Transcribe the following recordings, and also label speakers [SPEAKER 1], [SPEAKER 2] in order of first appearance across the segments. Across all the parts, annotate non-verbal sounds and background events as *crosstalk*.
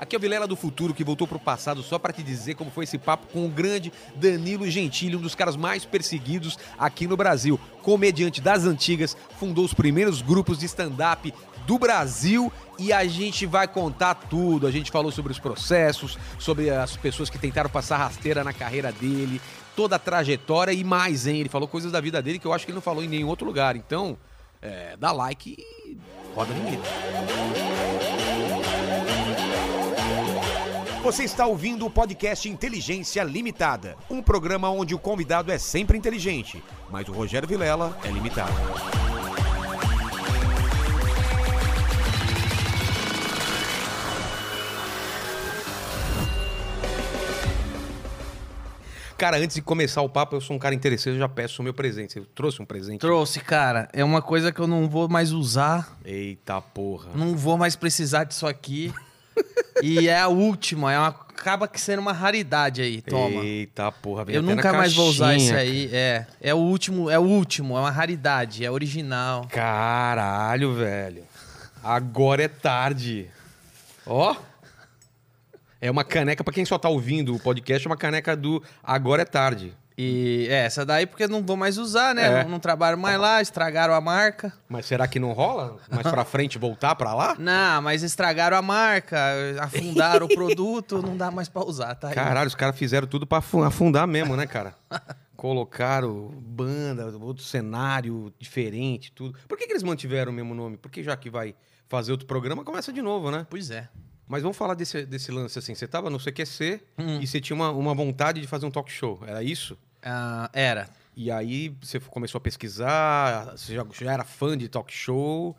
[SPEAKER 1] Aqui é o Vilela do Futuro, que voltou pro passado só para te dizer como foi esse papo com o grande Danilo Gentili, um dos caras mais perseguidos aqui no Brasil. Comediante das antigas, fundou os primeiros grupos de stand-up do Brasil e a gente vai contar tudo. A gente falou sobre os processos, sobre as pessoas que tentaram passar rasteira na carreira dele, toda a trajetória e mais, hein? Ele falou coisas da vida dele que eu acho que ele não falou em nenhum outro lugar. Então, é, dá like e roda a vinheta. Você está ouvindo o podcast Inteligência Limitada, um programa onde o convidado é sempre inteligente, mas o Rogério Vilela é limitado. Cara, antes de começar o papo, eu sou um cara interesseiro, eu já peço o meu presente. Eu trouxe um presente.
[SPEAKER 2] Trouxe, cara. É uma coisa que eu não vou mais usar.
[SPEAKER 1] Eita porra.
[SPEAKER 2] Não vou mais precisar disso aqui. e é a última. É uma, acaba que sendo uma raridade aí. Toma.
[SPEAKER 1] Eita porra, vem
[SPEAKER 2] eu
[SPEAKER 1] até na
[SPEAKER 2] nunca mais vou usar isso
[SPEAKER 1] caixinha,
[SPEAKER 2] aí. É. É o último. É o último. É uma raridade. É original.
[SPEAKER 1] Caralho, velho. Agora é tarde. Ó. É uma caneca, pra quem só tá ouvindo o podcast, é uma caneca do Agora é Tarde.
[SPEAKER 2] E é, essa daí porque eu não vou mais usar, né?
[SPEAKER 1] É.
[SPEAKER 2] Não, não trabalho mais lá, estragaram a marca.
[SPEAKER 1] Mas será que não rola? Mais pra frente voltar pra lá?
[SPEAKER 2] Não, mas estragaram a marca, afundaram o produto, não dá mais pra usar, tá? aí.
[SPEAKER 1] Caralho, os caras fizeram tudo pra afu- afundar mesmo, né, cara? Colocaram banda, outro cenário diferente, tudo. Por que, que eles mantiveram o mesmo nome? Porque já que vai fazer outro programa, começa de novo, né?
[SPEAKER 2] Pois é.
[SPEAKER 1] Mas vamos falar desse, desse lance assim. Você tava no CQC
[SPEAKER 2] Hum.
[SPEAKER 1] e você tinha uma, uma vontade de fazer um talk show, era isso?
[SPEAKER 2] Ah, era.
[SPEAKER 1] E aí você começou a pesquisar, você já, já era fã de talk show,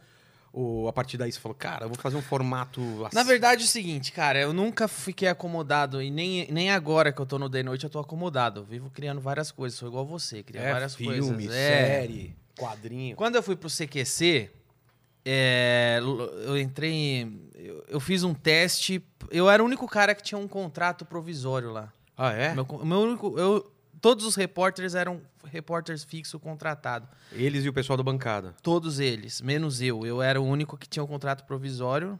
[SPEAKER 1] ou a partir daí você falou, cara, eu vou fazer um formato assim.
[SPEAKER 2] Na verdade é o seguinte, cara, eu nunca fiquei acomodado e nem, nem agora que eu tô no The Noite eu tô acomodado. Eu vivo criando várias coisas, sou igual você, cria
[SPEAKER 1] é,
[SPEAKER 2] várias
[SPEAKER 1] filme,
[SPEAKER 2] coisas. É.
[SPEAKER 1] série, quadrinho.
[SPEAKER 2] Quando eu fui pro CQC, é, l- eu entrei. em- Eu, eu fiz um teste. Eu era o único cara que tinha um contrato provisório lá.
[SPEAKER 1] Ah, é?
[SPEAKER 2] Meu, con- meu único, eu, todos os repórteres eram repórteres fixo contratado.
[SPEAKER 1] Eles e o pessoal da bancada.
[SPEAKER 2] Todos eles, menos eu. Eu era o único que tinha um contrato provisório.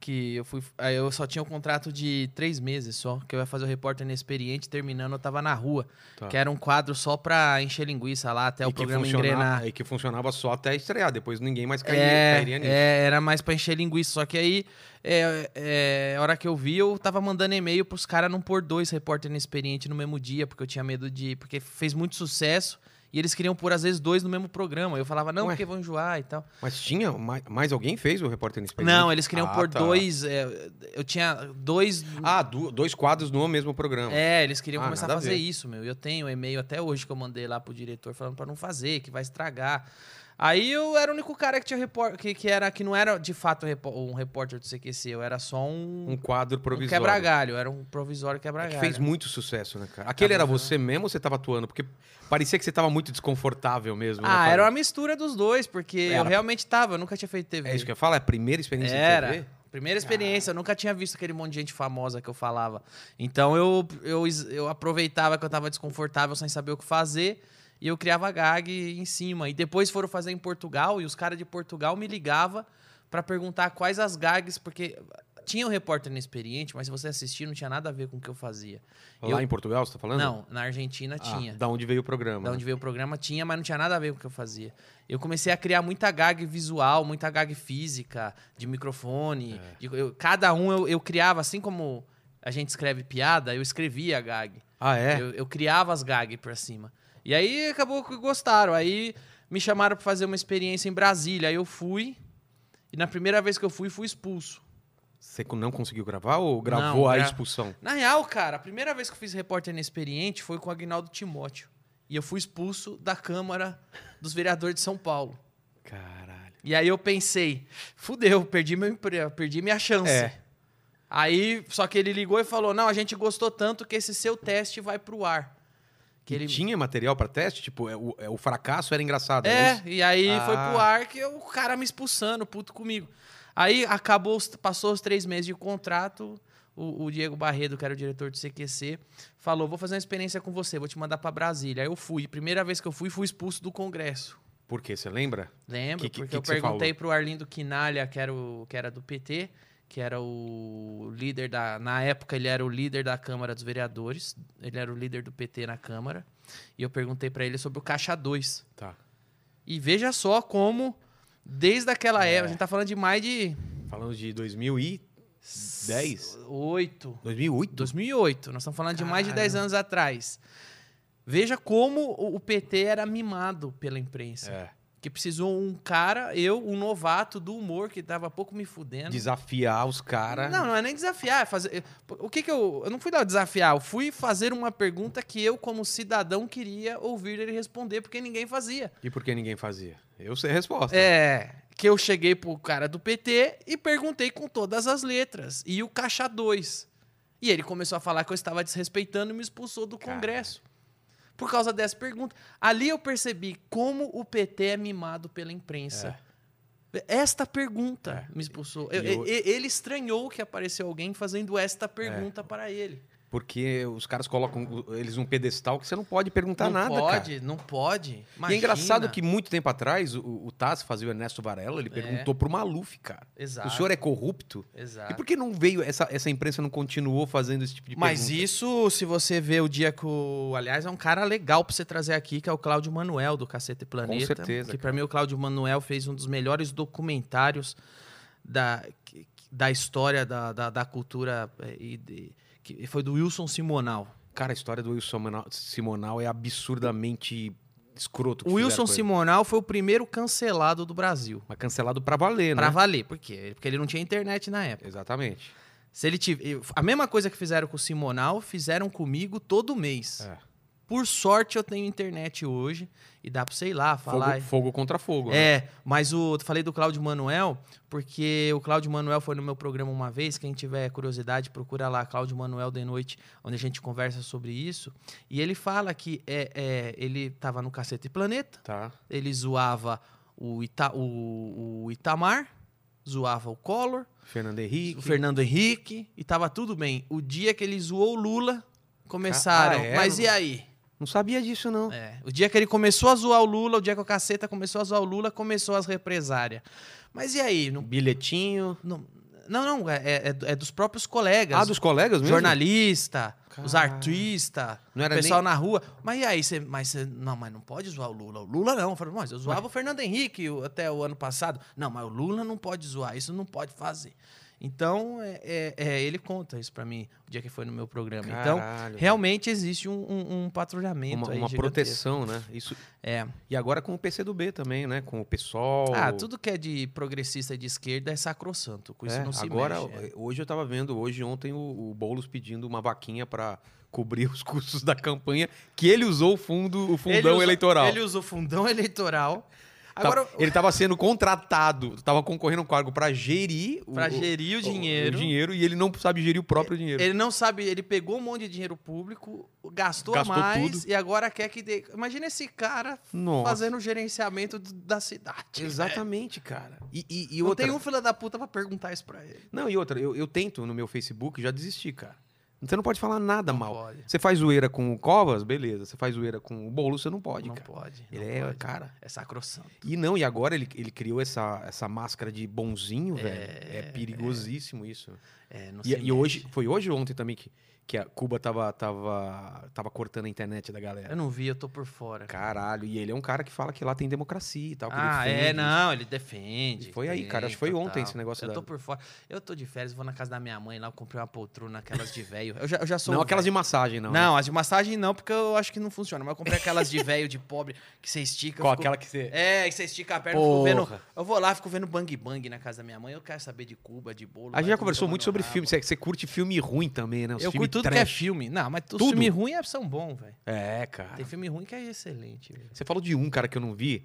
[SPEAKER 2] Que eu fui. aí Eu só tinha um contrato de três meses só, que eu ia fazer o repórter inexperiente, terminando, eu tava na rua.
[SPEAKER 1] Tá.
[SPEAKER 2] Que era um quadro só pra encher linguiça lá até
[SPEAKER 1] E
[SPEAKER 2] o
[SPEAKER 1] que
[SPEAKER 2] programa
[SPEAKER 1] funciona-
[SPEAKER 2] engrenar.
[SPEAKER 1] E que funcionava só até estrear, depois ninguém mais cairia,
[SPEAKER 2] É,
[SPEAKER 1] cairia nisso.
[SPEAKER 2] é, era mais pra encher linguiça. Só que aí, é, é, a hora que eu vi, eu tava mandando e-mail pros caras não pôr dois repórter inexperiente no mesmo dia, porque eu tinha medo de. Porque fez muito sucesso e eles queriam pôr, às vezes, dois no mesmo programa. Eu falava, não,
[SPEAKER 1] Ué.
[SPEAKER 2] porque vão enjoar e tal.
[SPEAKER 1] Mas tinha, mais, mais alguém fez o repórter inexperiente?
[SPEAKER 2] Não, é eles queriam
[SPEAKER 1] Ah,
[SPEAKER 2] pôr
[SPEAKER 1] tá.
[SPEAKER 2] dois. é, eu tinha dois.
[SPEAKER 1] Ah, du- dois quadros no mesmo programa.
[SPEAKER 2] é, eles queriam
[SPEAKER 1] Ah,
[SPEAKER 2] começar a
[SPEAKER 1] nada a
[SPEAKER 2] fazer
[SPEAKER 1] ver.
[SPEAKER 2] isso, meu. Eu tenho um e-mail até hoje que eu mandei lá pro diretor falando pra não fazer, que vai estragar. Aí eu era o único cara que tinha repor que, que era que não era de fato um repó- um repórter do CQC, eu era só um,
[SPEAKER 1] Um quadro
[SPEAKER 2] um
[SPEAKER 1] provisório.
[SPEAKER 2] quebra-galho, era um provisório
[SPEAKER 1] É
[SPEAKER 2] quebra-galho.
[SPEAKER 1] que fez muito sucesso, né, cara? Aquele era você mesmo ou você tava atuando? Porque parecia que você tava muito desconfortável mesmo. né,
[SPEAKER 2] Ah,
[SPEAKER 1] Fábio?
[SPEAKER 2] era uma mistura dos dois, porque eu
[SPEAKER 1] Era.
[SPEAKER 2] realmente tava, eu nunca tinha feito TV.
[SPEAKER 1] É isso que eu falo? É a primeira experiência de
[SPEAKER 2] Era.
[SPEAKER 1] TV?
[SPEAKER 2] Primeira experiência, eu nunca tinha visto aquele monte de gente famosa que eu falava. Então eu, eu, is- eu aproveitava que eu tava desconfortável sem saber o que fazer e eu criava gag em cima. E depois foram fazer em Portugal e os caras de Portugal me ligavam pra perguntar quais as gags, porque tinha um repórter inexperiente, mas se você assistir não tinha nada a ver com o que eu fazia.
[SPEAKER 1] Lá
[SPEAKER 2] Eu-
[SPEAKER 1] em Portugal, você tá falando?
[SPEAKER 2] Não, na Argentina
[SPEAKER 1] Ah,
[SPEAKER 2] tinha.
[SPEAKER 1] Da onde veio o programa. né?
[SPEAKER 2] Da onde veio o programa tinha, mas não tinha nada a ver com o que eu fazia. Eu comecei a criar muita gag visual, muita gag física, de microfone. de- eu- cada um eu, eu criava, assim como a gente escreve piada, eu escrevia a gag.
[SPEAKER 1] Ah, é?
[SPEAKER 2] Eu, eu criava as gag pra cima. E aí acabou que gostaram. Aí me chamaram pra fazer uma experiência em Brasília. Aí eu fui. E na primeira vez que eu fui, fui expulso.
[SPEAKER 1] Você não conseguiu gravar ou gravou
[SPEAKER 2] Não,
[SPEAKER 1] a
[SPEAKER 2] gra-
[SPEAKER 1] expulsão?
[SPEAKER 2] Na real, cara, a primeira vez que eu fiz repórter inexperiente foi com o Agnaldo Timóteo. E eu fui expulso da Câmara dos Vereadores de São Paulo.
[SPEAKER 1] Caralho.
[SPEAKER 2] E aí eu pensei, fudeu, perdi meu emprego, perdi minha chance.
[SPEAKER 1] É.
[SPEAKER 2] Aí, só que ele ligou e falou: "Não, a gente gostou tanto que esse seu teste vai pro ar". Que
[SPEAKER 1] E
[SPEAKER 2] ele
[SPEAKER 1] Tinha material pra teste? Tipo, é, o, é, o fracasso era engraçado. era
[SPEAKER 2] É,
[SPEAKER 1] isso?
[SPEAKER 2] e aí
[SPEAKER 1] Ah.
[SPEAKER 2] foi pro ar que o cara me expulsando, puto comigo. Aí acabou, os- passou os três meses de contrato. O, o Diego Barredo, que era o diretor do CQC, falou: vou fazer uma experiência com você, vou te mandar pra Brasília. Aí eu fui. Primeira vez que eu fui, fui expulso do Congresso.
[SPEAKER 1] Por quê? Você lembra?
[SPEAKER 2] Lembro,
[SPEAKER 1] Que- que-
[SPEAKER 2] porque
[SPEAKER 1] que
[SPEAKER 2] eu
[SPEAKER 1] que você
[SPEAKER 2] perguntei pro Arlindo Quinalha, que era, o, que era do PT, que era o líder da. Na época, ele era o líder da Câmara dos Vereadores. Ele era o líder do PT na Câmara. E eu perguntei pra ele sobre o Caixa 2.
[SPEAKER 3] Tá.
[SPEAKER 2] E veja só como, desde aquela
[SPEAKER 1] É.
[SPEAKER 2] época, a gente tá falando de mais de.
[SPEAKER 3] Falando de 2010?
[SPEAKER 2] 8.
[SPEAKER 3] 2008?
[SPEAKER 2] 2008. Nós estamos falando de mais de 10
[SPEAKER 3] Caramba.
[SPEAKER 2] anos atrás. Veja como o o PT era mimado pela imprensa.
[SPEAKER 3] É.
[SPEAKER 2] Que precisou um cara, eu, um novato do humor, que tava pouco me fudendo.
[SPEAKER 1] Desafiar os caras.
[SPEAKER 2] Não, não é nem desafiar, é fazer. O que que eu. Eu não fui dar desafiar, eu fui fazer uma pergunta que eu, como cidadão, queria ouvir ele responder, porque ninguém fazia.
[SPEAKER 3] E por que ninguém fazia? Eu sei a resposta.
[SPEAKER 2] É. Que eu cheguei pro cara do PT e perguntei com todas as letras. E o caixa 2. E ele começou a falar que eu estava desrespeitando e me expulsou do
[SPEAKER 3] Caralho.
[SPEAKER 2] Congresso. Por causa dessa pergunta. Ali eu percebi como o PT é mimado pela imprensa.
[SPEAKER 1] É.
[SPEAKER 2] Esta pergunta me expulsou.
[SPEAKER 3] E
[SPEAKER 2] Eu-
[SPEAKER 3] eu-
[SPEAKER 2] e- Ele estranhou que apareceu alguém fazendo
[SPEAKER 1] É.
[SPEAKER 2] esta pergunta para ele.
[SPEAKER 1] Porque os caras colocam o- eles num pedestal que você não pode perguntar
[SPEAKER 2] não
[SPEAKER 1] nada, cara.
[SPEAKER 2] pode, não pode.
[SPEAKER 1] E é engraçado
[SPEAKER 2] Imagina.
[SPEAKER 1] que muito tempo atrás o, o Tassi fazia o Ernesto Varela, ele perguntou pro Maluf, cara.
[SPEAKER 2] É. Exato,
[SPEAKER 1] O senhor é corrupto?
[SPEAKER 2] exato.
[SPEAKER 1] E por que não veio, essa, essa imprensa não continuou fazendo esse tipo de
[SPEAKER 2] Mas
[SPEAKER 1] pergunta?
[SPEAKER 2] isso, se você vê o dia que o. Aliás, é um cara legal pra você trazer aqui, que é o Cláudio Manuel do Cacete Planeta.
[SPEAKER 1] Com certeza,
[SPEAKER 2] Que pra mim o Cláudio Manuel fez um dos melhores documentários da, que- da história da, da, da cultura. eh, E de- que foi do Wilson Simonal.
[SPEAKER 1] Cara, a história do Wilson Simonal- Simonal é absurdamente escroto. que
[SPEAKER 2] O
[SPEAKER 1] fizeram
[SPEAKER 2] Wilson
[SPEAKER 1] com ele.
[SPEAKER 2] Simonal foi o primeiro cancelado do Brasil.
[SPEAKER 1] Mas cancelado pra valer,
[SPEAKER 2] Pra
[SPEAKER 1] né?
[SPEAKER 2] valer. Por quê? Porque ele não tinha internet na época.
[SPEAKER 1] Exatamente.
[SPEAKER 2] Se ele tive, a mesma coisa que fizeram com o Simonal, fizeram comigo todo mês.
[SPEAKER 3] É.
[SPEAKER 2] Por sorte eu tenho internet hoje e dá pra sei lá falar.
[SPEAKER 1] Fogo, fogo contra fogo. né?
[SPEAKER 2] É, mas o eu falei do Cláudio Manuel, porque o Cláudio Manuel foi no meu programa uma vez, quem tiver curiosidade procura lá Cláudio Manuel de noite, onde a gente conversa sobre isso, e ele fala que é, é, ele tava no Cacete Planeta,
[SPEAKER 3] Tá.
[SPEAKER 2] ele zoava o, Ita, o, o Itamar, zoava o Collor,
[SPEAKER 1] Fernando Henrique.
[SPEAKER 2] o Fernando Henrique e tava tudo bem. O dia que ele zoou o Lula, começaram.
[SPEAKER 1] Ah, é?
[SPEAKER 2] Mas e aí?
[SPEAKER 1] Não sabia disso, não.
[SPEAKER 2] É, o dia que ele começou a zoar o Lula, o dia que o caceta começou a zoar o Lula, começou as represárias. Mas e aí? Não,
[SPEAKER 1] Bilhetinho.
[SPEAKER 2] não, não, não, é, é- é dos próprios colegas.
[SPEAKER 1] Ah, dos colegas mesmo?
[SPEAKER 2] jornalista, os
[SPEAKER 1] Caralho.
[SPEAKER 2] artistas,
[SPEAKER 1] Não
[SPEAKER 2] o
[SPEAKER 1] era
[SPEAKER 2] pessoal na rua. Mas e aí? Você, mas você, não, mas não pode zoar o Lula. O Lula não. Eu falei, mas eu zoava o Fernando Henrique o- até o ano passado. Não, mas o Lula não pode zoar. Isso não pode fazer. Então, é, é- é, ele conta isso pra mim, o dia que foi no meu programa.
[SPEAKER 1] nem...
[SPEAKER 2] Então,
[SPEAKER 1] Caralho,
[SPEAKER 2] realmente existe um, um, um patrulhamento
[SPEAKER 1] Uma,
[SPEAKER 2] aí
[SPEAKER 1] uma
[SPEAKER 2] gigantesco.
[SPEAKER 1] proteção, né? Isso...
[SPEAKER 2] É.
[SPEAKER 1] E agora com o PCdoB também, né? Com o PSOL.
[SPEAKER 2] Ah, tudo que é de progressista e de esquerda é sacrossanto. Com isso
[SPEAKER 1] É,
[SPEAKER 2] não se
[SPEAKER 1] agora,
[SPEAKER 2] mexe. é.
[SPEAKER 1] hoje eu tava vendo, hoje, ontem, o, o Boulos pedindo uma vaquinha pra cobrir os *laughs* custos da campanha, que ele usou o fundo, o
[SPEAKER 2] Ele
[SPEAKER 1] fundão
[SPEAKER 2] usa-
[SPEAKER 1] eleitoral.
[SPEAKER 2] Ele usou fundão *laughs* eleitoral.
[SPEAKER 1] Tá-
[SPEAKER 2] Agora,
[SPEAKER 1] ele tava sendo contratado, tava concorrendo a um cargo pra gerir o,
[SPEAKER 2] Pra
[SPEAKER 1] o-
[SPEAKER 2] gerir o dinheiro.
[SPEAKER 1] o dinheiro e ele não sabe gerir o próprio dinheiro.
[SPEAKER 2] Ele não sabe, ele pegou um monte de dinheiro público, gastou,
[SPEAKER 1] Gastou
[SPEAKER 2] mais
[SPEAKER 1] tudo.
[SPEAKER 2] e agora quer que dê. Imagina esse cara
[SPEAKER 1] Nossa.
[SPEAKER 2] fazendo o gerenciamento do- da cidade.
[SPEAKER 1] Exatamente, cara. E, e, e
[SPEAKER 2] Não
[SPEAKER 1] outra.
[SPEAKER 2] tem um filho da puta pra perguntar isso pra ele.
[SPEAKER 1] Não, e outra, eu, eu tento no meu Facebook, já desisti, cara. Você não pode falar nada
[SPEAKER 2] Não
[SPEAKER 1] Tá mal.
[SPEAKER 2] pode.
[SPEAKER 1] Você faz zoeira com o Covas, beleza. Você faz zoeira com o Boulos, você não pode,
[SPEAKER 2] não
[SPEAKER 1] cara.
[SPEAKER 2] pode.
[SPEAKER 1] Ele
[SPEAKER 2] não
[SPEAKER 1] é,
[SPEAKER 2] pode.
[SPEAKER 1] cara.
[SPEAKER 2] É sacrossanto.
[SPEAKER 1] E não, e agora ele, ele criou essa, essa máscara de bonzinho, velho. É perigosíssimo isso.
[SPEAKER 2] É, não
[SPEAKER 1] E,
[SPEAKER 2] se
[SPEAKER 1] e
[SPEAKER 2] mexe.
[SPEAKER 1] hoje, foi hoje ou ontem também que, que a Cuba tava, tava, tava cortando a internet da galera.
[SPEAKER 2] Eu não vi, eu tô por fora.
[SPEAKER 1] Caralho, e ele é um cara que fala que lá tem democracia e tal. que
[SPEAKER 2] ah,
[SPEAKER 1] defende
[SPEAKER 2] é,
[SPEAKER 1] isso.
[SPEAKER 2] não, ele defende. tá
[SPEAKER 1] E foi aí, cara, acho que foi ontem esse negócio
[SPEAKER 2] Eu tô
[SPEAKER 1] da-
[SPEAKER 2] por fora. Eu tô de férias, vou na casa da minha mãe lá, eu comprei uma poltrona, aquelas de velho. Eu já, eu já sou.
[SPEAKER 1] Não
[SPEAKER 2] um
[SPEAKER 1] aquelas de massagem, não. né?
[SPEAKER 2] Não, as de massagem não, porque eu acho que não funciona. Mas eu comprei aquelas de velho, de pobre, que você estica. eu
[SPEAKER 1] Com
[SPEAKER 2] fico-
[SPEAKER 1] aquela que você.
[SPEAKER 2] É, que você estica a perna, eu fico vendo. Eu vou lá, fico vendo bang bang na casa da minha mãe. Eu quero saber de Cuba, de bolo.
[SPEAKER 1] A gente
[SPEAKER 2] vai
[SPEAKER 1] já
[SPEAKER 2] tudo
[SPEAKER 1] conversou
[SPEAKER 2] tomar
[SPEAKER 1] muito
[SPEAKER 2] no
[SPEAKER 1] sobre
[SPEAKER 2] rabo.
[SPEAKER 1] filme. Você, você curte filme ruim também, né? Os
[SPEAKER 2] Eu
[SPEAKER 1] filme
[SPEAKER 2] curto tudo que é
[SPEAKER 1] trash.
[SPEAKER 2] filme. Não, mas os
[SPEAKER 1] Tudo.
[SPEAKER 2] filmes ruins é- são bons, velho.
[SPEAKER 1] É, cara.
[SPEAKER 2] Tem filme ruim que é excelente. velho.
[SPEAKER 1] Você falou de um, cara, que eu não vi.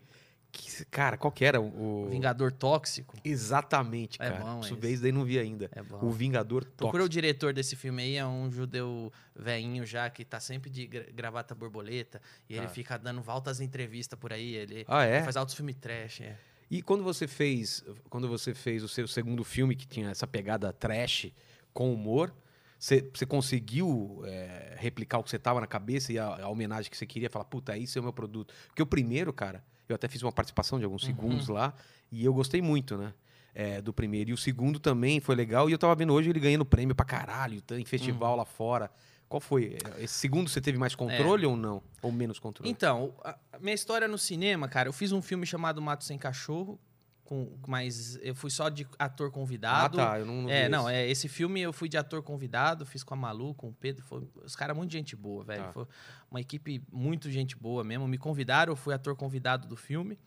[SPEAKER 1] Que- cara, qual que era o. o-
[SPEAKER 2] Vingador Tóxico.
[SPEAKER 1] Exatamente,
[SPEAKER 2] É
[SPEAKER 1] cara.
[SPEAKER 2] bom
[SPEAKER 1] Isso
[SPEAKER 2] esse.
[SPEAKER 1] vez daí não vi ainda.
[SPEAKER 2] É bom.
[SPEAKER 1] O Vingador
[SPEAKER 2] Procura o
[SPEAKER 1] Tóxico.
[SPEAKER 2] diretor desse filme aí, é um judeu velhinho já, que tá sempre de gra- gravata borboleta. E ele
[SPEAKER 1] Ah.
[SPEAKER 2] fica dando altas entrevistas por aí. Ele,
[SPEAKER 1] Ah, é?
[SPEAKER 2] ele faz altos filmes trash, é.
[SPEAKER 1] E quando você fez, quando você fez o seu segundo filme que tinha essa pegada trash com humor, você, você conseguiu é, replicar o que você tava na cabeça e a, a homenagem que você queria? Falar, puta, isso é o meu produto. Porque o primeiro, cara, eu até fiz uma participação de alguns
[SPEAKER 2] Uhum.
[SPEAKER 1] segundos lá e eu gostei muito, né? é, do primeiro. E o segundo também foi legal. E eu tava vendo hoje ele ganhando prêmio pra caralho, tá, em
[SPEAKER 2] Uhum.
[SPEAKER 1] festival lá fora. Qual foi? Esse segundo você teve mais controle ou não? Ou menos controle?
[SPEAKER 2] É. Então, a a minha história no cinema, cara, eu fiz um filme chamado Mato Sem Cachorro, com, mas eu fui só de ator
[SPEAKER 1] ah,
[SPEAKER 2] convidado.
[SPEAKER 1] tá. Eu não, não
[SPEAKER 2] é,
[SPEAKER 1] vi
[SPEAKER 2] não,
[SPEAKER 1] esse.
[SPEAKER 2] é, esse filme eu fui de ator convidado, fiz com a Malu, com o Pedro, foi, os caras muito gente boa, velho.
[SPEAKER 1] Tá.
[SPEAKER 2] Foi uma equipe muito gente boa mesmo. Me convidaram, eu fui ator convidado do filme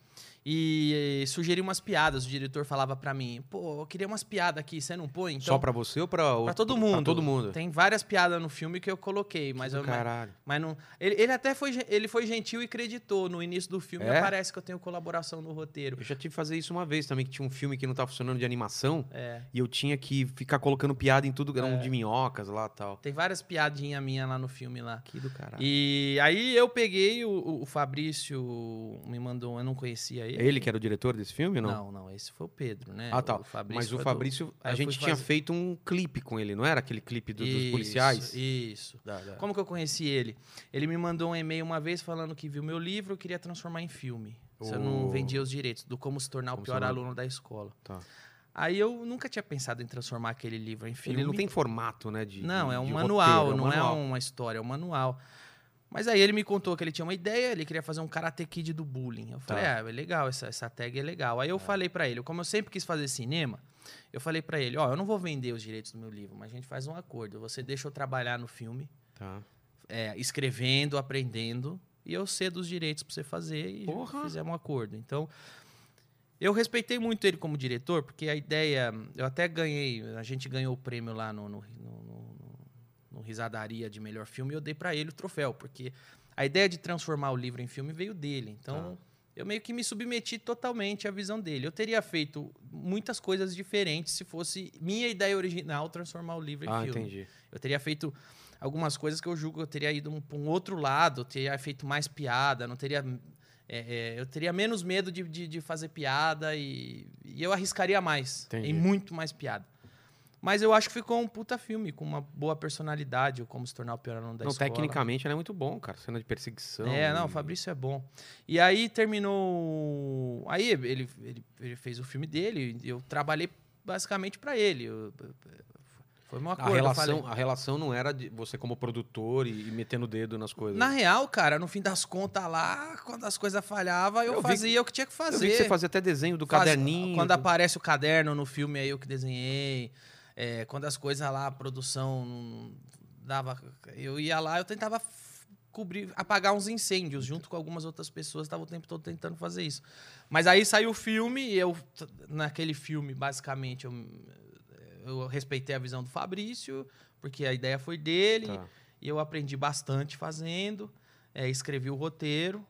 [SPEAKER 2] e, eh, sugeri umas piadas. O diretor falava pra mim, pô, eu queria umas piadas aqui, você não põe? Então,
[SPEAKER 1] Só pra você ou pra,
[SPEAKER 2] pra
[SPEAKER 1] outro-
[SPEAKER 2] todo mundo.
[SPEAKER 1] Pra todo mundo.
[SPEAKER 2] Tem várias piadas no filme que eu coloquei, mas eu, mas-
[SPEAKER 1] Caralho.
[SPEAKER 2] mas não. Ele, ele até foi, gen- ele foi gentil e creditou. No início do filme
[SPEAKER 1] É?
[SPEAKER 2] aparece que eu tenho colaboração no roteiro.
[SPEAKER 1] Eu já tive que fazer isso uma vez também, que tinha um filme que não tava funcionando de animação.
[SPEAKER 2] É.
[SPEAKER 1] E eu tinha que ficar colocando piada em tudo, era um de minhocas lá e tal.
[SPEAKER 2] Tem várias piadinhas minhas lá no filme lá.
[SPEAKER 1] Que do caralho.
[SPEAKER 2] E aí eu peguei, o- o, o Fabrício me mandou, eu não conhecia ele.
[SPEAKER 1] É ele que era o diretor desse filme ou não?
[SPEAKER 2] Não, não, esse foi o Pedro, né?
[SPEAKER 1] Ah, tá. Mas
[SPEAKER 2] Fabrício
[SPEAKER 1] o
[SPEAKER 2] foi do-
[SPEAKER 1] Fabrício,
[SPEAKER 2] Aí
[SPEAKER 1] a
[SPEAKER 2] eu
[SPEAKER 1] gente
[SPEAKER 2] fui
[SPEAKER 1] tinha
[SPEAKER 2] fazer-
[SPEAKER 1] feito um clipe com ele, não era? Aquele clipe do- dos
[SPEAKER 2] Isso,
[SPEAKER 1] policiais?
[SPEAKER 2] Isso.
[SPEAKER 1] Da- da-
[SPEAKER 2] Como que eu conheci ele? Ele me mandou um e-mail uma vez falando que viu meu livro e queria transformar em filme. Se eu não
[SPEAKER 1] Oh.
[SPEAKER 2] vendia os direitos, do como se tornar
[SPEAKER 1] Como
[SPEAKER 2] o
[SPEAKER 1] se
[SPEAKER 2] pior
[SPEAKER 1] tornar-
[SPEAKER 2] aluno da escola.
[SPEAKER 1] Tá.
[SPEAKER 2] Aí eu nunca tinha pensado em transformar aquele livro em filme.
[SPEAKER 1] Ele não tem formato, né? De,
[SPEAKER 2] Não,
[SPEAKER 1] de-
[SPEAKER 2] é um
[SPEAKER 1] de
[SPEAKER 2] manual,
[SPEAKER 1] roteiro,
[SPEAKER 2] não
[SPEAKER 1] manual.
[SPEAKER 2] é uma história, é um manual. Mas aí ele me contou que ele tinha uma ideia, ele queria fazer um Karate Kid do bullying. Eu
[SPEAKER 1] Tá.
[SPEAKER 2] falei, ah, é legal, essa, essa tag é legal. Aí eu falei pra ele, como eu sempre quis fazer cinema, eu falei pra ele, ó, eu não vou vender os direitos do meu livro, mas a gente faz um acordo. Você deixa eu trabalhar no filme,
[SPEAKER 1] Tá.
[SPEAKER 2] é, escrevendo, aprendendo, e eu cedo os direitos pra você fazer e
[SPEAKER 1] Porra!
[SPEAKER 2] fizemos um acordo. Então, eu respeitei muito ele como diretor, porque a ideia. Eu até ganhei, a gente ganhou o prêmio lá no, no, no- no- no Risadaria de melhor filme, e eu dei pra ele o troféu, porque a ideia de transformar o livro em filme veio dele. Então.
[SPEAKER 1] Tá.
[SPEAKER 2] Eu meio que me submeti totalmente à visão dele. Eu teria feito muitas coisas diferentes se fosse minha ideia original transformar o livro em
[SPEAKER 1] Ah,
[SPEAKER 2] filme.
[SPEAKER 1] entendi.
[SPEAKER 2] Eu teria feito algumas coisas que eu julgo que eu teria ido um- pra um outro lado, eu teria feito mais piada, não teria. é, é, eu teria menos medo de, de- de fazer piada e, e eu arriscaria mais.
[SPEAKER 1] Entendi.
[SPEAKER 2] Em muito mais piada. Mas eu acho que ficou um puta filme, com uma boa personalidade, ou como se tornar o pior aluno da
[SPEAKER 1] não,
[SPEAKER 2] escola.
[SPEAKER 1] tecnicamente ele é muito bom, cara. Cena de perseguição.
[SPEAKER 2] É, não,
[SPEAKER 1] e-
[SPEAKER 2] o Fabrício é bom. E aí terminou. Aí ele, ele, ele fez o filme dele, eu trabalhei basicamente pra ele. eu- foi uma
[SPEAKER 1] A
[SPEAKER 2] coisa.
[SPEAKER 1] relação, a relação não era de você como produtor e, e metendo o dedo nas coisas.
[SPEAKER 2] Na real, cara, no fim das contas lá, quando as coisas falhavam, eu,
[SPEAKER 1] Eu vi
[SPEAKER 2] fazia o que tinha que fazer.
[SPEAKER 1] Eu vi que você fazia até desenho do
[SPEAKER 2] Faz-
[SPEAKER 1] caderninho.
[SPEAKER 2] Quando
[SPEAKER 1] do-
[SPEAKER 2] aparece o caderno no filme, aí eu que desenhei. É, quando as coisas lá, a produção não dava. Eu ia lá, eu tentava f- cobrir, apagar uns incêndios, junto com algumas outras pessoas, estava o tempo todo tentando fazer isso. Mas aí saiu o filme, e eu, t- naquele filme, basicamente, eu, eu respeitei a visão do Fabrício, porque a ideia foi dele.
[SPEAKER 1] Tá.
[SPEAKER 2] E eu aprendi bastante fazendo, é, escrevi o roteiro.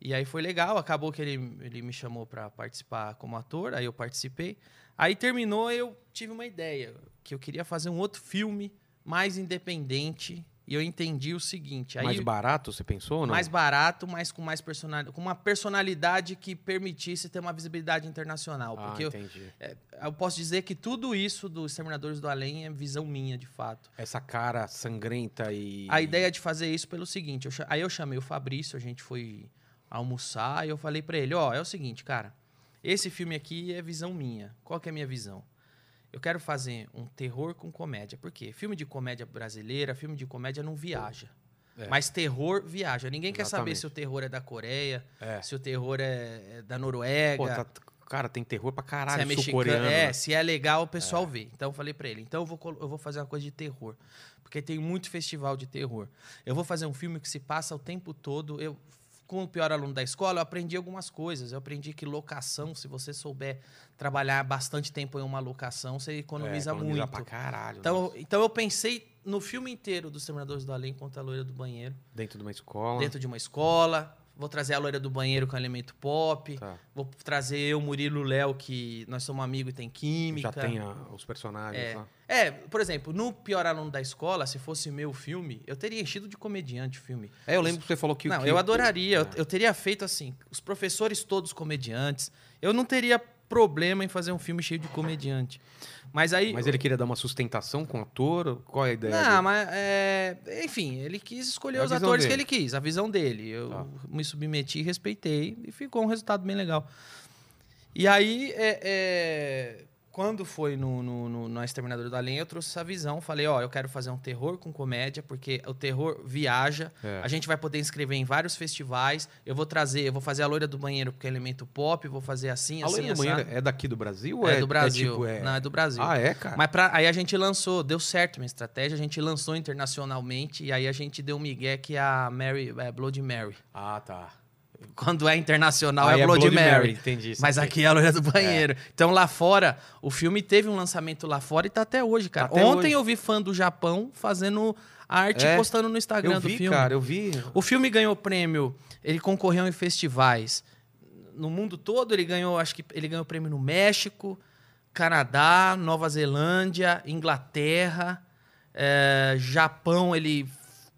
[SPEAKER 2] E aí foi legal, acabou que ele, ele me chamou para participar como ator, aí eu participei. Aí terminou, eu tive uma ideia, que eu queria fazer um outro filme mais independente. E eu entendi o seguinte, aí
[SPEAKER 1] Mais barato, você pensou ou não?
[SPEAKER 2] mais barato, mas com mais personalidade, com uma personalidade que permitisse ter uma visibilidade internacional,
[SPEAKER 1] Ah,
[SPEAKER 2] porque eu,
[SPEAKER 1] entendi.
[SPEAKER 2] eu posso dizer que tudo isso dos Exterminadores do Além é visão minha, de fato.
[SPEAKER 1] Essa cara sangrenta e...
[SPEAKER 2] A ideia de fazer isso pelo seguinte, eu cha- aí eu chamei o Fabrício, a gente foi almoçar e eu falei pra ele, ó, é o seguinte, cara, esse filme aqui é visão minha. Qual que é a minha visão? Eu quero fazer um terror com comédia. Por quê? Filme de comédia brasileira, filme de comédia não viaja.
[SPEAKER 1] É.
[SPEAKER 2] Mas terror viaja. Ninguém quer saber
[SPEAKER 1] Exatamente.
[SPEAKER 2] se o terror é da Coreia,
[SPEAKER 1] É.
[SPEAKER 2] se o terror é é da Noruega,
[SPEAKER 1] Pô, tá- Cara, tem terror pra
[SPEAKER 2] se é
[SPEAKER 1] caralho
[SPEAKER 2] mexicano.
[SPEAKER 1] sul-coreano.
[SPEAKER 2] É,
[SPEAKER 1] né?
[SPEAKER 2] se é legal, o pessoal vê. Então eu falei pra ele, então eu vou, colo- eu vou fazer uma coisa de terror. Porque tem muito festival de terror. Eu vou fazer um filme que se passa o tempo todo. Eu, com o pior aluno da escola, eu aprendi algumas coisas. Eu aprendi que locação, se você souber trabalhar bastante tempo em uma locação, você economiza,
[SPEAKER 1] É, economiza
[SPEAKER 2] muito.
[SPEAKER 1] pra caralho. né?
[SPEAKER 2] Então,
[SPEAKER 1] nossa.
[SPEAKER 2] então eu pensei no filme inteiro dos Terminadores do Além contra a loira do banheiro.
[SPEAKER 1] Dentro de uma escola.
[SPEAKER 2] Dentro de uma escola. Vou trazer a loira do banheiro com elemento pop.
[SPEAKER 1] Tá.
[SPEAKER 2] Vou trazer eu, Murilo Léo, que nós somos amigos e tem química.
[SPEAKER 1] Já tem a- os personagens tá. lá.
[SPEAKER 2] É, por exemplo, no Pior Aluno da Escola, se fosse meu filme, eu teria enchido de comediante o filme.
[SPEAKER 1] É, eu lembro que você falou que...
[SPEAKER 2] não,
[SPEAKER 1] que-
[SPEAKER 2] eu adoraria. Eu,
[SPEAKER 1] É.
[SPEAKER 2] eu teria feito assim, os professores todos comediantes. Eu não teria problema em fazer um filme cheio de comediante. Mas aí.
[SPEAKER 1] Mas ele queria dar uma sustentação com o ator? Qual é a ideia?
[SPEAKER 2] Não,
[SPEAKER 1] dele?
[SPEAKER 2] mas é, enfim, ele quis escolher
[SPEAKER 1] É a
[SPEAKER 2] os
[SPEAKER 1] visão
[SPEAKER 2] atores
[SPEAKER 1] dele.
[SPEAKER 2] que ele quis, a visão dele. Eu
[SPEAKER 1] Tá.
[SPEAKER 2] me submeti, respeitei e ficou um resultado bem legal. E aí, é, é, quando foi no, no, no, no Exterminador da Lenha, eu trouxe essa visão. Falei, ó, eu quero fazer um terror com comédia, porque o terror viaja.
[SPEAKER 1] É.
[SPEAKER 2] A gente vai poder inscrever em vários festivais. Eu vou trazer, eu vou fazer a loira do banheiro, porque é elemento pop. Vou fazer assim,
[SPEAKER 1] A
[SPEAKER 2] assim,
[SPEAKER 1] Loira do
[SPEAKER 2] assado.
[SPEAKER 1] Banheiro é daqui do Brasil? ou
[SPEAKER 2] É, do Brasil.
[SPEAKER 1] tipo, é-
[SPEAKER 2] Não, é do Brasil.
[SPEAKER 1] Ah, é, cara?
[SPEAKER 2] Mas pra- aí a gente lançou, deu certo minha estratégia, a gente lançou internacionalmente e aí a gente deu um migué que a Mary, é Bloody Mary. *laughs*
[SPEAKER 1] Ah, tá.
[SPEAKER 2] Quando é internacional
[SPEAKER 1] Aí
[SPEAKER 2] é, Bloody, Mary.
[SPEAKER 1] Entendi isso.
[SPEAKER 2] Mas aqui é a loira do banheiro. Então lá fora, o filme teve um lançamento lá fora e tá até hoje, cara.
[SPEAKER 1] Tá até
[SPEAKER 2] Ontem
[SPEAKER 1] hoje.
[SPEAKER 2] eu vi fã do Japão fazendo arte e
[SPEAKER 1] É,
[SPEAKER 2] postando no Instagram
[SPEAKER 1] Eu
[SPEAKER 2] do
[SPEAKER 1] vi,
[SPEAKER 2] filme.
[SPEAKER 1] cara, eu vi.
[SPEAKER 2] Uhum. O filme ganhou prêmio, ele concorreu em festivais no mundo todo, ele ganhou, acho que ele ganhou prêmio no México, Canadá, Nova Zelândia, Inglaterra, eh, Japão, ele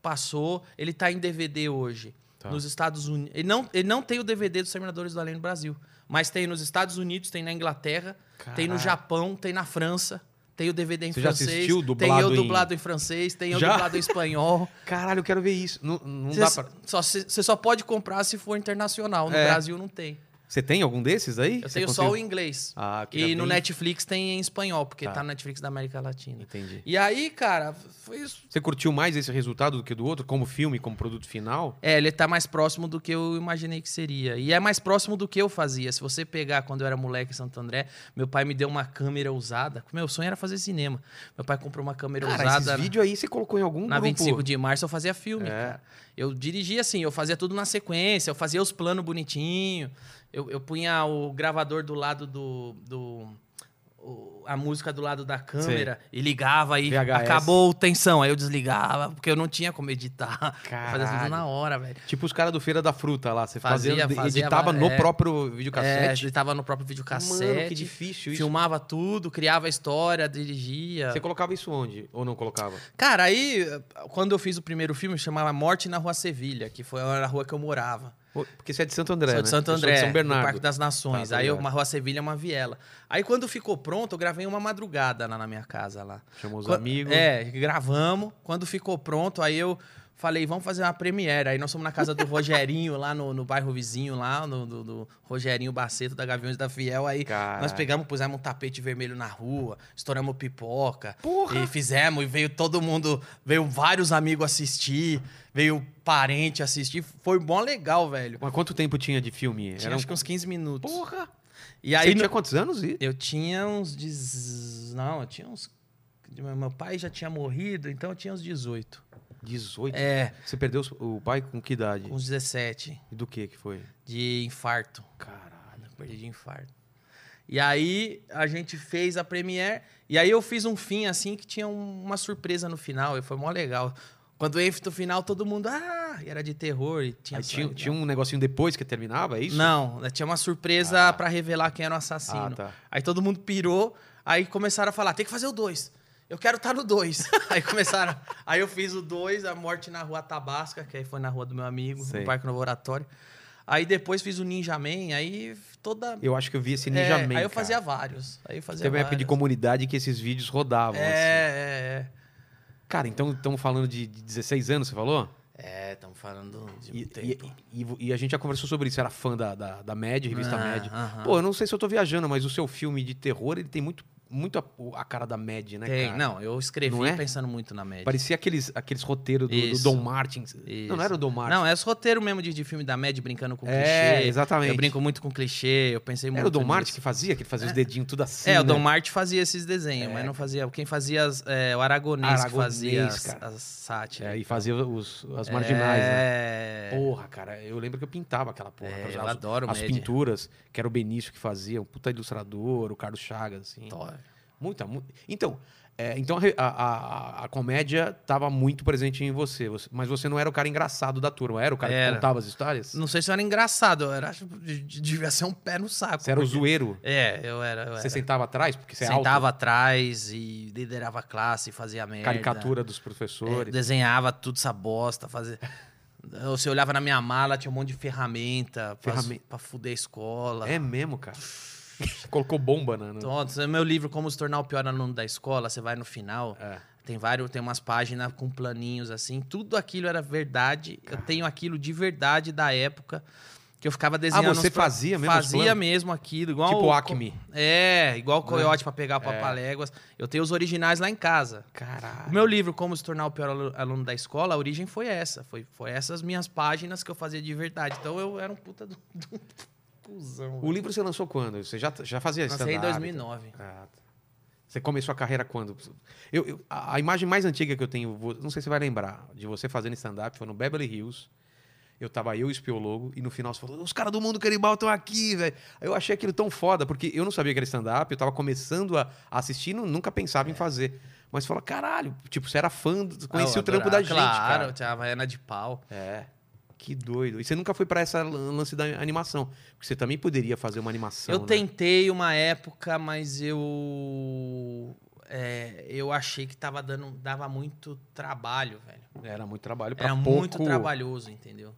[SPEAKER 2] passou, ele tá em DVD hoje.
[SPEAKER 1] Tá.
[SPEAKER 2] Nos Estados Unidos. Ele não, ele não tem o DVD dos Terminadores do Além no Brasil. Mas tem nos Estados Unidos, tem na Inglaterra, tem no
[SPEAKER 1] Caraca.
[SPEAKER 2] Japão, tem na França, tem o DVD em
[SPEAKER 4] Você já
[SPEAKER 2] francês.
[SPEAKER 4] assistiu
[SPEAKER 2] tem
[SPEAKER 4] dublado
[SPEAKER 2] eu
[SPEAKER 4] em-
[SPEAKER 2] dublado em, francês, tem eu
[SPEAKER 1] Já?
[SPEAKER 2] dublado em espanhol.
[SPEAKER 1] Caralho, eu quero ver isso. Não, não
[SPEAKER 2] Você
[SPEAKER 1] dá
[SPEAKER 2] só-
[SPEAKER 1] pra...
[SPEAKER 2] só, se- você só pode comprar se for internacional. No
[SPEAKER 1] É.
[SPEAKER 2] Brasil não tem.
[SPEAKER 1] Você tem algum desses aí?
[SPEAKER 2] Eu
[SPEAKER 1] Você
[SPEAKER 2] tenho só
[SPEAKER 1] conseguiu?
[SPEAKER 2] o inglês.
[SPEAKER 1] Ah, que
[SPEAKER 2] e
[SPEAKER 1] já
[SPEAKER 2] no
[SPEAKER 1] tem?
[SPEAKER 2] Netflix tem em espanhol, porque tá.
[SPEAKER 1] Tá.
[SPEAKER 2] no Netflix da América Latina.
[SPEAKER 1] Entendi.
[SPEAKER 2] E aí, cara, foi isso.
[SPEAKER 1] Você curtiu mais esse resultado do que do outro, como filme, como produto final?
[SPEAKER 2] É, ele tá mais próximo do que eu imaginei que seria. E é mais próximo do que eu fazia. Se você pegar quando eu era moleque em Santo André, meu pai me deu uma câmera usada. Meu sonho era fazer cinema. Meu pai comprou uma câmera
[SPEAKER 1] Cara,
[SPEAKER 2] usada.
[SPEAKER 1] esses vídeos aí você colocou em algum
[SPEAKER 2] Na
[SPEAKER 1] Um grupo.
[SPEAKER 2] 25 de março eu fazia filme,
[SPEAKER 1] É.
[SPEAKER 2] cara. Eu dirigia assim, eu fazia tudo na sequência, eu fazia os planos bonitinho, eu, eu punha o gravador do lado do. do- o- a música do lado da câmera e ligava aí,
[SPEAKER 1] VHS.
[SPEAKER 2] acabou tensão, aí eu desligava, porque eu não tinha como editar. *laughs* Eu Fazia as
[SPEAKER 1] Caralho.
[SPEAKER 2] tudo na hora, velho.
[SPEAKER 1] Tipo os caras do Feira da Fruta lá. Você
[SPEAKER 2] Fazia,
[SPEAKER 1] fazia,
[SPEAKER 2] fazia,
[SPEAKER 1] editava
[SPEAKER 2] é.
[SPEAKER 1] no próprio
[SPEAKER 2] É,
[SPEAKER 1] videocassete.
[SPEAKER 2] editava no próprio
[SPEAKER 1] Mano, que
[SPEAKER 2] videocassete,
[SPEAKER 1] difícil isso.
[SPEAKER 2] filmava tudo, criava a história, dirigia.
[SPEAKER 1] Você colocava isso onde? Ou não colocava?
[SPEAKER 2] Cara, aí, quando eu fiz o primeiro filme, chamava Morte na Rua Sevilha, que foi a rua que eu morava.
[SPEAKER 1] Pô, Porque você é de Santo André,
[SPEAKER 2] Sou
[SPEAKER 1] né?
[SPEAKER 2] de Santo
[SPEAKER 1] Eu
[SPEAKER 2] André,
[SPEAKER 1] sou de São
[SPEAKER 2] do
[SPEAKER 1] Bernardo.
[SPEAKER 2] Parque das Nações.
[SPEAKER 1] Tá, tá
[SPEAKER 2] aí
[SPEAKER 1] ligado.
[SPEAKER 2] uma rua Sevilha é uma viela. Aí quando ficou pronto, eu gravei uma madrugada lá na minha casa lá.
[SPEAKER 1] Chamou os
[SPEAKER 2] Qua-
[SPEAKER 1] amigos.
[SPEAKER 2] É, gravamos. Quando ficou pronto, aí eu falei, vamos fazer uma premiere. Aí nós fomos na casa do Rogerinho, lá no, no bairro vizinho, lá, no, do, do Rogerinho Baceto, da Gaviões da Fiel. Aí
[SPEAKER 1] Caralho.
[SPEAKER 2] nós pegamos, pusemos um tapete vermelho na rua, estouramos pipoca.
[SPEAKER 1] Porra!
[SPEAKER 2] E fizemos, e veio todo mundo, veio vários amigos assistir, veio parente assistir. Foi bom legal, velho.
[SPEAKER 1] Mas quanto tempo tinha de filme?
[SPEAKER 2] Tinha
[SPEAKER 1] Era um-
[SPEAKER 2] acho que uns 15 minutos.
[SPEAKER 1] Porra!
[SPEAKER 2] E
[SPEAKER 1] você
[SPEAKER 2] aí
[SPEAKER 1] tinha
[SPEAKER 2] no-
[SPEAKER 1] quantos anos? E...
[SPEAKER 2] eu tinha uns. Dez... Não, eu tinha uns. Meu pai já tinha morrido, então eu tinha uns 18.
[SPEAKER 1] 18.
[SPEAKER 2] É,
[SPEAKER 1] Você perdeu os- o pai com que idade?
[SPEAKER 2] uns 17
[SPEAKER 1] E do que que foi?
[SPEAKER 2] de infarto.
[SPEAKER 1] Caralho.
[SPEAKER 2] Eu Perdi de infarto. E aí a gente fez a premiere. E aí eu fiz um fim assim que tinha um- uma surpresa no final. E foi mó legal. Quando eu no final, todo mundo. Ah! E era de terror. E tinha,
[SPEAKER 1] Aí tinha,
[SPEAKER 2] sangue, né?
[SPEAKER 1] tinha um negocinho depois que terminava, é isso?
[SPEAKER 2] Não, tinha uma surpresa
[SPEAKER 1] Ah.
[SPEAKER 2] pra revelar quem era o assassino.
[SPEAKER 1] Ah, tá.
[SPEAKER 2] Aí todo mundo pirou, aí começaram a falar: tem que fazer o 2. Eu quero estar no 2. *laughs* aí começaram. Aí eu fiz o 2, a morte na rua Tabasca, que aí foi na rua do meu amigo,
[SPEAKER 1] Sei.
[SPEAKER 2] no Parque Novo Oratório. Aí depois fiz o Ninja Man, aí toda.
[SPEAKER 1] Eu acho que eu vi esse
[SPEAKER 2] É,
[SPEAKER 1] Ninja Man,
[SPEAKER 2] Aí
[SPEAKER 1] cara.
[SPEAKER 2] eu fazia vários. Aí eu fazia
[SPEAKER 1] Teve uma época de
[SPEAKER 2] vários.
[SPEAKER 1] comunidade que esses vídeos rodavam. assim.
[SPEAKER 2] É, é,
[SPEAKER 1] Cara, então estamos falando de de 16 anos, você falou?
[SPEAKER 2] é. É, estamos falando de um
[SPEAKER 1] E,
[SPEAKER 2] tempo.
[SPEAKER 1] e- e- e a gente já conversou sobre isso. Era fã da, da, da Mad, revista
[SPEAKER 2] Ah,
[SPEAKER 1] Mad.
[SPEAKER 2] aham.
[SPEAKER 1] tá Pô, eu não sei se eu tô viajando, mas o seu filme de terror, ele tem muito, muito a, a cara da Mad, né,
[SPEAKER 2] Tem,
[SPEAKER 1] cara?
[SPEAKER 2] não, eu escrevi
[SPEAKER 1] Não é?
[SPEAKER 2] pensando muito na média.
[SPEAKER 1] Parecia aqueles, aqueles roteiros do, do
[SPEAKER 2] Isso.
[SPEAKER 1] Don Martin. Não, não era o Don Martin.
[SPEAKER 2] Não, é os roteiros mesmo de, de filme da Mad brincando com
[SPEAKER 1] É,
[SPEAKER 2] clichê.
[SPEAKER 1] exatamente.
[SPEAKER 2] Eu brinco muito com clichê, eu pensei muito.
[SPEAKER 1] Era o Don
[SPEAKER 2] nisso.
[SPEAKER 1] Martin que fazia? Que ele fazia os dedinhos tudo assim,
[SPEAKER 2] é, o
[SPEAKER 1] né? É.
[SPEAKER 2] Don Marte fazia esses desenhos, mas não fazia. Quem fazia as- é, o Aragonês, que
[SPEAKER 1] Aragonês,
[SPEAKER 2] fazia as,
[SPEAKER 1] cara.
[SPEAKER 2] as sátiras.
[SPEAKER 1] É, e fazia os, as marginais, né?
[SPEAKER 2] é...
[SPEAKER 1] Porra, cara, eu lembro que eu pintava aquela porra.
[SPEAKER 2] É,
[SPEAKER 1] aquelas-
[SPEAKER 2] eu
[SPEAKER 1] as,
[SPEAKER 2] adoro o
[SPEAKER 1] As
[SPEAKER 2] Mad.
[SPEAKER 1] pinturas, que era o Benício que fazia, um puta ilustrador, o Carlos Chagas, assim.
[SPEAKER 2] Adoro.
[SPEAKER 1] Muita, mu- Então, é, então a, a- a- a comédia tava muito presente em você, você- mas você não era o cara engraçado da turma, era o cara
[SPEAKER 2] Era.
[SPEAKER 1] que contava as histórias?
[SPEAKER 2] Não sei se eu era engraçado, eu era, devia ser um pé no saco.
[SPEAKER 1] Você era o
[SPEAKER 2] porque-
[SPEAKER 1] zoeiro?
[SPEAKER 2] É, eu era. Eu
[SPEAKER 1] Você
[SPEAKER 2] era.
[SPEAKER 1] sentava atrás? Porque você é alto?
[SPEAKER 2] Sentava atrás e liderava a classe, fazia merda.
[SPEAKER 1] Caricatura dos
[SPEAKER 2] É,
[SPEAKER 1] professores.
[SPEAKER 2] desenhava tudo essa bosta, fazia. Você olhava na minha mala, tinha um monte de ferramenta, pra-
[SPEAKER 1] Ferramen-
[SPEAKER 2] pra fuder a escola.
[SPEAKER 1] É, mesmo, cara. *laughs* Colocou bomba na... na-
[SPEAKER 2] Então, esse é meu livro Como se tornar o pior aluno da escola, você vai no final,
[SPEAKER 1] É.
[SPEAKER 2] tem vários, tem umas páginas com planinhos assim, tudo aquilo era verdade. Eu tenho aquilo de verdade da época. Que eu ficava desenhando.
[SPEAKER 1] Ah, você
[SPEAKER 2] uns pro-
[SPEAKER 1] fazia mesmo os
[SPEAKER 2] Fazia
[SPEAKER 1] planos?
[SPEAKER 2] mesmo aquilo, igual.
[SPEAKER 1] tipo
[SPEAKER 2] o-
[SPEAKER 1] Acme. Né? É.
[SPEAKER 2] É, igual o Coyote pra pegar o Papaléguas. Eu tenho os originais lá em casa. O
[SPEAKER 1] Caralho.
[SPEAKER 2] meu livro, Como Se Tornar o Pior Alu- Aluno da Escola, a origem foi essa. Foi, foi essas minhas páginas que eu fazia de verdade. Então eu era um puta *laughs* do, do cuzão.
[SPEAKER 1] O livro você lançou quando? Você já, já fazia isso?
[SPEAKER 2] Lancei em 2009.
[SPEAKER 1] Ah, tá. Você começou a carreira quando? Eu, eu- a, a imagem mais antiga que eu tenho, vo- não sei se você vai lembrar, de você fazendo stand-up foi no Beverly Hills. Eu tava eu e o espiologo, e no final você falou: os caras do mundo canibal estão aqui, velho. Eu achei aquilo tão foda, porque eu não sabia que era stand-up, eu tava começando a assistir, não- nunca pensava em fazer. Mas você falou: caralho, tipo, você era fã, do-
[SPEAKER 2] É. Ah,
[SPEAKER 1] conhecia
[SPEAKER 2] eu
[SPEAKER 1] o trampo da
[SPEAKER 2] adorava.
[SPEAKER 1] gente,
[SPEAKER 2] Claro,
[SPEAKER 1] cara.
[SPEAKER 2] tinha a Havaiana de pau.
[SPEAKER 1] É. Que doido. E você nunca foi pra essa lan- lance da animação. Porque você também poderia fazer uma animação.
[SPEAKER 2] eu
[SPEAKER 1] né?
[SPEAKER 2] tentei uma época, mas eu. é, eu achei que tava dando, dava muito trabalho, velho.
[SPEAKER 1] Era muito trabalho pra
[SPEAKER 2] Era
[SPEAKER 1] pouco...
[SPEAKER 2] muito trabalhoso, entendeu?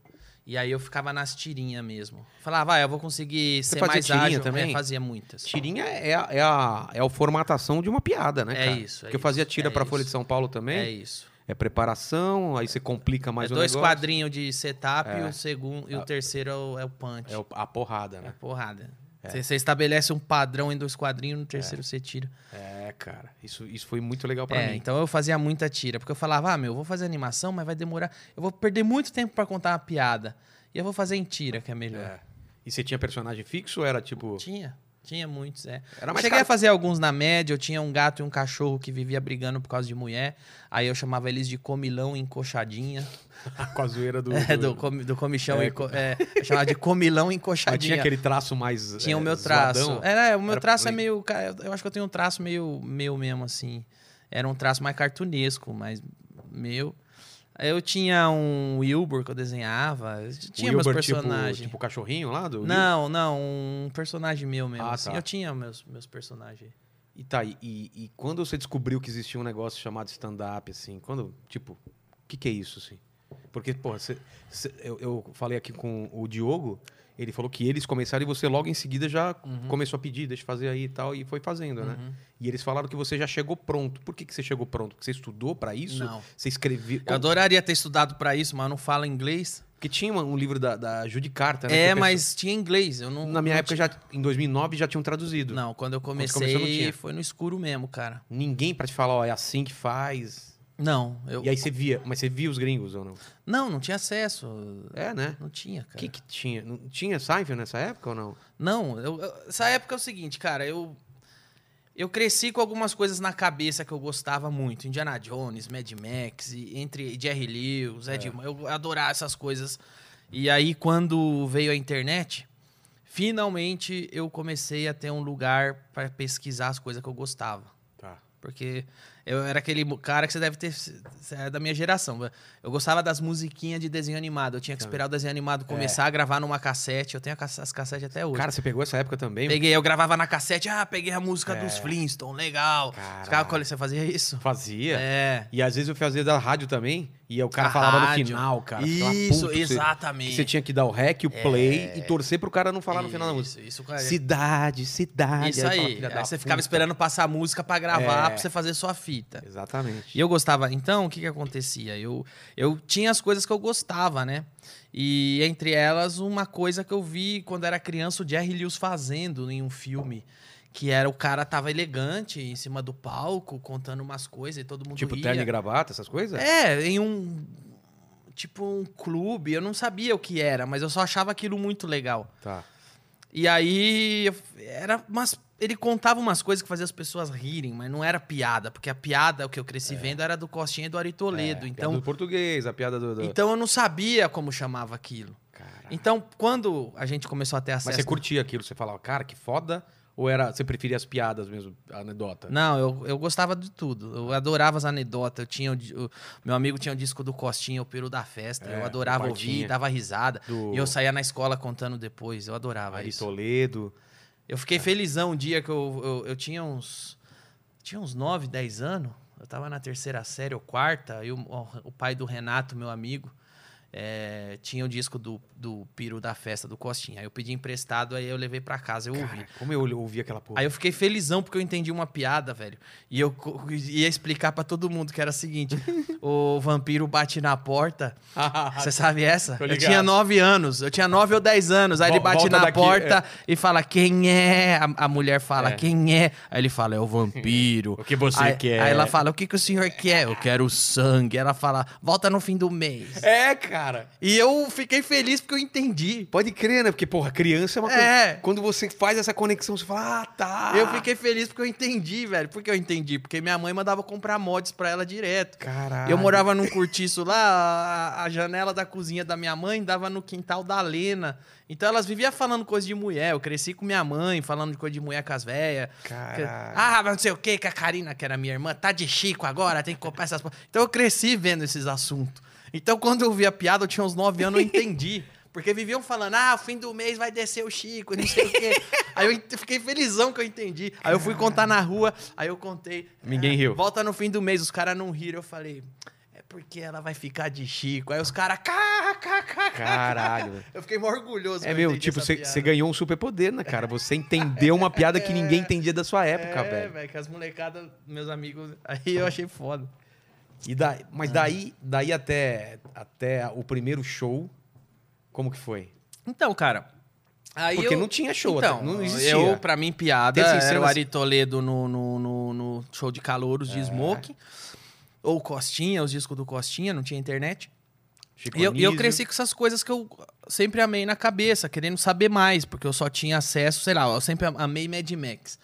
[SPEAKER 2] E aí eu ficava nas tirinhas mesmo. Falava, ah, eu vou conseguir
[SPEAKER 1] Você
[SPEAKER 2] ser
[SPEAKER 1] fazia
[SPEAKER 2] mais
[SPEAKER 1] tirinha
[SPEAKER 2] ágil.
[SPEAKER 1] também?
[SPEAKER 2] É, fazia muitas.
[SPEAKER 1] Tirinha é a, é, a, é a formatação de uma piada, né,
[SPEAKER 2] É
[SPEAKER 1] cara?
[SPEAKER 2] isso, é
[SPEAKER 1] Porque eu fazia
[SPEAKER 2] isso,
[SPEAKER 1] tira
[SPEAKER 2] é
[SPEAKER 1] pra Folha
[SPEAKER 2] isso.
[SPEAKER 1] de São Paulo
[SPEAKER 2] É
[SPEAKER 1] também.
[SPEAKER 2] isso.
[SPEAKER 1] É, preparação, aí você complica mais
[SPEAKER 2] é
[SPEAKER 1] o
[SPEAKER 2] dois
[SPEAKER 1] negócio. Ah.
[SPEAKER 2] quadrinhos de setup e o segundo e o terceiro é o, é o punch.
[SPEAKER 1] É o- a porrada,
[SPEAKER 2] É a
[SPEAKER 1] né?
[SPEAKER 2] porrada. Você você estabelece um padrão em dois quadrinhos, no terceiro você tira.
[SPEAKER 1] É, cara. Isso, isso foi muito legal pra
[SPEAKER 2] É,
[SPEAKER 1] mim.
[SPEAKER 2] então eu fazia muita tira, porque eu falava, ah, meu, eu vou fazer animação, mas vai demorar. Eu vou perder muito tempo pra contar uma piada. E eu vou fazer em tira, que é melhor.
[SPEAKER 1] É. E você tinha personagem fixo ou era tipo...
[SPEAKER 2] Tinha, tinha muitos, é.
[SPEAKER 1] Era
[SPEAKER 2] Eu
[SPEAKER 1] mais
[SPEAKER 2] Cheguei
[SPEAKER 1] caro.
[SPEAKER 2] a fazer alguns na média, eu tinha um gato e um cachorro que vivia brigando por causa de mulher. Aí eu chamava eles de comilão e encoxadinha.
[SPEAKER 1] com a zoeira do...
[SPEAKER 2] *laughs* É, do, comi- do comichão
[SPEAKER 1] É,
[SPEAKER 2] e co- é, eu chamava de comilão e
[SPEAKER 1] Mas
[SPEAKER 2] encoxadinha.
[SPEAKER 1] tinha aquele traço mais
[SPEAKER 2] Tinha o
[SPEAKER 1] é,
[SPEAKER 2] meu traço.
[SPEAKER 1] zoadão?
[SPEAKER 2] Era, o meu
[SPEAKER 1] Era
[SPEAKER 2] traço é
[SPEAKER 1] le-
[SPEAKER 2] meio. ca- eu- Eu acho que eu tenho um traço meio meu mesmo, assim. Era um traço mais cartunesco, mas meu. Aí Eu tinha um Wilbur que eu desenhava. eu
[SPEAKER 1] O
[SPEAKER 2] tinha
[SPEAKER 1] Wilbur,
[SPEAKER 2] meus personagens.
[SPEAKER 1] Tipo, tipo o cachorrinho lá do...
[SPEAKER 2] não, não, um personagem meu mesmo.
[SPEAKER 1] Ah,
[SPEAKER 2] assim.
[SPEAKER 1] tá.
[SPEAKER 2] Eu tinha meus, meus personagens.
[SPEAKER 1] E tá, e, e quando você descobriu que existia um negócio chamado stand-up, assim, quando, tipo, o que, que é isso, assim? Porque, porra, você- você- eu, eu falei aqui com o Diogo, ele falou que eles começaram e você logo em seguida já começou a pedir, deixa eu fazer aí e tal, e foi fazendo, né?
[SPEAKER 2] Uhum.
[SPEAKER 1] E eles falaram que você já chegou pronto. Por que, que você chegou pronto? Porque você estudou pra isso? é
[SPEAKER 2] Não.
[SPEAKER 1] Você escreveu.
[SPEAKER 2] Eu adoraria ter estudado pra isso, mas eu não falo inglês.
[SPEAKER 1] Porque tinha uma- um livro da, da Judy Carter, né? que
[SPEAKER 2] É,
[SPEAKER 1] a pessoa-
[SPEAKER 2] mas tinha inglês. Eu não,
[SPEAKER 1] Na minha
[SPEAKER 2] não
[SPEAKER 1] época,
[SPEAKER 2] tinha-
[SPEAKER 1] já, em 2009, já tinham traduzido.
[SPEAKER 2] Não, quando eu
[SPEAKER 1] Quando você
[SPEAKER 2] comecei,
[SPEAKER 1] começou, não tinha.
[SPEAKER 2] foi no escuro mesmo, cara.
[SPEAKER 1] Ninguém pra te falar, ó, é assim que faz.
[SPEAKER 2] Não, eu.
[SPEAKER 1] E aí você via, mas você via os gringos ou não?
[SPEAKER 2] Não, não tinha acesso.
[SPEAKER 1] É, né?
[SPEAKER 2] Não tinha, cara.
[SPEAKER 1] O que, que tinha? Não tinha Seinfeld nessa época ou não?
[SPEAKER 2] Não, eu- eu- essa época é o seguinte, cara, eu eu cresci com algumas coisas na cabeça que eu gostava muito, Indiana Jones, Mad Max, e, entre Jerry Lewis, Ed, eu adorava essas coisas. E aí quando veio a internet, finalmente eu comecei a ter um lugar para pesquisar as coisas que eu gostava.
[SPEAKER 1] Tá.
[SPEAKER 2] Porque eu era aquele mo- cara que você deve ter. Você é da minha geração. Eu gostava das musiquinhas de desenho animado. Eu tinha que esperar o desenho animado começar a gravar numa cassete. Eu tenho a ca- as cassetes até hoje.
[SPEAKER 1] Cara, você pegou essa época também?
[SPEAKER 2] peguei, eu gravava na cassete. Ah, peguei a música
[SPEAKER 1] É.
[SPEAKER 2] dos Flintstone, legal.
[SPEAKER 1] Caralho.
[SPEAKER 2] Ficava com você fazia isso?
[SPEAKER 1] Fazia.
[SPEAKER 2] É.
[SPEAKER 1] E às vezes eu fazia da rádio também, e o cara
[SPEAKER 2] A
[SPEAKER 1] falava
[SPEAKER 2] rádio.
[SPEAKER 1] no final, cara. ficava
[SPEAKER 2] Isso,
[SPEAKER 1] puto que você- Que
[SPEAKER 2] exatamente.
[SPEAKER 1] você tinha que dar o rec, o play e torcer pro cara não falar no final da música.
[SPEAKER 2] Isso, isso, cara.
[SPEAKER 1] Cidade, cidade.
[SPEAKER 2] Isso
[SPEAKER 1] eu falava,
[SPEAKER 2] aí.
[SPEAKER 1] filha
[SPEAKER 2] Aí
[SPEAKER 1] da
[SPEAKER 2] você ficava
[SPEAKER 1] puta.
[SPEAKER 2] esperando passar a música pra gravar,
[SPEAKER 1] É.
[SPEAKER 2] pra você fazer sua fita.
[SPEAKER 1] Exatamente.
[SPEAKER 2] E eu gostava. Então, o que que acontecia? Eu, eu tinha as coisas que eu gostava, né? E entre elas, uma coisa que eu vi quando era criança, o Jerry Lewis fazendo em um filme. Que era o cara tava elegante em cima do palco, contando umas coisas e todo mundo
[SPEAKER 1] Tipo
[SPEAKER 2] ria.
[SPEAKER 1] terno e gravata, essas coisas?
[SPEAKER 2] É, em um. Tipo um clube. Eu não sabia o que era, mas eu só achava aquilo muito legal.
[SPEAKER 1] Tá.
[SPEAKER 2] E aí eu- era umas, ele contava umas coisas que fazia as pessoas rirem, mas não era piada, porque a piada o que eu cresci vendo era do Costinha e do Ari Toledo,
[SPEAKER 1] É, a piada
[SPEAKER 2] então
[SPEAKER 1] do português, a piada do. do-
[SPEAKER 2] então eu não sabia como chamava aquilo.
[SPEAKER 1] Caralho.
[SPEAKER 2] Então, assim, quando a gente começou a ter acesso
[SPEAKER 1] Mas você curtia aquilo, você falava, cara, que foda? Ou era, você preferia as piadas mesmo, a anedota?
[SPEAKER 2] Não, eu, eu gostava de tudo. Eu adorava as anedotas. Eu tinha o, di- o- meu amigo tinha o disco do Costinha, o peru da festa.
[SPEAKER 1] É,
[SPEAKER 2] eu adorava
[SPEAKER 1] o
[SPEAKER 2] ouvir,
[SPEAKER 1] Bartinha.
[SPEAKER 2] dava risada.
[SPEAKER 1] Do
[SPEAKER 2] E eu saía na escola contando depois. Eu adorava
[SPEAKER 1] Ari
[SPEAKER 2] isso.
[SPEAKER 1] Toledo.
[SPEAKER 2] Eu fiquei felizão um dia que eu, eu, eu tinha uns. Tinha uns 9, 10 anos. Eu tava na terceira série ou quarta, e o, o pai do Renato, meu amigo, é, tinha o disco do, do Piro da Festa, do Costinha. Aí eu pedi emprestado, aí eu levei pra casa, eu ouvi.
[SPEAKER 1] Cara, como eu ouvi aquela porra.
[SPEAKER 2] Aí eu fiquei felizão porque eu entendi uma piada, velho. E eu co- ia explicar pra todo mundo que era o seguinte: o vampiro bate na porta. Você sabe essa?
[SPEAKER 1] Tô
[SPEAKER 2] Eu
[SPEAKER 1] ligado.
[SPEAKER 2] tinha 9 anos. Eu tinha 9 ou 10 anos. Aí
[SPEAKER 1] Vol-
[SPEAKER 2] ele bate
[SPEAKER 1] volta
[SPEAKER 2] na
[SPEAKER 1] daqui,
[SPEAKER 2] porta e fala: Quem é? A, a mulher fala:
[SPEAKER 1] É.
[SPEAKER 2] Quem é? Aí ele fala: É o vampiro.
[SPEAKER 1] *laughs* *laughs* O que você
[SPEAKER 2] aí,
[SPEAKER 1] quer?
[SPEAKER 2] Aí ela fala: O que, que o senhor quer? Eu quero sangue. Ela fala: Volta no fim do mês.
[SPEAKER 1] É, cara.
[SPEAKER 2] E eu fiquei feliz porque eu entendi.
[SPEAKER 1] Pode crer, né? Porque, porra, criança é uma coisa.
[SPEAKER 2] É.
[SPEAKER 1] Quando você faz essa conexão, você fala, ah, tá.
[SPEAKER 2] Eu fiquei feliz porque eu entendi, velho. Por que eu entendi? Porque minha mãe mandava comprar mods pra ela direto.
[SPEAKER 1] Caralho.
[SPEAKER 2] Eu morava num cortiço lá, a, a janela da cozinha da minha mãe dava no quintal da Lena. Então elas viviam falando coisa de mulher. Eu cresci com minha mãe, falando de coisa de mulher com as velhas.
[SPEAKER 1] Caralho.
[SPEAKER 2] Ah, mas não sei o que, que a Karina, que era minha irmã, tá de Chico agora, tem que comprar essas. po- Então eu cresci vendo esses assuntos. Então quando eu vi a piada, eu tinha uns 9 anos, eu entendi. Porque viviam falando, ah, fim do mês vai descer o Chico, não sei o quê. aí eu ent- fiquei felizão que eu entendi. Aí eu fui contar na rua, aí eu contei. É,
[SPEAKER 1] Ninguém riu.
[SPEAKER 2] Volta no fim do mês, os caras não riram. Eu falei, é porque ela vai ficar de Chico. Aí os caras, cá, cá, cá, cá,
[SPEAKER 1] Caralho.
[SPEAKER 2] *laughs* Eu fiquei mó orgulhoso.
[SPEAKER 1] É meu, tipo, você ganhou um superpoder, né, cara? Você entendeu uma piada que
[SPEAKER 2] *laughs* É.
[SPEAKER 1] ninguém entendia da sua época,
[SPEAKER 2] época,
[SPEAKER 1] velho.
[SPEAKER 2] É, velho. que as molecadas, meus amigos, *laughs* aí eu achei foda.
[SPEAKER 1] E daí,
[SPEAKER 2] Uhum.
[SPEAKER 1] mas daí, daí até, até o primeiro show, como que foi?
[SPEAKER 2] Então, cara. Aí
[SPEAKER 1] Porque
[SPEAKER 2] eu-
[SPEAKER 1] não tinha show,
[SPEAKER 2] então,
[SPEAKER 1] até, não existia.
[SPEAKER 2] Eu, pra mim, piada,
[SPEAKER 1] Terça em
[SPEAKER 2] era
[SPEAKER 1] cena, assim.
[SPEAKER 2] o Ari Toledo no, no, no, no show de calouros
[SPEAKER 1] É.
[SPEAKER 2] de Smoke. Ou Costinha, os discos do Costinha, não tinha internet.
[SPEAKER 1] Chico
[SPEAKER 2] E eu, e eu
[SPEAKER 1] Anísio.
[SPEAKER 2] cresci com essas coisas que eu sempre amei na cabeça, querendo saber mais, porque eu só tinha acesso, sei lá, eu sempre am- amei Mad Max.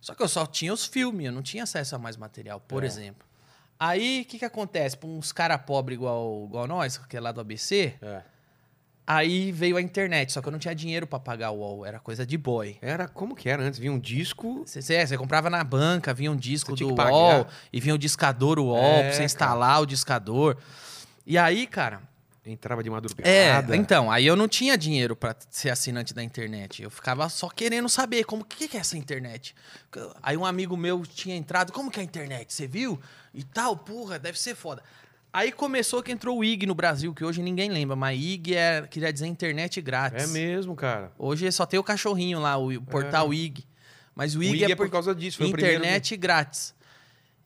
[SPEAKER 2] Só que eu só tinha os filmes, eu não tinha acesso a mais material, por
[SPEAKER 1] É.
[SPEAKER 2] exemplo. Aí, o que que acontece? Pra uns caras pobres igual, igual nós, que é lá do ABC,
[SPEAKER 1] É.
[SPEAKER 2] Aí veio a internet, só que eu não tinha dinheiro pra pagar o UOL, era coisa de boy.
[SPEAKER 1] Era como que era antes? Vinha um disco.
[SPEAKER 2] Você comprava na banca, vinha um disco
[SPEAKER 1] Você tinha
[SPEAKER 2] do
[SPEAKER 1] que pagar.
[SPEAKER 2] UOL, e vinha o discador UOL,
[SPEAKER 1] É,
[SPEAKER 2] pra
[SPEAKER 1] cara.
[SPEAKER 2] você instalar o discador. E aí, cara,
[SPEAKER 1] Entrava de madrugada.
[SPEAKER 2] é, então, aí eu não tinha dinheiro pra ser assinante da internet. Eu ficava só querendo saber como o que, que é essa internet. Aí um amigo meu tinha entrado, como que é a internet? Você viu? E tal, porra, deve ser foda. Aí começou que entrou o IG no Brasil, que hoje ninguém lembra, mas IG é, queria dizer internet grátis.
[SPEAKER 1] É mesmo, cara.
[SPEAKER 2] Hoje só tem o cachorrinho lá, o portal IG. Mas o
[SPEAKER 1] O
[SPEAKER 2] IG,
[SPEAKER 1] Iggy
[SPEAKER 2] é por
[SPEAKER 1] causa disso. Foi
[SPEAKER 2] internet grátis.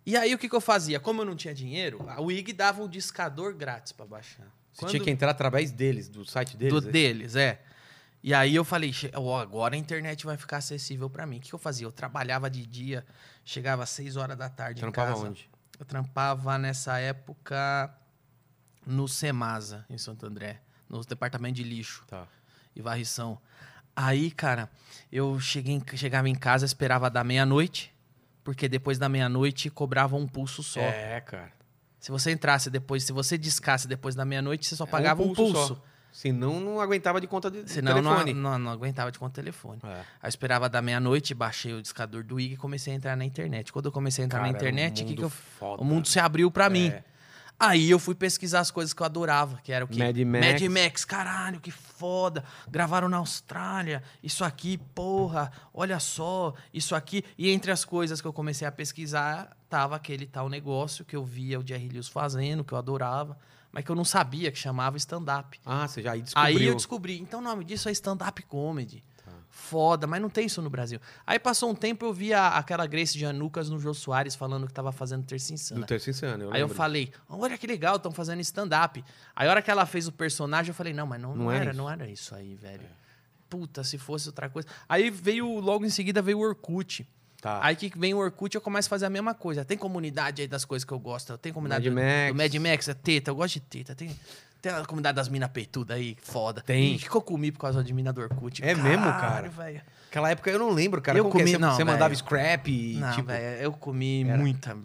[SPEAKER 2] E aí o que, que eu fazia? Como eu não tinha dinheiro, a IG dava um discador grátis pra baixar.
[SPEAKER 1] O primeiro... Você
[SPEAKER 2] Quando-
[SPEAKER 1] tinha que entrar através deles, do site deles.
[SPEAKER 2] do
[SPEAKER 1] né?
[SPEAKER 2] deles, é. E aí eu falei, "Che- ó, agora a internet vai ficar acessível pra mim. O que, que eu fazia? Eu trabalhava de dia, chegava às 6 horas da tarde
[SPEAKER 1] Trampava
[SPEAKER 2] em casa.
[SPEAKER 1] onde?
[SPEAKER 2] Eu trampava nessa época no Semasa, em Santo André, no departamento de lixo
[SPEAKER 1] Tá.
[SPEAKER 2] e varrição. Aí, cara, eu cheguei, em- chegava em casa, esperava dar meia-noite, porque depois da meia-noite cobrava um pulso só.
[SPEAKER 1] É, cara.
[SPEAKER 2] Se você entrasse depois, se você discasse depois da meia-noite, você só
[SPEAKER 1] um
[SPEAKER 2] pagava um
[SPEAKER 1] pulso
[SPEAKER 2] pulso.
[SPEAKER 1] só. Senão não aguentava de conta de de
[SPEAKER 2] Senão não,
[SPEAKER 1] telefone.
[SPEAKER 2] não, não aguentava de conta telefone.
[SPEAKER 1] É.
[SPEAKER 2] Aí eu esperava dar meia-noite, baixei o discador do IG e comecei a entrar na internet. Quando eu comecei a entrar
[SPEAKER 1] Cara,
[SPEAKER 2] na
[SPEAKER 1] era um
[SPEAKER 2] internet, o que,
[SPEAKER 1] mundo
[SPEAKER 2] que eu-
[SPEAKER 1] foda.
[SPEAKER 2] o mundo se abriu pra mim.
[SPEAKER 1] É.
[SPEAKER 2] Aí eu fui pesquisar as coisas que eu adorava, que era o quê?
[SPEAKER 1] Mad Max.
[SPEAKER 2] Mad Max, caralho, que foda. Gravaram na Austrália, isso aqui, porra, olha só, isso aqui. E entre as coisas que eu comecei a pesquisar, tava aquele tal negócio que eu via o Jerry Lewis fazendo, que eu adorava, mas que eu não sabia, que chamava stand-up.
[SPEAKER 1] Ah, você já aí descobriu.
[SPEAKER 2] Aí eu descobri, então o nome disso é stand-up comedy.
[SPEAKER 1] Tá.
[SPEAKER 2] Foda, mas não tem isso no Brasil. Aí passou um tempo, eu via aquela Grace Janucas no Jô Soares falando que tava fazendo Terça Insana.
[SPEAKER 1] Do terceiro insano, eu
[SPEAKER 2] Aí eu
[SPEAKER 1] lembro.
[SPEAKER 2] falei, olha que legal, estão fazendo stand-up. Aí a hora que ela fez o personagem, eu falei, não, mas não,
[SPEAKER 1] Não
[SPEAKER 2] não
[SPEAKER 1] era
[SPEAKER 2] era,
[SPEAKER 1] isso. É.
[SPEAKER 2] não era isso aí, velho. Puta, se fosse outra coisa. Aí veio, logo em seguida, veio o Orkut.
[SPEAKER 1] Tá.
[SPEAKER 2] Aí que vem o Orkut, eu começo a fazer a mesma coisa. Tem comunidade aí das coisas que eu gosto. Tem comunidade
[SPEAKER 1] Mad
[SPEAKER 2] do-
[SPEAKER 1] Max.
[SPEAKER 2] do Mad Max, é teta, eu gosto de teta. Tem, tem a comunidade das minas peitudas aí, foda.
[SPEAKER 1] Tem.
[SPEAKER 2] Ih, O que que eu comi por causa de mina do Orkut?
[SPEAKER 1] É mesmo, cara?
[SPEAKER 2] Caralho, velho.
[SPEAKER 1] Aquela época eu não lembro, cara.
[SPEAKER 2] Eu
[SPEAKER 1] Como que é?
[SPEAKER 2] comi-
[SPEAKER 1] Você-
[SPEAKER 2] não,
[SPEAKER 1] Você mandava
[SPEAKER 2] velho.
[SPEAKER 1] scrap e,
[SPEAKER 2] Não,
[SPEAKER 1] tipo...
[SPEAKER 2] velho, eu comi
[SPEAKER 1] Era.
[SPEAKER 2] muita.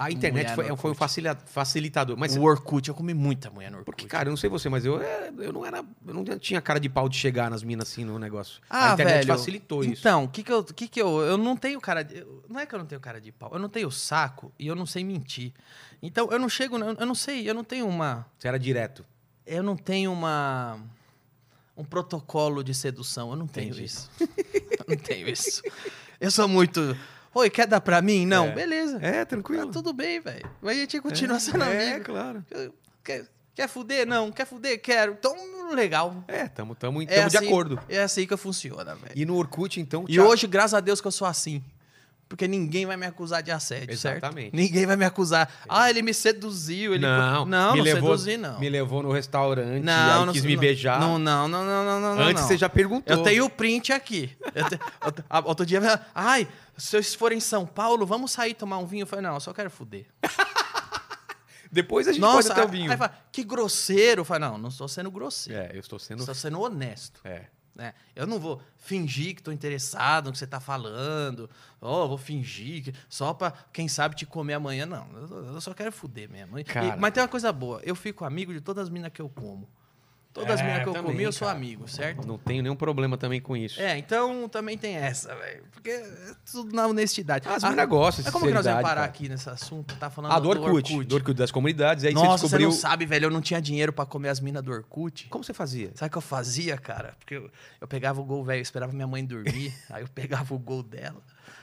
[SPEAKER 1] A internet
[SPEAKER 2] mulher
[SPEAKER 1] foi,
[SPEAKER 2] no
[SPEAKER 1] foi um
[SPEAKER 2] Orkut.
[SPEAKER 1] facilia- facilitador. Mas,
[SPEAKER 2] O Orkut, eu comi muita mulher no Orkut.
[SPEAKER 1] porque, cara, eu não sei você, mas eu, é, eu não era... Eu não tinha cara de pau de chegar nas minas assim no negócio.
[SPEAKER 2] Ah,
[SPEAKER 1] a internet
[SPEAKER 2] velho,
[SPEAKER 1] facilitou isso.
[SPEAKER 2] Então, o que que eu, que que eu... Eu não tenho cara de... eu- Não é que eu não tenho cara de pau. Eu não tenho saco e eu não sei mentir. Então, eu não chego... Eu eu não sei, eu não tenho uma...
[SPEAKER 1] Você era direto.
[SPEAKER 2] Eu não tenho uma... Um protocolo de sedução. Eu não tenho
[SPEAKER 1] Entendi.
[SPEAKER 2] isso. *laughs* eu não tenho isso. Eu sou muito... Oi, quer dar pra mim? Não.
[SPEAKER 1] É.
[SPEAKER 2] Beleza.
[SPEAKER 1] É,
[SPEAKER 2] Tá
[SPEAKER 1] tranquilo.
[SPEAKER 2] tudo bem, velho. Mas a gente continua sendo
[SPEAKER 1] é,
[SPEAKER 2] amigo.
[SPEAKER 1] claro.
[SPEAKER 2] Eu- que- Quer fuder? Não. Quer fuder? Quero. Então, legal.
[SPEAKER 1] É, tamo, tamo,
[SPEAKER 2] É
[SPEAKER 1] tamo de
[SPEAKER 2] assim-
[SPEAKER 1] acordo.
[SPEAKER 2] É assim que funciona, velho.
[SPEAKER 1] E no Orkut, então.
[SPEAKER 2] E
[SPEAKER 1] Thiago-
[SPEAKER 2] hoje, graças a Deus que eu sou assim. Porque ninguém vai me acusar de assédio,
[SPEAKER 1] Exatamente.
[SPEAKER 2] certo? Ninguém vai me acusar. Ah, ele me seduziu. Ele...
[SPEAKER 1] Não,
[SPEAKER 2] não,
[SPEAKER 1] me
[SPEAKER 2] não
[SPEAKER 1] levou,
[SPEAKER 2] seduzi, não.
[SPEAKER 1] Me levou no restaurante,
[SPEAKER 2] não,
[SPEAKER 1] aí
[SPEAKER 2] não
[SPEAKER 1] quis
[SPEAKER 2] sei-
[SPEAKER 1] me
[SPEAKER 2] não.
[SPEAKER 1] beijar.
[SPEAKER 2] Não, não, não, não, não, não. não,
[SPEAKER 1] Antes
[SPEAKER 2] não.
[SPEAKER 1] você já perguntou.
[SPEAKER 2] Eu tenho o print aqui. Eu te- eu te- a- Outro dia, ela, ai, se vocês forem em São Paulo, vamos sair tomar um vinho? Eu falei, não, eu só quero fuder.
[SPEAKER 1] Depois a gente
[SPEAKER 2] Nossa,
[SPEAKER 1] pode até o
[SPEAKER 2] aí-
[SPEAKER 1] vinho.
[SPEAKER 2] aí fala, que grosseiro. Eu falei, não, não estou sendo grosseiro.
[SPEAKER 1] É, eu estou sendo.
[SPEAKER 2] Estou sendo honesto.
[SPEAKER 1] É.
[SPEAKER 2] né? Eu não vou fingir que estou interessado no que você está falando. Ó, vou fingir que- só para quem sabe, te comer amanhã. Não, eu, eu só quero fuder mesmo. E-
[SPEAKER 1] Cara.
[SPEAKER 2] mas tem uma coisa boa. Eu fico amigo de todas as minas que eu como. Todas as
[SPEAKER 1] É,
[SPEAKER 2] minas que eu
[SPEAKER 1] também,
[SPEAKER 2] comi, eu sou
[SPEAKER 1] cara.
[SPEAKER 2] amigo, certo?
[SPEAKER 1] Não tenho nenhum problema também com isso.
[SPEAKER 2] É, então também tem essa, velho. Porque é tudo na honestidade.
[SPEAKER 1] As
[SPEAKER 2] Ah,
[SPEAKER 1] minas gostam de
[SPEAKER 2] Mas como que nós vamos
[SPEAKER 1] sinceridade,
[SPEAKER 2] parar
[SPEAKER 1] cara.
[SPEAKER 2] aqui nesse assunto? Tá falando
[SPEAKER 1] Ah, do Orkut, do Orkut das comunidades. Aí
[SPEAKER 2] Nossa,
[SPEAKER 1] você
[SPEAKER 2] você,
[SPEAKER 1] descobriu.
[SPEAKER 2] não sabe, velho. Eu não tinha dinheiro pra comer as minas do Orkut.
[SPEAKER 1] Como você fazia?
[SPEAKER 2] Sabe o que eu fazia, cara? Porque eu, eu pegava o gol, velho, eu esperava minha mãe dormir,
[SPEAKER 1] *laughs*
[SPEAKER 2] aí eu pegava o gol dela,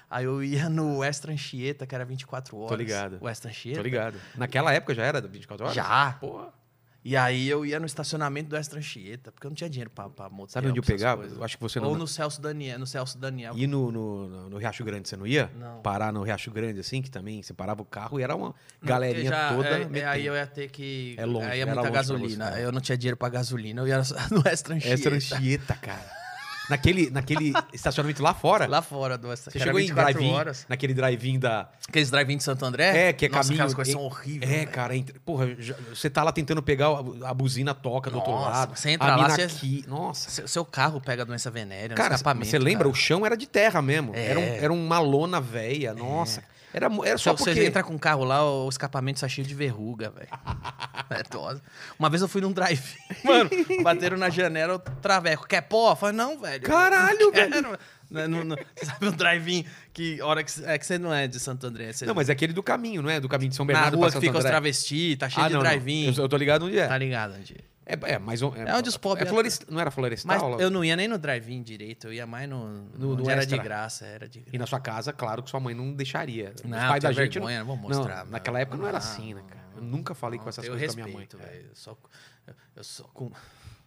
[SPEAKER 2] aí eu ia no Extra Anchieta, que era 24 horas.
[SPEAKER 1] ligado.
[SPEAKER 2] O Extra
[SPEAKER 1] Tô
[SPEAKER 2] Anchieta.
[SPEAKER 1] ligado. Naquela época já era 24 horas?
[SPEAKER 2] Já.
[SPEAKER 1] Porra.
[SPEAKER 2] E aí eu ia no estacionamento do Extra Anchieta, porque eu não tinha dinheiro pra, pra motel.
[SPEAKER 1] Sabe onde eu
[SPEAKER 2] pra É, essas
[SPEAKER 1] pegava?
[SPEAKER 2] coisas.
[SPEAKER 1] Eu acho que você não.
[SPEAKER 2] Ou no Celso Daniel, no Celso Daniel.
[SPEAKER 1] E no, no, no- no Riacho Grande você não ia?
[SPEAKER 2] Não.
[SPEAKER 1] Parar no Riacho Grande, assim, que também você parava o carro e era uma
[SPEAKER 2] Não,
[SPEAKER 1] galerinha
[SPEAKER 2] porque já-
[SPEAKER 1] toda.
[SPEAKER 2] é- É,
[SPEAKER 1] metendo.
[SPEAKER 2] aí eu ia ter que.
[SPEAKER 1] É longe,
[SPEAKER 2] Aí é
[SPEAKER 1] era
[SPEAKER 2] muita
[SPEAKER 1] longe pra
[SPEAKER 2] gasolina.
[SPEAKER 1] você, né? É
[SPEAKER 2] eu não tinha dinheiro pra gasolina, eu ia *laughs* no Extra Anchieta.
[SPEAKER 1] Essa era Anchieta, cara. Naquele,
[SPEAKER 2] *laughs*
[SPEAKER 1] naquele estacionamento lá fora.
[SPEAKER 2] Lá fora do Extra
[SPEAKER 1] você
[SPEAKER 2] que era
[SPEAKER 1] chegou em
[SPEAKER 2] 24
[SPEAKER 1] drive-in,
[SPEAKER 2] horas.
[SPEAKER 1] naquele drive-in da.
[SPEAKER 2] Aqueles drive-in de Santo André?
[SPEAKER 1] É, que é
[SPEAKER 2] Nossa,
[SPEAKER 1] caminho-
[SPEAKER 2] aquelas coisas
[SPEAKER 1] é-
[SPEAKER 2] são horríveis.
[SPEAKER 1] É,
[SPEAKER 2] velho.
[SPEAKER 1] cara, entra- porra, já- você tá lá tentando pegar a, a buzina toca do outro
[SPEAKER 2] Nossa,
[SPEAKER 1] lado.
[SPEAKER 2] você entra
[SPEAKER 1] a
[SPEAKER 2] lá,
[SPEAKER 1] mina
[SPEAKER 2] você-
[SPEAKER 1] aqui. Nossa.
[SPEAKER 2] Seu, seu carro pega doença venérea, um
[SPEAKER 1] Cara,
[SPEAKER 2] escapamento.
[SPEAKER 1] você lembra?
[SPEAKER 2] cara.
[SPEAKER 1] O chão era de terra mesmo.
[SPEAKER 2] É.
[SPEAKER 1] Era, um, era uma lona velha, nossa. Era, mu- era só
[SPEAKER 2] Só
[SPEAKER 1] porque...
[SPEAKER 2] você entra com o carro lá, o escapamento está cheio de verruga,
[SPEAKER 1] *laughs*
[SPEAKER 2] velho. É tosa. Uma vez eu fui num drive. Mano, *laughs* bateram na janela, eu traveco. Quer pó? Eu falei, não, velho.
[SPEAKER 1] Caralho,
[SPEAKER 2] velho. sabe um drive que hora que, cê- é que você não é de Santo André. Você,
[SPEAKER 1] Não, mas é aquele do caminho, não é? Do caminho de São
[SPEAKER 2] na
[SPEAKER 1] Bernardo
[SPEAKER 2] rua
[SPEAKER 1] pra
[SPEAKER 2] que
[SPEAKER 1] Santo
[SPEAKER 2] fica os
[SPEAKER 1] André.
[SPEAKER 2] travestis, tá cheio
[SPEAKER 1] Ah,
[SPEAKER 2] de
[SPEAKER 1] não, não.
[SPEAKER 2] drive-in.
[SPEAKER 1] Eu, eu tô ligado onde é.
[SPEAKER 2] Tá ligado, Andy?
[SPEAKER 1] É, é, mas,
[SPEAKER 2] É onde os pobres-
[SPEAKER 1] É florest... Não era florestal?
[SPEAKER 2] Mas
[SPEAKER 1] lá?
[SPEAKER 2] eu não ia nem no drive-in direito, eu ia mais no.
[SPEAKER 1] No-
[SPEAKER 2] onde
[SPEAKER 1] no
[SPEAKER 2] era
[SPEAKER 1] extra.
[SPEAKER 2] de graça, era de graça.
[SPEAKER 1] E na sua casa, claro que sua mãe não deixaria. Os
[SPEAKER 2] Não,
[SPEAKER 1] pais da
[SPEAKER 2] tinha
[SPEAKER 1] gente
[SPEAKER 2] vergonha,
[SPEAKER 1] não...
[SPEAKER 2] não vou mostrar,
[SPEAKER 1] Não,
[SPEAKER 2] não.
[SPEAKER 1] naquela época não era
[SPEAKER 2] Não,
[SPEAKER 1] assim, né, cara? Eu nunca falei com
[SPEAKER 2] Não,
[SPEAKER 1] essas
[SPEAKER 2] tenho
[SPEAKER 1] coisas com a minha mãe. é.
[SPEAKER 2] respeito,
[SPEAKER 1] cara.
[SPEAKER 2] velho. Eu só, eu- eu só com...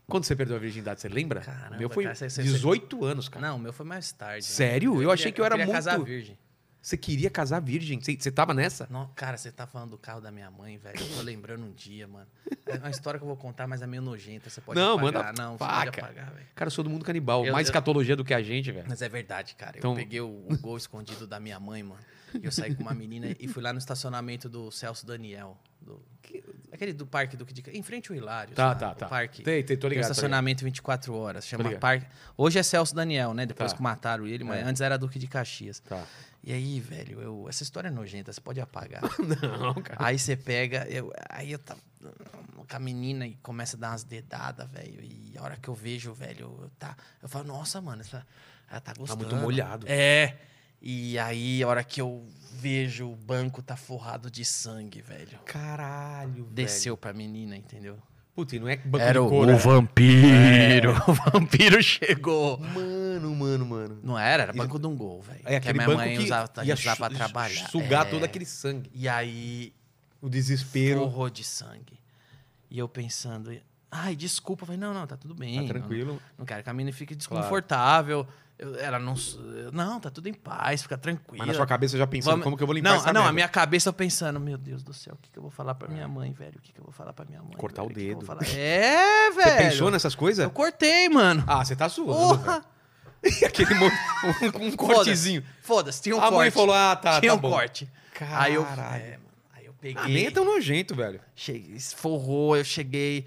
[SPEAKER 1] Quando você perdeu a virgindade, você lembra?
[SPEAKER 2] Caramba,
[SPEAKER 1] meu foi
[SPEAKER 2] cara, você- você-
[SPEAKER 1] 18 anos, cara.
[SPEAKER 2] Não, o meu foi mais tarde. né?
[SPEAKER 1] Sério? Eu achei
[SPEAKER 2] queria-
[SPEAKER 1] que eu era
[SPEAKER 2] queria casar
[SPEAKER 1] muito-
[SPEAKER 2] virgem.
[SPEAKER 1] Você queria casar virgem? Você, você tava nessa?
[SPEAKER 2] Não, cara, você tá falando do carro da minha mãe, velho. Eu tô lembrando um dia, mano. É uma história que eu vou contar, mas é meio nojenta. Você pode
[SPEAKER 1] Não,
[SPEAKER 2] apagar.
[SPEAKER 1] manda-
[SPEAKER 2] Não, você
[SPEAKER 1] faca.
[SPEAKER 2] pode apagar, velho.
[SPEAKER 1] Cara, eu sou do mundo canibal.
[SPEAKER 2] Eu-
[SPEAKER 1] mais
[SPEAKER 2] eu-
[SPEAKER 1] escatologia do que a gente, velho.
[SPEAKER 2] Mas é verdade, cara. Eu
[SPEAKER 1] Então-
[SPEAKER 2] peguei o, o gol escondido da minha mãe, mano. E eu saí com uma menina e fui lá no estacionamento do Celso Daniel. do- Aquele do parque do que Em frente ao Hilário.
[SPEAKER 1] Tá,
[SPEAKER 2] sabe?
[SPEAKER 1] tá,
[SPEAKER 2] O
[SPEAKER 1] tá.
[SPEAKER 2] parque.
[SPEAKER 1] Tem, tem, tô ligado. tô
[SPEAKER 2] Tem um
[SPEAKER 1] ligado.
[SPEAKER 2] estacionamento 24 horas, chama
[SPEAKER 1] ligado.
[SPEAKER 2] Parque. Hoje é Celso Daniel, né? Depois
[SPEAKER 1] Tá.
[SPEAKER 2] que mataram ele, mas
[SPEAKER 1] É.
[SPEAKER 2] antes era Duque de Caxias.
[SPEAKER 1] Tá.
[SPEAKER 2] E aí, velho, eu- essa história é nojenta, você pode apagar.
[SPEAKER 1] *laughs* Não, cara.
[SPEAKER 2] aí você pega, eu- aí eu tava com a menina e começa a dar umas dedadas, velho. E a hora que eu vejo, velho, eu, tá, eu falo, nossa, mano, essa, ela tá
[SPEAKER 1] Tá
[SPEAKER 2] gostando.
[SPEAKER 1] muito molhado.
[SPEAKER 2] É. E aí, a hora que eu vejo, o banco tá forrado de sangue, velho.
[SPEAKER 1] Caralho,
[SPEAKER 2] Desceu pra menina, entendeu?
[SPEAKER 1] velho. Puta, e não é banco
[SPEAKER 2] Era
[SPEAKER 1] de
[SPEAKER 2] o,
[SPEAKER 1] couro.
[SPEAKER 2] o vampiro.
[SPEAKER 1] É.
[SPEAKER 2] *laughs* O vampiro chegou.
[SPEAKER 1] Mano, mano, mano.
[SPEAKER 2] Não era, era
[SPEAKER 1] E-
[SPEAKER 2] banco de um gol, velho.
[SPEAKER 1] É
[SPEAKER 2] que a
[SPEAKER 1] aquele
[SPEAKER 2] minha
[SPEAKER 1] banco
[SPEAKER 2] mãe
[SPEAKER 1] que
[SPEAKER 2] usava, a
[SPEAKER 1] ia
[SPEAKER 2] gente usava pra
[SPEAKER 1] su-
[SPEAKER 2] trabalhar.
[SPEAKER 1] sugar
[SPEAKER 2] É.
[SPEAKER 1] todo aquele sangue.
[SPEAKER 2] E aí,
[SPEAKER 1] O desespero.
[SPEAKER 2] horror de sangue. E eu pensando, ai, desculpa. Eu falei, não, não, tá tudo bem.
[SPEAKER 1] tá
[SPEAKER 2] não-
[SPEAKER 1] tranquilo.
[SPEAKER 2] Não, quero que a menina fique desconfortável. Eu- ela não... s- Não, tá tudo em paz, fica tranquila.
[SPEAKER 1] Mas na sua cabeça já pensando
[SPEAKER 2] Vamos-
[SPEAKER 1] como que eu vou limpar
[SPEAKER 2] Não, ah,
[SPEAKER 1] essa
[SPEAKER 2] não a
[SPEAKER 1] merda? É.
[SPEAKER 2] minha cabeça eu pensando, meu Deus do céu, o que, que eu vou falar pra minha mãe, velho? O que, que eu vou falar pra minha mãe?
[SPEAKER 1] Cortar
[SPEAKER 2] velho?
[SPEAKER 1] o
[SPEAKER 2] O que que eu
[SPEAKER 1] dedo.
[SPEAKER 2] vou falar?" É, velho.
[SPEAKER 1] Você pensou nessas coisas?
[SPEAKER 2] Eu cortei, mano.
[SPEAKER 1] Ah, você tá zoando,
[SPEAKER 2] Porra!
[SPEAKER 1] velho. *laughs* Aquele mo... um, um cortezinho.
[SPEAKER 2] Foda-se, tinha um
[SPEAKER 1] a
[SPEAKER 2] corte.
[SPEAKER 1] mãe falou, ah, tá,
[SPEAKER 2] tinha
[SPEAKER 1] tá
[SPEAKER 2] um
[SPEAKER 1] bom.
[SPEAKER 2] corte.
[SPEAKER 1] Caralho.
[SPEAKER 2] Aí eu, é, mano, aí eu peguei.
[SPEAKER 1] Ah, nem é tão nojento, velho.
[SPEAKER 2] cheguei, esforrou, eu cheguei,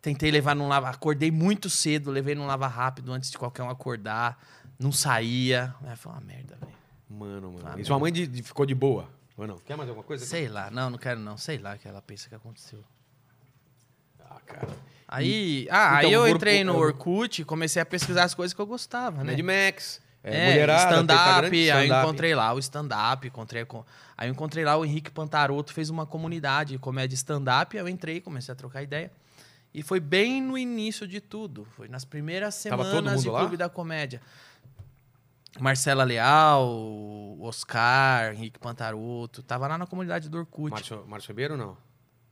[SPEAKER 2] tentei levar num lava, acordei muito cedo, levei num lava rápido antes de qualquer um acordar, não saía, Aí foi uma merda, velho.
[SPEAKER 1] Mano, mano.
[SPEAKER 2] Ah,
[SPEAKER 1] e sua mãe de- de- ficou de boa? Ou não? Quer mais alguma coisa?
[SPEAKER 2] Sei lá, não, não quero não, sei lá o que ela pensa que aconteceu.
[SPEAKER 1] Ah, cara.
[SPEAKER 2] Aí,
[SPEAKER 1] Então,
[SPEAKER 2] ah, aí eu
[SPEAKER 1] o Orkut-
[SPEAKER 2] entrei no
[SPEAKER 1] o-
[SPEAKER 2] Orkut, comecei a pesquisar as coisas que eu gostava, né?
[SPEAKER 1] Mad Max, é,
[SPEAKER 2] É,
[SPEAKER 1] mulherada,
[SPEAKER 2] stand-up,
[SPEAKER 1] Instagram,
[SPEAKER 2] aí eu
[SPEAKER 1] stand-up.
[SPEAKER 2] encontrei lá o stand-up, encontrei com... aí eu encontrei lá o Henrique Pantaroto, fez uma comunidade de comédia stand-up, aí eu entrei, comecei a trocar ideia. E foi bem no início de tudo, foi nas primeiras
[SPEAKER 1] Tava todo
[SPEAKER 2] semanas de
[SPEAKER 1] mundo lá?
[SPEAKER 2] Clube da Comédia. Marcela Leal, Oscar, Henrique Pantaroto, tava lá na comunidade do Orkut.
[SPEAKER 1] Márcio, Márcio Ribeiro, não?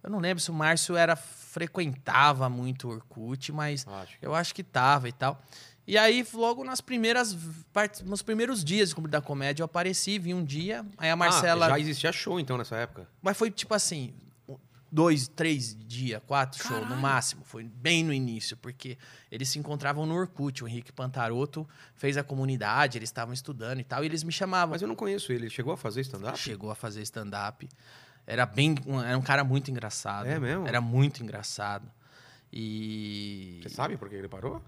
[SPEAKER 2] Eu não lembro se o Márcio era frequentava muito o Orkut, mas
[SPEAKER 1] Eu acho. que-
[SPEAKER 2] eu acho que tava e tal. E aí, logo nas primeiras partes, nos primeiros dias de Clube da Comédia, eu apareci, vim um dia, aí a Marcela.
[SPEAKER 1] Ah, já existia show então nessa época.
[SPEAKER 2] Mas foi tipo assim, um- dois, três dias, quatro shows no máximo. Foi bem no início, porque eles se encontravam no Orkut. O Henrique Pantaroto fez a comunidade, eles estavam estudando e tal, e eles me chamavam.
[SPEAKER 1] Mas eu não conheço ele. Ele chegou a fazer stand-up?
[SPEAKER 2] Chegou a fazer stand-up. Era bem. um- Era um cara muito engraçado.
[SPEAKER 1] É mesmo?
[SPEAKER 2] Era muito engraçado. E.
[SPEAKER 1] Você sabe por que ele parou?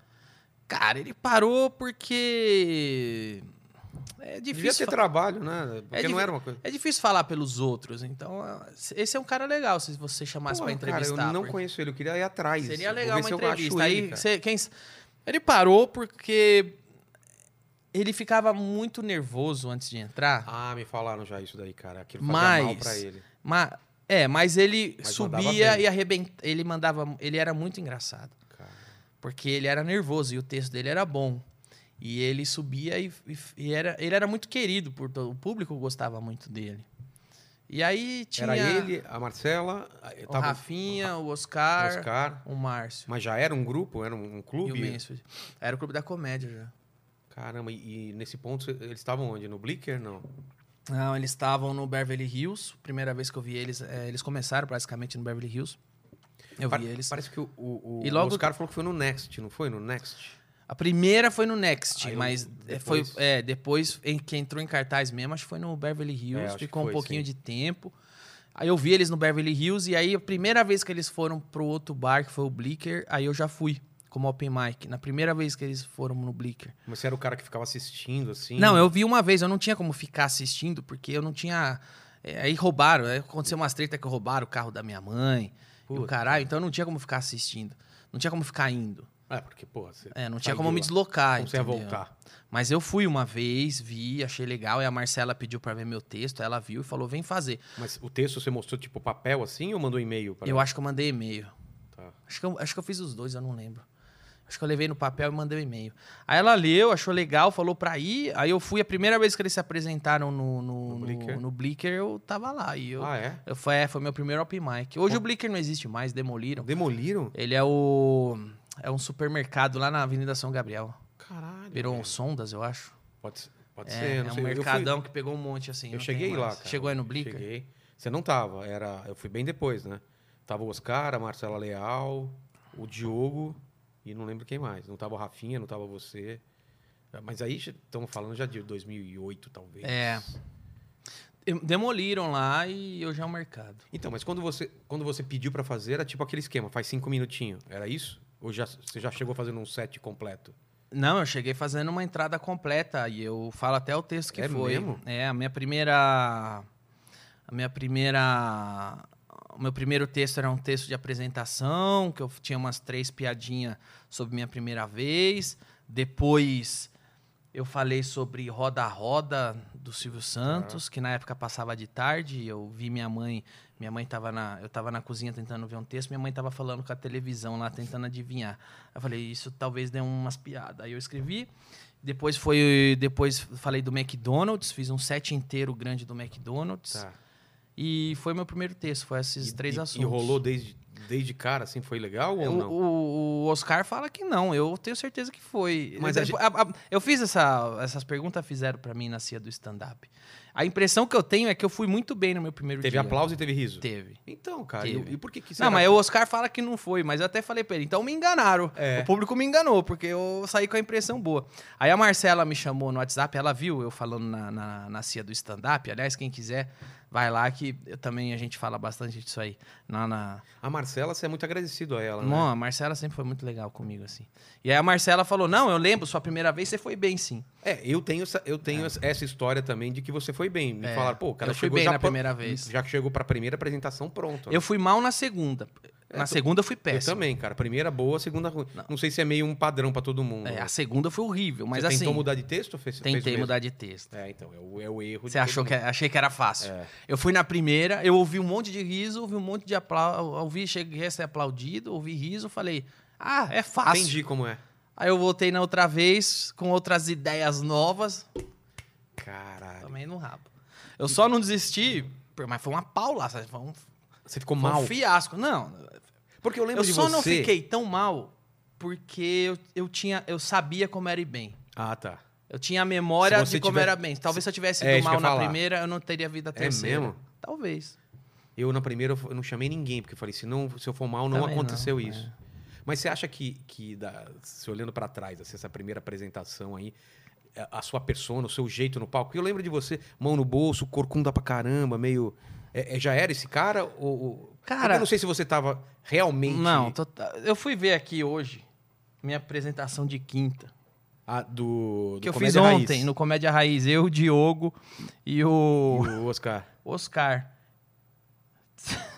[SPEAKER 2] Cara, ele parou porque. É
[SPEAKER 1] Devia
[SPEAKER 2] difícil.
[SPEAKER 1] ter
[SPEAKER 2] fa-
[SPEAKER 1] trabalho, né? Porque não
[SPEAKER 2] difí-
[SPEAKER 1] era uma coisa.
[SPEAKER 2] É difícil falar pelos outros, então ah, esse é um cara legal se você chamasse
[SPEAKER 1] Pô,
[SPEAKER 2] pra
[SPEAKER 1] cara,
[SPEAKER 2] entrevistar.
[SPEAKER 1] eu não
[SPEAKER 2] porque
[SPEAKER 1] conheço ele, eu queria ir atrás.
[SPEAKER 2] Seria
[SPEAKER 1] Vou
[SPEAKER 2] legal
[SPEAKER 1] ver
[SPEAKER 2] uma
[SPEAKER 1] se eu acho
[SPEAKER 2] entrevista.
[SPEAKER 1] ele,
[SPEAKER 2] Aí,
[SPEAKER 1] cara.
[SPEAKER 2] cê- quem, s- ele parou porque ele ficava muito nervoso antes de entrar.
[SPEAKER 1] Ah, me falaram já isso daí, cara. Aquilo fazia mal
[SPEAKER 2] Mas-
[SPEAKER 1] pra ele.
[SPEAKER 2] Mas, é, mas ele
[SPEAKER 1] Mas mandava
[SPEAKER 2] subia
[SPEAKER 1] bem.
[SPEAKER 2] e arrebentava. Ele mandava. Ele era muito engraçado.
[SPEAKER 1] Cara.
[SPEAKER 2] porque ele era nervoso e o texto dele era bom. E ele subia e, e- e era, ele era muito querido por todo o público gostava muito dele. E aí tinha
[SPEAKER 1] Era ele, a Marcela,
[SPEAKER 2] o
[SPEAKER 1] eu tava-
[SPEAKER 2] Rafinha, o
[SPEAKER 1] o
[SPEAKER 2] Oscar,
[SPEAKER 1] Oscar.
[SPEAKER 2] o Márcio
[SPEAKER 1] Mas já era um grupo, era um, um
[SPEAKER 2] e o
[SPEAKER 1] clube.
[SPEAKER 2] Mansfield. Era o clube da comédia já.
[SPEAKER 1] Caramba, e, e nesse ponto cê- eles estavam onde? No Blicker? Não.
[SPEAKER 2] Não, eles estavam no Beverly Hills. Primeira vez que eu vi eles, é, eles começaram basicamente no Beverly Hills. Eu
[SPEAKER 1] Pa-
[SPEAKER 2] vi eles.
[SPEAKER 1] Parece que o, o, o
[SPEAKER 2] E logo-
[SPEAKER 1] Oscar falou que foi no Next, não foi? No Next?
[SPEAKER 2] A primeira foi no Next,
[SPEAKER 1] Aí eu-
[SPEAKER 2] mas é, foi
[SPEAKER 1] depois-
[SPEAKER 2] é, depois em, que entrou em cartaz mesmo, acho que foi no Beverly
[SPEAKER 1] É,
[SPEAKER 2] Hills,
[SPEAKER 1] acho que
[SPEAKER 2] ficou
[SPEAKER 1] foi,
[SPEAKER 2] um pouquinho
[SPEAKER 1] sim.
[SPEAKER 2] de tempo. Aí eu vi eles no Beverly Hills e aí a primeira vez que eles foram pro outro bar, que foi o Blicker, aí eu já fui como open mic. Na primeira vez que eles foram no Blicker.
[SPEAKER 1] Mas você era o cara que ficava assistindo, assim?
[SPEAKER 2] Não, eu vi uma vez, eu não tinha como ficar assistindo porque eu não tinha é, aí roubaram, aí aconteceu umas treta que roubaram o carro da minha mãe, e o
[SPEAKER 1] Puta.
[SPEAKER 2] caralho, então eu não tinha como ficar assistindo. Não tinha como ficar indo.
[SPEAKER 1] É, porque, porra, você. tá
[SPEAKER 2] É, não
[SPEAKER 1] saiu
[SPEAKER 2] tinha como me
[SPEAKER 1] lá.
[SPEAKER 2] deslocar.
[SPEAKER 1] Como você ia
[SPEAKER 2] entendeu?
[SPEAKER 1] voltar.
[SPEAKER 2] Mas eu fui uma vez, vi, achei legal. E a Marcela pediu pra ver meu texto, ela viu e falou: vem fazer.
[SPEAKER 1] Mas o texto você mostrou, tipo, papel assim ou mandou e-mail pra
[SPEAKER 2] Eu acho que eu mandei e-mail.
[SPEAKER 1] Tá.
[SPEAKER 2] Acho que, eu, acho que eu fiz os dois, eu não lembro. Acho que eu levei no papel e mandei um e-mail. Aí ela leu, achou legal, falou pra ir. Aí eu fui, a primeira vez que eles se apresentaram no, no,
[SPEAKER 1] No
[SPEAKER 2] no-
[SPEAKER 1] Blicker?
[SPEAKER 2] no Blicker, eu tava lá. E eu,
[SPEAKER 1] Ah, é?
[SPEAKER 2] eu foi, é, foi meu primeiro open mic. Hoje o Blicker não existe mais, demoliram.
[SPEAKER 1] Demoliram?
[SPEAKER 2] Ele é o. É um supermercado lá na Avenida São Gabriel.
[SPEAKER 1] Caralho.
[SPEAKER 2] Virou um
[SPEAKER 1] cara.
[SPEAKER 2] Sondas, eu acho.
[SPEAKER 1] Pode, ser- pode
[SPEAKER 2] É,
[SPEAKER 1] ser, eu
[SPEAKER 2] é
[SPEAKER 1] não
[SPEAKER 2] um
[SPEAKER 1] sei. Eu fui-
[SPEAKER 2] mercadão que pegou um monte assim.
[SPEAKER 1] Eu,
[SPEAKER 2] não tem
[SPEAKER 1] cheguei lá,
[SPEAKER 2] mais.
[SPEAKER 1] cara.
[SPEAKER 2] Chegou aí no Blicker?
[SPEAKER 1] Cheguei. Você não tava, era... eu fui bem depois, né? Tava o Oscar, a Marcela Leal, o Diogo e não lembro quem mais. Não tava o Rafinha, não tava você. Mas aí estamos falando já de 2008, talvez.
[SPEAKER 2] É. Dem- Demoliram lá e hoje é um mercado.
[SPEAKER 1] Então, mas quando você, quando você pediu pra fazer, era tipo aquele esquema, faz cinco minutinhos. Era isso? Ou já, você já chegou fazendo um set completo?
[SPEAKER 2] Não, eu cheguei fazendo uma entrada completa e eu falo até o texto que
[SPEAKER 1] É
[SPEAKER 2] foi.
[SPEAKER 1] mesmo?
[SPEAKER 2] É, a minha primeira. A minha primeira. O meu primeiro texto era um texto de apresentação, que eu tinha umas três piadinhas sobre minha primeira vez. Depois eu falei sobre Roda a Roda do Silvio Santos, que na época passava de tarde. e Eu vi minha mãe, minha mãe tava na, eu tava na cozinha tentando ver um texto, minha mãe tava falando com a televisão lá tentando adivinhar. Eu falei, isso talvez dê umas piadas. Aí eu escrevi. Depois foi, depois falei do McDonald's, fiz um set inteiro grande do McDonald's. E foi meu primeiro texto, foi esses
[SPEAKER 1] Tá. E-
[SPEAKER 2] três
[SPEAKER 1] e,
[SPEAKER 2] assuntos.
[SPEAKER 1] E
[SPEAKER 2] É,
[SPEAKER 1] rolou desde, desde cara, assim, foi legal ou
[SPEAKER 2] O,
[SPEAKER 1] não?
[SPEAKER 2] o- o Oscar fala que não, eu tenho certeza que foi.
[SPEAKER 1] Mas
[SPEAKER 2] Mas
[SPEAKER 1] a gente-
[SPEAKER 2] eu fiz essa, essas perguntas, fizeram pra mim na CIA do stand-up. A impressão que eu tenho é que eu fui muito bem no meu primeiro
[SPEAKER 1] Teve
[SPEAKER 2] dia.
[SPEAKER 1] aplauso e teve riso?
[SPEAKER 2] Teve.
[SPEAKER 1] Então, cara, e-
[SPEAKER 2] Teve.
[SPEAKER 1] e por que que
[SPEAKER 2] não,
[SPEAKER 1] será
[SPEAKER 2] mas
[SPEAKER 1] que-
[SPEAKER 2] o Oscar fala que não foi, mas eu até falei pra ele, então me enganaram.
[SPEAKER 1] É.
[SPEAKER 2] O público me enganou, porque eu saí com a impressão boa. Aí a Marcela me chamou no WhatsApp, ela viu eu falando na, na, na CIA do stand-up. Aliás, quem quiser, vai lá que eu também a gente fala bastante disso aí. Na, na-
[SPEAKER 1] A Marcela, você é muito agradecido a ela, né?
[SPEAKER 2] Mano, a Marcela sempre foi muito legal comigo, assim. E aí a Marcela falou: Não, eu lembro, sua primeira vez você foi bem, sim.
[SPEAKER 1] É, eu tenho, essa, eu tenho essa- essa história também de que você foi bem. Me falaram, pô, o cara
[SPEAKER 2] É. eu fui
[SPEAKER 1] chegou
[SPEAKER 2] bem
[SPEAKER 1] já
[SPEAKER 2] na
[SPEAKER 1] pro-
[SPEAKER 2] primeira vez.
[SPEAKER 1] Já que chegou pra primeira apresentação pronto.
[SPEAKER 2] Eu fui mal na segunda. Na segunda eu fui
[SPEAKER 1] tá. É, Eu
[SPEAKER 2] péssimo.
[SPEAKER 1] também, cara. Primeira boa, segunda ruim. Não. sei se é meio um padrão pra todo mundo.
[SPEAKER 2] É, a segunda foi horrível, mas
[SPEAKER 1] você
[SPEAKER 2] assim.
[SPEAKER 1] tentou mudar de texto? ou Fez, fez
[SPEAKER 2] tentei
[SPEAKER 1] mesmo?
[SPEAKER 2] mudar de texto.
[SPEAKER 1] É, então, é o, é o erro. de
[SPEAKER 2] Você
[SPEAKER 1] todo
[SPEAKER 2] achou que
[SPEAKER 1] mundo.
[SPEAKER 2] achei que era fácil.
[SPEAKER 1] É.
[SPEAKER 2] Eu fui na primeira, eu ouvi um monte de riso, ouvi um monte de aplauso, ouvi, cheguei a ser aplaudido, ouvi riso, falei: "Ah, é fácil".
[SPEAKER 1] Entendi como é.
[SPEAKER 2] Aí eu voltei na outra vez com outras ideias novas,
[SPEAKER 1] Caralho.
[SPEAKER 2] Também no rabo. Eu só não desisti, por- mas foi uma paulada. Foi um,
[SPEAKER 1] Você ficou
[SPEAKER 2] Foi
[SPEAKER 1] mal.
[SPEAKER 2] Um fiasco. Não,
[SPEAKER 1] Porque eu lembro
[SPEAKER 2] eu
[SPEAKER 1] de
[SPEAKER 2] só
[SPEAKER 1] você.
[SPEAKER 2] não fiquei tão mal porque eu, eu tinha, eu sabia como era ir bem.
[SPEAKER 1] Ah, tá.
[SPEAKER 2] Eu tinha a memória
[SPEAKER 1] Se você
[SPEAKER 2] de como
[SPEAKER 1] tiver-
[SPEAKER 2] era bem. Talvez se eu tivesse
[SPEAKER 1] É,
[SPEAKER 2] ido
[SPEAKER 1] isso que eu ia
[SPEAKER 2] mal na
[SPEAKER 1] falar.
[SPEAKER 2] primeira, eu não teria vindo a
[SPEAKER 1] É
[SPEAKER 2] terceira.
[SPEAKER 1] mesmo?
[SPEAKER 2] Talvez.
[SPEAKER 1] Eu, na primeira, eu não chamei ninguém, porque eu falei, se, não, se eu for mal, não
[SPEAKER 2] Também não,
[SPEAKER 1] aconteceu
[SPEAKER 2] é.
[SPEAKER 1] isso. Mas você acha que, que da- se olhando pra trás, assim, essa primeira apresentação aí, é, a- a sua persona, o seu jeito no palco, eu lembro de você, mão no bolso, corcunda pra caramba, meio... é- é- já era esse cara? Ou, ou-
[SPEAKER 2] Cara-
[SPEAKER 1] Eu não sei se você tava realmente...
[SPEAKER 2] Não, tota- eu fui ver aqui hoje minha apresentação de quinta.
[SPEAKER 1] a- do, do
[SPEAKER 2] que eu fiz
[SPEAKER 1] Comédia Raiz.
[SPEAKER 2] ontem no Comédia Raiz. Eu, o Diogo e o
[SPEAKER 1] E o Oscar.
[SPEAKER 2] Oscar.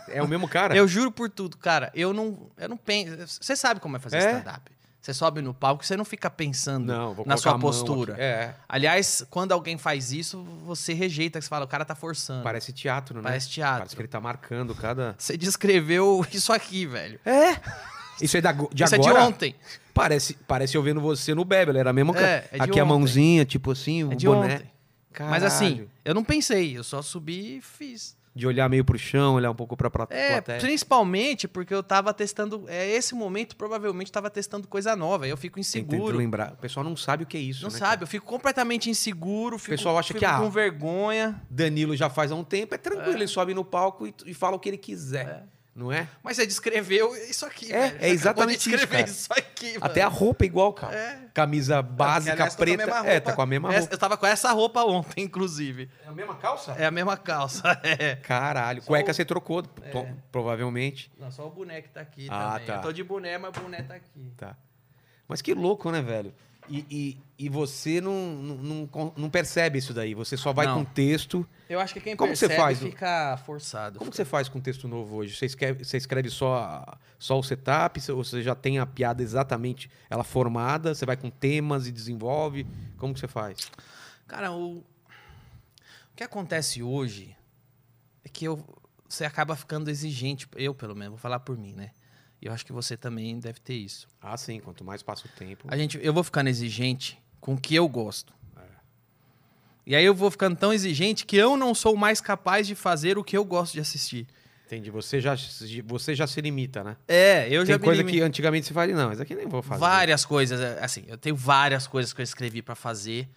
[SPEAKER 1] É o mesmo cara?
[SPEAKER 2] Eu juro por tudo, cara. Eu não, eu não penso. Você sabe como é fazer
[SPEAKER 1] É?
[SPEAKER 2] stand-up. Você sobe no palco, você não fica pensando
[SPEAKER 1] Não, vou colocar
[SPEAKER 2] na
[SPEAKER 1] a
[SPEAKER 2] sua
[SPEAKER 1] mão
[SPEAKER 2] postura.
[SPEAKER 1] aqui. É,
[SPEAKER 2] Aliás, quando alguém faz isso, você rejeita, você fala, o cara tá forçando. Parece,
[SPEAKER 1] parece teatro, né?
[SPEAKER 2] teatro.
[SPEAKER 1] Parece que ele tá marcando cada...
[SPEAKER 2] Você descreveu *laughs* isso aqui, velho.
[SPEAKER 1] É! Isso é da, go- de
[SPEAKER 2] isso
[SPEAKER 1] agora?
[SPEAKER 2] é de ontem.
[SPEAKER 1] Parece, parece eu vendo você no Bebel, era a mesma
[SPEAKER 2] É,
[SPEAKER 1] coisa.
[SPEAKER 2] é de
[SPEAKER 1] Aqui
[SPEAKER 2] ontem.
[SPEAKER 1] a mãozinha, tipo assim, o
[SPEAKER 2] É de
[SPEAKER 1] boné.
[SPEAKER 2] ontem.
[SPEAKER 1] Caralho.
[SPEAKER 2] Mas assim, eu não pensei, eu só subi e fiz.
[SPEAKER 1] De olhar meio pro chão, olhar um pouco pra, pra
[SPEAKER 2] É,
[SPEAKER 1] plateia.
[SPEAKER 2] principalmente porque eu tava testando. É, esse momento provavelmente tava testando coisa nova. Aí eu fico
[SPEAKER 1] Tem- tento
[SPEAKER 2] inseguro.
[SPEAKER 1] lembrar. O pessoal não sabe o que é isso,
[SPEAKER 2] Não
[SPEAKER 1] né,
[SPEAKER 2] sabe,
[SPEAKER 1] cara?
[SPEAKER 2] eu fico completamente inseguro. Fico,
[SPEAKER 1] pessoal acha
[SPEAKER 2] fico
[SPEAKER 1] que, ah,
[SPEAKER 2] com vergonha.
[SPEAKER 1] Danilo já faz há um tempo, é tranquilo, ele sobe no palco e, e fala o que ele quiser, não é?
[SPEAKER 2] Mas você descreveu isso
[SPEAKER 1] É,
[SPEAKER 2] aqui, velho.
[SPEAKER 1] é
[SPEAKER 2] Você acabou
[SPEAKER 1] exatamente isso,
[SPEAKER 2] de descrever
[SPEAKER 1] cara.
[SPEAKER 2] isso aqui, mano.
[SPEAKER 1] Até a roupa é igual, cara.
[SPEAKER 2] É.
[SPEAKER 1] Camisa
[SPEAKER 2] Porque,
[SPEAKER 1] básica,
[SPEAKER 2] aliás, tô com a
[SPEAKER 1] preta.
[SPEAKER 2] mesma
[SPEAKER 1] é,
[SPEAKER 2] roupa.
[SPEAKER 1] tá com a mesma
[SPEAKER 2] Essa-
[SPEAKER 1] roupa.
[SPEAKER 2] Eu tava com essa roupa ontem, inclusive.
[SPEAKER 1] É a mesma calça?
[SPEAKER 2] É a mesma calça. *laughs* É.
[SPEAKER 1] Caralho,
[SPEAKER 2] Só
[SPEAKER 1] cueca
[SPEAKER 2] o- É.
[SPEAKER 1] você trocou, po- provavelmente.
[SPEAKER 2] Não, só o boné que tá aqui
[SPEAKER 1] Ah,
[SPEAKER 2] também.
[SPEAKER 1] tá.
[SPEAKER 2] Eu tô de boné, mas o boné tá aqui.
[SPEAKER 1] Tá. Mas que louco, né, velho? E, e, e você não, não, não, con- não percebe isso daí. Você só vai
[SPEAKER 2] Não.
[SPEAKER 1] com texto.
[SPEAKER 2] Eu acho que quem
[SPEAKER 1] Como você
[SPEAKER 2] percebe
[SPEAKER 1] faz, Du?
[SPEAKER 2] fica forçado.
[SPEAKER 1] Como que você faz com texto novo hoje? Você escreve, você escreve só, a- só o setup? Ou você já tem a piada exatamente ela formada? Você vai com temas e desenvolve? Como que você faz?
[SPEAKER 2] Cara, o... o que acontece hoje é que eu... você acaba ficando exigente. Eu, pelo menos, vou falar por mim, né? E eu acho que você também deve ter isso.
[SPEAKER 1] Ah, sim. Quanto mais passa o tempo...
[SPEAKER 2] A gente, eu vou ficando exigente com o que eu gosto. É. E aí eu vou ficando tão exigente que eu não sou mais capaz de fazer o que eu gosto de assistir.
[SPEAKER 1] Entendi. Você já, se- você já se limita, né?
[SPEAKER 2] É, eu já
[SPEAKER 1] tem
[SPEAKER 2] me
[SPEAKER 1] coisa
[SPEAKER 2] limi-
[SPEAKER 1] que antigamente você fazia. Não, mas aqui nem vou fazer.
[SPEAKER 2] Várias coisas, é, assim, eu tenho várias coisas que eu escrevi pra fazer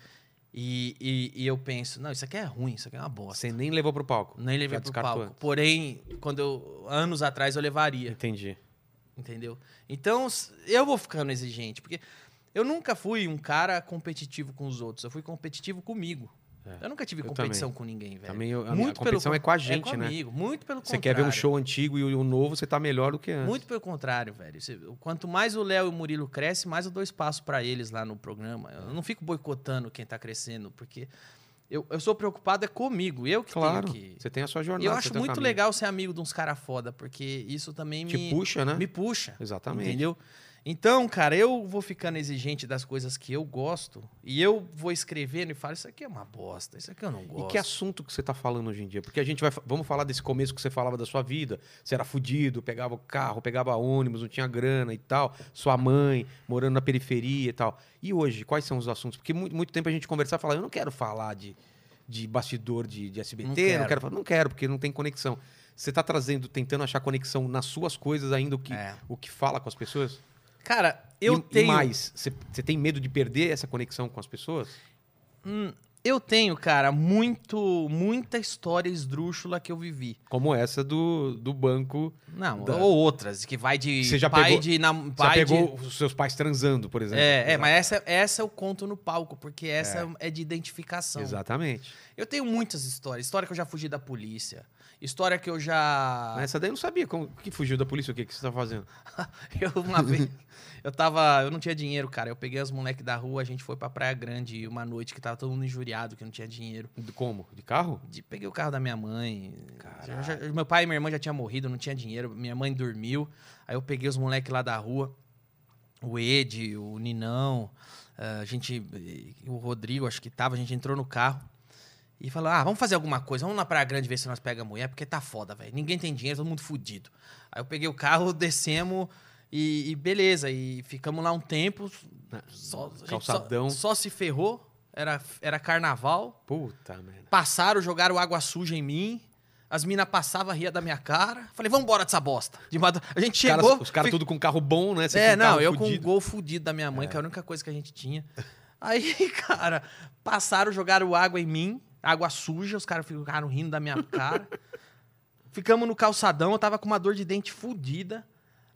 [SPEAKER 2] e, e, e eu penso, não, isso aqui é ruim, isso aqui é uma bosta.
[SPEAKER 1] Você nem levou pro palco.
[SPEAKER 2] Nem levei
[SPEAKER 1] Já
[SPEAKER 2] pro
[SPEAKER 1] descartou
[SPEAKER 2] palco.
[SPEAKER 1] antes.
[SPEAKER 2] Porém, quando eu anos atrás eu levaria,
[SPEAKER 1] Entendi.
[SPEAKER 2] entendeu? Então, s- eu vou ficando exigente, porque eu nunca fui um cara competitivo com os outros, eu fui competitivo comigo.
[SPEAKER 1] É,
[SPEAKER 2] Eu nunca tive
[SPEAKER 1] eu
[SPEAKER 2] competição com ninguém, velho.
[SPEAKER 1] Também eu- a, minha
[SPEAKER 2] Muito pelo
[SPEAKER 1] competição é com a gente,
[SPEAKER 2] é
[SPEAKER 1] né?
[SPEAKER 2] comigo, muito pelo
[SPEAKER 1] Você
[SPEAKER 2] contrário.
[SPEAKER 1] quer ver um show antigo e o novo, você tá melhor do que antes.
[SPEAKER 2] Muito pelo contrário, velho. Você- Quanto mais o Léo e o Murilo crescem, mais eu dou espaço pra eles lá no programa. Eu não fico boicotando quem tá crescendo, porque eu, eu sou preocupado é comigo, eu que
[SPEAKER 1] claro.
[SPEAKER 2] tenho que...
[SPEAKER 1] Você tem a sua jornada.
[SPEAKER 2] E eu
[SPEAKER 1] você
[SPEAKER 2] acho
[SPEAKER 1] tem o
[SPEAKER 2] muito
[SPEAKER 1] caminho.
[SPEAKER 2] legal ser amigo de uns caras foda, porque isso também
[SPEAKER 1] Te
[SPEAKER 2] me,
[SPEAKER 1] puxa, né?
[SPEAKER 2] me puxa.
[SPEAKER 1] Exatamente.
[SPEAKER 2] Tá, Entendeu? Então, cara, eu vou ficando exigente das coisas que eu gosto e eu vou escrevendo e falo, isso aqui é uma bosta, isso aqui eu não
[SPEAKER 1] E
[SPEAKER 2] gosto.
[SPEAKER 1] que assunto que você tá falando hoje em dia? Porque a gente vai. fa- Vamos falar desse começo que você falava da sua vida. Você era fudido, pegava o carro, pegava ônibus, não tinha grana e tal. Sua mãe, morando na periferia e tal. E hoje, quais são os assuntos? Porque mu- muito, tempo a gente conversar e falar, eu não quero falar de, de bastidor de, de SBT, não
[SPEAKER 2] Não
[SPEAKER 1] quero.
[SPEAKER 2] quero.
[SPEAKER 1] falar, não quero, porque não tem conexão. Você tá trazendo, tentando achar conexão nas suas coisas ainda, o que,
[SPEAKER 2] É.
[SPEAKER 1] o que fala com as pessoas?
[SPEAKER 2] Cara, eu
[SPEAKER 1] e,
[SPEAKER 2] tenho...
[SPEAKER 1] E mais, você você tem medo de perder essa conexão com as pessoas?
[SPEAKER 2] Hum, eu tenho, cara, muito, muita história esdrúxula que eu vivi.
[SPEAKER 1] Como essa do, do banco.
[SPEAKER 2] Não,
[SPEAKER 1] Da-
[SPEAKER 2] ou outras, que vai de
[SPEAKER 1] Você já
[SPEAKER 2] pai
[SPEAKER 1] pegou-
[SPEAKER 2] de... nam-
[SPEAKER 1] Você já
[SPEAKER 2] pai de-
[SPEAKER 1] pegou os seus pais transando, por exemplo.
[SPEAKER 2] É, é,
[SPEAKER 1] Exato.
[SPEAKER 2] mas essa, essa eu conto no palco, porque essa é, de identificação.
[SPEAKER 1] Exatamente.
[SPEAKER 2] Eu tenho muitas histórias. História que eu já fugi da polícia. História que eu já...
[SPEAKER 1] Mas Essa daí eu não sabia. Como, que fugiu da polícia? O que, que você tá fazendo?
[SPEAKER 2] *laughs* Eu uma vez, eu tava, eu não tinha dinheiro, cara. Eu peguei os moleques da rua, a gente foi pra Praia Grande uma noite que tava todo mundo injuriado, que não tinha dinheiro.
[SPEAKER 1] De- Como? De carro?
[SPEAKER 2] De- peguei o carro da minha mãe.
[SPEAKER 1] Caralho.
[SPEAKER 2] Já- já- meu pai e minha irmã já tinham morrido, não tinha dinheiro. Minha mãe dormiu. Aí eu peguei os moleques lá da rua. O Ed, o Ninão, eh, a gente. eh, O Rodrigo, acho que tava, a gente entrou no carro. E falou: ah, vamos fazer alguma coisa, vamos lá pra grande ver se nós pegamos mulher, porque tá foda, velho. Ninguém tem dinheiro, todo mundo fudido. Aí eu peguei o carro, descemos e, e beleza. E ficamos lá um tempo. Só, a gente só-
[SPEAKER 1] Calçadão.
[SPEAKER 2] Só, se ferrou. Era, era carnaval.
[SPEAKER 1] Puta merda.
[SPEAKER 2] Passaram, jogaram água suja em mim. As minas passavam, ria da minha cara. Falei, vamos embora dessa bosta. De madu- A gente
[SPEAKER 4] Os caras-
[SPEAKER 2] chegou.
[SPEAKER 4] os caras
[SPEAKER 2] fi-
[SPEAKER 4] tudo com carro bom, né? Você
[SPEAKER 2] É,
[SPEAKER 4] com carro
[SPEAKER 2] não, eu
[SPEAKER 4] fudido.
[SPEAKER 2] com o gol fudido da minha mãe, que é a única coisa que a gente tinha. Aí, *laughs* cara, passaram, jogaram água em mim, água suja, os caras ficaram rindo da minha cara. Ficamos no calçadão, eu tava com uma dor de dente fudida.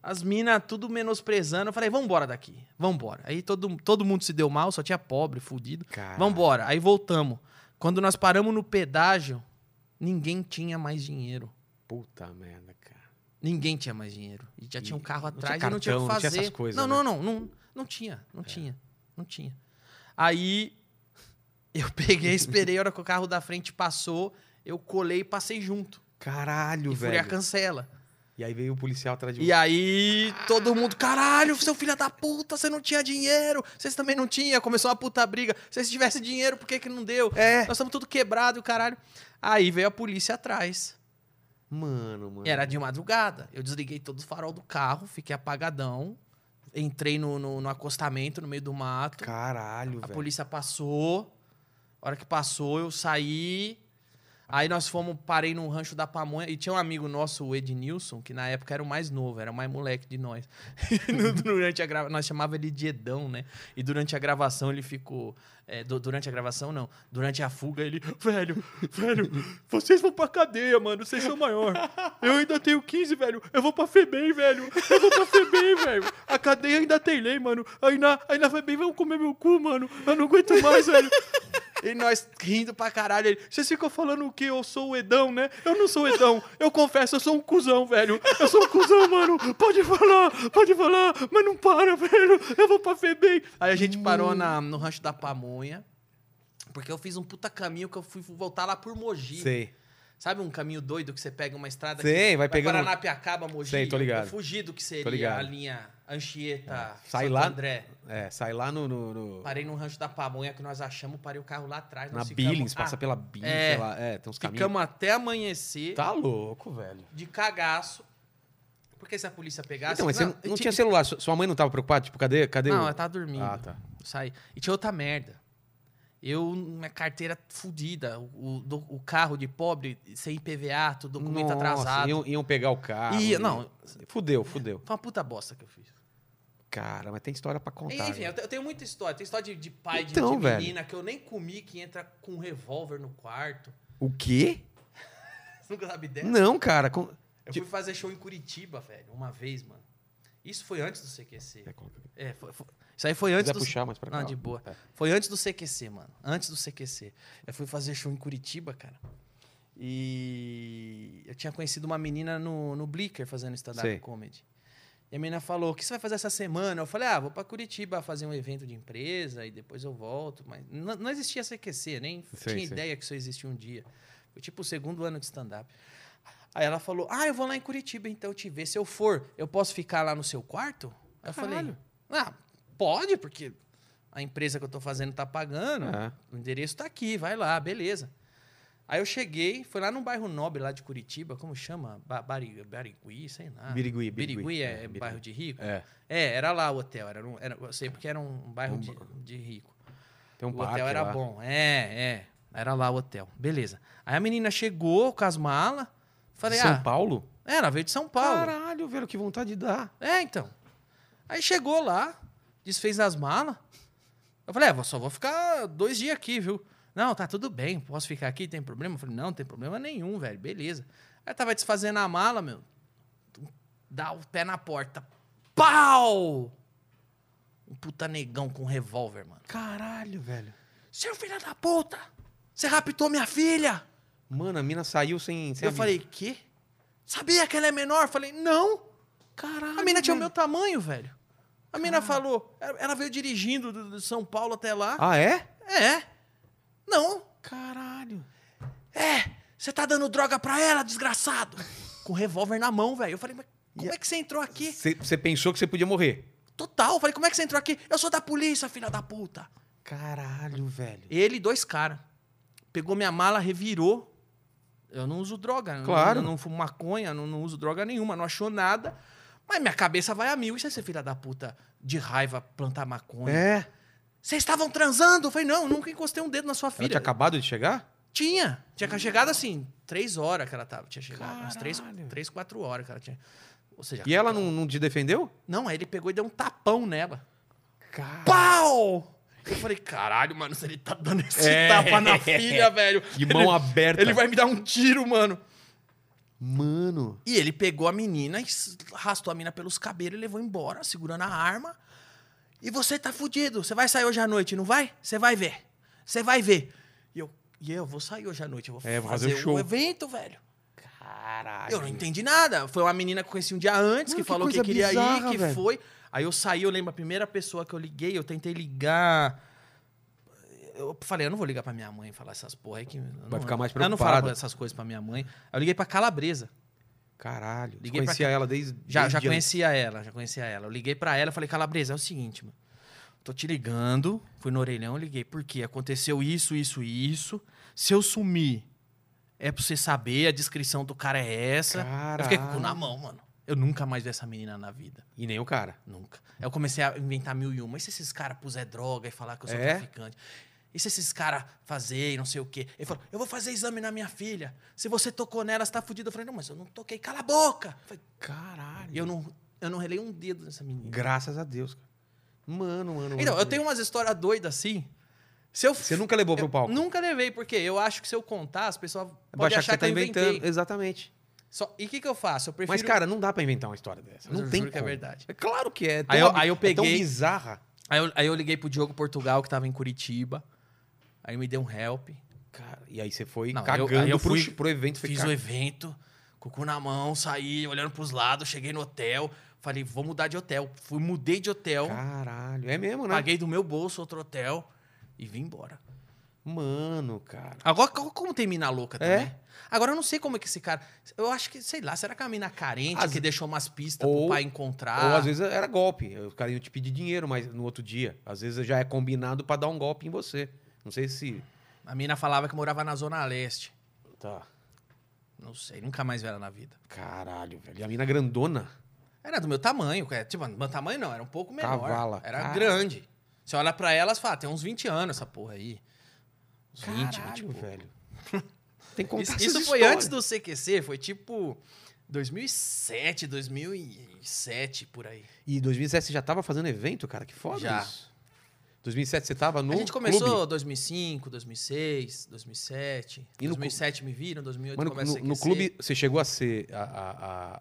[SPEAKER 2] As minas tudo menosprezando. Eu falei, vambora daqui, vambora. Aí todo, todo mundo se deu mal, só tinha pobre, fudido.
[SPEAKER 1] Cara.
[SPEAKER 2] Vambora. Aí voltamos. Quando nós paramos no pedágio, ninguém tinha mais dinheiro.
[SPEAKER 1] Puta merda, cara.
[SPEAKER 2] Ninguém tinha mais dinheiro. E já
[SPEAKER 1] E
[SPEAKER 2] tinha um carro
[SPEAKER 1] não
[SPEAKER 2] atrás
[SPEAKER 1] tinha
[SPEAKER 2] e não tinha o que
[SPEAKER 1] cartão, não tinha
[SPEAKER 2] fazer.
[SPEAKER 1] essas coisas, né? É.
[SPEAKER 2] não, não, não, não. Não tinha, não tinha, não tinha. Aí *laughs* eu peguei, esperei a hora que o carro da frente passou, eu colei e passei junto.
[SPEAKER 1] Caralho,
[SPEAKER 2] e furei a
[SPEAKER 1] velho.
[SPEAKER 2] cancela.
[SPEAKER 1] E aí veio o policial atrás de
[SPEAKER 2] E aí todo mundo, caralho, seu filho da puta, você não tinha dinheiro, vocês também não tinham, começou uma puta briga. Se vocês tivessem dinheiro, por que que não deu?
[SPEAKER 1] É.
[SPEAKER 2] Nós estamos tudo quebrado e o caralho. Aí veio a polícia atrás.
[SPEAKER 1] Mano, mano.
[SPEAKER 2] Era de madrugada. Eu desliguei todo o farol do carro, fiquei apagadão. Entrei no, no, no acostamento, no meio do mato.
[SPEAKER 1] Caralho,
[SPEAKER 2] a
[SPEAKER 1] velho.
[SPEAKER 2] polícia passou. A hora que passou, eu saí. Aí nós fomos, parei num rancho da pamonha. E tinha um amigo nosso, o Ednilson, que na época era o mais novo, era o mais moleque de nós. *laughs* E no- durante a grava... Nós chamava ele de Edão, né? E durante a gravação ele ficou. é, du- durante a gravação, não. Durante a fuga, ele. Velho, velho, vocês vão pra cadeia, mano. Vocês são maior. Eu ainda tenho 15, velho. Eu vou pra Febem, velho. Eu vou pra Febem, velho. A cadeia ainda tem lei, mano. Aí na, aí na Febem vão comer meu cu, mano. Eu não aguento mais, velho. E nós rindo pra caralho. Ele, vocês ficam falando que eu sou o Edão, né? Eu não sou o Edão. Eu confesso, eu sou um cuzão, velho. Eu sou um cuzão, mano. Pode falar, pode falar. Mas não para, velho. Eu vou pra Febem. Aí a gente
[SPEAKER 1] Hum.
[SPEAKER 2] parou na, no Rancho da Pamonha. Porque eu fiz um puta caminho que eu fui voltar lá por Mogi.
[SPEAKER 1] Sei.
[SPEAKER 2] Sabe um caminho doido que você pega uma estrada
[SPEAKER 1] Sei, vai pegando-
[SPEAKER 2] Paranapiacaba, Mogi.
[SPEAKER 1] Sei, tô ligado.
[SPEAKER 2] Eu fugi do que seria
[SPEAKER 1] ligado.
[SPEAKER 2] a linha Anchieta,
[SPEAKER 1] É. Sai
[SPEAKER 2] Santo
[SPEAKER 1] lá-
[SPEAKER 2] André.
[SPEAKER 1] É, sai lá no. no- no-
[SPEAKER 2] Parei no rancho da pamonha que nós achamos, parei o carro lá atrás.
[SPEAKER 1] na
[SPEAKER 2] nós
[SPEAKER 1] Billings,
[SPEAKER 2] ficamos-
[SPEAKER 1] passa
[SPEAKER 2] Ah,
[SPEAKER 1] pela Billings,
[SPEAKER 2] é.
[SPEAKER 1] sei lá. É, tem uns caminhos.
[SPEAKER 2] Ficamos até amanhecer
[SPEAKER 1] Tá louco, velho.
[SPEAKER 2] de cagaço. Porque se a polícia pegasse...
[SPEAKER 1] Então, mas você não, não tinha celular. Su- Sua mãe não tava preocupada? Tipo, cadê? cadê
[SPEAKER 2] tipo- Não,
[SPEAKER 1] o...
[SPEAKER 2] ela tava dormindo.
[SPEAKER 1] Ah, tá.
[SPEAKER 2] Eu saí. E tinha outra merda. Eu, minha carteira fodida, o, o do- o carro de pobre, sem IPVA, tudo documento
[SPEAKER 1] Nossa,
[SPEAKER 2] atrasado.
[SPEAKER 1] Iam, iam pegar o carro.
[SPEAKER 2] Ia-
[SPEAKER 1] iam-
[SPEAKER 2] não.
[SPEAKER 1] Fudeu, fudeu.
[SPEAKER 2] Foi uma puta bosta que eu fiz.
[SPEAKER 1] Cara, mas tem história pra contar.
[SPEAKER 2] Enfim, eu
[SPEAKER 1] velho.
[SPEAKER 2] te- eu tenho muita história. Tem história de, de pai, de-
[SPEAKER 1] Então,
[SPEAKER 2] de,
[SPEAKER 1] velho.
[SPEAKER 2] menina que eu nem comi, que entra com um revólver no quarto. *laughs*
[SPEAKER 1] O quê?
[SPEAKER 2] Você nunca sabe dessa?
[SPEAKER 1] Não, tipo cara. com-
[SPEAKER 2] Eu fui fazer show em Curitiba, velho, uma vez, mano. Isso foi antes do CQC.
[SPEAKER 1] É, como- Se
[SPEAKER 2] É, foi- foi- isso aí foi antes
[SPEAKER 1] quiser
[SPEAKER 2] do...
[SPEAKER 1] puxar mais pra cá.
[SPEAKER 2] Não, de boa.
[SPEAKER 1] É.
[SPEAKER 2] Foi antes do CQC, mano. Antes do CQC. Eu fui fazer show em Curitiba, cara. E eu tinha conhecido uma menina no, no Blicker fazendo stand-up
[SPEAKER 1] Sei.
[SPEAKER 2] comedy. E a menina falou: O que você vai fazer essa semana? Eu falei: Ah, vou pra Curitiba fazer um evento de empresa e depois eu volto. Mas não, não existia CQC, nem
[SPEAKER 1] Sei,
[SPEAKER 2] tinha
[SPEAKER 1] sei.
[SPEAKER 2] ideia que isso existia um dia. Foi tipo o segundo ano de stand-up. Aí ela falou: Ah, eu vou lá em Curitiba então te ver. Se eu for, eu posso ficar lá no seu quarto? Aí Eu falei:
[SPEAKER 1] Caralho.
[SPEAKER 2] Ah, pode, porque a empresa que eu tô fazendo tá pagando.
[SPEAKER 1] É.
[SPEAKER 2] O endereço tá aqui, vai lá, beleza. Aí eu cheguei, foi lá no bairro nobre lá de Curitiba, como chama? Ba Bari Barigui, sei lá.
[SPEAKER 1] Birigui, Birigui.
[SPEAKER 2] Birigui
[SPEAKER 1] É,
[SPEAKER 2] é,
[SPEAKER 1] Birigui.
[SPEAKER 2] bairro de rico?
[SPEAKER 1] É.
[SPEAKER 2] É, era lá o hotel, era, um- era- eu sei porque era um bairro
[SPEAKER 1] Um
[SPEAKER 2] de,
[SPEAKER 1] ba-
[SPEAKER 2] de rico.
[SPEAKER 1] Tem um
[SPEAKER 2] o
[SPEAKER 1] parque
[SPEAKER 2] hotel era
[SPEAKER 1] lá.
[SPEAKER 2] bom, é, é, era lá o hotel, beleza. Aí a menina chegou com as malas, falei,
[SPEAKER 1] São
[SPEAKER 2] ah,
[SPEAKER 1] Paulo?
[SPEAKER 2] é, ela veio de São Paulo.
[SPEAKER 1] Caralho, velho, que vontade de dar.
[SPEAKER 2] É, então. Aí chegou lá, desfez as malas. Eu falei, é, vou- só vou ficar dois dias aqui, viu? Não, tá tudo bem, posso ficar aqui, tem problema? Eu falei, não, não tem problema nenhum, velho, beleza. Aí tava desfazendo a mala, meu. Dá o pé na porta. Pau! Um puta negão com revólver, mano.
[SPEAKER 1] Caralho, velho.
[SPEAKER 2] Seu filho da puta! Você raptou minha filha!
[SPEAKER 1] Mano, a mina saiu sem. sem
[SPEAKER 2] eu
[SPEAKER 1] aviso.
[SPEAKER 2] falei, quê? Sabia que ela é menor? Eu falei, não!
[SPEAKER 1] caralho.
[SPEAKER 2] A mina tinha o meu
[SPEAKER 1] velho.
[SPEAKER 2] tamanho, velho. A mina falou, ela ela veio dirigindo do- do- de São Paulo até lá.
[SPEAKER 1] Ah, é?
[SPEAKER 2] É. Não.
[SPEAKER 1] Caralho.
[SPEAKER 2] É. Você tá dando droga pra
[SPEAKER 1] *laughs*
[SPEAKER 2] ela, desgraçado. Com revólver na mão, velho. Eu falei, mas como
[SPEAKER 1] E a-
[SPEAKER 2] é que você entrou aqui?
[SPEAKER 1] Você pensou que você podia morrer?
[SPEAKER 2] Total. Eu falei, como é que você entrou aqui? Eu sou da polícia, filha da puta.
[SPEAKER 1] Caralho, velho.
[SPEAKER 2] Ele e dois caras. Pegou minha mala, revirou. Eu não uso droga. eu
[SPEAKER 1] Claro.
[SPEAKER 2] Não, não fumo maconha, não, não uso droga nenhuma, não achou nada. Mas minha cabeça vai a mil. E se esse filha da puta de raiva plantar maconha?
[SPEAKER 1] É.
[SPEAKER 2] Vocês estavam transando? Eu falei, não, nunca encostei um dedo na sua
[SPEAKER 1] Ela
[SPEAKER 2] filha.
[SPEAKER 1] tinha acabado de chegar?
[SPEAKER 2] Tinha. Tinha ca- chegado assim, três horas que ela tava. Tinha chegado. Umas três,
[SPEAKER 1] Caralho.
[SPEAKER 2] três, quatro horas que ela tinha. Ou seja,
[SPEAKER 1] E ela não, não te defendeu?
[SPEAKER 2] Não, aí ele pegou e deu um tapão nela.
[SPEAKER 1] Cara.
[SPEAKER 2] Pau! Eu falei, caralho, mano, se ele tá dando esse
[SPEAKER 1] É.
[SPEAKER 2] tapa na
[SPEAKER 1] *laughs*
[SPEAKER 2] filha, velho.
[SPEAKER 1] De mão
[SPEAKER 2] ele,
[SPEAKER 1] aberta.
[SPEAKER 2] Ele vai me dar um tiro, mano.
[SPEAKER 1] Mano.
[SPEAKER 2] E ele pegou a menina e s- arrastou a menina pelos cabelos e levou embora, segurando a arma. E você tá fudido. Você vai sair hoje à noite, não vai? Você vai ver. Você vai ver. E eu, e eu vou sair hoje à noite. Eu vou
[SPEAKER 1] É, vou fazer
[SPEAKER 2] fazer,
[SPEAKER 1] o
[SPEAKER 2] um
[SPEAKER 1] show.
[SPEAKER 2] evento, velho.
[SPEAKER 1] Caralho.
[SPEAKER 2] Eu não entendi nada. Foi uma menina que eu conheci um dia antes,
[SPEAKER 1] Mano,
[SPEAKER 2] que
[SPEAKER 1] que
[SPEAKER 2] falou que
[SPEAKER 1] coisa
[SPEAKER 2] queria
[SPEAKER 1] bizarra,
[SPEAKER 2] ir, que
[SPEAKER 1] velho.
[SPEAKER 2] foi. Aí eu saí, eu lembro, a primeira pessoa que eu liguei, eu tentei ligar. Eu falei, eu não vou ligar pra minha mãe e falar essas porra aí que.
[SPEAKER 4] Vai ficar mais
[SPEAKER 2] Eu não
[SPEAKER 4] preocupado.
[SPEAKER 2] falo essas coisas pra minha mãe. Aí eu liguei pra Calabresa.
[SPEAKER 1] Caralho. Tu
[SPEAKER 2] Liguei pra
[SPEAKER 4] Conhecia ela desde.
[SPEAKER 2] Já,
[SPEAKER 4] desde
[SPEAKER 2] já
[SPEAKER 4] antes.
[SPEAKER 2] conhecia ela, já conhecia ela. Eu liguei pra ela e falei, Calabresa, é o seguinte, mano. Tô te ligando, fui no orelhão, liguei. Por quê? Aconteceu isso, isso e isso. Se eu sumir, é pra você saber, a descrição do cara é essa. Eu fiquei com o cu na
[SPEAKER 1] Caralho.
[SPEAKER 2] mão, mano. Eu nunca mais vi essa menina na vida.
[SPEAKER 1] E nem o cara.
[SPEAKER 2] Nunca. Aí eu comecei a inventar mil e uma. E se esses caras puser droga e falar que eu sou
[SPEAKER 1] É?
[SPEAKER 2] traficante? E se esses caras fazerem não sei o quê? Ele falou, eu vou fazer exame na minha filha. Se você tocou nela, você tá fudido. Eu falei, não, mas eu não toquei. Cala a boca! Eu falei,
[SPEAKER 1] Caralho.
[SPEAKER 2] e eu não, eu não relei um dedo nessa menina.
[SPEAKER 1] Graças a Deus, cara. Mano, mano.
[SPEAKER 2] Então,
[SPEAKER 1] mano.
[SPEAKER 2] eu tenho umas histórias doidas assim. Se eu,
[SPEAKER 1] Você nunca levou
[SPEAKER 2] eu
[SPEAKER 1] pro palco.
[SPEAKER 2] Nunca levei, porque eu acho que se eu contar, as pessoas
[SPEAKER 1] Vai
[SPEAKER 2] podem
[SPEAKER 1] achar
[SPEAKER 2] achar,
[SPEAKER 1] que você tá
[SPEAKER 2] eu inventei.
[SPEAKER 1] inventando. Exatamente.
[SPEAKER 2] Só- e o que, que eu faço? Eu prefiro.
[SPEAKER 1] Mas, cara, não dá pra inventar uma história dessa.
[SPEAKER 2] Mas
[SPEAKER 1] Não
[SPEAKER 2] eu
[SPEAKER 1] tem
[SPEAKER 2] juro que é
[SPEAKER 1] como.
[SPEAKER 2] verdade.
[SPEAKER 1] É claro que é.
[SPEAKER 2] Aí eu- aí eu
[SPEAKER 1] É tão
[SPEAKER 2] peguei-
[SPEAKER 1] bizarra.
[SPEAKER 2] Aí eu, aí eu liguei pro Diogo Portugal, que tava em Curitiba. Aí me deu um help.
[SPEAKER 1] Cara, e aí você foi
[SPEAKER 2] Não, eu-
[SPEAKER 1] cagando
[SPEAKER 2] aí eu
[SPEAKER 1] pro,
[SPEAKER 2] fui-
[SPEAKER 1] pro evento. foi
[SPEAKER 2] Fiz
[SPEAKER 1] ca-
[SPEAKER 2] o evento, com o cu na mão, saí olhando pros lados, cheguei no hotel. Falei, vou mudar de hotel. Fui, mudei de hotel,
[SPEAKER 1] Caralho. É mesmo, né?
[SPEAKER 2] paguei do meu bolso outro hotel e vim embora.
[SPEAKER 1] Mano, cara.
[SPEAKER 2] Agora, co- como tem mina louca também?
[SPEAKER 1] É?
[SPEAKER 2] Agora, eu não sei como é que esse cara. Eu acho que, sei lá, será que é uma mina carente
[SPEAKER 1] Às-
[SPEAKER 2] que deixou umas pistas
[SPEAKER 1] Ou-
[SPEAKER 2] pro pai encontrar?
[SPEAKER 1] Ou às vezes era golpe. O cara ia te pedir dinheiro, mas no outro dia. Às vezes já é combinado pra dar um golpe em você. Não sei se.
[SPEAKER 2] A mina falava que morava na Zona Leste.
[SPEAKER 1] Tá.
[SPEAKER 2] Não sei, nunca mais vi ela na vida.
[SPEAKER 1] Caralho, velho. E a mina grandona.
[SPEAKER 2] Era do meu tamanho, é, tipo, meu tamanho não, era um pouco menor.
[SPEAKER 1] Cavala,
[SPEAKER 2] Era
[SPEAKER 1] cara.
[SPEAKER 2] grande. Você olha pra elas e fala, "Ah, tem uns 20 anos essa porra aí. Uns 20, 20 e
[SPEAKER 1] Caralho,
[SPEAKER 2] pouco.
[SPEAKER 1] velho. tipo, Tem que
[SPEAKER 2] Isso,
[SPEAKER 1] contar
[SPEAKER 2] isso
[SPEAKER 1] essas
[SPEAKER 2] foi
[SPEAKER 1] histórias.
[SPEAKER 2] antes do CQC, foi tipo 2007, 2007, por aí.
[SPEAKER 1] E 2007 você já tava fazendo evento, cara? Que foda
[SPEAKER 2] Já.
[SPEAKER 1] isso. 2007 você tava no
[SPEAKER 2] a gente começou
[SPEAKER 1] clube?
[SPEAKER 2] em 2005, 2006, 2007.
[SPEAKER 1] E no
[SPEAKER 2] 2007 me viram, 2008
[SPEAKER 1] Mano,
[SPEAKER 2] começa
[SPEAKER 1] no,
[SPEAKER 2] a
[SPEAKER 1] no
[SPEAKER 2] CQC.
[SPEAKER 1] clube você chegou a ser a, a-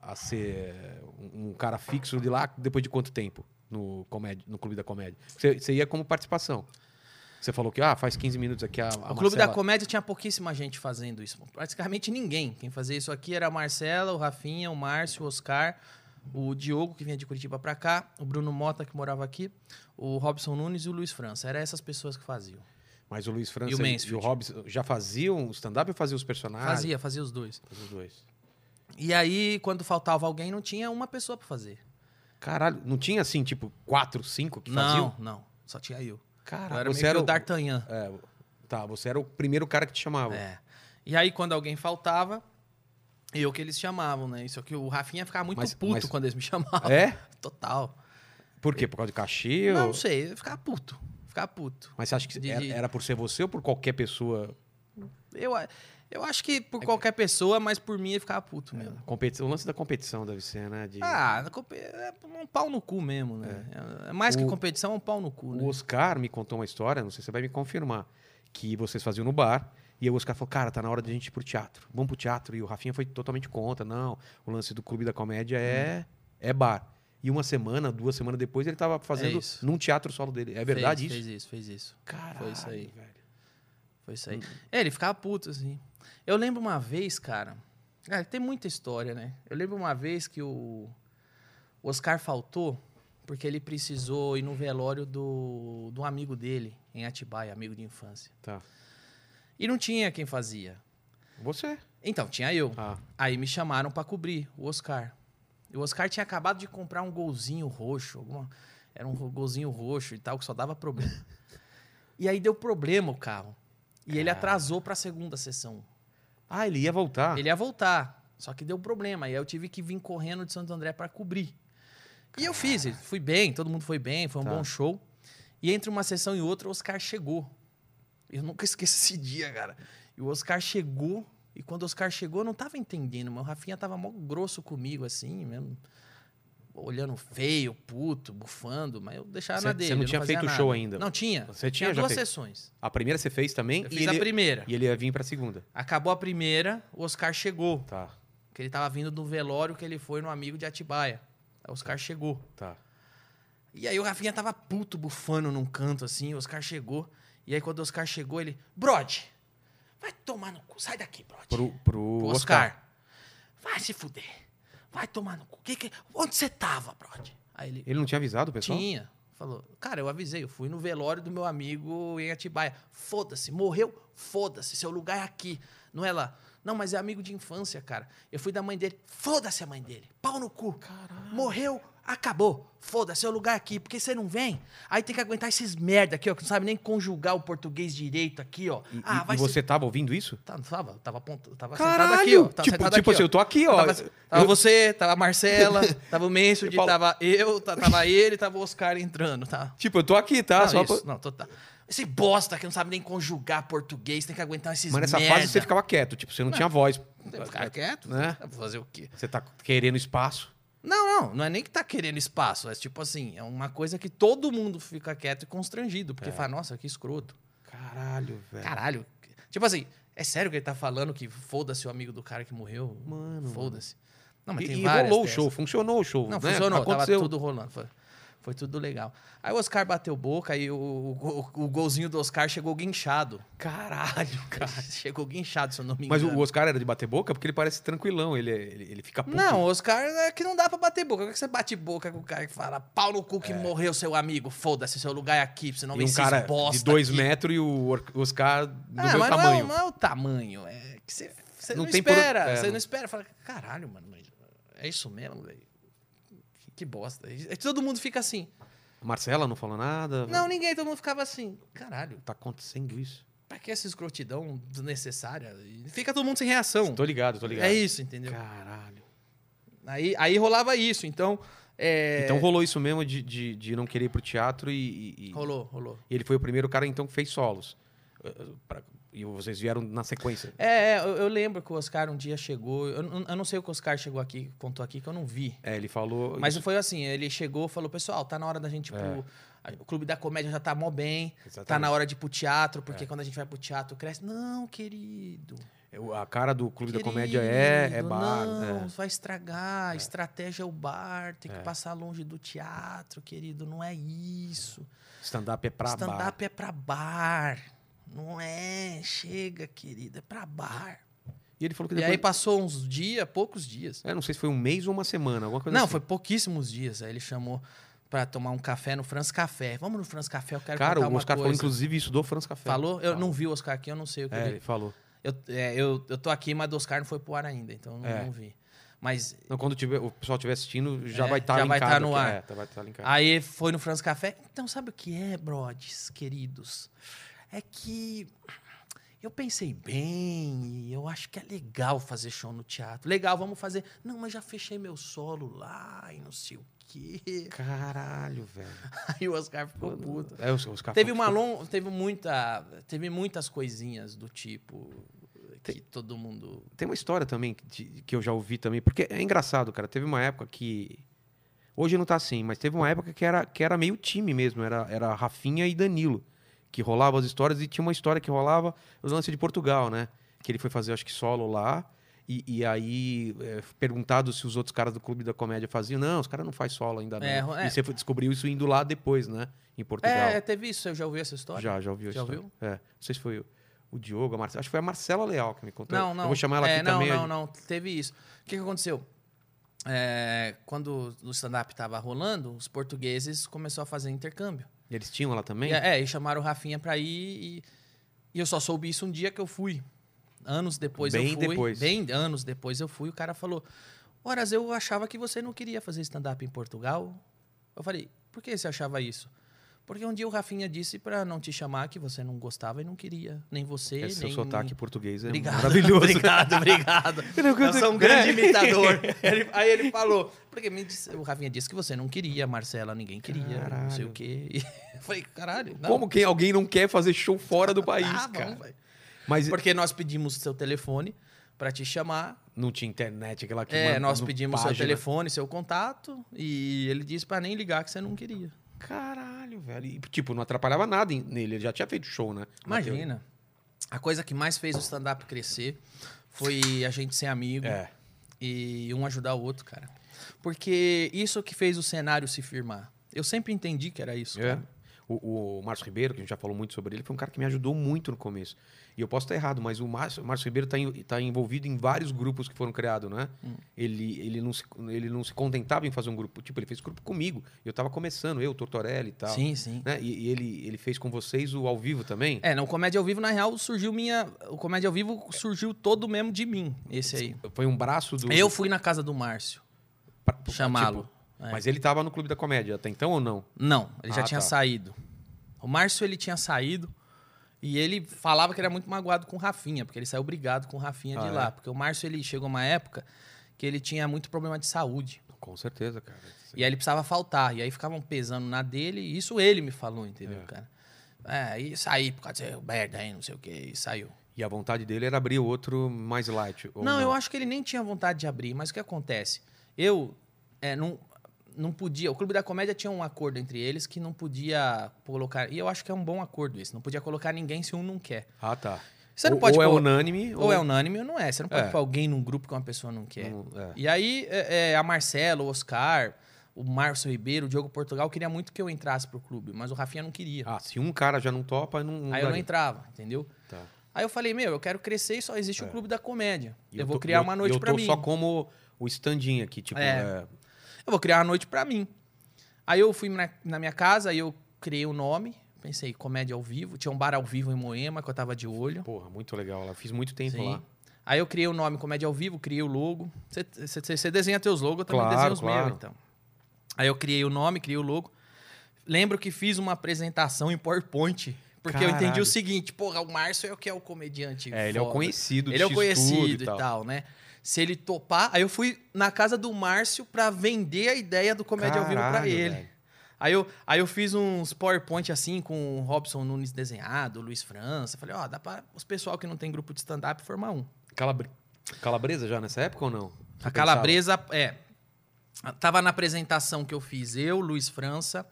[SPEAKER 1] a- a ser um um cara fixo de lá depois de quanto tempo no comédia, no clube da comédia? Você, você ia como participação. Você falou que ah, faz 15 minutos aqui a, a
[SPEAKER 2] O Clube da
[SPEAKER 1] Ah, Marcela-
[SPEAKER 2] Comédia tinha pouquíssima gente fazendo isso. Praticamente ninguém. Quem fazia isso aqui era a Marcela, o Rafinha, o Márcio, o Oscar, o Diogo, que vinha de Curitiba pra cá, o Bruno Mota, que morava aqui, o Robson Nunes e o Luiz França. Eram essas pessoas que faziam.
[SPEAKER 1] Mas o Luiz França
[SPEAKER 2] E o
[SPEAKER 1] e, e
[SPEAKER 2] Mansfield.
[SPEAKER 1] o Hobbs já faziam o stand-up ou faziam os personagens?
[SPEAKER 2] Fazia, fazia os dois.
[SPEAKER 1] Fazia os dois.
[SPEAKER 2] E aí, quando faltava alguém, não tinha uma pessoa pra fazer.
[SPEAKER 1] Caralho, não tinha assim, tipo, quatro, cinco que faziam?
[SPEAKER 2] Não, não. Só tinha eu. Eu
[SPEAKER 1] Caralho,
[SPEAKER 2] era
[SPEAKER 1] você
[SPEAKER 2] meio
[SPEAKER 1] era
[SPEAKER 2] que
[SPEAKER 1] o...
[SPEAKER 2] o D'Artagnan.
[SPEAKER 1] é, tá, você era o primeiro cara que te chamava.
[SPEAKER 2] É. E aí, quando alguém faltava, eu que eles chamavam, né? Isso aqui, o Rafinha ficava muito
[SPEAKER 1] Mas-
[SPEAKER 2] puto
[SPEAKER 1] mas-
[SPEAKER 2] quando eles me *laughs*
[SPEAKER 1] *laughs*
[SPEAKER 2] chamavam.
[SPEAKER 1] É?
[SPEAKER 2] Total.
[SPEAKER 1] Por quê? Por causa de cachê?
[SPEAKER 2] Não,
[SPEAKER 1] ou-
[SPEAKER 2] não sei, eu ficava puto. Ficava puto.
[SPEAKER 1] Mas você acha que
[SPEAKER 2] De-
[SPEAKER 1] era,
[SPEAKER 2] de-
[SPEAKER 1] era por ser você ou por qualquer pessoa
[SPEAKER 2] Eu, a- eu acho que
[SPEAKER 1] É
[SPEAKER 2] por qualquer pessoa, mas por mim ele ficava puto mesmo.
[SPEAKER 1] Competi- o lance da competição deve ser, né? De...
[SPEAKER 2] Ah, na compe- é um pau no cu mesmo, né? É mais que
[SPEAKER 1] O-
[SPEAKER 2] competição, é um pau no cu, né?
[SPEAKER 1] o Oscar me contou uma história, não sei se você vai me confirmar, que vocês faziam no bar. E aí o Oscar falou, cara, tá na hora de a gente ir pro teatro. Vamos pro teatro. E o Rafinha foi totalmente contra. Não, o lance do Clube da Comédia
[SPEAKER 2] Hum.
[SPEAKER 1] é, é bar. E uma semana, duas semanas depois, ele tava fazendo
[SPEAKER 2] isso.
[SPEAKER 1] num teatro solo dele. É verdade
[SPEAKER 2] fez,
[SPEAKER 1] isso?
[SPEAKER 2] Fez isso, fez isso.
[SPEAKER 1] Caralho,
[SPEAKER 2] Foi isso aí.
[SPEAKER 1] velho.
[SPEAKER 2] Foi isso aí. É, ele ficava puto, assim. Eu lembro uma vez, cara. Cara, tem muita história, né? Eu lembro uma vez que o o Oscar faltou porque ele precisou ir no velório do, do amigo dele, em Atibaia, amigo de infância.
[SPEAKER 1] Tá.
[SPEAKER 2] E não tinha quem fazia.
[SPEAKER 1] Você.
[SPEAKER 2] Então, tinha eu.
[SPEAKER 1] Ah,
[SPEAKER 2] Aí me chamaram pra cobrir o Oscar. E o Oscar tinha acabado de comprar um golzinho roxo, alguma- era um ro- golzinho roxo e tal, que só dava problema. e aí deu problema o carro. E ele
[SPEAKER 1] Cara.
[SPEAKER 2] atrasou pra segunda sessão.
[SPEAKER 1] Ah, ele ia voltar.
[SPEAKER 2] Ele ia voltar, só que deu problema. E aí eu tive que vir correndo de Santo André pra cobrir. E eu fiz, e fui bem, todo mundo foi bem, foi um
[SPEAKER 1] Tá.
[SPEAKER 2] bom *laughs* show. E entre uma sessão e outra, o Oscar chegou. Eu nunca esqueço esse dia, cara. E o Oscar chegou, e quando o Oscar chegou, eu não tava entendendo, mas o Rafinha tava mó grosso comigo, assim, mesmo. Olhando feio, puto, bufando, mas eu deixava
[SPEAKER 1] Cê-
[SPEAKER 2] na
[SPEAKER 1] cê
[SPEAKER 2] dele.
[SPEAKER 1] não
[SPEAKER 2] eu
[SPEAKER 1] tinha
[SPEAKER 2] fazia
[SPEAKER 1] feito
[SPEAKER 2] nada.
[SPEAKER 1] show ainda?
[SPEAKER 2] Não tinha.
[SPEAKER 1] Você tinha já
[SPEAKER 2] duas
[SPEAKER 1] feito?
[SPEAKER 2] sessões.
[SPEAKER 1] A primeira você fez também?
[SPEAKER 2] Eu
[SPEAKER 1] e
[SPEAKER 2] fiz
[SPEAKER 1] ele-
[SPEAKER 2] a primeira.
[SPEAKER 1] E ele ia vir pra segunda.
[SPEAKER 2] Acabou a primeira, o Oscar chegou.
[SPEAKER 1] Tá,
[SPEAKER 2] Que ele tava vindo do velório que ele foi no amigo de Atibaia. Aí o Oscar chegou.
[SPEAKER 1] tá.
[SPEAKER 2] E aí o Rafinha tava puto, bufando num canto assim, o Oscar chegou. E aí quando o Oscar chegou, ele. Brode! Vai tomar no cu, sai daqui, Brode.
[SPEAKER 1] Pro, pro
[SPEAKER 2] Pro
[SPEAKER 1] Oscar.
[SPEAKER 2] Oscar. Vai se fuder. Vai tomar no cu. Que que- Onde você tava, Brode? Aí ele.
[SPEAKER 1] Ele não tinha avisado o pessoal?
[SPEAKER 2] Tinha. Falou, cara, eu avisei, eu fui no velório do meu amigo em Atibaia. Foda-se, morreu? Foda-se, seu lugar é aqui. Não é lá. Não, mas é amigo de infância, cara. Eu fui da mãe dele. Foda-se a mãe dele. Pau no cu. Morreu, acabou. Foda-se, seu lugar é aqui. Porque você não vem, aí tem que aguentar esses merda aqui, ó, que não sabe nem conjugar o português direito aqui, ó.
[SPEAKER 1] E,
[SPEAKER 2] ah,
[SPEAKER 1] e-
[SPEAKER 2] vai
[SPEAKER 1] e
[SPEAKER 2] se
[SPEAKER 1] você tava ouvindo isso?
[SPEAKER 2] Tá, não tava, tava apontando, tava sentado
[SPEAKER 1] Caralho!
[SPEAKER 2] aqui, ó. Tava
[SPEAKER 1] Tipo-
[SPEAKER 2] sentado
[SPEAKER 1] tipo
[SPEAKER 2] aqui,
[SPEAKER 1] assim, eu tô aqui, ó.
[SPEAKER 2] Tava, tava
[SPEAKER 1] Eu-
[SPEAKER 2] você, tava
[SPEAKER 1] *laughs*
[SPEAKER 2] a Marcela, tava o Mansfield,
[SPEAKER 1] Eu falo-
[SPEAKER 2] tava eu, ta- tava ele, tava o Oscar entrando, tá?
[SPEAKER 1] Tipo, eu tô aqui, tá?
[SPEAKER 2] não,
[SPEAKER 1] Só
[SPEAKER 2] isso,
[SPEAKER 1] pra-
[SPEAKER 2] não, tô, tá. Esse bosta que não sabe nem conjugar português, tem que aguentar esses
[SPEAKER 1] Mas nessa
[SPEAKER 2] merda.
[SPEAKER 1] fase você ficava quieto, tipo, você não, tinha voz.
[SPEAKER 2] Ficar quieto,
[SPEAKER 1] Né?
[SPEAKER 2] Vou fazer o quê?
[SPEAKER 1] Você tá querendo espaço.
[SPEAKER 2] Não, não, não é nem que tá querendo espaço, é tipo assim, é uma coisa que todo mundo fica quieto e constrangido,
[SPEAKER 1] É.
[SPEAKER 2] porque fala, nossa, que escroto.
[SPEAKER 1] Caralho, velho.
[SPEAKER 2] Caralho. Tipo assim, é sério que ele tá falando que foda-se o amigo do cara que morreu?
[SPEAKER 1] Mano,
[SPEAKER 2] Foda-se. Não, mas
[SPEAKER 1] E,
[SPEAKER 2] tem
[SPEAKER 1] e
[SPEAKER 2] várias
[SPEAKER 1] rolou o
[SPEAKER 2] dessas.
[SPEAKER 1] show, funcionou o show.
[SPEAKER 2] Não,
[SPEAKER 1] né?
[SPEAKER 2] funcionou.
[SPEAKER 1] Aconteceu.
[SPEAKER 2] Tava tudo rolando. Foi, foi tudo legal. Aí o Oscar bateu boca e o, o, go- o golzinho do Oscar chegou guinchado.
[SPEAKER 1] *laughs* Caralho, cara.
[SPEAKER 2] *laughs* Chegou guinchado, se eu não me
[SPEAKER 1] Mas
[SPEAKER 2] engano.
[SPEAKER 1] o Oscar era de bater boca porque ele parece tranquilão, ele, ele, ele fica puto.
[SPEAKER 2] Não, o Oscar é que não dá pra bater boca. Como é que você bate boca com o cara que fala pau no cu que morreu seu amigo? Foda-se, seu lugar é aqui, você não
[SPEAKER 1] É. e
[SPEAKER 2] vem
[SPEAKER 1] um
[SPEAKER 2] se
[SPEAKER 1] cara
[SPEAKER 2] bosta
[SPEAKER 1] de dois
[SPEAKER 2] aqui.
[SPEAKER 1] metros e o Or- Oscar do
[SPEAKER 2] Ah,
[SPEAKER 1] meu
[SPEAKER 2] mas não é-
[SPEAKER 1] tamanho.
[SPEAKER 2] Não é, o tamanho, é que você, você não,
[SPEAKER 1] Não tem por-
[SPEAKER 2] espera,
[SPEAKER 1] é,
[SPEAKER 2] você
[SPEAKER 1] não-
[SPEAKER 2] não espera. Fala, caralho, mano, mas é isso mesmo, velho? Que- Que bosta. E todo mundo fica assim.
[SPEAKER 1] Marcela não falou nada.
[SPEAKER 2] Não, ninguém, todo mundo ficava assim. Caralho,
[SPEAKER 1] Tá acontecendo isso.
[SPEAKER 2] pra que essa escrotidão desnecessária? E fica todo mundo sem reação.
[SPEAKER 1] Tô ligado, tô ligado.
[SPEAKER 2] É isso, entendeu?
[SPEAKER 1] Caralho.
[SPEAKER 2] Aí, aí rolava isso, então... é,
[SPEAKER 1] Então rolou isso mesmo de, de, de não querer ir pro teatro e- e- e...
[SPEAKER 2] rolou, rolou.
[SPEAKER 1] E ele foi o primeiro cara, então, que fez solos. Eh, eh, pra- E vocês vieram na sequência.
[SPEAKER 2] É, é, eu, eu lembro que o Oscar um dia chegou... Eu, não- eu não sei o que o Oscar chegou aqui, contou aqui, que eu não vi.
[SPEAKER 1] É, ele falou.
[SPEAKER 2] Mas foi assim, ele chegou e falou, pessoal, tá na hora da gente ir
[SPEAKER 1] É.
[SPEAKER 2] pro... O clube da comédia já tá mó bem, tá na hora de ir pro teatro,
[SPEAKER 1] É.
[SPEAKER 2] porque quando a gente vai pro teatro cresce. Não, querido.
[SPEAKER 1] Eu- A cara do Clube da
[SPEAKER 2] querido,
[SPEAKER 1] Comédia é, é bar.
[SPEAKER 2] Não,
[SPEAKER 1] é.
[SPEAKER 2] vai estragar. Estratégia é o bar, tem que passar longe do teatro, querido. Não é isso.
[SPEAKER 1] Stand-up é pra bar.
[SPEAKER 2] Stand-up é pra bar. Não é, chega, querido, é pra bar.
[SPEAKER 1] E ele falou que
[SPEAKER 2] E
[SPEAKER 1] depois.
[SPEAKER 2] aí passou uns dias, poucos dias.
[SPEAKER 1] É, não sei se foi um mês ou uma semana, alguma coisa
[SPEAKER 2] Não,
[SPEAKER 1] assim.
[SPEAKER 2] foi pouquíssimos dias. Aí ele chamou pra tomar um café no France Café. Vamos no France Café, eu quero
[SPEAKER 1] Cara,
[SPEAKER 2] contar
[SPEAKER 1] o
[SPEAKER 2] uma
[SPEAKER 1] Oscar falou,
[SPEAKER 2] coisa.
[SPEAKER 1] inclusive, isso do Franz Café.
[SPEAKER 2] Falou? Eu
[SPEAKER 1] Falou.
[SPEAKER 2] não vi o Oscar aqui, eu não sei o que
[SPEAKER 1] É,
[SPEAKER 2] ele...
[SPEAKER 1] ele falou.
[SPEAKER 2] Eu, é, eu, eu tô aqui, mas o Oscar não foi pro ar ainda, então eu não,
[SPEAKER 1] É.
[SPEAKER 2] não vi. Mas
[SPEAKER 1] Não, quando tiver, o pessoal estiver assistindo, já
[SPEAKER 2] É,
[SPEAKER 1] vai estar
[SPEAKER 2] já vai
[SPEAKER 1] linkado.
[SPEAKER 2] tá no
[SPEAKER 1] aqui.
[SPEAKER 2] ar. Ah,
[SPEAKER 1] É, tá- vai estar linkado.
[SPEAKER 2] aí foi no France Café. Então, sabe o que é, brodes, queridos? É que eu pensei bem e eu acho que é legal fazer show no teatro. Legal, vamos fazer. Não, mas já fechei meu solo lá e não sei o quê. *laughs*
[SPEAKER 1] Caralho, velho.
[SPEAKER 2] Aí o Oscar ficou puto.
[SPEAKER 1] É, o Oscar
[SPEAKER 2] Teve
[SPEAKER 1] falou
[SPEAKER 2] uma
[SPEAKER 1] que
[SPEAKER 2] long, teve muita, teve muitas coisinhas do tipo que todo mundo
[SPEAKER 1] Tem uma história também de- que eu já ouvi também, porque é engraçado, cara. Teve uma época que. Hoje não tá assim, mas teve uma época que era, que era meio time mesmo. Era, era Rafinha e Danilo, que rolava as histórias. E tinha uma história que rolava o lance de Portugal, né? Que ele foi fazer, acho que solo lá. E, e aí, é, perguntado se os outros caras do Clube da Comédia faziam. Não, os caras não faz solo ainda, não.
[SPEAKER 2] É, é.
[SPEAKER 1] E você foi- descobriu isso indo lá depois, né? Em Portugal.
[SPEAKER 2] É, teve isso, eu já ouvi essa história.
[SPEAKER 1] Já, já ouviu a
[SPEAKER 2] Já
[SPEAKER 1] história.
[SPEAKER 2] ouviu?
[SPEAKER 1] É. Não sei se foi o- o Diogo, a Marcela. Acho que foi a Marcela Leal que me contou.
[SPEAKER 2] Não, não.
[SPEAKER 1] Eu vou chamar ela
[SPEAKER 2] é,
[SPEAKER 1] aqui
[SPEAKER 2] não,
[SPEAKER 1] também.
[SPEAKER 2] Não, não, teve isso. O que, que aconteceu? É, quando o stand-up tava rolando, os portugueses começaram a fazer intercâmbio.
[SPEAKER 1] E Eles tinham ela também?
[SPEAKER 2] E, é, e chamaram o Rafinha pra ir e, e eu só soube isso um dia que eu fui. Anos depois
[SPEAKER 1] Bem
[SPEAKER 2] eu fui.
[SPEAKER 1] depois.
[SPEAKER 2] Bem anos depois eu fui. O cara falou, Horas, eu achava que você não queria fazer stand-up em Portugal. Eu falei, por que você achava isso? Porque um dia o Rafinha disse pra não te chamar que você não gostava e não queria. Nem você,
[SPEAKER 1] Esse é seu
[SPEAKER 2] nem...
[SPEAKER 1] sotaque português é
[SPEAKER 2] Obrigado,
[SPEAKER 1] maravilhoso. *laughs*
[SPEAKER 2] *laughs* obrigado, obrigado.
[SPEAKER 1] não
[SPEAKER 2] Eu
[SPEAKER 1] consigo-
[SPEAKER 2] sou um grande
[SPEAKER 1] *laughs* É.
[SPEAKER 2] imitador. Ele- aí ele falou, porque me disse- o Rafinha disse que você não queria, Marcela, ninguém queria, não sei o quê. E *laughs* eu falei, caralho, não.
[SPEAKER 1] Como que alguém não quer fazer show fora do país,
[SPEAKER 2] Ah,
[SPEAKER 1] cara?
[SPEAKER 2] vamos, vai.
[SPEAKER 4] Mas
[SPEAKER 2] Porque nós pedimos seu telefone pra te chamar.
[SPEAKER 1] Não tinha internet, aquela que
[SPEAKER 2] É,
[SPEAKER 1] manda
[SPEAKER 2] nós
[SPEAKER 1] no
[SPEAKER 2] pedimos seu
[SPEAKER 1] página.
[SPEAKER 2] telefone, seu contato. E ele disse pra nem ligar que você não queria.
[SPEAKER 1] Caralho, velho. E, tipo, não atrapalhava nada em- nele. Ele já tinha feito show, né?
[SPEAKER 2] Imagina. A coisa que mais fez o stand-up crescer foi a gente ser amigo
[SPEAKER 1] É.
[SPEAKER 2] e um ajudar o outro, cara. Porque isso que fez o cenário se firmar. Eu sempre entendi que era isso,
[SPEAKER 1] É.
[SPEAKER 2] cara.
[SPEAKER 1] O, o Márcio Ribeiro, que a gente já falou muito sobre ele, foi um cara que me ajudou muito no começo. E eu posso estar errado, mas o Márcio, o Márcio Ribeiro está envolvido em vários grupos que foram criados, né?
[SPEAKER 2] Hum.
[SPEAKER 1] Ele, ele, não se, ele não se contentava em fazer um grupo. Tipo, ele fez grupo comigo. Eu tava começando, eu, Tortorelli e tal.
[SPEAKER 2] Sim, sim.
[SPEAKER 1] Né? E, e ele, ele fez com vocês o ao vivo também?
[SPEAKER 2] É, não, o Comédia ao Vivo, na real, surgiu minha. O Comédia ao Vivo surgiu todo mesmo de mim, esse aí.
[SPEAKER 1] Foi um braço do.
[SPEAKER 2] É. Eu fui na casa do Márcio
[SPEAKER 1] pra- tipo,
[SPEAKER 2] chamá-lo. É.
[SPEAKER 1] Mas ele tava no Clube da Comédia até então ou não?
[SPEAKER 2] Não, ele já
[SPEAKER 1] Ah,
[SPEAKER 2] tinha
[SPEAKER 1] tá.
[SPEAKER 2] saído. O Márcio, ele tinha saído e ele falava que era muito magoado com o Rafinha, porque ele saiu brigado com o Rafinha de
[SPEAKER 1] Ah,
[SPEAKER 2] lá. Porque o Márcio, ele chegou uma época que ele tinha muito problema de saúde.
[SPEAKER 1] Com certeza, cara.
[SPEAKER 2] E aí ele precisava faltar. E aí ficavam pesando na dele. E isso ele me falou, entendeu,
[SPEAKER 1] É.
[SPEAKER 2] cara? É, e saí por causa de merda aí, não sei o que, e saiu.
[SPEAKER 1] E a vontade dele era abrir outro mais light. ou
[SPEAKER 2] Não, eu acho que ele nem tinha vontade de abrir, mas o que acontece? Eu é, não, não podia. O Clube da Comédia tinha um acordo entre eles que não podia colocar. E eu acho que é um bom acordo isso. Não podia colocar ninguém se um não quer.
[SPEAKER 1] Ah, tá.
[SPEAKER 2] Você não
[SPEAKER 1] ou,
[SPEAKER 2] pode
[SPEAKER 1] ou é
[SPEAKER 2] pôr-
[SPEAKER 1] unânime
[SPEAKER 2] Ou, é unânime ou não é. Você não pode
[SPEAKER 1] É.
[SPEAKER 2] pôr alguém num grupo que uma pessoa não quer.
[SPEAKER 1] Não- é.
[SPEAKER 2] E aí, é, é, a Marcela, o Oscar, o Márcio Ribeiro, o Diogo Portugal queria muito que eu entrasse pro clube, mas o Rafinha não queria.
[SPEAKER 1] Ah, se um cara já não topa, não. não
[SPEAKER 2] aí eu não
[SPEAKER 1] daria.
[SPEAKER 2] entrava, entendeu?
[SPEAKER 1] Tá. É.
[SPEAKER 2] Aí eu falei, meu, eu quero crescer e só existe o Clube da Comédia.
[SPEAKER 1] E
[SPEAKER 2] Eu, vou
[SPEAKER 1] tô-
[SPEAKER 2] criar
[SPEAKER 1] eu-
[SPEAKER 2] uma noite
[SPEAKER 1] eu
[SPEAKER 2] pra
[SPEAKER 1] tô
[SPEAKER 2] mim.
[SPEAKER 1] só como o standinho aqui, tipo.
[SPEAKER 2] É.
[SPEAKER 1] é,
[SPEAKER 2] eu vou criar uma noite pra mim. Aí eu fui na, na minha casa, aí eu criei o nome, pensei, comédia ao vivo. Tinha um bar ao vivo em Moema que eu tava de olho.
[SPEAKER 1] porra, muito legal lá. Fiz muito tempo
[SPEAKER 2] Sim.
[SPEAKER 1] lá.
[SPEAKER 2] Aí eu criei o nome Comédia ao Vivo, criei o logo. Você desenha teus logos, eu também
[SPEAKER 1] Claro,
[SPEAKER 2] desenho os
[SPEAKER 1] claro.
[SPEAKER 2] meus, então. Aí eu criei o nome, criei o logo. Lembro que fiz uma apresentação em PowerPoint, porque eu entendi
[SPEAKER 1] Caralho.
[SPEAKER 2] o seguinte, porra, o Márcio é o que é o comediante.
[SPEAKER 1] É, ele é o
[SPEAKER 2] foda.
[SPEAKER 1] conhecido do
[SPEAKER 2] Ele é o
[SPEAKER 1] X-Tudo
[SPEAKER 2] conhecido e tal. né? Se ele topar, aí eu fui na casa do Márcio pra vender a ideia do comédia ao vivo pra
[SPEAKER 1] Caralho,
[SPEAKER 2] ele.
[SPEAKER 1] velho.
[SPEAKER 2] Aí eu, aí eu fiz uns PowerPoint assim com o Robson Nunes desenhado, o Luiz França. Falei, ó, dá pra os pessoal que não tem grupo de stand-up formar um.
[SPEAKER 1] Calabre- Calabresa já nessa época ou não? Você
[SPEAKER 2] a Calabresa, é. Tava na apresentação que eu fiz, eu, Luiz França,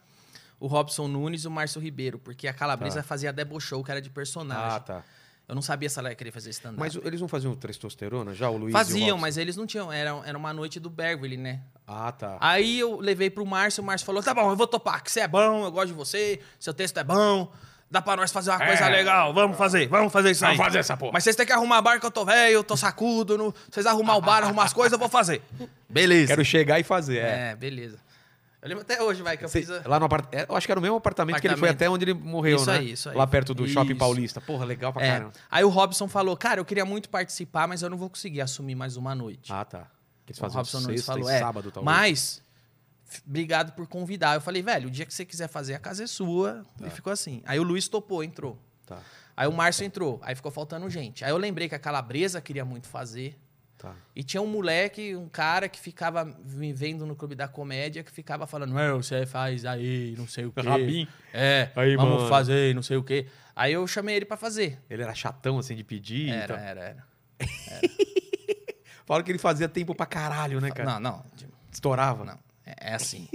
[SPEAKER 2] o Robson Nunes e o Márcio Ribeiro, porque a Calabresa fazia Debo Show, que era de
[SPEAKER 1] pensava?
[SPEAKER 2] personagem.
[SPEAKER 1] Tá. Ah, tá.
[SPEAKER 2] Eu não sabia se ela ia querer fazer stand-up.
[SPEAKER 1] Mas o- eles não faziam testosterona já, o Luiz? e o
[SPEAKER 2] Faziam,
[SPEAKER 1] Robson?
[SPEAKER 2] mas eles não tinham. Era, era uma noite do Beverly, né?
[SPEAKER 1] Ah, tá.
[SPEAKER 2] Aí eu levei pro Márcio, o Márcio falou: tá bom, eu vou topar, que você é bom, eu gosto de você, seu texto é bom, dá pra nós fazer uma coisa legal, vamos fazer, vamos fazer isso aí.
[SPEAKER 1] É. Vamos fazer essa porra.
[SPEAKER 2] Mas vocês têm que arrumar a bar que eu tô velho, eu tô sacudo, não- vocês arrumar o bar, arrumar as coisas, eu vou fazer. Beleza.
[SPEAKER 1] Quero chegar e fazer. É.
[SPEAKER 2] É, beleza. Eu lembro até hoje, vai, que eu
[SPEAKER 1] Cê-
[SPEAKER 2] fiz. a-
[SPEAKER 1] Lá no apart... é, Eu acho que era o mesmo apartamento, que ele foi
[SPEAKER 2] Apartamento.
[SPEAKER 1] até onde ele morreu,
[SPEAKER 2] Isso
[SPEAKER 1] né?
[SPEAKER 2] aí, isso aí.
[SPEAKER 1] Lá perto do Shopping
[SPEAKER 2] Isso.
[SPEAKER 1] Paulista. Porra, legal pra
[SPEAKER 2] É.
[SPEAKER 1] caramba.
[SPEAKER 2] Aí o Robson falou: cara, eu queria muito participar, mas eu não vou conseguir assumir mais uma noite.
[SPEAKER 1] Ah, tá. Eles
[SPEAKER 2] O
[SPEAKER 1] faziam
[SPEAKER 2] Robson
[SPEAKER 1] sexta
[SPEAKER 2] Nunes falou,
[SPEAKER 1] e
[SPEAKER 2] é,
[SPEAKER 1] sábado, talvez.
[SPEAKER 2] mas f- obrigado por convidar. Eu falei, velho, o dia que você quiser fazer, a casa é sua. E ficou assim. Aí o Luiz topou, entrou.
[SPEAKER 1] Tá,
[SPEAKER 2] Aí o Márcio entrou, aí ficou faltando gente. Aí eu lembrei que a Calabresa queria muito fazer.
[SPEAKER 1] tá.
[SPEAKER 2] E tinha um moleque, um cara que ficava me vendo no Clube da Comédia, que ficava falando, meu, você faz aí, não sei *laughs* o quê.
[SPEAKER 1] Rabin.
[SPEAKER 2] É,
[SPEAKER 1] Aí,
[SPEAKER 2] vamos
[SPEAKER 1] mano.
[SPEAKER 2] fazer, não sei o quê. Aí eu chamei ele pra fazer.
[SPEAKER 1] Ele era chatão, assim, de pedir.
[SPEAKER 2] Era, é.
[SPEAKER 1] então.
[SPEAKER 2] era, era.
[SPEAKER 1] Falaram que ele fazia tempo pra caralho, né, cara?
[SPEAKER 2] Não, não, de-
[SPEAKER 1] Estourava.
[SPEAKER 2] Não, é, é assim.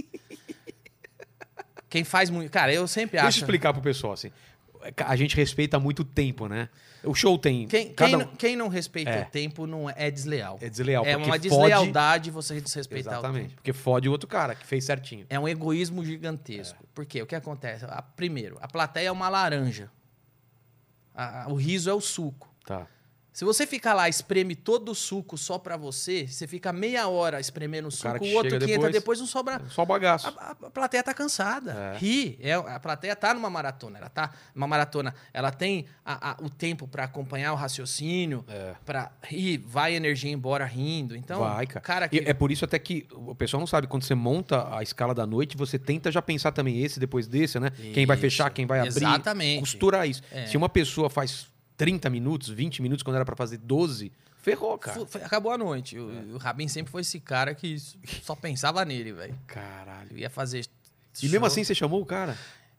[SPEAKER 2] Quem faz muito. Cara, eu sempre
[SPEAKER 1] Deixa
[SPEAKER 2] acho.
[SPEAKER 1] eu explicar pro pessoal, assim. A gente respeita muito o tempo, né? O show tem...
[SPEAKER 2] Quem, quem
[SPEAKER 1] cada um-
[SPEAKER 2] não, quem não respeita
[SPEAKER 1] É.
[SPEAKER 2] o tempo não é, é desleal.
[SPEAKER 1] É desleal,
[SPEAKER 2] É
[SPEAKER 1] porque
[SPEAKER 2] uma
[SPEAKER 1] fode-
[SPEAKER 2] deslealdade você desrespeitar o
[SPEAKER 1] Exatamente.
[SPEAKER 2] tempo.
[SPEAKER 1] Porque fode o outro cara, que fez certinho.
[SPEAKER 2] É um egoísmo gigantesco.
[SPEAKER 1] É.
[SPEAKER 2] Por quê? O que acontece? A- primeiro, a plateia é uma laranja. A- a- o riso é o suco.
[SPEAKER 1] Tá.
[SPEAKER 2] Se você ficar lá, espreme todo o suco só pra você, você fica meia hora espremendo o
[SPEAKER 1] cara
[SPEAKER 2] suco,
[SPEAKER 1] que
[SPEAKER 2] o outro que
[SPEAKER 1] chega
[SPEAKER 2] entra
[SPEAKER 1] depois-
[SPEAKER 2] depois não sobra
[SPEAKER 1] Só bagaço.
[SPEAKER 2] A, a- a plateia tá cansada.
[SPEAKER 1] É.
[SPEAKER 2] Ri. É, a plateia tá numa maratona. Ela tá numa maratona. Ela tem a- a- o tempo pra acompanhar o raciocínio,
[SPEAKER 1] É.
[SPEAKER 2] pra rir, vai a energia embora rindo. Então,
[SPEAKER 1] Vai,
[SPEAKER 2] o
[SPEAKER 1] cara.
[SPEAKER 2] que.
[SPEAKER 1] E É por isso até que o pessoal não sabe, quando você monta a escala da noite, você tenta já pensar também esse depois desse, né? Quem vai
[SPEAKER 2] Isso.
[SPEAKER 1] fechar, quem vai abrir.
[SPEAKER 2] Exatamente.
[SPEAKER 1] Costurar isso.
[SPEAKER 2] É.
[SPEAKER 1] Se uma pessoa faz 30 minutos, 20 minutos, quando era pra fazer 12, ferrou, cara. É.
[SPEAKER 2] Fu- foi- acabou a noite. O, o Rabin sempre foi esse cara que só pensava nele, velho.
[SPEAKER 1] Caralho.
[SPEAKER 2] Ele ia fazer.
[SPEAKER 1] E mesmo
[SPEAKER 2] show.
[SPEAKER 1] assim você chamou o cara?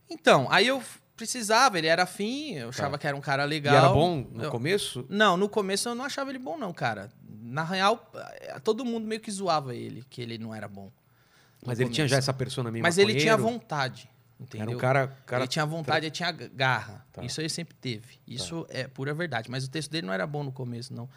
[SPEAKER 2] Então, aí eu. precisava, ele era afim, eu achava que era um cara legal.
[SPEAKER 1] É. E era bom no
[SPEAKER 2] Eu-
[SPEAKER 1] começo?
[SPEAKER 2] Não, no começo eu não achava ele bom, não, cara. Na real, eh, todo mundo meio que zoava ele, que ele não era bom. No
[SPEAKER 1] Mas ele tinha
[SPEAKER 2] começo.
[SPEAKER 1] já essa persona meio
[SPEAKER 2] Mas ele tinha
[SPEAKER 1] maconheiro?
[SPEAKER 2] vontade, entendeu?
[SPEAKER 1] Era um cara... cara
[SPEAKER 2] Ele tinha vontade, ele tinha garra.
[SPEAKER 1] Tá.
[SPEAKER 2] Isso ele sempre teve. Isso é pura verdade. Mas o texto dele não era bom no começo, não.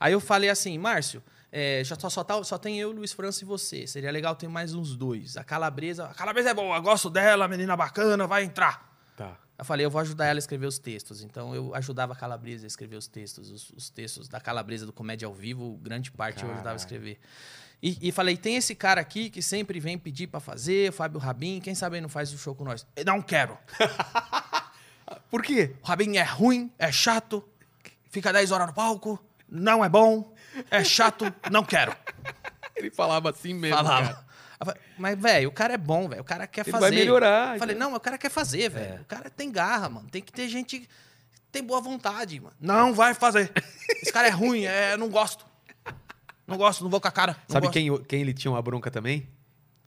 [SPEAKER 2] Aí eu falei assim, Márcio, é, já só, só, tá- só tem eu, Luiz França e você. Seria legal ter mais uns dois. A Calabresa... A Calabresa é boa, gosto dela, menina bacana, vai entrar.
[SPEAKER 1] Tá.
[SPEAKER 2] Eu falei, eu vou ajudar ela a escrever os textos. Então eu ajudava a Calabresa a escrever os textos. Os, os textos da Calabresa do Comédia ao Vivo, grande parte eu ajudava a
[SPEAKER 1] Caralho.
[SPEAKER 2] escrever. E, e falei, tem esse cara aqui que sempre vem pedir pra fazer, o Fábio Rabin, quem sabe ele não faz o show com nós. "Eu Não quero.
[SPEAKER 1] Por quê?
[SPEAKER 2] O Rabin é ruim, é chato, fica 10 horas no palco, não é bom, é chato, não quero.
[SPEAKER 1] *laughs* Ele falava assim mesmo, cara.
[SPEAKER 2] Falava. Eu falei, Mas, velho, o cara é bom, velho. O cara quer
[SPEAKER 1] Ele
[SPEAKER 2] fazer.
[SPEAKER 1] vai melhorar,
[SPEAKER 2] Eu Falei,
[SPEAKER 1] então.
[SPEAKER 2] não, mas o cara quer fazer, velho.
[SPEAKER 1] É.
[SPEAKER 2] O cara tem garra, mano. Tem que ter gente que tem boa vontade, mano. Não vai fazer. Esse cara é ruim, é, eu não gosto. Não gosto, não vou com a cara. não
[SPEAKER 1] Sabe
[SPEAKER 2] gosto.
[SPEAKER 1] quem, quem ele tinha uma bronca também?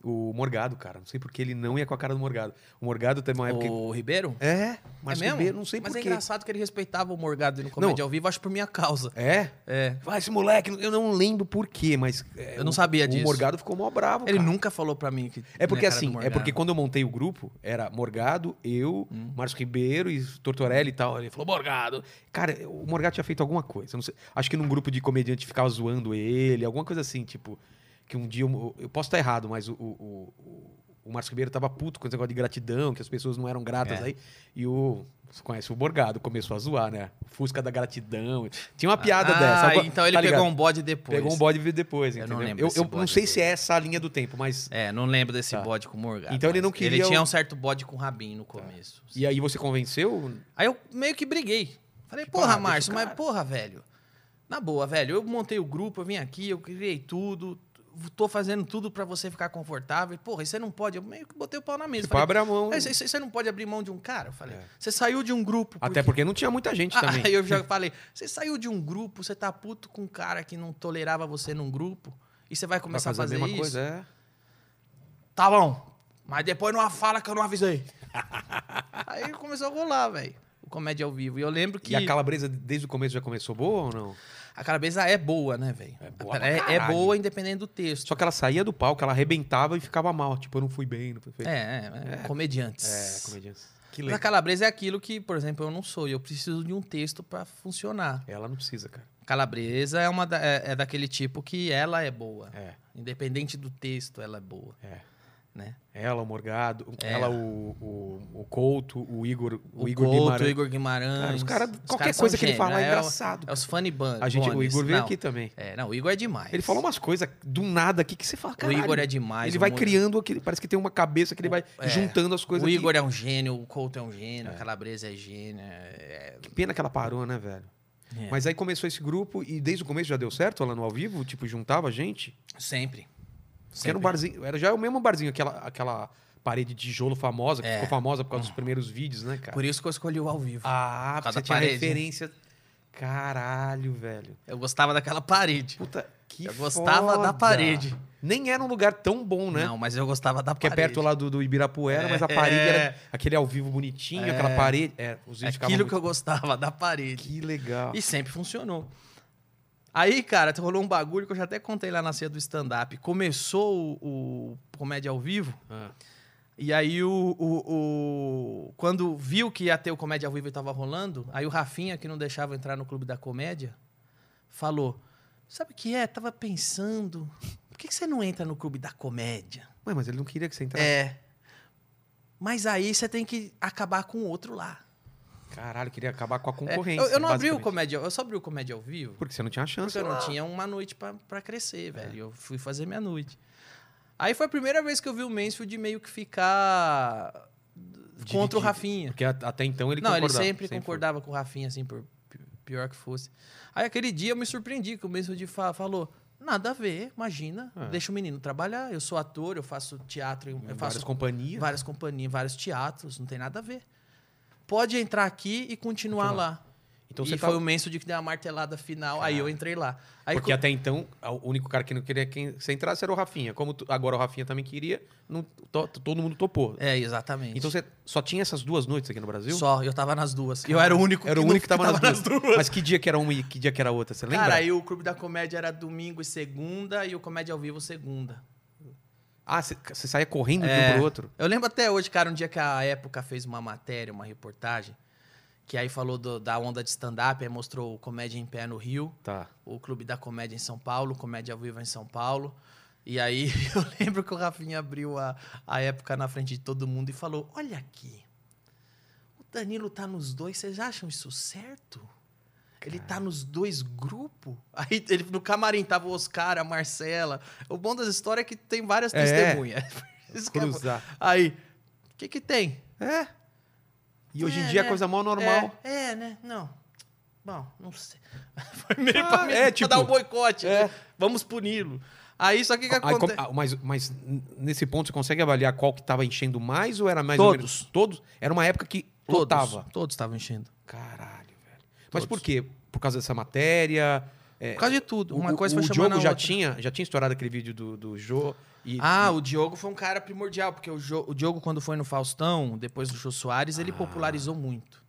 [SPEAKER 1] O Morgado, cara. Não sei porque ele não ia com a cara do Morgado. O Morgado teve uma época... que-
[SPEAKER 2] O Ribeiro?
[SPEAKER 1] É, mas
[SPEAKER 2] é mesmo?
[SPEAKER 1] Ribeiro, não sei
[SPEAKER 2] mas
[SPEAKER 1] por
[SPEAKER 2] é
[SPEAKER 1] quê.
[SPEAKER 2] engraçado que ele respeitava o Morgado no Comédia ao Vivo, acho por minha causa.
[SPEAKER 1] É?
[SPEAKER 2] É.
[SPEAKER 1] Vai, esse moleque, eu não lembro por quê, mas. é,
[SPEAKER 2] Eu não
[SPEAKER 1] o-
[SPEAKER 2] sabia disso.
[SPEAKER 1] O Morgado ficou mó bravo.
[SPEAKER 2] Ele
[SPEAKER 1] cara.
[SPEAKER 2] nunca falou pra mim que.
[SPEAKER 1] É porque
[SPEAKER 2] minha Né, cara
[SPEAKER 1] assim,
[SPEAKER 2] do
[SPEAKER 1] é porque
[SPEAKER 2] Morgado. Hum.
[SPEAKER 1] quando eu montei o grupo, era Morgado, eu, Márcio Ribeiro e Tortorelli e tal. Ele falou, Morgado. Cara, o Morgado tinha feito alguma coisa. eu não sei- acho que num grupo de comediante ficava zoando ele, alguma coisa assim, tipo. Que um dia. Eu, eu posso estar errado, mas o, o, o, o Márcio Ribeiro tava puto com esse negócio de gratidão, que as pessoas não eram gratas
[SPEAKER 2] É.
[SPEAKER 1] aí. E o. Você conhece o Morgado, começou a zoar, né? Fusca da gratidão. Tinha uma piada
[SPEAKER 2] ah,
[SPEAKER 1] dessa. alguma-
[SPEAKER 2] Então ele
[SPEAKER 1] tá ligado?
[SPEAKER 2] pegou um bode depois.
[SPEAKER 1] Pegou um bode e veio depois,
[SPEAKER 2] Eu não
[SPEAKER 1] entendeu? Eu eu
[SPEAKER 2] lembro
[SPEAKER 1] não,
[SPEAKER 2] desse bode
[SPEAKER 1] sei
[SPEAKER 2] dele.
[SPEAKER 1] se é essa a linha do tempo, mas...
[SPEAKER 2] É, não lembro desse
[SPEAKER 1] Tá.
[SPEAKER 2] bode com o Morgado.
[SPEAKER 1] Então ele
[SPEAKER 2] mas
[SPEAKER 1] não queria
[SPEAKER 2] Ele tinha
[SPEAKER 1] o- Tá.
[SPEAKER 2] um certo bode com o Rabin no começo.
[SPEAKER 1] E aí você convenceu?
[SPEAKER 2] Aí eu meio que briguei. Falei,
[SPEAKER 1] Que
[SPEAKER 2] porra,
[SPEAKER 1] parada,
[SPEAKER 2] Márcio,
[SPEAKER 1] cara.
[SPEAKER 2] mas porra, velho. Na boa, velho. Eu montei o grupo, eu vim aqui, eu criei tudo. Tô fazendo tudo pra você ficar confortável. Porra, e você não pode. Eu meio que botei o pau na mesa.
[SPEAKER 1] Tipo, abre a mão.
[SPEAKER 2] "É, Você você não pode abrir mão de um cara? Eu falei,
[SPEAKER 1] É.
[SPEAKER 2] você saiu de um grupo.
[SPEAKER 1] Até porque não tinha muita
[SPEAKER 2] *laughs*
[SPEAKER 1] gente também.
[SPEAKER 2] Ah, Aí eu já falei, você saiu de um grupo, você tá puto com um cara que não tolerava você num grupo, e você vai começar a fazer isso?
[SPEAKER 1] é.
[SPEAKER 2] Tá bom. Mas depois não fala que eu não avisei. *laughs* Aí começou a rolar, velho. O comédia ao vivo. E eu lembro que
[SPEAKER 1] E a calabresa desde o começo já começou boa ou não?
[SPEAKER 2] a cabeça é boa, né, velho?
[SPEAKER 1] É boa pra
[SPEAKER 2] É- é
[SPEAKER 1] caralho.
[SPEAKER 2] boa independente do texto.
[SPEAKER 1] Só que ela saía do palco, ela arrebentava e ficava mal. Tipo, eu não fui bem, não fui feito.
[SPEAKER 2] É, é, é, comediantes.
[SPEAKER 1] É, comediante. Que
[SPEAKER 2] Mas a
[SPEAKER 1] legal.
[SPEAKER 2] calabresa é aquilo que, por exemplo, eu não sou. E eu preciso de um texto pra funcionar.
[SPEAKER 1] Ela não precisa, cara.
[SPEAKER 2] Calabresa é, uma da- é, é daquele tipo que ela é boa.
[SPEAKER 1] É.
[SPEAKER 2] Independente do texto, ela é boa.
[SPEAKER 1] É.
[SPEAKER 2] Né?
[SPEAKER 1] Ela, o Morgado,
[SPEAKER 2] É.
[SPEAKER 1] ela, o, o, o Couto, o Igor, o,
[SPEAKER 2] O,
[SPEAKER 1] Igor
[SPEAKER 2] Couto,
[SPEAKER 1] Guimarães.
[SPEAKER 2] o Igor Guimarães.
[SPEAKER 1] Cara, os caras,
[SPEAKER 2] Os
[SPEAKER 1] qualquer
[SPEAKER 2] caras são
[SPEAKER 1] coisa que ele
[SPEAKER 2] gênio,
[SPEAKER 1] fala é,
[SPEAKER 2] né? o-
[SPEAKER 1] engraçado.
[SPEAKER 2] É os funny bun-
[SPEAKER 1] A gente, o
[SPEAKER 2] bones.
[SPEAKER 1] Igor veio
[SPEAKER 2] Não,
[SPEAKER 1] aqui também.
[SPEAKER 2] É, não, o Igor é demais.
[SPEAKER 1] Ele falou umas coisas do nada aqui que você fala,
[SPEAKER 2] O
[SPEAKER 1] cara.
[SPEAKER 2] Igor é demais.
[SPEAKER 1] Ele
[SPEAKER 2] o
[SPEAKER 1] vai
[SPEAKER 2] Moro-
[SPEAKER 1] criando aquele. Parece que tem uma cabeça que ele vai
[SPEAKER 2] É.
[SPEAKER 1] juntando as coisas.
[SPEAKER 2] O
[SPEAKER 1] que-
[SPEAKER 2] Igor é um gênio, o Couto é um gênio, a Calabresa é gênio. é-
[SPEAKER 1] Que pena que ela parou, né, velho?
[SPEAKER 2] É.
[SPEAKER 1] Mas aí começou esse grupo e desde o começo já deu certo ela no ao vivo? Tipo, juntava gente?
[SPEAKER 2] Sempre.
[SPEAKER 1] Porque era um
[SPEAKER 2] Sempre.
[SPEAKER 1] barzinho. Era já o mesmo barzinho, aquela, aquela parede de tijolo famosa, que
[SPEAKER 2] É.
[SPEAKER 1] ficou famosa por causa dos primeiros vídeos, né, cara?
[SPEAKER 2] Por isso que eu escolhi o ao vivo.
[SPEAKER 1] Ah, porque
[SPEAKER 2] Por causa
[SPEAKER 1] você
[SPEAKER 2] da
[SPEAKER 1] tinha
[SPEAKER 2] parede, né?
[SPEAKER 1] referência. Caralho, velho.
[SPEAKER 2] Eu gostava daquela parede.
[SPEAKER 1] Puta, que
[SPEAKER 2] Eu gostava da
[SPEAKER 1] foda.
[SPEAKER 2] parede.
[SPEAKER 1] Nem era um lugar tão bom, né?
[SPEAKER 2] Não, mas eu gostava da
[SPEAKER 1] Porque é
[SPEAKER 2] parede.
[SPEAKER 1] perto lá do, do Ibirapuera, mas a
[SPEAKER 2] É.
[SPEAKER 1] parede era aquele ao vivo bonitinho, aquela parede. É, os vídeos
[SPEAKER 2] Aquilo que
[SPEAKER 1] ficavam
[SPEAKER 2] eu gostava da parede.
[SPEAKER 1] muito- Que legal.
[SPEAKER 2] E sempre funcionou. Aí, cara, rolou um bagulho que eu já até contei lá na ceia do stand-up. Começou o, o Comédia ao Vivo,
[SPEAKER 1] Ah.
[SPEAKER 2] e aí o, o- o- Quando viu que ia ter o Comédia ao Vivo e tava rolando, aí o Rafinha, que não deixava entrar no Clube da Comédia, falou: Sabe o que é? Tava pensando. Por que, que você não entra no Clube da Comédia?
[SPEAKER 1] Ué, mas ele não queria que você entrasse.
[SPEAKER 2] É. Mas aí você tem que acabar com o outro lá.
[SPEAKER 1] Caralho, queria acabar com a
[SPEAKER 2] É,
[SPEAKER 1] concorrência.
[SPEAKER 2] eu, eu não abri o
[SPEAKER 1] basicamente.
[SPEAKER 2] comédia, eu só abri o comédia ao vivo
[SPEAKER 1] Porque você não tinha chance.
[SPEAKER 2] Porque eu não tinha uma noite pra- pra
[SPEAKER 1] É.
[SPEAKER 2] crescer, velho. Eu fui fazer minha noite. Aí foi a primeira vez que eu vi o Mansfield meio que ficar contra
[SPEAKER 1] Dividido.
[SPEAKER 2] o Rafinha.
[SPEAKER 1] Porque a- até então ele
[SPEAKER 2] não, ele
[SPEAKER 1] concordava.
[SPEAKER 2] sempre, concordava com o Rafinha, assim, por pi- pior que fosse. Aí aquele dia eu me surpreendi que o Mansfield fa falou. Nada a ver, imagina.
[SPEAKER 1] É.
[SPEAKER 2] Deixa o menino trabalhar. Eu sou ator, eu faço teatro,
[SPEAKER 1] foi.
[SPEAKER 2] eu
[SPEAKER 1] Em
[SPEAKER 2] faço
[SPEAKER 1] várias companhias.
[SPEAKER 2] várias companhias, vários teatros, não tem nada a ver. Pode entrar aqui e continuar
[SPEAKER 1] Continuar.
[SPEAKER 2] lá.
[SPEAKER 1] Então
[SPEAKER 2] e
[SPEAKER 1] você
[SPEAKER 2] foi
[SPEAKER 1] tá...
[SPEAKER 2] o Menso de que deu a martelada final, aí eu entrei lá. Aí
[SPEAKER 1] Porque
[SPEAKER 2] co-
[SPEAKER 1] até então, o único cara que não queria quem você entrasse era o Rafinha. Como tu- agora o Rafinha também queria, não- to- todo mundo topou.
[SPEAKER 2] É, exatamente.
[SPEAKER 1] Então você só tinha essas duas noites aqui no Brasil?
[SPEAKER 2] Só, eu tava nas duas. Eu era o único
[SPEAKER 1] Era o
[SPEAKER 2] não-
[SPEAKER 1] único que tava, nas, duas.
[SPEAKER 2] duas.
[SPEAKER 1] *laughs* Mas que dia que era uma e que dia que era outra, você lembra?
[SPEAKER 2] Cara, aí o Clube da Comédia era domingo e segunda, e o Comédia ao Vivo segunda.
[SPEAKER 1] Ah, você você saía correndo de um
[SPEAKER 2] É.
[SPEAKER 1] pro outro?
[SPEAKER 2] Eu lembro até hoje, cara, um dia que a época fez uma matéria, uma reportagem, que aí falou do- da onda de stand-up, aí mostrou o Comédia em Pé no Rio,
[SPEAKER 1] Tá.
[SPEAKER 2] o Clube da Comédia em São Paulo, Comédia ao Vivo em São Paulo. E aí *laughs* eu lembro que o Rafinha abriu a, a época na frente de todo mundo e falou: Olha aqui, o Danilo tá nos dois, vocês acham isso certo? Ele tá nos dois grupos? *laughs* Aí ele, no camarim tava o Oscar, a Marcela. O bom das histórias é que tem várias
[SPEAKER 1] É.
[SPEAKER 2] testemunhas. *laughs* Isso que é bom.
[SPEAKER 1] Cruzar.
[SPEAKER 2] Aí, o que que tem?
[SPEAKER 1] É. E hoje em
[SPEAKER 2] É,
[SPEAKER 1] dia é
[SPEAKER 2] né?
[SPEAKER 1] coisa mó normal.
[SPEAKER 2] É, é, né? Não. Bom, não sei. *laughs* Foi meio pra,
[SPEAKER 1] Ah,
[SPEAKER 2] me-
[SPEAKER 1] é,
[SPEAKER 2] pra
[SPEAKER 1] tipo,
[SPEAKER 2] dar um boicote.
[SPEAKER 1] é.
[SPEAKER 2] né? Vamos puni-lo. Aí, só que o que
[SPEAKER 1] Aí, como-
[SPEAKER 2] acontece?
[SPEAKER 1] ah, mas, mas n- nesse ponto você consegue avaliar qual que tava enchendo mais ou era mais ou
[SPEAKER 2] Todos.
[SPEAKER 1] menos? Todos. Era uma época que lotava.
[SPEAKER 2] Todos estavam enchendo.
[SPEAKER 1] Caralho, velho. Mas
[SPEAKER 2] Todos.
[SPEAKER 1] por quê? Por causa dessa matéria? É,
[SPEAKER 2] Por causa de tudo. Uma
[SPEAKER 1] o,
[SPEAKER 2] coisa
[SPEAKER 1] o
[SPEAKER 2] foi chamando
[SPEAKER 1] Diogo
[SPEAKER 2] a
[SPEAKER 1] já
[SPEAKER 2] outra.
[SPEAKER 1] tinha, já tinha estourado aquele vídeo do, do Jô. E,
[SPEAKER 2] Ah, o Diogo foi um cara primordial, porque o, Jo- o Diogo, quando foi no Faustão, depois do Jô Soares, ele
[SPEAKER 1] Ah.
[SPEAKER 2] popularizou muito.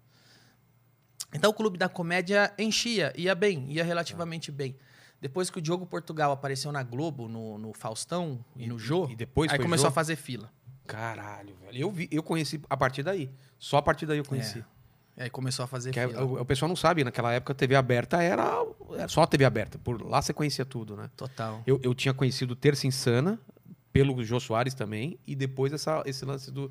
[SPEAKER 2] Então o Clube da Comédia enchia, ia bem, ia relativamente bem. Depois que o Diogo Portugal apareceu na Globo, no, no Faustão e, no Jô,
[SPEAKER 1] e depois
[SPEAKER 2] aí
[SPEAKER 1] foi
[SPEAKER 2] começou
[SPEAKER 1] Jô?
[SPEAKER 2] a fazer fila.
[SPEAKER 1] Caralho, velho. Eu, vi, eu conheci a partir daí. Só a partir daí eu conheci.
[SPEAKER 2] E aí começou a fazer
[SPEAKER 1] Que é-
[SPEAKER 2] fila.
[SPEAKER 1] o, o pessoal não sabe, naquela época a TV aberta era, era só a TV aberta. Por lá você conhecia tudo, né?
[SPEAKER 2] Total.
[SPEAKER 1] Eu, eu tinha conhecido Terça Insana, pelo Jô Soares também, e depois essa, esse lance do,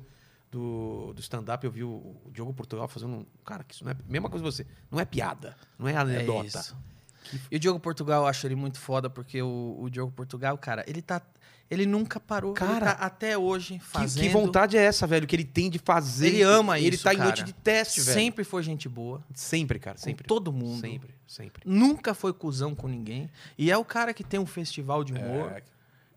[SPEAKER 1] do, do stand-up, eu vi o, o Diogo Portugal fazendo um. Cara, que isso não é. Mesma coisa que você, não é piada, não é anedota.
[SPEAKER 2] isso. E o Diogo Portugal, eu acho ele muito foda, porque o, o Diogo Portugal, cara, ele tá. Ele nunca parou. ele
[SPEAKER 1] Cara,
[SPEAKER 2] tá até hoje
[SPEAKER 1] Que-
[SPEAKER 2] fazendo.
[SPEAKER 1] Que, vontade é essa, velho? Que ele tem de fazer.
[SPEAKER 2] Ele ama
[SPEAKER 1] Ele
[SPEAKER 2] isso,
[SPEAKER 1] tá em
[SPEAKER 2] cara.
[SPEAKER 1] noite de teste, velho.
[SPEAKER 2] Sempre foi gente boa.
[SPEAKER 1] Sempre, cara. Sempre.
[SPEAKER 2] Com todo mundo.
[SPEAKER 1] Sempre, sempre.
[SPEAKER 2] Nunca foi cuzão com ninguém. E é o cara que tem um festival de humor,
[SPEAKER 1] É,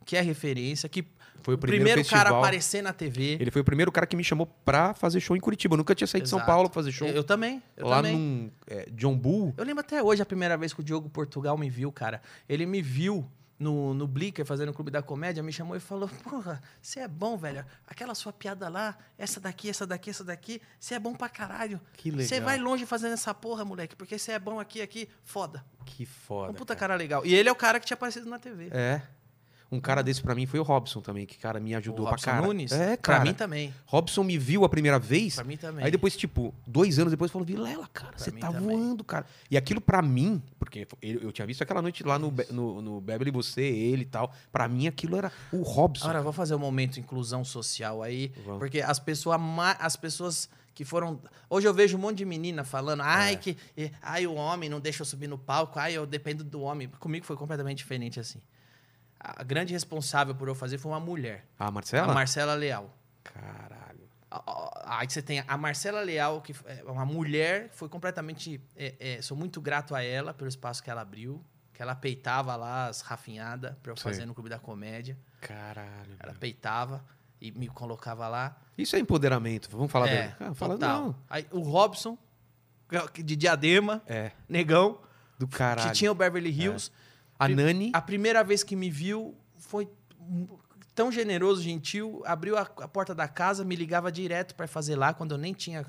[SPEAKER 2] que é referência, que
[SPEAKER 1] foi o primeiro,
[SPEAKER 2] primeiro,
[SPEAKER 1] festival.
[SPEAKER 2] cara a aparecer na TV.
[SPEAKER 1] Ele foi o primeiro cara que me chamou pra fazer show em Curitiba. Eu nunca tinha saído de São
[SPEAKER 2] Exato.
[SPEAKER 1] Paulo pra fazer show.
[SPEAKER 2] Eu, eu também. Eu
[SPEAKER 1] lá
[SPEAKER 2] também.
[SPEAKER 1] num é, John Bull.
[SPEAKER 2] Eu lembro até hoje a primeira vez que o Diogo Portugal me viu, cara. Ele me viu no, no Blicker fazendo o Clube da Comédia, me chamou e falou: Porra, você é bom, velho. Aquela sua piada lá, essa daqui, essa daqui, essa daqui, você é bom pra caralho.
[SPEAKER 1] Que legal.
[SPEAKER 2] Você vai longe fazendo essa porra, moleque, porque você é bom aqui, aqui, foda.
[SPEAKER 1] Que foda.
[SPEAKER 2] um puta cara. legal. E ele é o cara que tinha aparecido na TV.
[SPEAKER 1] É. Um cara desse pra mim foi o Robson também, que, cara, me ajudou
[SPEAKER 2] o Robson
[SPEAKER 1] pra cara.
[SPEAKER 2] Nunes?
[SPEAKER 1] É, cara.
[SPEAKER 2] Pra mim também.
[SPEAKER 1] Robson me viu a primeira vez.
[SPEAKER 2] Pra mim também.
[SPEAKER 1] Aí depois, tipo, dois anos depois, falou, Vilela, cara,
[SPEAKER 2] Pra
[SPEAKER 1] você
[SPEAKER 2] mim
[SPEAKER 1] tá
[SPEAKER 2] também.
[SPEAKER 1] voando, cara. E aquilo pra mim, porque eu, eu tinha visto aquela noite lá no, Be- no, no Beverly, você, ele e tal. Pra mim, aquilo era o Robson.
[SPEAKER 2] Agora, vou fazer um momento inclusão social aí,
[SPEAKER 1] Vamos.
[SPEAKER 2] porque as, pessoa, ma- as pessoas que foram... Hoje eu vejo um monte de menina falando, ai, que, eh, ai o homem não deixa eu subir no palco, ai, eu dependo do homem. Comigo foi completamente diferente, assim. A a grande responsável por eu fazer foi uma mulher,
[SPEAKER 1] Ah, Marcela?
[SPEAKER 2] a Marcela Leal.
[SPEAKER 1] Caralho.
[SPEAKER 2] A- a- a- Aí você tem a Marcela Leal, que f- é uma mulher, foi completamente. é, é, sou muito grato a ela pelo espaço que ela abriu, que ela peitava lá as rafinhadas pra eu
[SPEAKER 1] Sei.
[SPEAKER 2] fazer no Clube da Comédia.
[SPEAKER 1] Caralho.
[SPEAKER 2] Ela
[SPEAKER 1] velho.
[SPEAKER 2] peitava e me colocava lá.
[SPEAKER 1] Isso é empoderamento. Vamos falar
[SPEAKER 2] É,
[SPEAKER 1] dele. Ah, fala,
[SPEAKER 2] total.
[SPEAKER 1] não.
[SPEAKER 2] Aí, o Robson, de Diadema,
[SPEAKER 1] É.
[SPEAKER 2] negão,
[SPEAKER 1] Do caralho.
[SPEAKER 2] que tinha o Beverly Hills.
[SPEAKER 1] A Nani.
[SPEAKER 2] A primeira vez que me viu foi tão generoso, gentil, abriu a, a porta da casa, me ligava direto pra fazer lá, quando eu nem tinha...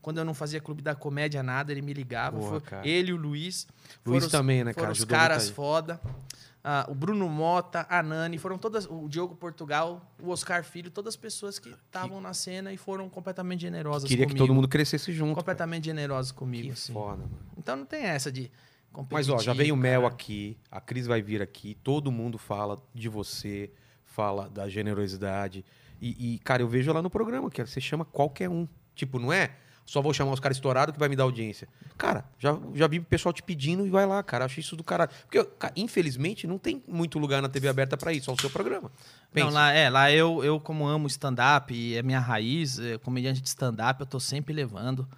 [SPEAKER 2] Quando eu não fazia clube da comédia, nada, ele me ligava.
[SPEAKER 1] Boa,
[SPEAKER 2] Foi
[SPEAKER 1] cara.
[SPEAKER 2] ele e o Luiz.
[SPEAKER 1] Luiz
[SPEAKER 2] foram os-
[SPEAKER 1] também, né, cara?
[SPEAKER 2] Foram os
[SPEAKER 1] Ajudou
[SPEAKER 2] caras
[SPEAKER 1] muita
[SPEAKER 2] foda. Ah, o Bruno Mota, a Nani, foram todas. O Diogo Portugal, o Oscar Filho, todas as pessoas que estavam na cena e foram completamente generosas
[SPEAKER 1] Queria que
[SPEAKER 2] comigo.
[SPEAKER 1] todo mundo crescesse junto.
[SPEAKER 2] Completamente generosas
[SPEAKER 1] cara.
[SPEAKER 2] comigo,
[SPEAKER 1] Que
[SPEAKER 2] assim.
[SPEAKER 1] foda, mano.
[SPEAKER 2] Então não tem essa de competir.
[SPEAKER 1] Mas ó, já veio o Mel
[SPEAKER 2] cara.
[SPEAKER 1] aqui, a Cris vai vir aqui, todo mundo fala de você, fala da generosidade. E, e, cara, eu vejo lá no programa que você chama qualquer um. Tipo, não é só vou chamar os caras estourados que vai me dar audiência. Cara, já, já vi o pessoal te pedindo e vai lá, cara. Acho isso do caralho. Porque, cara, infelizmente, não tem muito lugar na TV aberta pra isso, só o seu programa. Pensa.
[SPEAKER 2] Não, lá, é, lá eu, eu como amo stand-up, e é minha raiz, é, comediante de stand-up, eu tô sempre levando.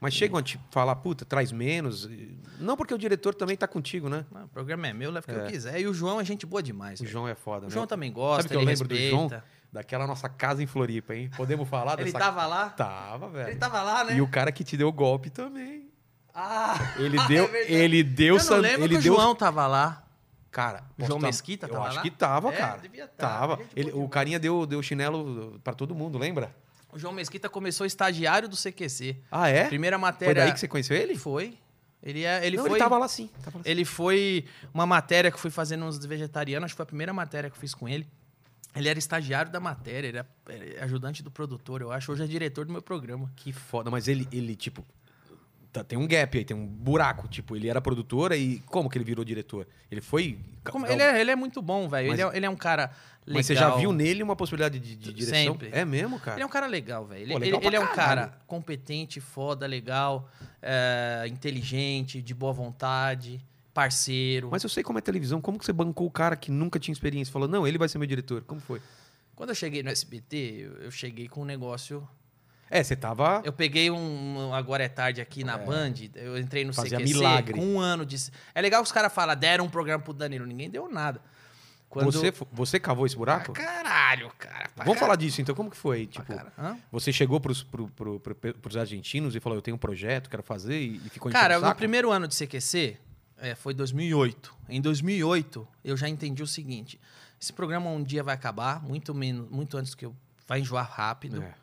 [SPEAKER 1] Mas chegam a te falar, puta, traz menos. E- Não porque o diretor também tá contigo, né?
[SPEAKER 2] Ah, o programa é meu, leva o que eu quiser. E o João é gente boa demais.
[SPEAKER 1] O
[SPEAKER 2] velho.
[SPEAKER 1] João é foda,
[SPEAKER 2] O
[SPEAKER 1] né?
[SPEAKER 2] João também gosta,
[SPEAKER 1] Sabe que eu
[SPEAKER 2] ele
[SPEAKER 1] lembro do
[SPEAKER 2] respeita.
[SPEAKER 1] João? Daquela nossa casa em Floripa, hein? Podemos falar
[SPEAKER 2] *laughs* Ele
[SPEAKER 1] dessa
[SPEAKER 2] tava lá?
[SPEAKER 1] Tava, velho.
[SPEAKER 2] Ele tava lá, né?
[SPEAKER 1] E o cara que te deu o golpe também.
[SPEAKER 2] Ah,
[SPEAKER 1] *laughs*
[SPEAKER 2] *laughs*
[SPEAKER 1] Ele deu,
[SPEAKER 2] verdade.
[SPEAKER 1] ele deu,
[SPEAKER 2] eu não
[SPEAKER 1] san-
[SPEAKER 2] lembro
[SPEAKER 1] ele
[SPEAKER 2] que
[SPEAKER 1] deu,
[SPEAKER 2] o João tava lá.
[SPEAKER 1] cara,
[SPEAKER 2] O João
[SPEAKER 1] posso tá-
[SPEAKER 2] Mesquita
[SPEAKER 1] eu
[SPEAKER 2] tava
[SPEAKER 1] acho
[SPEAKER 2] lá?
[SPEAKER 1] que tava,
[SPEAKER 2] É,
[SPEAKER 1] cara.
[SPEAKER 2] devia tá.
[SPEAKER 1] Tava.
[SPEAKER 2] Gente boa
[SPEAKER 1] Ele- o
[SPEAKER 2] demais.
[SPEAKER 1] carinha deu, deu chinelo pra todo mundo, lembra?
[SPEAKER 2] O João Mesquita começou estagiário do CQC.
[SPEAKER 1] Ah, é?
[SPEAKER 2] Primeira
[SPEAKER 1] Foi
[SPEAKER 2] matéria.
[SPEAKER 1] daí que você conheceu ele?
[SPEAKER 2] Foi. Ele, é, ele
[SPEAKER 1] não,
[SPEAKER 2] foi.
[SPEAKER 1] ele tava lá sim. tava lá sim.
[SPEAKER 2] Ele foi uma matéria que eu fui fazendo uns vegetarianos, acho que foi a primeira matéria que eu fiz com ele. Ele era estagiário da matéria, ele era era ajudante do produtor, eu acho. Hoje é diretor do meu programa.
[SPEAKER 1] Que foda, mas ele, ele tipo, tá- tem um gap aí, tem um buraco. Tipo, ele era produtor e como que ele virou diretor? Ele foi...
[SPEAKER 2] Como-
[SPEAKER 1] Gal-
[SPEAKER 2] ele, é, ele é muito bom, velho.
[SPEAKER 1] Mas-
[SPEAKER 2] Ele, é, ele é um cara legal.
[SPEAKER 1] Mas você já viu né? nele uma possibilidade de, de direção?
[SPEAKER 2] Sempre.
[SPEAKER 1] É mesmo, cara?
[SPEAKER 2] Ele é um cara legal, velho. Ele,
[SPEAKER 1] Pô, legal
[SPEAKER 2] ele- ele
[SPEAKER 1] pra
[SPEAKER 2] é um
[SPEAKER 1] caralho.
[SPEAKER 2] cara competente, foda, legal, é, inteligente, de boa vontade, parceiro.
[SPEAKER 1] Mas eu sei como é televisão. Como que você bancou o cara que nunca tinha experiência? Falou, não, ele vai ser meu diretor. Como foi?
[SPEAKER 2] Quando eu cheguei no SBT, eu- eu cheguei com um negócio
[SPEAKER 1] É, você tava...
[SPEAKER 2] Eu peguei um um Agora é Tarde aqui na
[SPEAKER 1] É.
[SPEAKER 2] Band, eu entrei no
[SPEAKER 1] Fazia
[SPEAKER 2] CQC
[SPEAKER 1] milagre.
[SPEAKER 2] com um ano de... É legal que os caras falam, deram um programa pro Danilo, ninguém deu nada. Quando...
[SPEAKER 1] Você, fo- você cavou esse
[SPEAKER 2] Pra
[SPEAKER 1] buraco?
[SPEAKER 2] caralho, cara. pra
[SPEAKER 1] Vamos
[SPEAKER 2] car-
[SPEAKER 1] falar disso, então. Como que foi?
[SPEAKER 2] pra
[SPEAKER 1] Tipo,
[SPEAKER 2] cara. Hã?
[SPEAKER 1] você chegou pros, pro, pro, pro- pros argentinos e falou, eu tenho um projeto, quero fazer, e, e ficou
[SPEAKER 2] Cara,
[SPEAKER 1] enchendo o
[SPEAKER 2] no
[SPEAKER 1] saco?
[SPEAKER 2] primeiro ano de CQC, é, foi 2008. Em 2008, eu já entendi o seguinte, esse programa um dia vai acabar, muito, menos, muito antes que eu... Vai enjoar rápido.
[SPEAKER 1] É.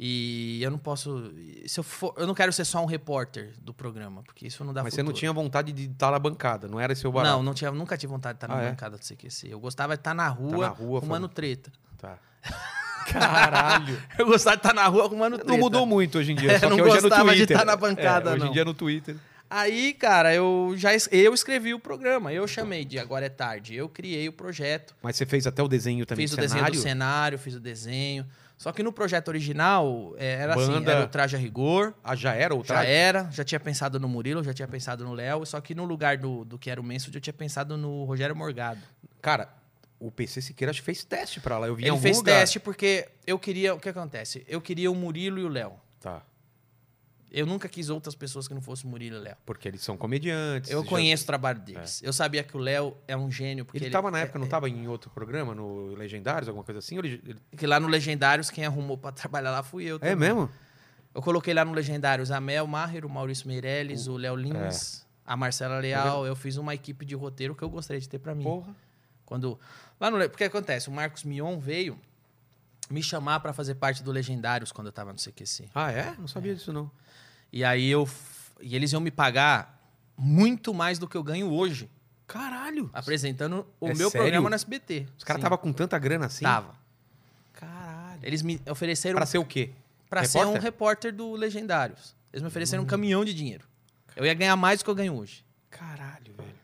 [SPEAKER 2] E eu não posso... Se eu, for, eu não quero ser só um repórter do programa, porque isso não dá
[SPEAKER 1] Mas você não
[SPEAKER 2] futuro.
[SPEAKER 1] tinha vontade de estar na bancada, não era seu barato.
[SPEAKER 2] Não, não tinha, nunca tive vontade de estar
[SPEAKER 1] Ah,
[SPEAKER 2] na
[SPEAKER 1] é? Tá
[SPEAKER 2] bancada do CQC. Eu gostava de estar na
[SPEAKER 1] na
[SPEAKER 2] rua,
[SPEAKER 1] rua,
[SPEAKER 2] arrumando treta.
[SPEAKER 1] Tá. *laughs* Caralho.
[SPEAKER 2] Eu gostava de estar na rua arrumando *laughs* treta.
[SPEAKER 1] Não mudou muito hoje em dia,
[SPEAKER 2] *laughs* É,
[SPEAKER 1] só que
[SPEAKER 2] não
[SPEAKER 1] hoje é no
[SPEAKER 2] gostava de
[SPEAKER 1] Twitter.
[SPEAKER 2] tá na bancada,
[SPEAKER 1] É, hoje
[SPEAKER 2] não.
[SPEAKER 1] em dia é no Twitter.
[SPEAKER 2] Aí, cara, eu já es- eu escrevi o programa. Eu chamei de Agora é Tarde. Eu criei o projeto.
[SPEAKER 1] Mas você fez até o desenho também
[SPEAKER 2] fiz
[SPEAKER 1] do
[SPEAKER 2] o desenho
[SPEAKER 1] cenário?
[SPEAKER 2] do cenário, fiz o desenho. Só que no projeto original é, era assim,
[SPEAKER 1] Banda.
[SPEAKER 2] era o traje a rigor.
[SPEAKER 1] Ah, já era o
[SPEAKER 2] Já
[SPEAKER 1] traje?
[SPEAKER 2] era, já tinha pensado no Murilo, já tinha pensado no Léo, só que no lugar do, do que era o Menso, eu tinha pensado no Rogério Morgado.
[SPEAKER 1] Cara, o PC Siqueira acho que fez teste pra lá. Eu vi em
[SPEAKER 2] Ele
[SPEAKER 1] algum
[SPEAKER 2] fez
[SPEAKER 1] lugar.
[SPEAKER 2] teste porque eu queria. O que acontece? Eu queria o Murilo e o Léo.
[SPEAKER 1] Tá.
[SPEAKER 2] Eu nunca quis outras pessoas que não fossem o Murilo e o Léo.
[SPEAKER 1] Porque eles são comediantes.
[SPEAKER 2] Eu
[SPEAKER 1] já-
[SPEAKER 2] conheço o trabalho deles. Eu sabia que o Léo é um gênio. Porque
[SPEAKER 1] Ele,
[SPEAKER 2] ele, é-
[SPEAKER 1] tava na época, não tava em outro programa, no Legendários, alguma coisa assim? ou ele- ele-
[SPEAKER 2] Que lá no Legendários, quem arrumou pra *laughs* trabalhar lá fui eu.
[SPEAKER 1] É
[SPEAKER 2] também.
[SPEAKER 1] mesmo?
[SPEAKER 2] Eu coloquei lá no Legendários a Mel Maher, o Maurício Meirelles, o
[SPEAKER 1] É.
[SPEAKER 2] Léo Lins, a
[SPEAKER 1] Tá
[SPEAKER 2] Marcela Leal. Eu fiz uma equipe de roteiro que eu gostaria de ter pra mim.
[SPEAKER 1] Porra.
[SPEAKER 2] Quando. Lá no. Le- Porque acontece, o Marcos Mion veio me chamar pra fazer parte do Legendários quando eu tava no CQC.
[SPEAKER 1] Ah, é? Não sabia disso, não.
[SPEAKER 2] E aí eu. f- E eles iam me pagar muito mais do que eu ganho hoje,
[SPEAKER 1] Caralho.
[SPEAKER 2] apresentando o
[SPEAKER 1] É
[SPEAKER 2] meu
[SPEAKER 1] sério?
[SPEAKER 2] programa no SBT.
[SPEAKER 1] Os caras
[SPEAKER 2] Ah, Sim.
[SPEAKER 1] estavam com tanta grana assim?
[SPEAKER 2] Tava.
[SPEAKER 1] Caralho.
[SPEAKER 2] Eles me ofereceram
[SPEAKER 1] Pra ser o quê?
[SPEAKER 2] pra ser um
[SPEAKER 1] repórter? Hum.
[SPEAKER 2] repórter do Legendários. Eles me ofereceram um caminhão de dinheiro. Eu ia ganhar mais do que eu ganho hoje.
[SPEAKER 1] Caralho, velho.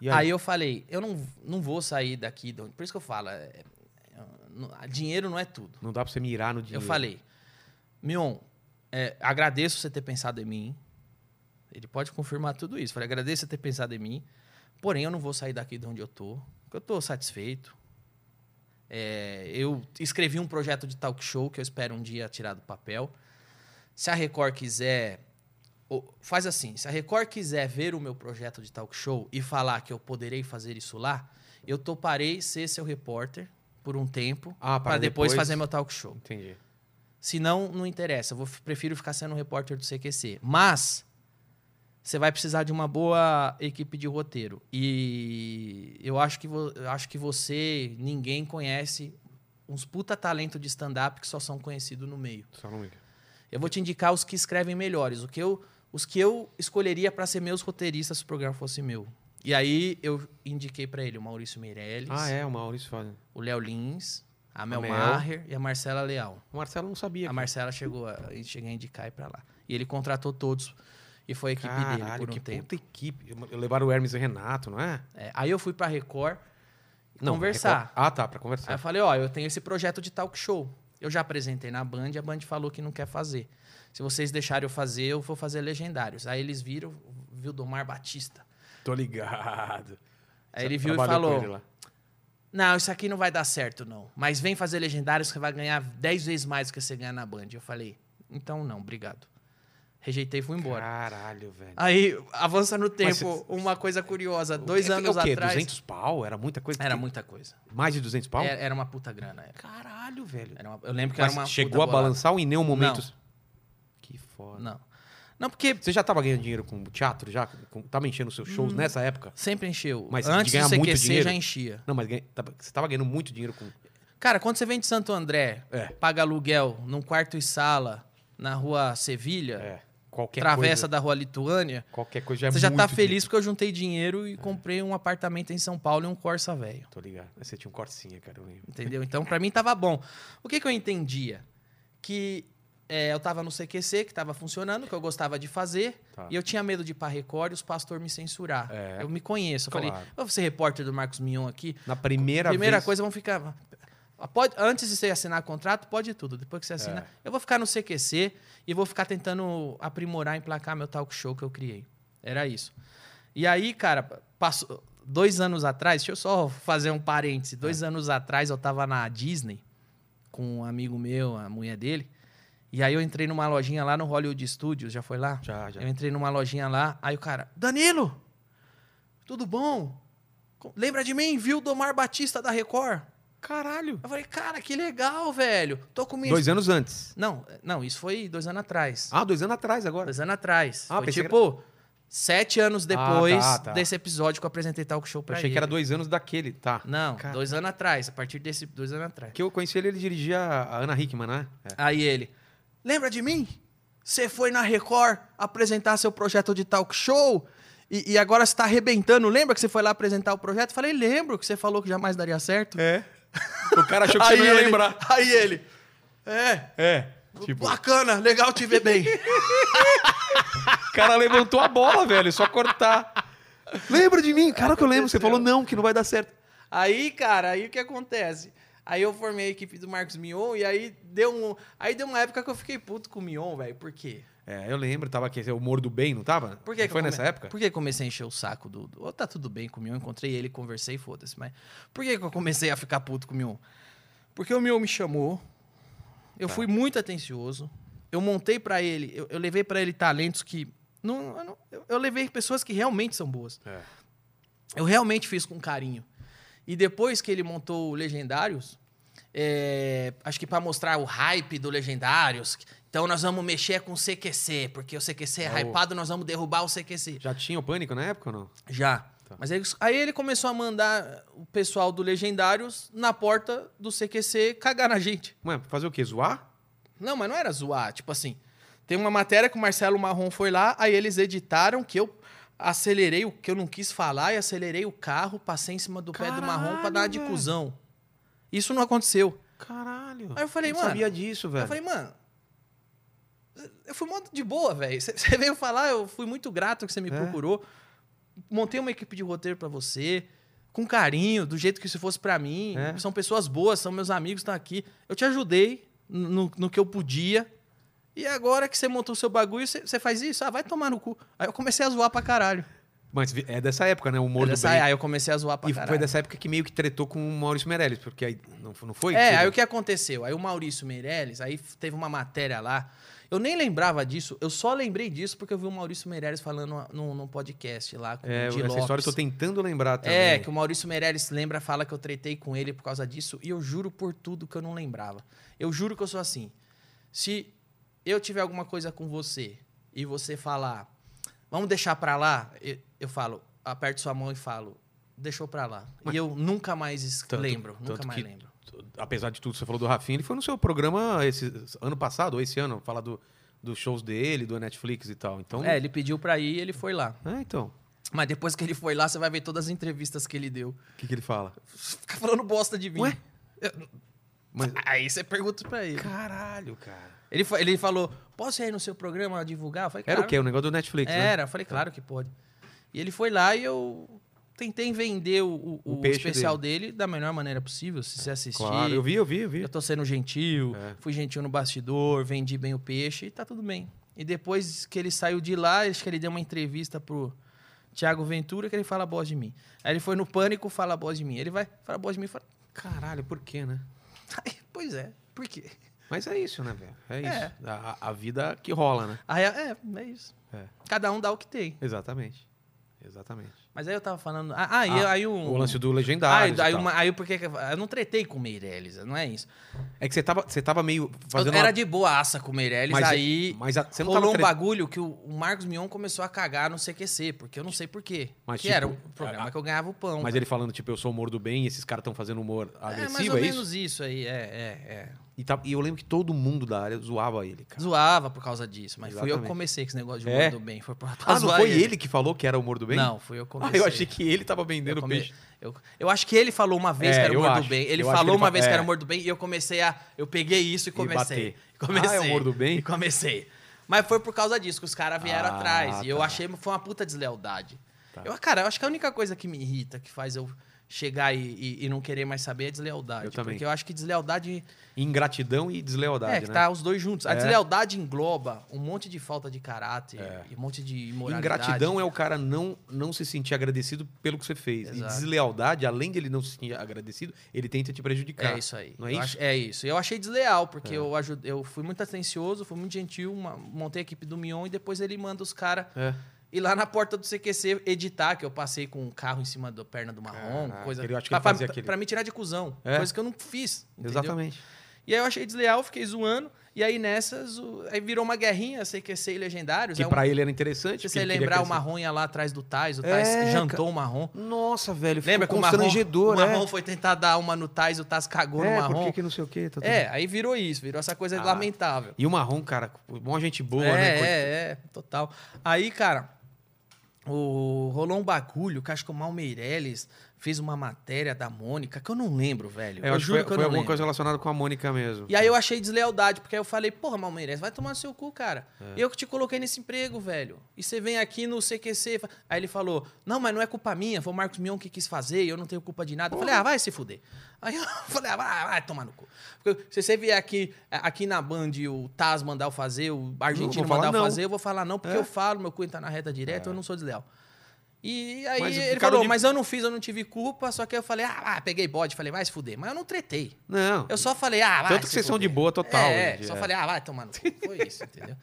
[SPEAKER 1] E
[SPEAKER 2] Aí?
[SPEAKER 1] aí?
[SPEAKER 2] eu falei, eu não, não vou sair daqui. de onde- Por isso que eu falo, é- é- não- dinheiro não é tudo.
[SPEAKER 1] Não dá pra você mirar no
[SPEAKER 2] Eu
[SPEAKER 1] dinheiro.
[SPEAKER 2] falei, Mion, é, agradeço você ter pensado em mim. Ele pode confirmar tudo isso. Falei, agradeço você ter pensado em mim. Porém, eu não vou sair daqui de onde eu tô. Porque eu tô satisfeito. É, eu escrevi um projeto de talk show que eu espero um dia tirar do papel. Se a Record quiser. ou- Faz assim, se a Record quiser ver o meu projeto de talk show e falar que eu poderei fazer isso lá, eu toparei ser seu repórter por um tempo
[SPEAKER 1] Ah, para
[SPEAKER 2] para depois
[SPEAKER 1] depois-
[SPEAKER 2] fazer meu talk show.
[SPEAKER 1] Entendi.
[SPEAKER 2] Se não, não interessa. Eu vou, prefiro ficar sendo um repórter do CQC. Mas você vai precisar de uma boa equipe de roteiro. E eu acho que, vo- eu acho que você, ninguém conhece uns puta talento de stand-up que só são conhecidos no meio.
[SPEAKER 1] Só não me...
[SPEAKER 2] Eu vou te indicar os que escrevem melhores, o que eu, os que eu escolheria para ser meus roteiristas se o programa fosse meu. E aí eu indiquei para ele o Maurício Meirelles,
[SPEAKER 1] Ah, é, o Maurício faz.
[SPEAKER 2] o Léo Lins, a Mel
[SPEAKER 1] Mel.
[SPEAKER 2] Maher e a Marcela Leal.
[SPEAKER 1] O Marcelo não sabia.
[SPEAKER 2] A
[SPEAKER 1] cara.
[SPEAKER 2] Marcela chegou a, a gente chegou a indicar e pra lá. E ele contratou todos. E foi a equipe dele
[SPEAKER 1] Caralho,
[SPEAKER 2] por um
[SPEAKER 1] que
[SPEAKER 2] tempo.
[SPEAKER 1] puta equipe. Levaram o Hermes e o Renato, não é?
[SPEAKER 2] É, aí eu fui pra Record
[SPEAKER 1] Não,
[SPEAKER 2] conversar.
[SPEAKER 1] Record- Ah, tá, pra
[SPEAKER 2] Aí eu
[SPEAKER 1] conversar.
[SPEAKER 2] falei, ó, eu tenho esse projeto de talk show. Eu já apresentei na Band, a Band falou que não quer fazer. Se vocês deixarem eu fazer, eu vou fazer Legendários. Aí eles viram, viu Domar Batista.
[SPEAKER 1] Tô ligado.
[SPEAKER 2] Ah. Aí
[SPEAKER 1] Você
[SPEAKER 2] ele viu e
[SPEAKER 1] trabalhou com ele
[SPEAKER 2] falou,
[SPEAKER 1] lá.
[SPEAKER 2] não, isso aqui não vai dar certo não. Mas vem fazer Legendários que você vai ganhar 10 vezes mais do que você ganha na Band. Eu falei, então não, obrigado. Rejeitei e fui embora.
[SPEAKER 1] Caralho, velho.
[SPEAKER 2] Aí, avança no
[SPEAKER 1] Mas
[SPEAKER 2] tempo, uma coisa curiosa.
[SPEAKER 1] O É
[SPEAKER 2] Dois
[SPEAKER 1] que-
[SPEAKER 2] anos
[SPEAKER 1] o quê?
[SPEAKER 2] atrás.
[SPEAKER 1] 200 pau? Era muita coisa?
[SPEAKER 2] Era
[SPEAKER 1] Que-
[SPEAKER 2] muita coisa. É,
[SPEAKER 1] Mais de 200 pau?
[SPEAKER 2] Era, era uma puta grana. Era.
[SPEAKER 1] Caralho, velho.
[SPEAKER 2] Era uma- eu lembro que
[SPEAKER 1] Mas
[SPEAKER 2] era uma.
[SPEAKER 1] chegou
[SPEAKER 2] puta
[SPEAKER 1] a
[SPEAKER 2] bolada.
[SPEAKER 1] balançar em nenhum momento. Que foda.
[SPEAKER 2] Não. Não, porque
[SPEAKER 1] Você já tava ganhando dinheiro com teatro? Já? Com, tava enchendo os seus
[SPEAKER 2] Hum.
[SPEAKER 1] shows nessa época?
[SPEAKER 2] sempre encheu.
[SPEAKER 1] Mas de
[SPEAKER 2] Antes do
[SPEAKER 1] ganhar muito
[SPEAKER 2] CQC
[SPEAKER 1] dinheiro?
[SPEAKER 2] já enchia.
[SPEAKER 1] Não, mas ganha- tava- você tava ganhando muito dinheiro com.
[SPEAKER 2] Cara, quando você vem de Santo André,
[SPEAKER 1] É.
[SPEAKER 2] paga aluguel num quarto e sala na rua Sevilha,
[SPEAKER 1] É, qualquer
[SPEAKER 2] travessa
[SPEAKER 1] coisa.
[SPEAKER 2] da rua Lituânia,
[SPEAKER 1] Qualquer coisa já é
[SPEAKER 2] você já tá
[SPEAKER 1] muito
[SPEAKER 2] feliz porque eu juntei dinheiro e comprei um apartamento em São Paulo e um Corsa velho.
[SPEAKER 1] dinheiro. Tô ligado. Mas Você tinha um corcinha, cara, eu lembro.
[SPEAKER 2] Entendeu? Então, pra mim, tava bom. O que, que eu entendia? Que é, eu tava no CQC, que tava funcionando, que eu gostava de fazer,
[SPEAKER 1] Tá.
[SPEAKER 2] e eu tinha medo de ir pra Record e os pastores me censurar.
[SPEAKER 1] É.
[SPEAKER 2] Eu me conheço. Eu
[SPEAKER 1] Claro.
[SPEAKER 2] falei, eu vou ser repórter do Marcos Mion aqui.
[SPEAKER 1] Na primeira,
[SPEAKER 2] Primeira
[SPEAKER 1] vez-
[SPEAKER 2] coisa, vão ficar. Pode, antes de você assinar contrato, pode tudo. Depois que você assina,
[SPEAKER 1] É.
[SPEAKER 2] eu vou ficar no CQC e vou ficar tentando aprimorar, emplacar meu talk show que eu criei. Era isso. E aí, cara, passou dois anos atrás, deixa eu só fazer um parêntese.
[SPEAKER 1] É.
[SPEAKER 2] Dois anos atrás, eu tava na Disney com um amigo meu, a mulher dele. E aí eu entrei numa lojinha lá no Hollywood Studios, já foi lá?
[SPEAKER 1] Já, já.
[SPEAKER 2] Eu entrei numa lojinha lá, aí o cara, Danilo, tudo bom? Co- Lembra de mim? Viu o Domar Batista da Record?
[SPEAKER 1] Caralho.
[SPEAKER 2] Eu falei, cara, que legal, velho. Tô com minha.
[SPEAKER 1] Dois anos antes.
[SPEAKER 2] Não, não, isso foi dois anos atrás.
[SPEAKER 1] Ah, dois anos atrás agora.
[SPEAKER 2] Dois anos atrás.
[SPEAKER 1] Ah,
[SPEAKER 2] foi
[SPEAKER 1] pensei que
[SPEAKER 2] tipo, sete anos depois
[SPEAKER 1] Ah, tá, tá.
[SPEAKER 2] desse episódio que eu apresentei talk show
[SPEAKER 1] Eu
[SPEAKER 2] pra
[SPEAKER 1] achei
[SPEAKER 2] ele.
[SPEAKER 1] que era dois anos daquele, tá.
[SPEAKER 2] Não,
[SPEAKER 1] Cara.
[SPEAKER 2] dois anos atrás, a partir desse dois anos atrás.
[SPEAKER 1] Que eu conheci ele, ele dirigia a Ana Hickman, né? É.
[SPEAKER 2] Aí ele, lembra de mim? Você foi na Record apresentar seu projeto de talk show e, e agora você tá arrebentando. Lembra que você foi lá apresentar o projeto? Eu Falei, lembro que você falou que jamais daria certo.
[SPEAKER 1] É. O cara *laughs* achou que você não ia
[SPEAKER 2] ele,
[SPEAKER 1] lembrar.
[SPEAKER 2] Aí ele, é,
[SPEAKER 1] É. Tipo,
[SPEAKER 2] bacana, legal te ver
[SPEAKER 1] *laughs*
[SPEAKER 2] bem.
[SPEAKER 1] o cara levantou a bola, velho, só cortar. Lembra de mim? Cara, que eu lembro. Você falou não, que não vai dar certo.
[SPEAKER 2] aí, cara, aí o que acontece? Aí eu formei a equipe do Marcos Mion e aí deu um, aí deu uma época que eu fiquei puto com o Mion, velho. Por quê?
[SPEAKER 1] É, eu lembro, tava aqui, o Moro do Bem, não tava?
[SPEAKER 2] Por que
[SPEAKER 1] Não
[SPEAKER 2] que
[SPEAKER 1] foi
[SPEAKER 2] eu come-
[SPEAKER 1] nessa época?
[SPEAKER 2] Por que eu comecei a encher o saco do. do- oh, tá tudo bem com o Mion, encontrei ele, conversei, foda-se. Mas por que que eu comecei a ficar puto com o Mion? Porque o Mion me chamou, eu
[SPEAKER 1] Tá.
[SPEAKER 2] fui muito atencioso, eu montei pra ele, eu, eu levei pra ele talentos que. Não, eu, não- eu- eu levei pessoas que realmente são boas.
[SPEAKER 1] É.
[SPEAKER 2] Eu realmente fiz com carinho. E depois que ele montou o Legendários, é, acho que pra mostrar o hype do Legendários, então nós vamos mexer com o CQC, porque o CQC é
[SPEAKER 1] É o-
[SPEAKER 2] hypado, nós vamos derrubar o CQC.
[SPEAKER 1] Já tinha o Pânico na época ou não?
[SPEAKER 2] Já.
[SPEAKER 1] Tá.
[SPEAKER 2] Mas aí, aí ele começou a mandar o pessoal do Legendários na porta do CQC cagar na gente.
[SPEAKER 1] Ué, fazer o quê? Zoar?
[SPEAKER 2] Não, mas não era zoar. Tipo assim, tem uma matéria que o Marcelo Marrom foi lá, aí eles editaram que eu acelerei o que eu não quis falar e acelerei o carro, passei em cima do pé do Marrom pra
[SPEAKER 1] Caralho,
[SPEAKER 2] dar uma de
[SPEAKER 1] velho.
[SPEAKER 2] cuzão. Isso não aconteceu.
[SPEAKER 1] Caralho.
[SPEAKER 2] Aí eu falei,
[SPEAKER 1] não
[SPEAKER 2] mano,
[SPEAKER 1] sabia disso, velho.
[SPEAKER 2] Eu falei, mano. Eu fui muito de boa, velho. Você *laughs* veio falar, eu fui muito grato que você me
[SPEAKER 1] É.
[SPEAKER 2] procurou. Montei uma equipe de roteiro pra você, com carinho, do jeito que se fosse pra mim.
[SPEAKER 1] É.
[SPEAKER 2] São pessoas boas, são meus amigos, estão aqui. Eu te ajudei no, no que eu podia. E agora que você montou o seu bagulho, você você faz isso? Ah, vai tomar no cu. Aí eu comecei a zoar pra caralho.
[SPEAKER 1] Mas é dessa época, né? O Moro do
[SPEAKER 2] Dessa-
[SPEAKER 1] Bem.
[SPEAKER 2] aí eu comecei a zoar pra
[SPEAKER 1] E
[SPEAKER 2] caralho.
[SPEAKER 1] foi dessa época que meio que tretou com o Maurício Meirelles, porque aí não, não foi? Tipo,
[SPEAKER 2] É, aí o que aconteceu? Aí o Maurício Meirelles, aí f- teve uma matéria lá. Eu nem lembrava disso, eu só lembrei disso porque eu vi o Maurício Meirelles falando a- num, num podcast lá com
[SPEAKER 1] É,
[SPEAKER 2] o Di
[SPEAKER 1] essa
[SPEAKER 2] Lopes.
[SPEAKER 1] história eu tô tentando lembrar também.
[SPEAKER 2] É, que o Maurício Meirelles lembra, fala que eu tretei com ele por causa disso, e eu juro por tudo que eu não lembrava. Eu juro que eu sou assim. Se eu tiver alguma coisa com você e você falar, vamos deixar pra lá, eu, eu falo, aperto sua mão e falo, deixou pra lá. e eu nunca mais es-
[SPEAKER 1] Tanto-
[SPEAKER 2] lembro, nunca
[SPEAKER 1] tanto
[SPEAKER 2] mais
[SPEAKER 1] que-
[SPEAKER 2] lembro.
[SPEAKER 1] Apesar de tudo, que você falou do Rafinha, ele foi no seu programa esse ano passado, ou esse ano, falar do, dos shows dele, do Netflix e tal. Então,
[SPEAKER 2] É, ele pediu pra ir e ele foi lá.
[SPEAKER 1] É, então.
[SPEAKER 2] Mas depois que ele foi lá, você vai ver todas as entrevistas que ele deu.
[SPEAKER 1] O que, que ele fala?
[SPEAKER 2] Fica falando bosta de mim.
[SPEAKER 1] Ué? Mas-
[SPEAKER 2] Aí você pergunta pra ele.
[SPEAKER 1] Caralho, cara.
[SPEAKER 2] Ele, fa- ele falou, posso ir aí no seu programa divulgar? Eu falei,
[SPEAKER 1] Era
[SPEAKER 2] claro.
[SPEAKER 1] o quê? O negócio do Netflix, né?
[SPEAKER 2] Era, eu falei, claro que pode. E ele foi lá e eu tentei vender o, o-
[SPEAKER 1] O
[SPEAKER 2] o
[SPEAKER 1] peixe
[SPEAKER 2] especial dele. da melhor maneira possível, se você assistir.
[SPEAKER 1] Claro, eu vi, eu vi, eu vi.
[SPEAKER 2] Eu tô sendo gentil,
[SPEAKER 1] É.
[SPEAKER 2] fui gentil no bastidor, vendi bem o peixe e tá tudo bem. E depois que ele saiu de lá, acho que ele deu uma entrevista pro Thiago Ventura que ele fala bosta de mim. Aí ele foi no pânico, fala bosta de mim. Ele vai, fala bosta de mim, fala, *laughs*
[SPEAKER 1] Caralho, por quê, né?
[SPEAKER 2] "Ai, pois é, por quê?
[SPEAKER 1] Mas é isso, né, velho? É
[SPEAKER 2] É.
[SPEAKER 1] isso. A- A, a vida que rola, né?
[SPEAKER 2] Aí, é, é isso.
[SPEAKER 1] É.
[SPEAKER 2] Cada um dá o que tem.
[SPEAKER 1] Exatamente. Exatamente.
[SPEAKER 2] Mas aí eu tava falando. Ah, ah, e
[SPEAKER 1] Ah,
[SPEAKER 2] aí um.
[SPEAKER 1] O lance do
[SPEAKER 2] Ah,
[SPEAKER 1] legendário.
[SPEAKER 2] aí, aí, uma, aí porque eu não tretei com o Meirelles, não é isso.
[SPEAKER 1] É que você tava, você tava meio
[SPEAKER 2] Eu
[SPEAKER 1] fazendo.
[SPEAKER 2] era
[SPEAKER 1] uma-
[SPEAKER 2] de boaça com o Meirelles,
[SPEAKER 1] mas, é,
[SPEAKER 2] aí
[SPEAKER 1] Mas a- você não
[SPEAKER 2] rolou
[SPEAKER 1] tava
[SPEAKER 2] um
[SPEAKER 1] tre-
[SPEAKER 2] bagulho que o, o Marcos Mion começou a cagar no CQC, porque eu não sei porquê.
[SPEAKER 1] Mas,
[SPEAKER 2] que
[SPEAKER 1] tipo,
[SPEAKER 2] era o programa
[SPEAKER 1] a-
[SPEAKER 2] que eu ganhava o pão.
[SPEAKER 1] Mas ele falando, tipo, eu sou o humor do bem e esses caras estão fazendo humor
[SPEAKER 2] é
[SPEAKER 1] agressivo, é,
[SPEAKER 2] mais ou
[SPEAKER 1] isso?
[SPEAKER 2] menos isso, aí, é, é,
[SPEAKER 1] E, tá- e eu lembro que todo mundo da área zoava ele,
[SPEAKER 2] é.
[SPEAKER 1] cara.
[SPEAKER 2] Zoava por causa disso, mas fui eu que
[SPEAKER 1] Exatamente.
[SPEAKER 2] comecei com esse negócio de
[SPEAKER 1] É?
[SPEAKER 2] humor do bem. Foi pra, pra
[SPEAKER 1] Ah, não
[SPEAKER 2] zoar
[SPEAKER 1] foi ele. que falou que era humor do bem?
[SPEAKER 2] Não, fui eu que
[SPEAKER 1] Ah,
[SPEAKER 2] comecei.
[SPEAKER 1] eu achei que ele tava vendendo
[SPEAKER 2] Eu, come-
[SPEAKER 1] peixe.
[SPEAKER 2] eu, eu acho que ele falou uma vez
[SPEAKER 1] É,
[SPEAKER 2] que era
[SPEAKER 1] eu
[SPEAKER 2] humor do
[SPEAKER 1] acho.
[SPEAKER 2] bem. Ele
[SPEAKER 1] Eu acho que
[SPEAKER 2] falou
[SPEAKER 1] ele
[SPEAKER 2] uma
[SPEAKER 1] fa-
[SPEAKER 2] vez que era
[SPEAKER 1] é.
[SPEAKER 2] humor do bem e eu comecei a. Eu peguei isso e comecei.
[SPEAKER 1] bater.
[SPEAKER 2] comecei.
[SPEAKER 1] Ah, é humor do bem?
[SPEAKER 2] E comecei. Mas foi por causa disso que os caras vieram
[SPEAKER 1] Ah,
[SPEAKER 2] atrás. E eu
[SPEAKER 1] tá.
[SPEAKER 2] achei. Foi uma puta deslealdade.
[SPEAKER 1] Tá.
[SPEAKER 2] Eu, cara, eu acho que a única coisa que me irrita, que faz eu chegar e, e- e não querer mais saber é a deslealdade.
[SPEAKER 1] Eu também.
[SPEAKER 2] Porque eu acho que deslealdade.
[SPEAKER 1] Ingratidão e deslealdade,
[SPEAKER 2] é, que
[SPEAKER 1] né?
[SPEAKER 2] tá os dois juntos. A
[SPEAKER 1] É.
[SPEAKER 2] deslealdade engloba um monte de falta de caráter e um monte de imoralidade.
[SPEAKER 1] Ingratidão é o cara não, não se sentir agradecido pelo que você fez. E
[SPEAKER 2] Exato.
[SPEAKER 1] deslealdade, além de ele não se sentir agradecido, ele tenta te prejudicar.
[SPEAKER 2] É isso aí.
[SPEAKER 1] Não é
[SPEAKER 2] Eu
[SPEAKER 1] isso? É.
[SPEAKER 2] acho- é isso. Eu achei desleal, porque eu, ajudei, eu fui muito atencioso, fui muito gentil, ma- montei a equipe do Mion e depois ele manda os caras
[SPEAKER 1] É.
[SPEAKER 2] ir lá na porta do CQC editar, que eu passei com um carro em cima da perna do Marrom,
[SPEAKER 1] Caraca,
[SPEAKER 2] coisa...
[SPEAKER 1] ele- eu acho que
[SPEAKER 2] pra,
[SPEAKER 1] ele fazia
[SPEAKER 2] pra-
[SPEAKER 1] aquele-
[SPEAKER 2] pra me tirar de cuzão,
[SPEAKER 1] É.
[SPEAKER 2] coisa que eu não fiz, entendeu?
[SPEAKER 1] Exatamente.
[SPEAKER 2] E aí eu achei desleal, fiquei zoando, e aí nessas, o- aí virou uma guerrinha CQC e Legendários.
[SPEAKER 1] Que
[SPEAKER 2] aí um-
[SPEAKER 1] pra ele era
[SPEAKER 2] se
[SPEAKER 1] interessante.
[SPEAKER 2] você
[SPEAKER 1] porque ele queria
[SPEAKER 2] lembrar, o
[SPEAKER 1] crescer.
[SPEAKER 2] Marrom ia lá atrás do Tais, o
[SPEAKER 1] É,
[SPEAKER 2] Tais
[SPEAKER 1] cara.
[SPEAKER 2] jantou o Marrom.
[SPEAKER 1] Nossa, velho, ficou
[SPEAKER 2] Lembra que o Marrom, o
[SPEAKER 1] constrangedor,
[SPEAKER 2] Marrom
[SPEAKER 1] é.
[SPEAKER 2] foi tentar dar uma no Tais, o Tais cagou no
[SPEAKER 1] É,
[SPEAKER 2] Marrom.
[SPEAKER 1] por que que não sei o quê? tá tudo-
[SPEAKER 2] É, aí virou isso, virou essa coisa
[SPEAKER 1] Ah.
[SPEAKER 2] lamentável.
[SPEAKER 1] E o Marrom, cara, mó gente boa,
[SPEAKER 2] é,
[SPEAKER 1] né? Coit-
[SPEAKER 2] é, é, total. Aí, cara, o, rolou um bagulho que acho que o Mal Meirelles fez uma matéria da Mônica, que eu não lembro, velho.
[SPEAKER 1] É,
[SPEAKER 2] eu
[SPEAKER 1] acho
[SPEAKER 2] juro
[SPEAKER 1] que
[SPEAKER 2] que eu
[SPEAKER 1] foi,
[SPEAKER 2] não
[SPEAKER 1] foi alguma
[SPEAKER 2] lembro.
[SPEAKER 1] coisa relacionada com a Mônica mesmo.
[SPEAKER 2] E aí eu achei deslealdade, porque aí eu falei, porra, Mal Meirelles, vai tomar no seu cu, cara.
[SPEAKER 1] É.
[SPEAKER 2] Eu que te coloquei nesse emprego, velho. E você vem aqui no CQC. fa- Aí ele falou, não, mas não é culpa minha, foi o Marcos Mion que quis fazer, eu não tenho culpa de nada. Eu falei, ah, vai se fuder. Aí eu *laughs* falei, ah, vai, vai tomar no cu. Porque se você vier aqui, aqui na Band o Taz mandar eu fazer, o
[SPEAKER 1] Eu
[SPEAKER 2] argentino
[SPEAKER 1] vou falar
[SPEAKER 2] mandar eu
[SPEAKER 1] não.
[SPEAKER 2] fazer, eu vou falar não, porque
[SPEAKER 1] É.
[SPEAKER 2] eu falo, meu cu tá na reta direta, eu não sou desleal. E aí
[SPEAKER 1] Mas
[SPEAKER 2] ele
[SPEAKER 1] ficaram
[SPEAKER 2] falou,
[SPEAKER 1] de-
[SPEAKER 2] mas eu não fiz, eu não tive culpa, só que eu falei, ah, ah, peguei bode, falei, vai se fuder. Mas eu não tretei.
[SPEAKER 1] Não.
[SPEAKER 2] Eu só falei, ah, vai
[SPEAKER 1] Tanto que
[SPEAKER 2] se
[SPEAKER 1] vocês são
[SPEAKER 2] fuder.
[SPEAKER 1] de boa total,
[SPEAKER 2] É,
[SPEAKER 1] gente,
[SPEAKER 2] só
[SPEAKER 1] é.
[SPEAKER 2] falei, ah, vai tomar no cu.
[SPEAKER 1] *laughs*
[SPEAKER 2] Foi isso, entendeu?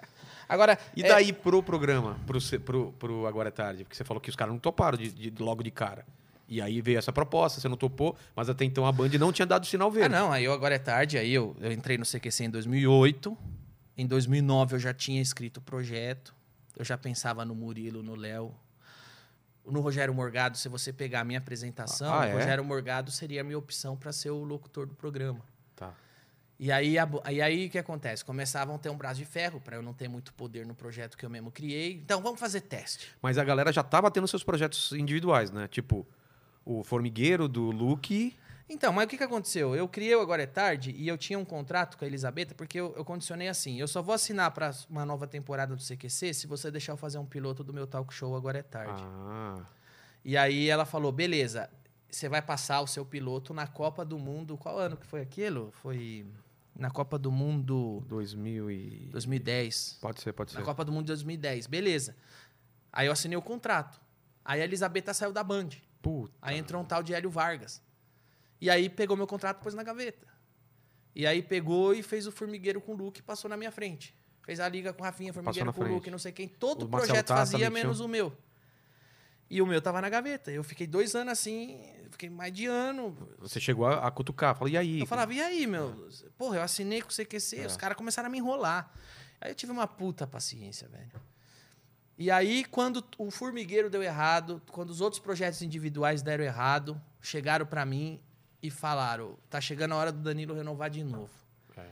[SPEAKER 2] Agora,
[SPEAKER 1] E
[SPEAKER 2] é,
[SPEAKER 1] daí pro programa, pro, se- pro, pro Agora é Tarde? Porque você falou que os caras não toparam de, de- logo de cara. E aí veio essa proposta, você não topou, mas até então a Band não tinha dado sinal
[SPEAKER 2] ah,
[SPEAKER 1] verde.
[SPEAKER 2] não, aí eu agora é tarde, aí eu, eu entrei no CQC em 2008. Em 2009 eu já tinha escrito o projeto. Eu já pensava no Murilo, no Léo. No Rogério Morgado, se você pegar a minha apresentação,
[SPEAKER 1] Ah,
[SPEAKER 2] o
[SPEAKER 1] é?
[SPEAKER 2] Rogério Morgado seria a minha opção para ser o locutor do programa.
[SPEAKER 1] Tá.
[SPEAKER 2] E aí, a bo- e aí o que acontece? Começavam a ter um braço de ferro para eu não ter muito poder no projeto que eu mesmo criei. Então vamos fazer teste.
[SPEAKER 1] Mas a galera já tava tendo seus projetos individuais, né? Tipo, o Formigueiro do Luke.
[SPEAKER 2] Então, mas o que, que aconteceu? Eu criei o Agora é Tarde e eu tinha um contrato com a Elisabetta porque eu, eu condicionei assim: eu só vou assinar para uma nova temporada do CQC se você deixar eu fazer um piloto do meu talk show Agora é Tarde.
[SPEAKER 1] Ah,
[SPEAKER 2] E aí ela falou: beleza, você vai passar o seu piloto na Copa do Mundo. Qual ano que foi aquilo? Foi na Copa do Mundo
[SPEAKER 1] 2000 e...
[SPEAKER 2] 2010.
[SPEAKER 1] Pode ser, pode
[SPEAKER 2] Na
[SPEAKER 1] ser.
[SPEAKER 2] Copa do Mundo de 2010, beleza. Aí eu assinei o contrato. Aí a Elisabetta saiu da Band.
[SPEAKER 1] Puta.
[SPEAKER 2] Aí entrou um tal de Hélio Vargas. E aí pegou meu contrato e pôs na gaveta. E aí pegou e fez o formigueiro com o Luke e passou na minha frente. Fez a liga com o Rafinha, formigueiro
[SPEAKER 1] na
[SPEAKER 2] com o Luke,
[SPEAKER 1] frente.
[SPEAKER 2] não sei quem. Todo
[SPEAKER 1] O
[SPEAKER 2] o
[SPEAKER 1] Marcelo um-
[SPEAKER 2] projeto
[SPEAKER 1] Taz
[SPEAKER 2] fazia
[SPEAKER 1] também
[SPEAKER 2] menos o meu. E o meu tava na gaveta. Eu fiquei dois anos assim, fiquei mais de ano.
[SPEAKER 1] Você chegou a, a cutucar, falou, e aí?
[SPEAKER 2] Eu falava, e aí, meu? Porra, eu assinei com o CQC,
[SPEAKER 1] É.
[SPEAKER 2] os caras começaram a me enrolar. Aí eu tive uma puta paciência, velho. E aí, quando o formigueiro deu errado, quando os outros projetos individuais deram errado, chegaram pra mim e falaram: tá chegando a hora do Danilo renovar de novo.
[SPEAKER 1] É.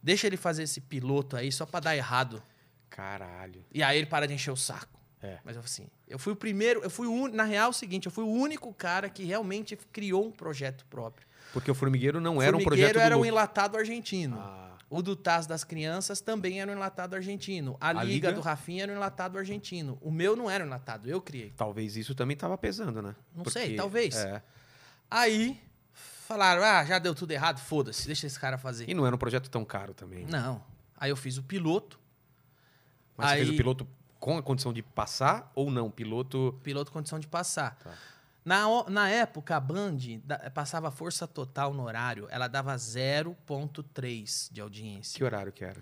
[SPEAKER 2] Deixa ele fazer esse piloto aí só pra dar errado.
[SPEAKER 1] Caralho.
[SPEAKER 2] E aí ele para de encher o saco.
[SPEAKER 1] É.
[SPEAKER 2] Mas eu assim, eu fui o primeiro, eu fui o un... na real é o seguinte, eu fui o único cara que realmente criou um projeto próprio.
[SPEAKER 1] Porque o Formigueiro não
[SPEAKER 2] O
[SPEAKER 1] era um projeto do
[SPEAKER 2] era um
[SPEAKER 1] Luke.
[SPEAKER 2] enlatado argentino.
[SPEAKER 1] Ah,
[SPEAKER 2] O do Taz das Crianças também era um enlatado argentino. A,
[SPEAKER 1] A
[SPEAKER 2] Liga,
[SPEAKER 1] Liga?
[SPEAKER 2] do Rafinha era um enlatado argentino. O meu não era um enlatado, eu criei.
[SPEAKER 1] talvez isso também tava pesando, né?
[SPEAKER 2] Não sei, talvez.
[SPEAKER 1] É.
[SPEAKER 2] Aí falaram: ah, já deu tudo errado, foda-se, deixa esse cara fazer.
[SPEAKER 1] E não era um projeto tão caro também. né?
[SPEAKER 2] Não. Aí eu fiz o piloto.
[SPEAKER 1] Mas você fez
[SPEAKER 2] Aí-
[SPEAKER 1] o piloto com a condição de passar ou não? Piloto.
[SPEAKER 2] piloto condição de passar.
[SPEAKER 1] Tá.
[SPEAKER 2] Na, o- na época, a Band da- passava força total no horário, ela dava 0,3 de audiência.
[SPEAKER 1] Que horário que era?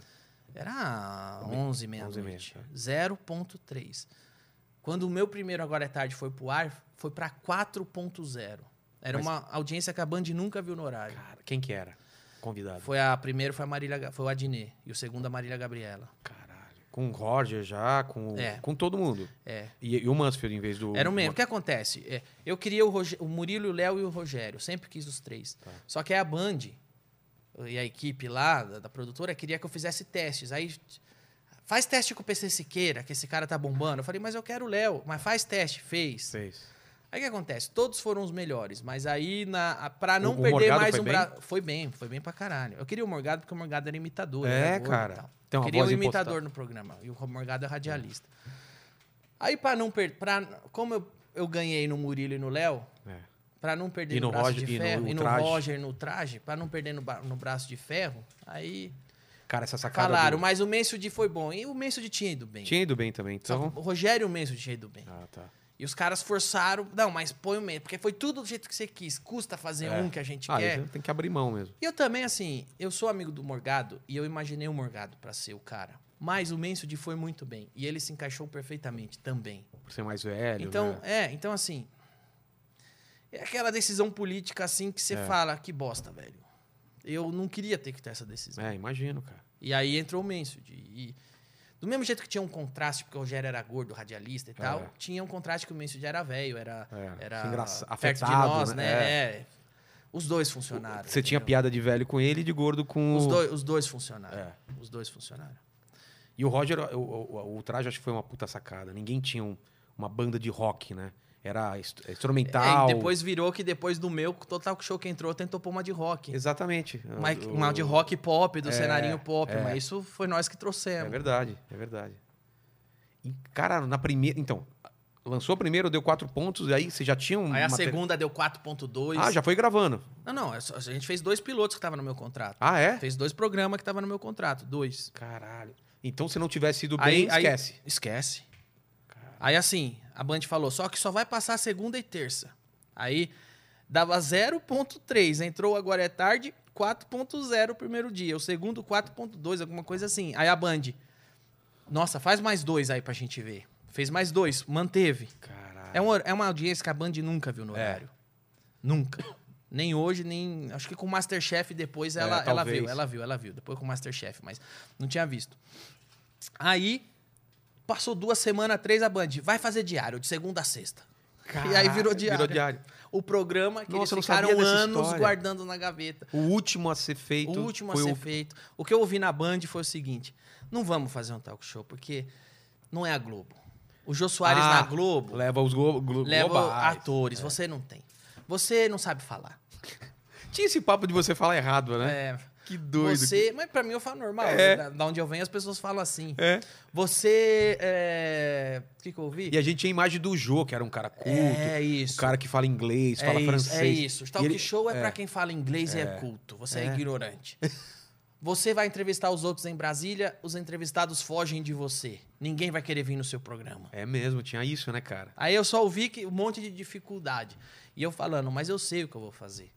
[SPEAKER 1] é.
[SPEAKER 2] Era 11 meia-noite. 0,3. Quando o meu primeiro Agora é Tarde foi pro ar, foi pra 4.0. Era
[SPEAKER 1] Mas-
[SPEAKER 2] uma audiência que a Band nunca viu no horário.
[SPEAKER 1] Cara, quem que era? Convidado.
[SPEAKER 2] Foi a primeira foi a Marília, Ga- foi o Adnet e o segundo a Marília Gabriela.
[SPEAKER 1] Caralho. Com o Roger já, com, o-
[SPEAKER 2] É.
[SPEAKER 1] com todo mundo.
[SPEAKER 2] É.
[SPEAKER 1] E, e o Mansfield em vez do.
[SPEAKER 2] Era o mesmo. O que acontece? É, eu queria o, Roge- o Murilo, o Léo e o Rogério. Sempre quis os três.
[SPEAKER 1] Tá.
[SPEAKER 2] Só que aí a Band e a equipe lá da, da produtora queria que eu fizesse testes. Aí faz teste com o PC Siqueira, que esse cara tá bombando. Eu falei, mas eu quero o Léo. Mas faz teste. Fez.
[SPEAKER 1] Seis.
[SPEAKER 2] Aí o que acontece? Todos foram os melhores, mas aí, na, a- pra não
[SPEAKER 1] O- o
[SPEAKER 2] perder
[SPEAKER 1] Morgado
[SPEAKER 2] mais
[SPEAKER 1] foi
[SPEAKER 2] um
[SPEAKER 1] bem?
[SPEAKER 2] braço. Foi bem, foi bem pra caralho. Eu queria o Morgado porque o Morgado era imitador.
[SPEAKER 1] É,
[SPEAKER 2] ele era gordo e
[SPEAKER 1] cara.
[SPEAKER 2] tal.
[SPEAKER 1] Tem uma
[SPEAKER 2] queria
[SPEAKER 1] voz
[SPEAKER 2] o imitador
[SPEAKER 1] impostada.
[SPEAKER 2] no programa. E o Morgado é radialista. Aí, pra não perder. Como eu, eu ganhei no Murilo e no Léo,
[SPEAKER 1] É.
[SPEAKER 2] pra não perder
[SPEAKER 1] E
[SPEAKER 2] no,
[SPEAKER 1] no
[SPEAKER 2] braço
[SPEAKER 1] Roger-
[SPEAKER 2] de
[SPEAKER 1] e no-
[SPEAKER 2] ferro,
[SPEAKER 1] o
[SPEAKER 2] e no
[SPEAKER 1] traje.
[SPEAKER 2] Roger no traje, pra não perder no, ba- no braço de ferro, aí
[SPEAKER 1] Cara, essa sacada.
[SPEAKER 2] falaram.
[SPEAKER 1] do-
[SPEAKER 2] Mas o Mensude foi bom. E o Mensude tinha ido bem.
[SPEAKER 1] Tinha ido bem também,
[SPEAKER 2] Só
[SPEAKER 1] então.
[SPEAKER 2] que o Rogério e o Mensude tinha ido bem.
[SPEAKER 1] Ah, tá.
[SPEAKER 2] E os caras forçaram. Não, mas põe o medo. Porque foi tudo do jeito que você quis. Custa fazer
[SPEAKER 1] É.
[SPEAKER 2] um que a gente
[SPEAKER 1] Ah,
[SPEAKER 2] quer.
[SPEAKER 1] isso tem que abrir mão mesmo.
[SPEAKER 2] E eu também, assim, eu sou amigo do Morgado e eu imaginei o Morgado pra ser o cara. Mas o Mansfield foi muito bem. E ele se encaixou perfeitamente também.
[SPEAKER 1] Por ser mais velho.
[SPEAKER 2] então,
[SPEAKER 1] né?
[SPEAKER 2] é, então assim. É aquela decisão política assim que você
[SPEAKER 1] É.
[SPEAKER 2] fala, que bosta, velho. Eu não queria ter que ter essa decisão.
[SPEAKER 1] É, imagino, cara.
[SPEAKER 2] E aí entrou o Mansfield. E do mesmo jeito que tinha um contraste, porque o Rogério era gordo, radialista e tal,
[SPEAKER 1] É.
[SPEAKER 2] tinha um contraste que o Mansfield era velho, era,
[SPEAKER 1] É,
[SPEAKER 2] era
[SPEAKER 1] engraça-
[SPEAKER 2] perto de
[SPEAKER 1] afetado,
[SPEAKER 2] nós, né?
[SPEAKER 1] né?
[SPEAKER 2] É. Os dois funcionaram.
[SPEAKER 1] Você tinha
[SPEAKER 2] entendeu?
[SPEAKER 1] piada de velho com ele e de gordo com.
[SPEAKER 2] Os
[SPEAKER 1] o-
[SPEAKER 2] dois, os dois funcionaram.
[SPEAKER 1] É.
[SPEAKER 2] Os dois funcionaram.
[SPEAKER 1] E o Roger, o, o, o traje, acho que foi uma puta sacada. Ninguém tinha um- uma banda de rock, né? Era est- instrumental.
[SPEAKER 2] É, e depois virou que depois do meu, total show que entrou, tentou pôr uma de rock.
[SPEAKER 1] Exatamente.
[SPEAKER 2] Uma,
[SPEAKER 1] O-
[SPEAKER 2] uma de rock pop, do
[SPEAKER 1] É,
[SPEAKER 2] cenarinho pop.
[SPEAKER 1] é.
[SPEAKER 2] Mas isso foi nós que trouxemos.
[SPEAKER 1] É verdade, é verdade. E, cara, na primeira. Então, lançou a primeira, deu quatro pontos, e aí você já tinha um.
[SPEAKER 2] Aí a
[SPEAKER 1] mate-
[SPEAKER 2] segunda deu 4.2.
[SPEAKER 1] Ah, já foi gravando.
[SPEAKER 2] Não, não. é só- A gente fez dois pilotos que estavam no meu contrato.
[SPEAKER 1] Ah, é?
[SPEAKER 2] Fez dois programas que tava no meu contrato. Dois.
[SPEAKER 1] Caralho. Então, se não tivesse ido bem,
[SPEAKER 2] Aí- aí-
[SPEAKER 1] esquece.
[SPEAKER 2] Esquece. Aí assim, a Band falou, só que só vai passar segunda e terça. Aí dava 0.3, entrou agora é tarde, 4.0 o primeiro dia, o segundo 4.2, alguma coisa assim. Aí a Band, nossa, faz mais dois aí pra gente ver. Fez mais dois, manteve.
[SPEAKER 1] Caralho.
[SPEAKER 2] É, um hor- é uma audiência que a Band nunca viu no
[SPEAKER 1] É.
[SPEAKER 2] horário. Nunca. Nem hoje, nem. Acho que com o Masterchef depois
[SPEAKER 1] É,
[SPEAKER 2] ela, ela
[SPEAKER 1] talvez.
[SPEAKER 2] viu, ela viu, ela viu. Depois com o Masterchef, mas não tinha visto. Aí, passou duas semanas, três, a Band. Vai fazer diário, de segunda a sexta. e aí virou diário.
[SPEAKER 1] Virou diário.
[SPEAKER 2] O programa que
[SPEAKER 1] Nossa, eu não
[SPEAKER 2] eles ficaram
[SPEAKER 1] sabia dessa
[SPEAKER 2] anos
[SPEAKER 1] história.
[SPEAKER 2] guardando na gaveta.
[SPEAKER 1] O último a ser feito.
[SPEAKER 2] O último a
[SPEAKER 1] foi
[SPEAKER 2] ser
[SPEAKER 1] o-
[SPEAKER 2] feito. O que eu ouvi na Band foi o seguinte: não vamos fazer um talk show, porque não é a Globo. O Jô Soares
[SPEAKER 1] Ah,
[SPEAKER 2] na Globo
[SPEAKER 1] Leva os glo glo
[SPEAKER 2] leva
[SPEAKER 1] globais. é.
[SPEAKER 2] atores, você não tem. Você não sabe falar.
[SPEAKER 1] Tinha esse papo de você falar errado, né?
[SPEAKER 2] É,
[SPEAKER 1] Que doido.
[SPEAKER 2] você, mas pra mim eu falo normal. né?
[SPEAKER 1] É.
[SPEAKER 2] Da, da onde eu venho as pessoas falam assim.
[SPEAKER 1] É.
[SPEAKER 2] Você, é, o que que eu ouvi?
[SPEAKER 1] E a gente tinha a imagem do Jô, que era um cara culto.
[SPEAKER 2] é
[SPEAKER 1] Um
[SPEAKER 2] isso.
[SPEAKER 1] cara que fala inglês,
[SPEAKER 2] é
[SPEAKER 1] fala
[SPEAKER 2] isso,
[SPEAKER 1] francês.
[SPEAKER 2] É isso. O
[SPEAKER 1] E
[SPEAKER 2] talk
[SPEAKER 1] ele-
[SPEAKER 2] show é, pra quem fala inglês e é culto. Você é,
[SPEAKER 1] *laughs*
[SPEAKER 2] ignorante. Você vai entrevistar os outros em Brasília, os entrevistados fogem de você. Ninguém vai querer vir no seu programa.
[SPEAKER 1] É mesmo, tinha isso, né, cara?
[SPEAKER 2] Aí eu só ouvi que um monte de dificuldade. E eu falando, mas eu sei o que eu vou fazer.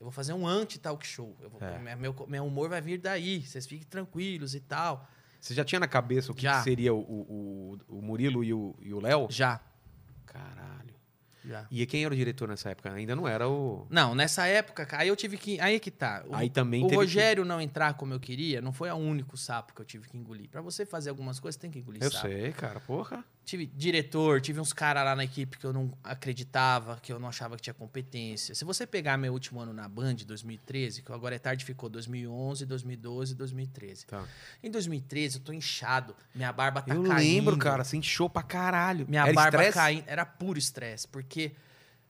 [SPEAKER 2] Eu vou fazer um anti-talk show. Eu vou-
[SPEAKER 1] É.
[SPEAKER 2] minha- meu, meu humor vai vir daí. Vocês fiquem tranquilos e tal.
[SPEAKER 1] Você já tinha na cabeça o que,
[SPEAKER 2] Já.
[SPEAKER 1] que seria o, o, o- o Murilo e o e o Léo?
[SPEAKER 2] Já.
[SPEAKER 1] Caralho.
[SPEAKER 2] Já.
[SPEAKER 1] E quem era o diretor nessa época? Ainda não era o.
[SPEAKER 2] Não, nessa época, cara, aí eu tive que. Aí que tá. O,
[SPEAKER 1] Aí também
[SPEAKER 2] o
[SPEAKER 1] teve que-
[SPEAKER 2] Rogério não entrar como eu queria não foi o único sapo que eu tive que engolir. Pra você fazer algumas coisas, tem que engolir
[SPEAKER 1] Eu
[SPEAKER 2] sapo.
[SPEAKER 1] sei, cara, porra.
[SPEAKER 2] Tive diretor, tive uns caras lá na equipe que eu não acreditava, que eu não achava que tinha competência. Se você pegar meu último ano na Band, 2013, que o agora é tarde ficou 2011, 2012, 2013.
[SPEAKER 1] Tá.
[SPEAKER 2] Em 2013 eu tô inchado, minha barba tá
[SPEAKER 1] eu
[SPEAKER 2] caindo.
[SPEAKER 1] lembro, cara, você inchou pra caralho.
[SPEAKER 2] Minha
[SPEAKER 1] era
[SPEAKER 2] barba
[SPEAKER 1] estresse?
[SPEAKER 2] caindo, era puro estresse, porque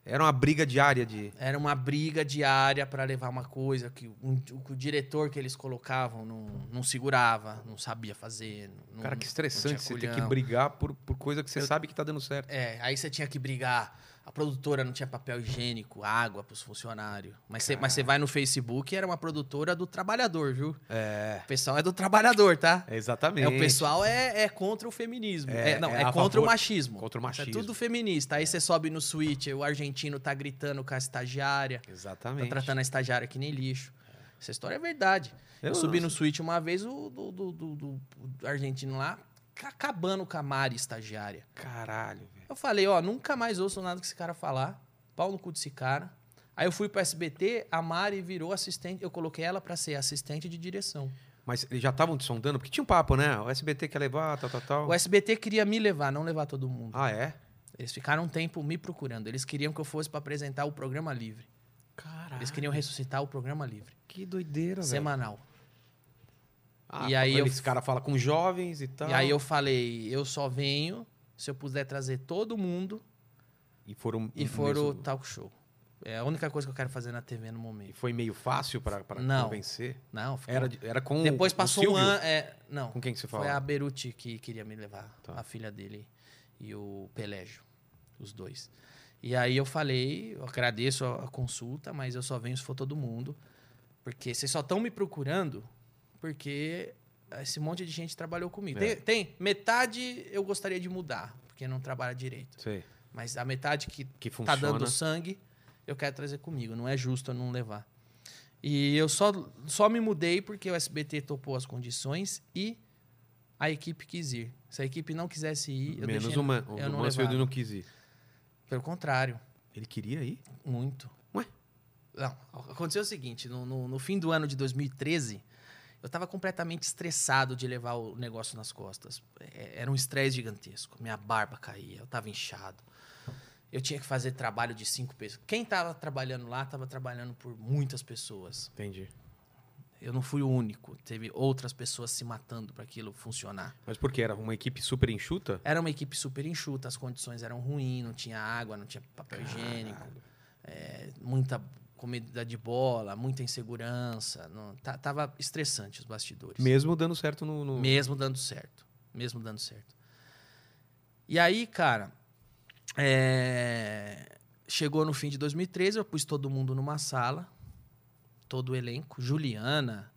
[SPEAKER 1] Era uma briga diária de.
[SPEAKER 2] era uma briga diária pra levar uma coisa que o, o diretor que eles colocavam não, não segurava, não sabia fazer. Não,
[SPEAKER 1] Cara, que
[SPEAKER 2] não tinha
[SPEAKER 1] estressante você ter que
[SPEAKER 2] culhão.
[SPEAKER 1] brigar por, por coisa que você sabe que tá dando certo.
[SPEAKER 2] É, aí você tinha que brigar. A produtora não tinha papel higiênico, água pros funcionários. Mas você, mas você vai no Facebook era uma produtora do trabalhador, viu?
[SPEAKER 1] É.
[SPEAKER 2] O pessoal é do trabalhador, tá?
[SPEAKER 1] Exatamente.
[SPEAKER 2] É, o pessoal é, é contra o feminismo.
[SPEAKER 1] É,
[SPEAKER 2] É, não,
[SPEAKER 1] é
[SPEAKER 2] é,
[SPEAKER 1] a
[SPEAKER 2] contra
[SPEAKER 1] favor-
[SPEAKER 2] o machismo.
[SPEAKER 1] contra o
[SPEAKER 2] É
[SPEAKER 1] machismo.
[SPEAKER 2] tudo feminista. Aí você sobe no switch, o argentino tá gritando com a estagiária, tá
[SPEAKER 1] Exatamente.
[SPEAKER 2] tratando a estagiária que nem lixo. Essa história é verdade. Eu,
[SPEAKER 1] Eu
[SPEAKER 2] subi
[SPEAKER 1] não
[SPEAKER 2] no switch uma vez, o do, do- do- do- do argentino lá ca- acabando com a Mari, estagiária.
[SPEAKER 1] Caralho, velho.
[SPEAKER 2] Eu falei, ó, nunca mais ouço nada que esse cara falar. Pau no cu desse cara. Aí eu fui pro SBT, a Mari virou assistente. Eu coloquei ela pra ser assistente de direção.
[SPEAKER 1] Mas eles já estavam te sondando? Porque tinha um papo, né? O SBT quer levar, tal, tal, tal.
[SPEAKER 2] O SBT queria me levar, não levar todo mundo.
[SPEAKER 1] Ah, é?
[SPEAKER 2] Eles ficaram um tempo me procurando. Eles queriam que eu fosse pra apresentar o programa livre.
[SPEAKER 1] Caralho.
[SPEAKER 2] Eles
[SPEAKER 1] Ah.
[SPEAKER 2] queriam ressuscitar o programa livre.
[SPEAKER 1] Que doideira, velho.
[SPEAKER 2] Semanal.
[SPEAKER 1] Ah,
[SPEAKER 2] E aí eu-
[SPEAKER 1] Esse cara fala com jovens e tal.
[SPEAKER 2] E aí eu falei, eu só venho se eu puder trazer todo mundo
[SPEAKER 1] E foram.
[SPEAKER 2] e for o
[SPEAKER 1] mesmo-
[SPEAKER 2] talk show. É a única coisa que eu quero fazer na TV no
[SPEAKER 1] E
[SPEAKER 2] momento.
[SPEAKER 1] foi meio fácil pra, pra
[SPEAKER 2] Não.
[SPEAKER 1] convencer?
[SPEAKER 2] Não, ficou...
[SPEAKER 1] Era, de- era com.
[SPEAKER 2] Depois
[SPEAKER 1] o
[SPEAKER 2] passou um
[SPEAKER 1] Silvio?
[SPEAKER 2] ano. é, não,
[SPEAKER 1] Com quem que você
[SPEAKER 2] foi
[SPEAKER 1] fala?
[SPEAKER 2] a Beruti que queria me levar,
[SPEAKER 1] Tá.
[SPEAKER 2] a filha dele e o Pelégio, os dois. E aí eu falei, eu agradeço a a consulta, mas eu só venho se for todo mundo, porque vocês só estão me procurando porque esse monte de gente trabalhou comigo.
[SPEAKER 1] É.
[SPEAKER 2] Tem, tem metade eu gostaria de mudar, porque não trabalha direito.
[SPEAKER 1] Sei.
[SPEAKER 2] Mas a metade que
[SPEAKER 1] Que
[SPEAKER 2] tá
[SPEAKER 1] funciona.
[SPEAKER 2] dando sangue, eu quero trazer comigo. Não é justo eu não levar. E eu só, só me mudei porque o SBT topou as condições e a equipe quis ir. Se a equipe não quisesse ir, eu
[SPEAKER 1] Menos um
[SPEAKER 2] deixei...
[SPEAKER 1] o, Man, o
[SPEAKER 2] eu não
[SPEAKER 1] Mansfield
[SPEAKER 2] levava.
[SPEAKER 1] não quis ir.
[SPEAKER 2] Pelo contrário,
[SPEAKER 1] Ele queria ir?
[SPEAKER 2] muito.
[SPEAKER 1] Ué?
[SPEAKER 2] Não, aconteceu o seguinte. No, no, no fim do ano de 2013, eu tava completamente estressado de levar o negócio nas costas. É, Era um estresse gigantesco. Minha barba caía, eu tava inchado. Eu tinha que fazer trabalho de cinco pessoas. Quem tava trabalhando lá, tava trabalhando por muitas pessoas.
[SPEAKER 1] Entendi.
[SPEAKER 2] Eu não fui o único. Teve outras pessoas se matando para aquilo funcionar.
[SPEAKER 1] Mas por quê? Era uma equipe super enxuta?
[SPEAKER 2] Era uma equipe super enxuta, as condições eram ruins, não tinha água, não tinha papel higiênico, é, muita comida de bola, muita insegurança. Não, tá- tava estressante os bastidores.
[SPEAKER 1] Mesmo dando certo no. no-
[SPEAKER 2] Mesmo dando certo. Mesmo dando certo. E aí, cara, é, chegou no fim de 2013, eu pus todo mundo numa sala, todo o elenco, Juliana,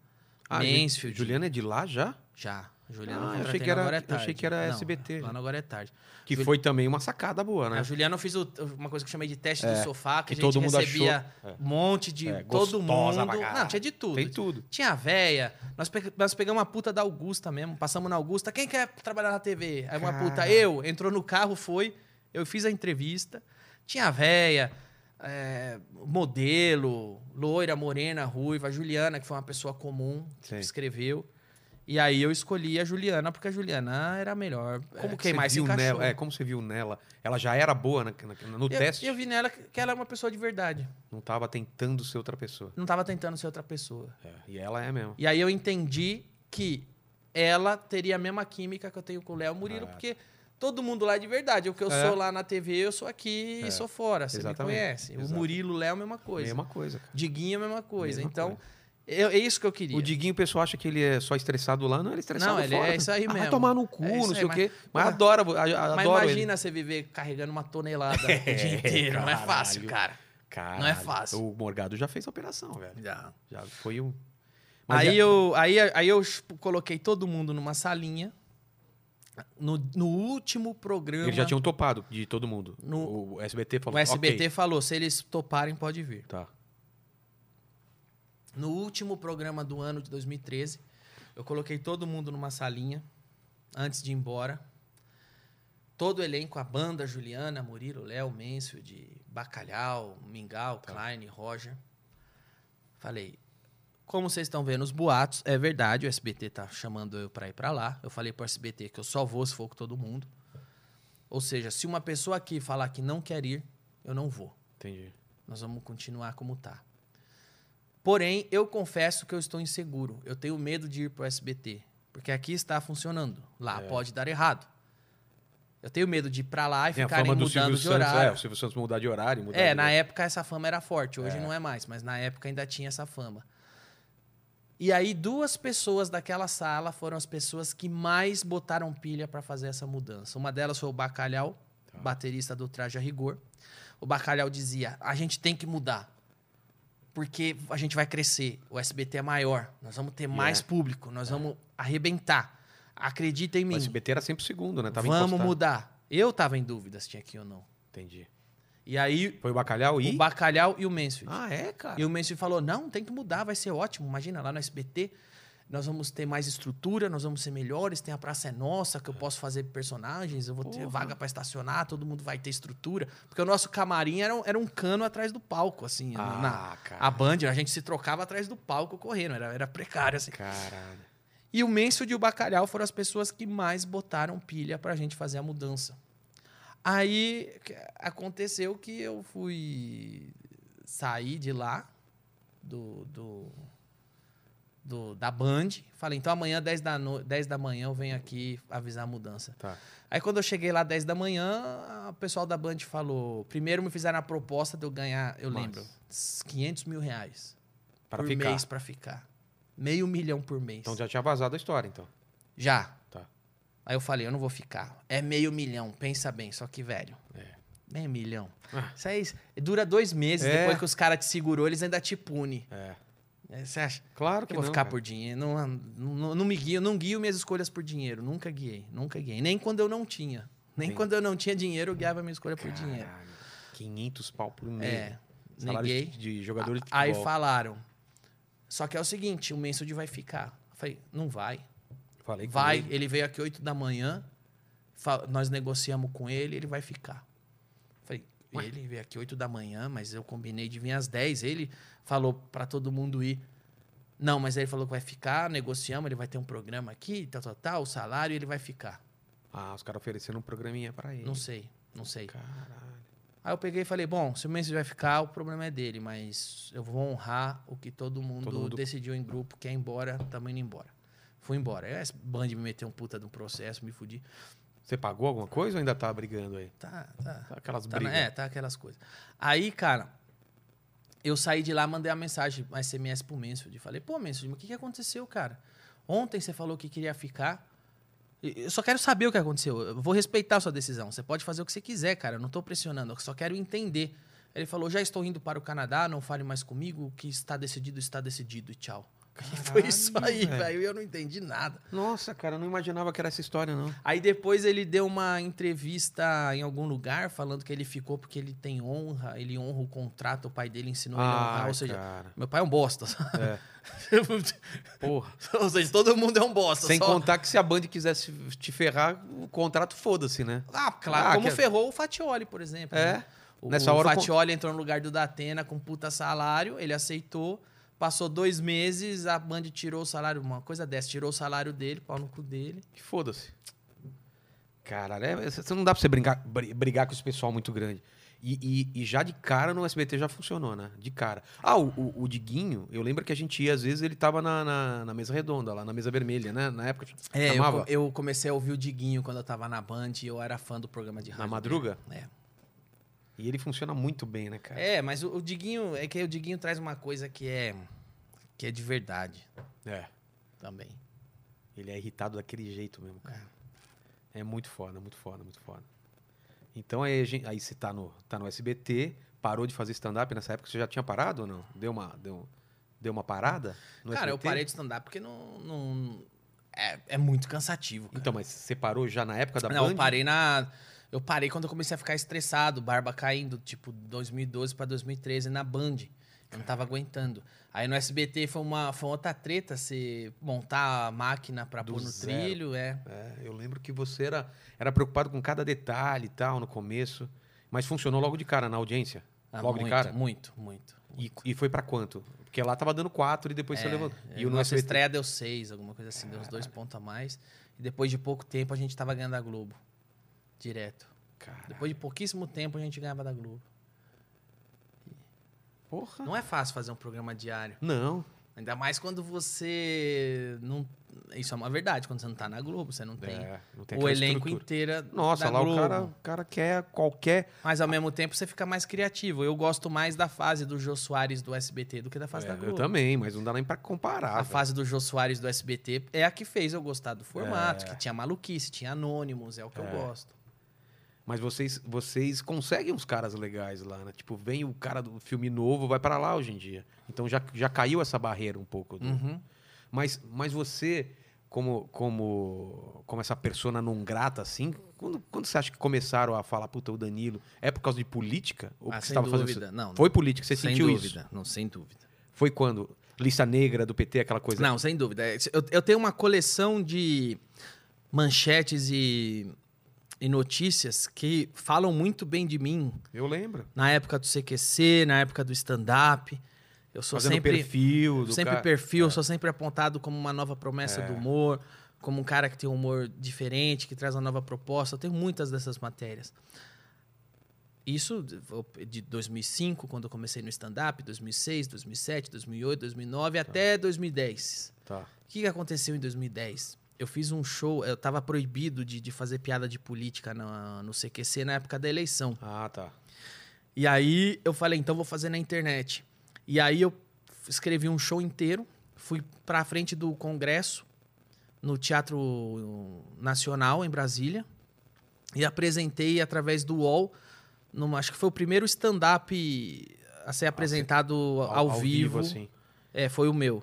[SPEAKER 1] Ah, Ju-
[SPEAKER 2] Mansfield.
[SPEAKER 1] Juliana é de lá já?
[SPEAKER 2] Já, Juliana.
[SPEAKER 1] Ah, eu
[SPEAKER 2] eu
[SPEAKER 1] achei
[SPEAKER 2] contratei
[SPEAKER 1] que
[SPEAKER 2] no
[SPEAKER 1] era-
[SPEAKER 2] agora é
[SPEAKER 1] eu achei
[SPEAKER 2] tarde.
[SPEAKER 1] que era
[SPEAKER 2] Não,
[SPEAKER 1] SBT,
[SPEAKER 2] Lá
[SPEAKER 1] já.
[SPEAKER 2] no agora é tarde.
[SPEAKER 1] Que
[SPEAKER 2] Juli-
[SPEAKER 1] foi também uma sacada boa, né? É.
[SPEAKER 2] A Juliana eu fiz o- uma coisa que eu chamei de teste do sofá, que,
[SPEAKER 1] que
[SPEAKER 2] a gente
[SPEAKER 1] todo mundo
[SPEAKER 2] recebia
[SPEAKER 1] achou- é.
[SPEAKER 2] um monte de.
[SPEAKER 1] É,
[SPEAKER 2] todo
[SPEAKER 1] gostosa
[SPEAKER 2] mundo.
[SPEAKER 1] pra caralho.
[SPEAKER 2] Não, tinha de tudo.
[SPEAKER 1] Tem tudo.
[SPEAKER 2] Tinha a véia. Nós, pe- nós pegamos uma puta da Augusta mesmo. Passamos na Augusta. Quem quer trabalhar na TV? Aí uma puta,
[SPEAKER 1] Caralho.
[SPEAKER 2] eu, entrou no carro, foi. Eu fiz a entrevista. Tinha a véia, é, modelo, loira, morena, ruiva, a Juliana, que foi uma pessoa comum, que
[SPEAKER 1] Sei.
[SPEAKER 2] escreveu. E aí eu escolhi a Juliana, porque a Juliana era a melhor.
[SPEAKER 1] Como
[SPEAKER 2] é,
[SPEAKER 1] que você viu nela? É, como você viu nela? Ela já era boa na- na- no
[SPEAKER 2] eu,
[SPEAKER 1] teste?
[SPEAKER 2] eu vi nela que que ela é uma pessoa de verdade.
[SPEAKER 1] Não tava tentando ser outra pessoa.
[SPEAKER 2] Não tava tentando ser outra pessoa.
[SPEAKER 1] E ela é mesmo.
[SPEAKER 2] E aí eu entendi que ela teria a mesma química que eu tenho com o Léo Murilo,
[SPEAKER 1] Ah.
[SPEAKER 2] porque todo mundo lá é de verdade. O que eu
[SPEAKER 1] É.
[SPEAKER 2] sou lá na TV, eu sou aqui e
[SPEAKER 1] É.
[SPEAKER 2] sou fora. Você
[SPEAKER 1] Exatamente.
[SPEAKER 2] me conhece.
[SPEAKER 1] Exato.
[SPEAKER 2] O Murilo, o Léo, a mesma coisa.
[SPEAKER 1] Mesma coisa, cara.
[SPEAKER 2] Diguinho, a mesma coisa.
[SPEAKER 1] Mesma
[SPEAKER 2] então, eu- é isso que eu queria.
[SPEAKER 1] O Diguinho, o pessoal acha que ele é só estressado lá. Não, ele é estressado
[SPEAKER 2] Não, ele
[SPEAKER 1] fora.
[SPEAKER 2] é isso aí
[SPEAKER 1] Ah, Vai
[SPEAKER 2] mesmo.
[SPEAKER 1] tomar no cu,
[SPEAKER 2] É isso
[SPEAKER 1] não
[SPEAKER 2] aí,
[SPEAKER 1] sei o
[SPEAKER 2] mas-
[SPEAKER 1] quê. Mas
[SPEAKER 2] Porra.
[SPEAKER 1] adora, adoro
[SPEAKER 2] Mas
[SPEAKER 1] ele.
[SPEAKER 2] imagina você viver carregando
[SPEAKER 1] *laughs*
[SPEAKER 2] uma tonelada o dia inteiro. Não é fácil, cara.
[SPEAKER 1] Caralho,
[SPEAKER 2] Não é fácil.
[SPEAKER 1] O Morgado já fez a operação, velho. Já foi um... Mas
[SPEAKER 2] Aí,
[SPEAKER 1] é-
[SPEAKER 2] eu, aí, aí eu tipo, coloquei todo mundo numa salinha. No, no último programa.
[SPEAKER 1] Eles já tinham topado de todo mundo.
[SPEAKER 2] No-
[SPEAKER 1] O SBT falou,
[SPEAKER 2] O SBT
[SPEAKER 1] um "Ok".
[SPEAKER 2] falou: se eles toparem, pode vir.
[SPEAKER 1] Tá.
[SPEAKER 2] No último programa do ano de 2013, eu coloquei todo mundo numa salinha antes de ir embora. Todo o elenco, a banda, Juliana, Murilo, Léo, Mansfield, Bacalhau, Mingau, Klein, Roger. Falei, como vocês estão vendo os boatos, é verdade, o SBT tá chamando eu pra ir pra lá. Eu falei pro SBT que eu só vou se for com todo mundo. Ou seja, se uma pessoa aqui falar que não quer ir, eu não vou.
[SPEAKER 1] Entendi.
[SPEAKER 2] Nós vamos continuar como tá. Porém, eu confesso que eu estou inseguro. Eu tenho medo de ir pro SBT. Porque aqui está funcionando. Lá
[SPEAKER 1] É.
[SPEAKER 2] pode dar errado. Eu tenho medo de ir pra lá e
[SPEAKER 1] Tem a
[SPEAKER 2] ficarem
[SPEAKER 1] fama do Silvio
[SPEAKER 2] mudando de
[SPEAKER 1] Santos. É, o
[SPEAKER 2] horário.
[SPEAKER 1] Silvio Santos mudar de horário. Mudar
[SPEAKER 2] É,
[SPEAKER 1] de...
[SPEAKER 2] na época essa fama era forte. Hoje não é mais, mas na época ainda tinha essa fama. E aí, duas pessoas daquela sala foram as pessoas que mais botaram pilha para fazer essa mudança. Uma delas foi o Bacalhau,
[SPEAKER 1] Tá.
[SPEAKER 2] baterista do Traje a Rigor. O Bacalhau dizia: a gente tem que mudar. Porque a gente vai crescer, o SBT é maior, nós vamos ter
[SPEAKER 1] é.
[SPEAKER 2] mais público, nós vamos arrebentar. Acredita em
[SPEAKER 1] O
[SPEAKER 2] mim.
[SPEAKER 1] SBT era sempre o segundo, né? Tava
[SPEAKER 2] Vamos
[SPEAKER 1] encostado.
[SPEAKER 2] mudar. Eu tava em dúvida se tinha aqui ou não.
[SPEAKER 1] Entendi.
[SPEAKER 2] E aí,
[SPEAKER 1] Foi o Bacalhau e...
[SPEAKER 2] o Bacalhau e o Mansfield.
[SPEAKER 1] Ah, é, cara?
[SPEAKER 2] E o Mansfield falou: não, tem que mudar, vai ser ótimo. Imagina lá no SBT. Nós vamos ter mais estrutura, nós vamos ser melhores. Tem a Praça é Nossa, que eu posso fazer personagens, eu vou ter
[SPEAKER 1] Porra.
[SPEAKER 2] vaga pra estacionar, todo mundo vai ter estrutura. Porque o nosso camarim era um, era um cano atrás do palco, assim. na-
[SPEAKER 1] Ah,
[SPEAKER 2] a
[SPEAKER 1] cara.
[SPEAKER 2] Band, a gente se trocava atrás do palco correndo, era, era precário, assim.
[SPEAKER 1] Caralho.
[SPEAKER 2] E o Mansfield e o Bacalhau foram as pessoas que mais botaram pilha pra gente fazer a mudança. Aí que- aconteceu que eu fui sair de lá, do, do, do- da Band. Falei, então amanhã, 10 da, no, 10 da manhã, eu venho aqui avisar a mudança.
[SPEAKER 1] Tá.
[SPEAKER 2] Aí quando eu cheguei lá 10 da manhã, a- o pessoal da Band falou: primeiro me fizeram a proposta de eu ganhar, eu
[SPEAKER 1] Nossa.
[SPEAKER 2] lembro, 500 mil reais
[SPEAKER 1] Para
[SPEAKER 2] por
[SPEAKER 1] ficar.
[SPEAKER 2] mês pra ficar. Meio milhão por mês.
[SPEAKER 1] Então já tinha vazado a história, então.
[SPEAKER 2] Já.
[SPEAKER 1] Tá.
[SPEAKER 2] Aí eu falei, eu não vou ficar. É meio milhão, pensa bem, só que velho.
[SPEAKER 1] É.
[SPEAKER 2] Meio milhão.
[SPEAKER 1] Ah.
[SPEAKER 2] Isso aí dura dois meses,
[SPEAKER 1] É.
[SPEAKER 2] depois que os caras te segurou, eles ainda te punem.
[SPEAKER 1] É.
[SPEAKER 2] É, Você acha?
[SPEAKER 1] Claro
[SPEAKER 2] que
[SPEAKER 1] que
[SPEAKER 2] eu vou
[SPEAKER 1] não,
[SPEAKER 2] ficar
[SPEAKER 1] cara.
[SPEAKER 2] por dinheiro. Não, não, não me guio, não guio minhas escolhas por dinheiro. Nunca guiei, nunca guiei. Nem quando eu não tinha. Nem
[SPEAKER 1] Sim.
[SPEAKER 2] quando eu não tinha dinheiro, eu guiava minha escolha por dinheiro.
[SPEAKER 1] Caralho. 500 pau por mês.
[SPEAKER 2] É.
[SPEAKER 1] Salário
[SPEAKER 2] neguei.
[SPEAKER 1] de, de jogador de
[SPEAKER 2] A- Aí
[SPEAKER 1] futebol.
[SPEAKER 2] falaram. Só que é o seguinte, o Mansfield vai ficar. Eu falei, não vai.
[SPEAKER 1] Falei com
[SPEAKER 2] Vai,
[SPEAKER 1] ele.
[SPEAKER 2] ele veio aqui 8 da manhã, fa- nós negociamos com ele, ele vai ficar. Falei,
[SPEAKER 1] Ué?
[SPEAKER 2] ele veio aqui 8 da manhã, mas eu combinei de vir às 10. Ele falou pra todo mundo ir. Não, mas aí ele falou que vai ficar, negociamos, ele vai ter um programa aqui, tal, tal, tal, o salário, ele vai ficar.
[SPEAKER 1] Ah, os caras ofereceram um programinha pra ele.
[SPEAKER 2] Não sei, não sei.
[SPEAKER 1] Caralho.
[SPEAKER 2] Aí eu peguei e falei, bom, se o Messi vai ficar, o problema é dele, mas eu vou honrar o que todo mundo,
[SPEAKER 1] Todo mundo-
[SPEAKER 2] decidiu em grupo, quer ir embora, tamo indo embora. Fui embora. Aí a Band me meteu um puta de um processo, me fudi.
[SPEAKER 1] Você pagou alguma coisa ou ainda tá brigando aí?
[SPEAKER 2] Tá, tá.
[SPEAKER 1] Tá Aquelas
[SPEAKER 2] Tá na-
[SPEAKER 1] brigas.
[SPEAKER 2] é, tá aquelas coisas. Aí, cara, eu saí de lá, mandei uma mensagem, uma SMS pro Mansfield. Falei, pô, Mansfield, mas o que, que aconteceu, cara? Ontem você falou que queria ficar. E- Eu só quero saber o que aconteceu. Eu vou respeitar a sua decisão. Você pode fazer o que você quiser, cara. Eu não tô pressionando, eu só quero entender. Ele falou, já estou indo para o Canadá, não fale mais comigo. O que está decidido, está decidido e tchau. *laughs* E foi isso
[SPEAKER 1] Caralho,
[SPEAKER 2] aí,
[SPEAKER 1] velho.
[SPEAKER 2] velho. Eu não entendi nada.
[SPEAKER 1] Nossa, cara, eu não imaginava que era essa história, não.
[SPEAKER 2] Aí depois ele deu uma entrevista em algum lugar falando que ele ficou porque ele tem honra, ele honra o contrato, o pai dele ensinou ele a honrar.
[SPEAKER 1] Ai,
[SPEAKER 2] Ou seja,
[SPEAKER 1] Ah, cara.
[SPEAKER 2] meu pai é um bosta. sabe?
[SPEAKER 1] É. Porra.
[SPEAKER 2] *laughs* ou seja, todo mundo é um bosta.
[SPEAKER 1] Sem
[SPEAKER 2] só-
[SPEAKER 1] contar que se a Band quisesse te ferrar, o contrato foda-se, né?
[SPEAKER 2] Ah, claro,
[SPEAKER 1] Ah,
[SPEAKER 2] como
[SPEAKER 1] que-
[SPEAKER 2] ferrou o Fatioli, por exemplo.
[SPEAKER 1] É.
[SPEAKER 2] né? O,
[SPEAKER 1] Nessa
[SPEAKER 2] o
[SPEAKER 1] hora,
[SPEAKER 2] Fatioli entrou no lugar do Datena com puta salário, ele aceitou. Passou dois meses, a Band tirou o salário, uma coisa dessa, tirou o salário dele, pau no cu dele.
[SPEAKER 1] Que foda-se. Caralho, é- você não dá pra você brincar, bri- brigar com esse pessoal muito grande. E, e- e já de cara no SBT já funcionou, né? De cara. Ah, o, o- o Diguinho, eu lembro que a gente ia, às vezes ele tava na, na- na mesa redonda, lá na mesa vermelha, né? Na época.
[SPEAKER 2] É, eu,
[SPEAKER 1] chamava?
[SPEAKER 2] co- eu comecei a ouvir o Diguinho quando eu tava na Band e eu era fã do programa de rádio.
[SPEAKER 1] Na
[SPEAKER 2] dele.
[SPEAKER 1] madruga?
[SPEAKER 2] É.
[SPEAKER 1] E ele funciona muito bem, né, cara?
[SPEAKER 2] É, mas o, o Diguinho, é que o Diguinho traz uma coisa que é que é de verdade
[SPEAKER 1] É.
[SPEAKER 2] também.
[SPEAKER 1] Ele é irritado daquele jeito mesmo, cara. É, muito foda, muito foda, muito foda. Então aí, a gente- aí você tá no, tá no SBT, parou de fazer stand-up nessa época, você já tinha parado ou não? Deu uma, deu, deu uma parada? no
[SPEAKER 2] cara, eu
[SPEAKER 1] SBT?
[SPEAKER 2] parei de stand-up porque não, não é, é muito cansativo, cara.
[SPEAKER 1] Então, mas você parou já na época da
[SPEAKER 2] não,
[SPEAKER 1] Band?
[SPEAKER 2] eu parei na eu parei quando eu comecei a ficar estressado, barba caindo, tipo 2012 pra 2013 na Band. Eu não tava aguentando. Aí no SBT foi uma foi outra treta você montar a máquina pra
[SPEAKER 1] Do
[SPEAKER 2] pôr no
[SPEAKER 1] zero.
[SPEAKER 2] trilho, é.
[SPEAKER 1] É, eu lembro que você era, era preocupado com cada detalhe e tal no começo, mas funcionou logo de cara na audiência?
[SPEAKER 2] Ah,
[SPEAKER 1] logo
[SPEAKER 2] muito,
[SPEAKER 1] de cara?
[SPEAKER 2] muito, muito. É,
[SPEAKER 1] E, e foi pra quanto? Porque lá tava dando quatro e depois você levantou. E o
[SPEAKER 2] nossa
[SPEAKER 1] nosso
[SPEAKER 2] estreia deu seis, alguma coisa assim, deu uns dois pontos a mais. E depois de pouco tempo a gente tava ganhando da Globo. Direto.
[SPEAKER 1] Cara,
[SPEAKER 2] Depois de pouquíssimo tempo a gente ganhava da Globo.
[SPEAKER 1] porra.
[SPEAKER 2] Não é fácil fazer um programa diário.
[SPEAKER 1] Não.
[SPEAKER 2] Ainda mais quando você não. Isso é uma verdade, quando você não tá na Globo, você não tem
[SPEAKER 1] É, não tem
[SPEAKER 2] o
[SPEAKER 1] aquela
[SPEAKER 2] elenco
[SPEAKER 1] estrutura.
[SPEAKER 2] inteira.
[SPEAKER 1] Nossa,
[SPEAKER 2] da
[SPEAKER 1] lá
[SPEAKER 2] Globo.
[SPEAKER 1] o cara, o cara quer qualquer.
[SPEAKER 2] Mas ao mesmo tempo você fica mais criativo. Eu gosto mais da fase do Jô Soares do SBT do que da fase
[SPEAKER 1] É,
[SPEAKER 2] da Globo.
[SPEAKER 1] eu também, mas não dá nem pra comparar.
[SPEAKER 2] A
[SPEAKER 1] velho.
[SPEAKER 2] fase do Jô Soares do SBT é a que fez eu gostar do formato, que tinha maluquice, tinha anônimos, é o que eu
[SPEAKER 1] É.
[SPEAKER 2] gosto.
[SPEAKER 1] Mas vocês, vocês conseguem uns caras legais lá, né? Tipo, vem o cara do filme novo, vai pra lá hoje em dia. Então já, já caiu essa barreira um pouco. do-
[SPEAKER 2] Uhum.
[SPEAKER 1] Mas, mas você, como, como, como essa persona não grata assim, quando, quando você acha que começaram a falar, puta, o Danilo, é por causa de política? Ou
[SPEAKER 2] Ah,
[SPEAKER 1] porque você
[SPEAKER 2] sem
[SPEAKER 1] tava fazendo
[SPEAKER 2] dúvida. Não,
[SPEAKER 1] isso? Foi política, você
[SPEAKER 2] sem
[SPEAKER 1] sentiu
[SPEAKER 2] dúvida.
[SPEAKER 1] isso?
[SPEAKER 2] Não, sem dúvida.
[SPEAKER 1] Foi quando? lista negra do PT, aquela coisa.
[SPEAKER 2] Não, sem dúvida. É, Eu, eu tenho uma coleção de manchetes e, e notícias que falam muito bem de mim
[SPEAKER 1] Eu lembro.
[SPEAKER 2] na época do CQC, na época do stand-up. Eu sou
[SPEAKER 1] Fazendo
[SPEAKER 2] sempre.
[SPEAKER 1] perfil do
[SPEAKER 2] sempre
[SPEAKER 1] cara. É.
[SPEAKER 2] perfil, sou sempre apontado como uma nova promessa do humor, como um cara que tem um humor diferente, que traz uma nova proposta. Eu tenho muitas dessas matérias. Isso de 2005, quando eu comecei no stand-up, 2006, 2007, 2008, 2009, até 2010.
[SPEAKER 1] Tá.
[SPEAKER 2] O que, que aconteceu em 2010? Eu fiz um show, eu tava proibido de, de fazer piada de política na- no CQC na época da eleição.
[SPEAKER 1] Ah, tá.
[SPEAKER 2] E aí eu falei, então vou fazer na internet. E aí eu escrevi um show inteiro, fui pra frente do congresso, no Teatro Nacional, em Brasília, e apresentei através do UOL, numa- acho que foi o primeiro stand-up a ser apresentado ao, vivo.
[SPEAKER 1] assim.
[SPEAKER 2] É, foi o meu.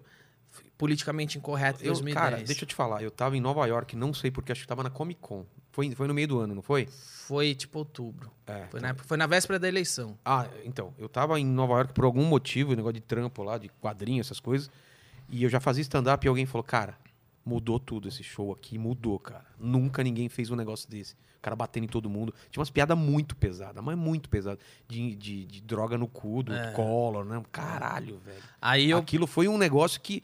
[SPEAKER 2] Foi Politicamente incorreto,
[SPEAKER 1] Eu,
[SPEAKER 2] 2010.
[SPEAKER 1] cara, deixa eu te falar, eu tava em Nova York, não sei porque, acho que tava na Comic Con. Foi, foi no meio do ano, não foi?
[SPEAKER 2] Foi tipo outubro.
[SPEAKER 1] É.
[SPEAKER 2] Foi na, época- foi na véspera da eleição.
[SPEAKER 1] Ah, então, eu tava em Nova York por algum motivo, negócio de trampo lá, de quadrinho, essas coisas. E eu já fazia stand-up e alguém falou, cara, mudou tudo esse show aqui, mudou, cara. Nunca ninguém fez um negócio desse. O cara batendo em todo mundo. Tinha umas piadas muito pesadas, mas muito pesadas. De, de, de droga no cu, do
[SPEAKER 2] É.
[SPEAKER 1] Collor, né? Caralho, velho.
[SPEAKER 2] Aí eu
[SPEAKER 1] Aquilo foi um negócio que,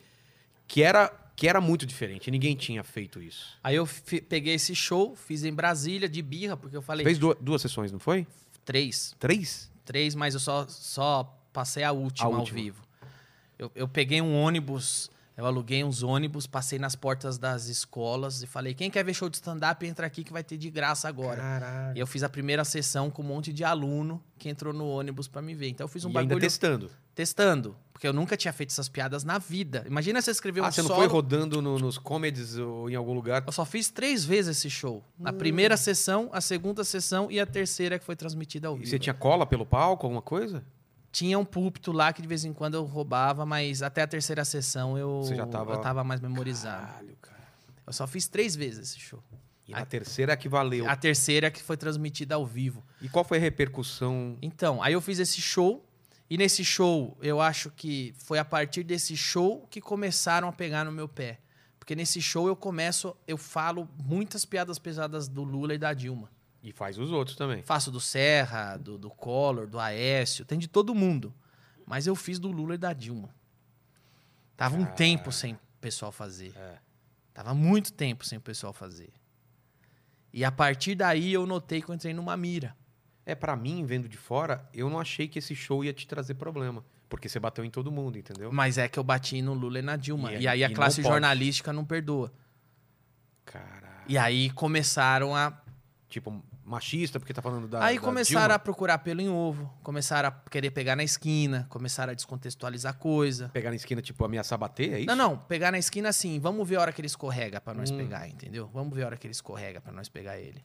[SPEAKER 1] que, era, que era muito diferente. Ninguém tinha feito isso.
[SPEAKER 2] Aí eu fi- peguei esse show, fiz em Brasília, de birra, porque eu falei
[SPEAKER 1] Fez du- duas sessões, não foi?
[SPEAKER 2] três.
[SPEAKER 1] Três?
[SPEAKER 2] Três, mas eu só, só passei a última,
[SPEAKER 1] A última.
[SPEAKER 2] ao vivo. Eu, eu peguei um ônibus, eu aluguei uns ônibus, passei nas portas das escolas e falei: quem quer ver show de stand-up, entra aqui que vai ter de graça agora.
[SPEAKER 1] Caralho.
[SPEAKER 2] E eu fiz a primeira sessão com um monte de aluno que entrou no ônibus pra me ver. Então eu fiz um
[SPEAKER 1] e ainda
[SPEAKER 2] bagulho
[SPEAKER 1] testando.
[SPEAKER 2] testando, porque eu nunca tinha feito essas piadas na vida. Imagina se eu escrever
[SPEAKER 1] Ah,
[SPEAKER 2] um
[SPEAKER 1] você não
[SPEAKER 2] solo.
[SPEAKER 1] foi rodando no- nos comedies ou em algum lugar?
[SPEAKER 2] Eu só fiz três vezes esse show. A primeira
[SPEAKER 1] Hum.
[SPEAKER 2] sessão, a segunda sessão e a terceira que foi transmitida ao
[SPEAKER 1] E
[SPEAKER 2] vivo.
[SPEAKER 1] você tinha cola pelo palco, alguma coisa?
[SPEAKER 2] Tinha um púlpito lá que de vez em quando eu roubava, mas até a terceira sessão eu,
[SPEAKER 1] Você já tava-
[SPEAKER 2] eu tava mais memorizado.
[SPEAKER 1] Caralho, cara.
[SPEAKER 2] Eu só fiz três vezes esse show.
[SPEAKER 1] E a terceira é que valeu.
[SPEAKER 2] A terceira que foi transmitida ao vivo.
[SPEAKER 1] E qual foi a repercussão?
[SPEAKER 2] Então, aí eu fiz esse show. E nesse show, eu acho que foi a partir desse show que começaram a pegar no meu pé. Porque nesse show eu começo, eu falo muitas piadas pesadas do Lula e da Dilma.
[SPEAKER 1] E faz os outros também.
[SPEAKER 2] Faço do Serra, do, do Collor, do Aécio, tem de todo mundo. Mas eu fiz do Lula e da Dilma. Tava um
[SPEAKER 1] Ah.
[SPEAKER 2] tempo sem o pessoal fazer.
[SPEAKER 1] É.
[SPEAKER 2] Tava muito tempo sem o pessoal fazer. E a partir daí eu notei que eu entrei numa mira.
[SPEAKER 1] É, pra mim, vendo de fora, eu não achei que esse show ia te trazer problema. Porque você bateu em todo mundo, entendeu?
[SPEAKER 2] Mas é que eu bati no Lula e na Dilma.
[SPEAKER 1] E
[SPEAKER 2] E,
[SPEAKER 1] é-
[SPEAKER 2] aí
[SPEAKER 1] e
[SPEAKER 2] a
[SPEAKER 1] não
[SPEAKER 2] classe
[SPEAKER 1] pode.
[SPEAKER 2] jornalística não perdoa.
[SPEAKER 1] Caralho.
[SPEAKER 2] E aí começaram a
[SPEAKER 1] Tipo, machista, porque tá falando da.
[SPEAKER 2] Aí
[SPEAKER 1] da
[SPEAKER 2] começaram a
[SPEAKER 1] Dilma.
[SPEAKER 2] procurar pelo em ovo, começaram a querer pegar na esquina, começaram a descontextualizar coisa.
[SPEAKER 1] Pegar na esquina, tipo, ameaçar bater, é isso?
[SPEAKER 2] Não, não, pegar na esquina assim, vamos ver a hora que ele escorrega pra nós
[SPEAKER 1] Hum.
[SPEAKER 2] pegar, entendeu? Vamos ver a hora que ele escorrega pra nós pegar ele.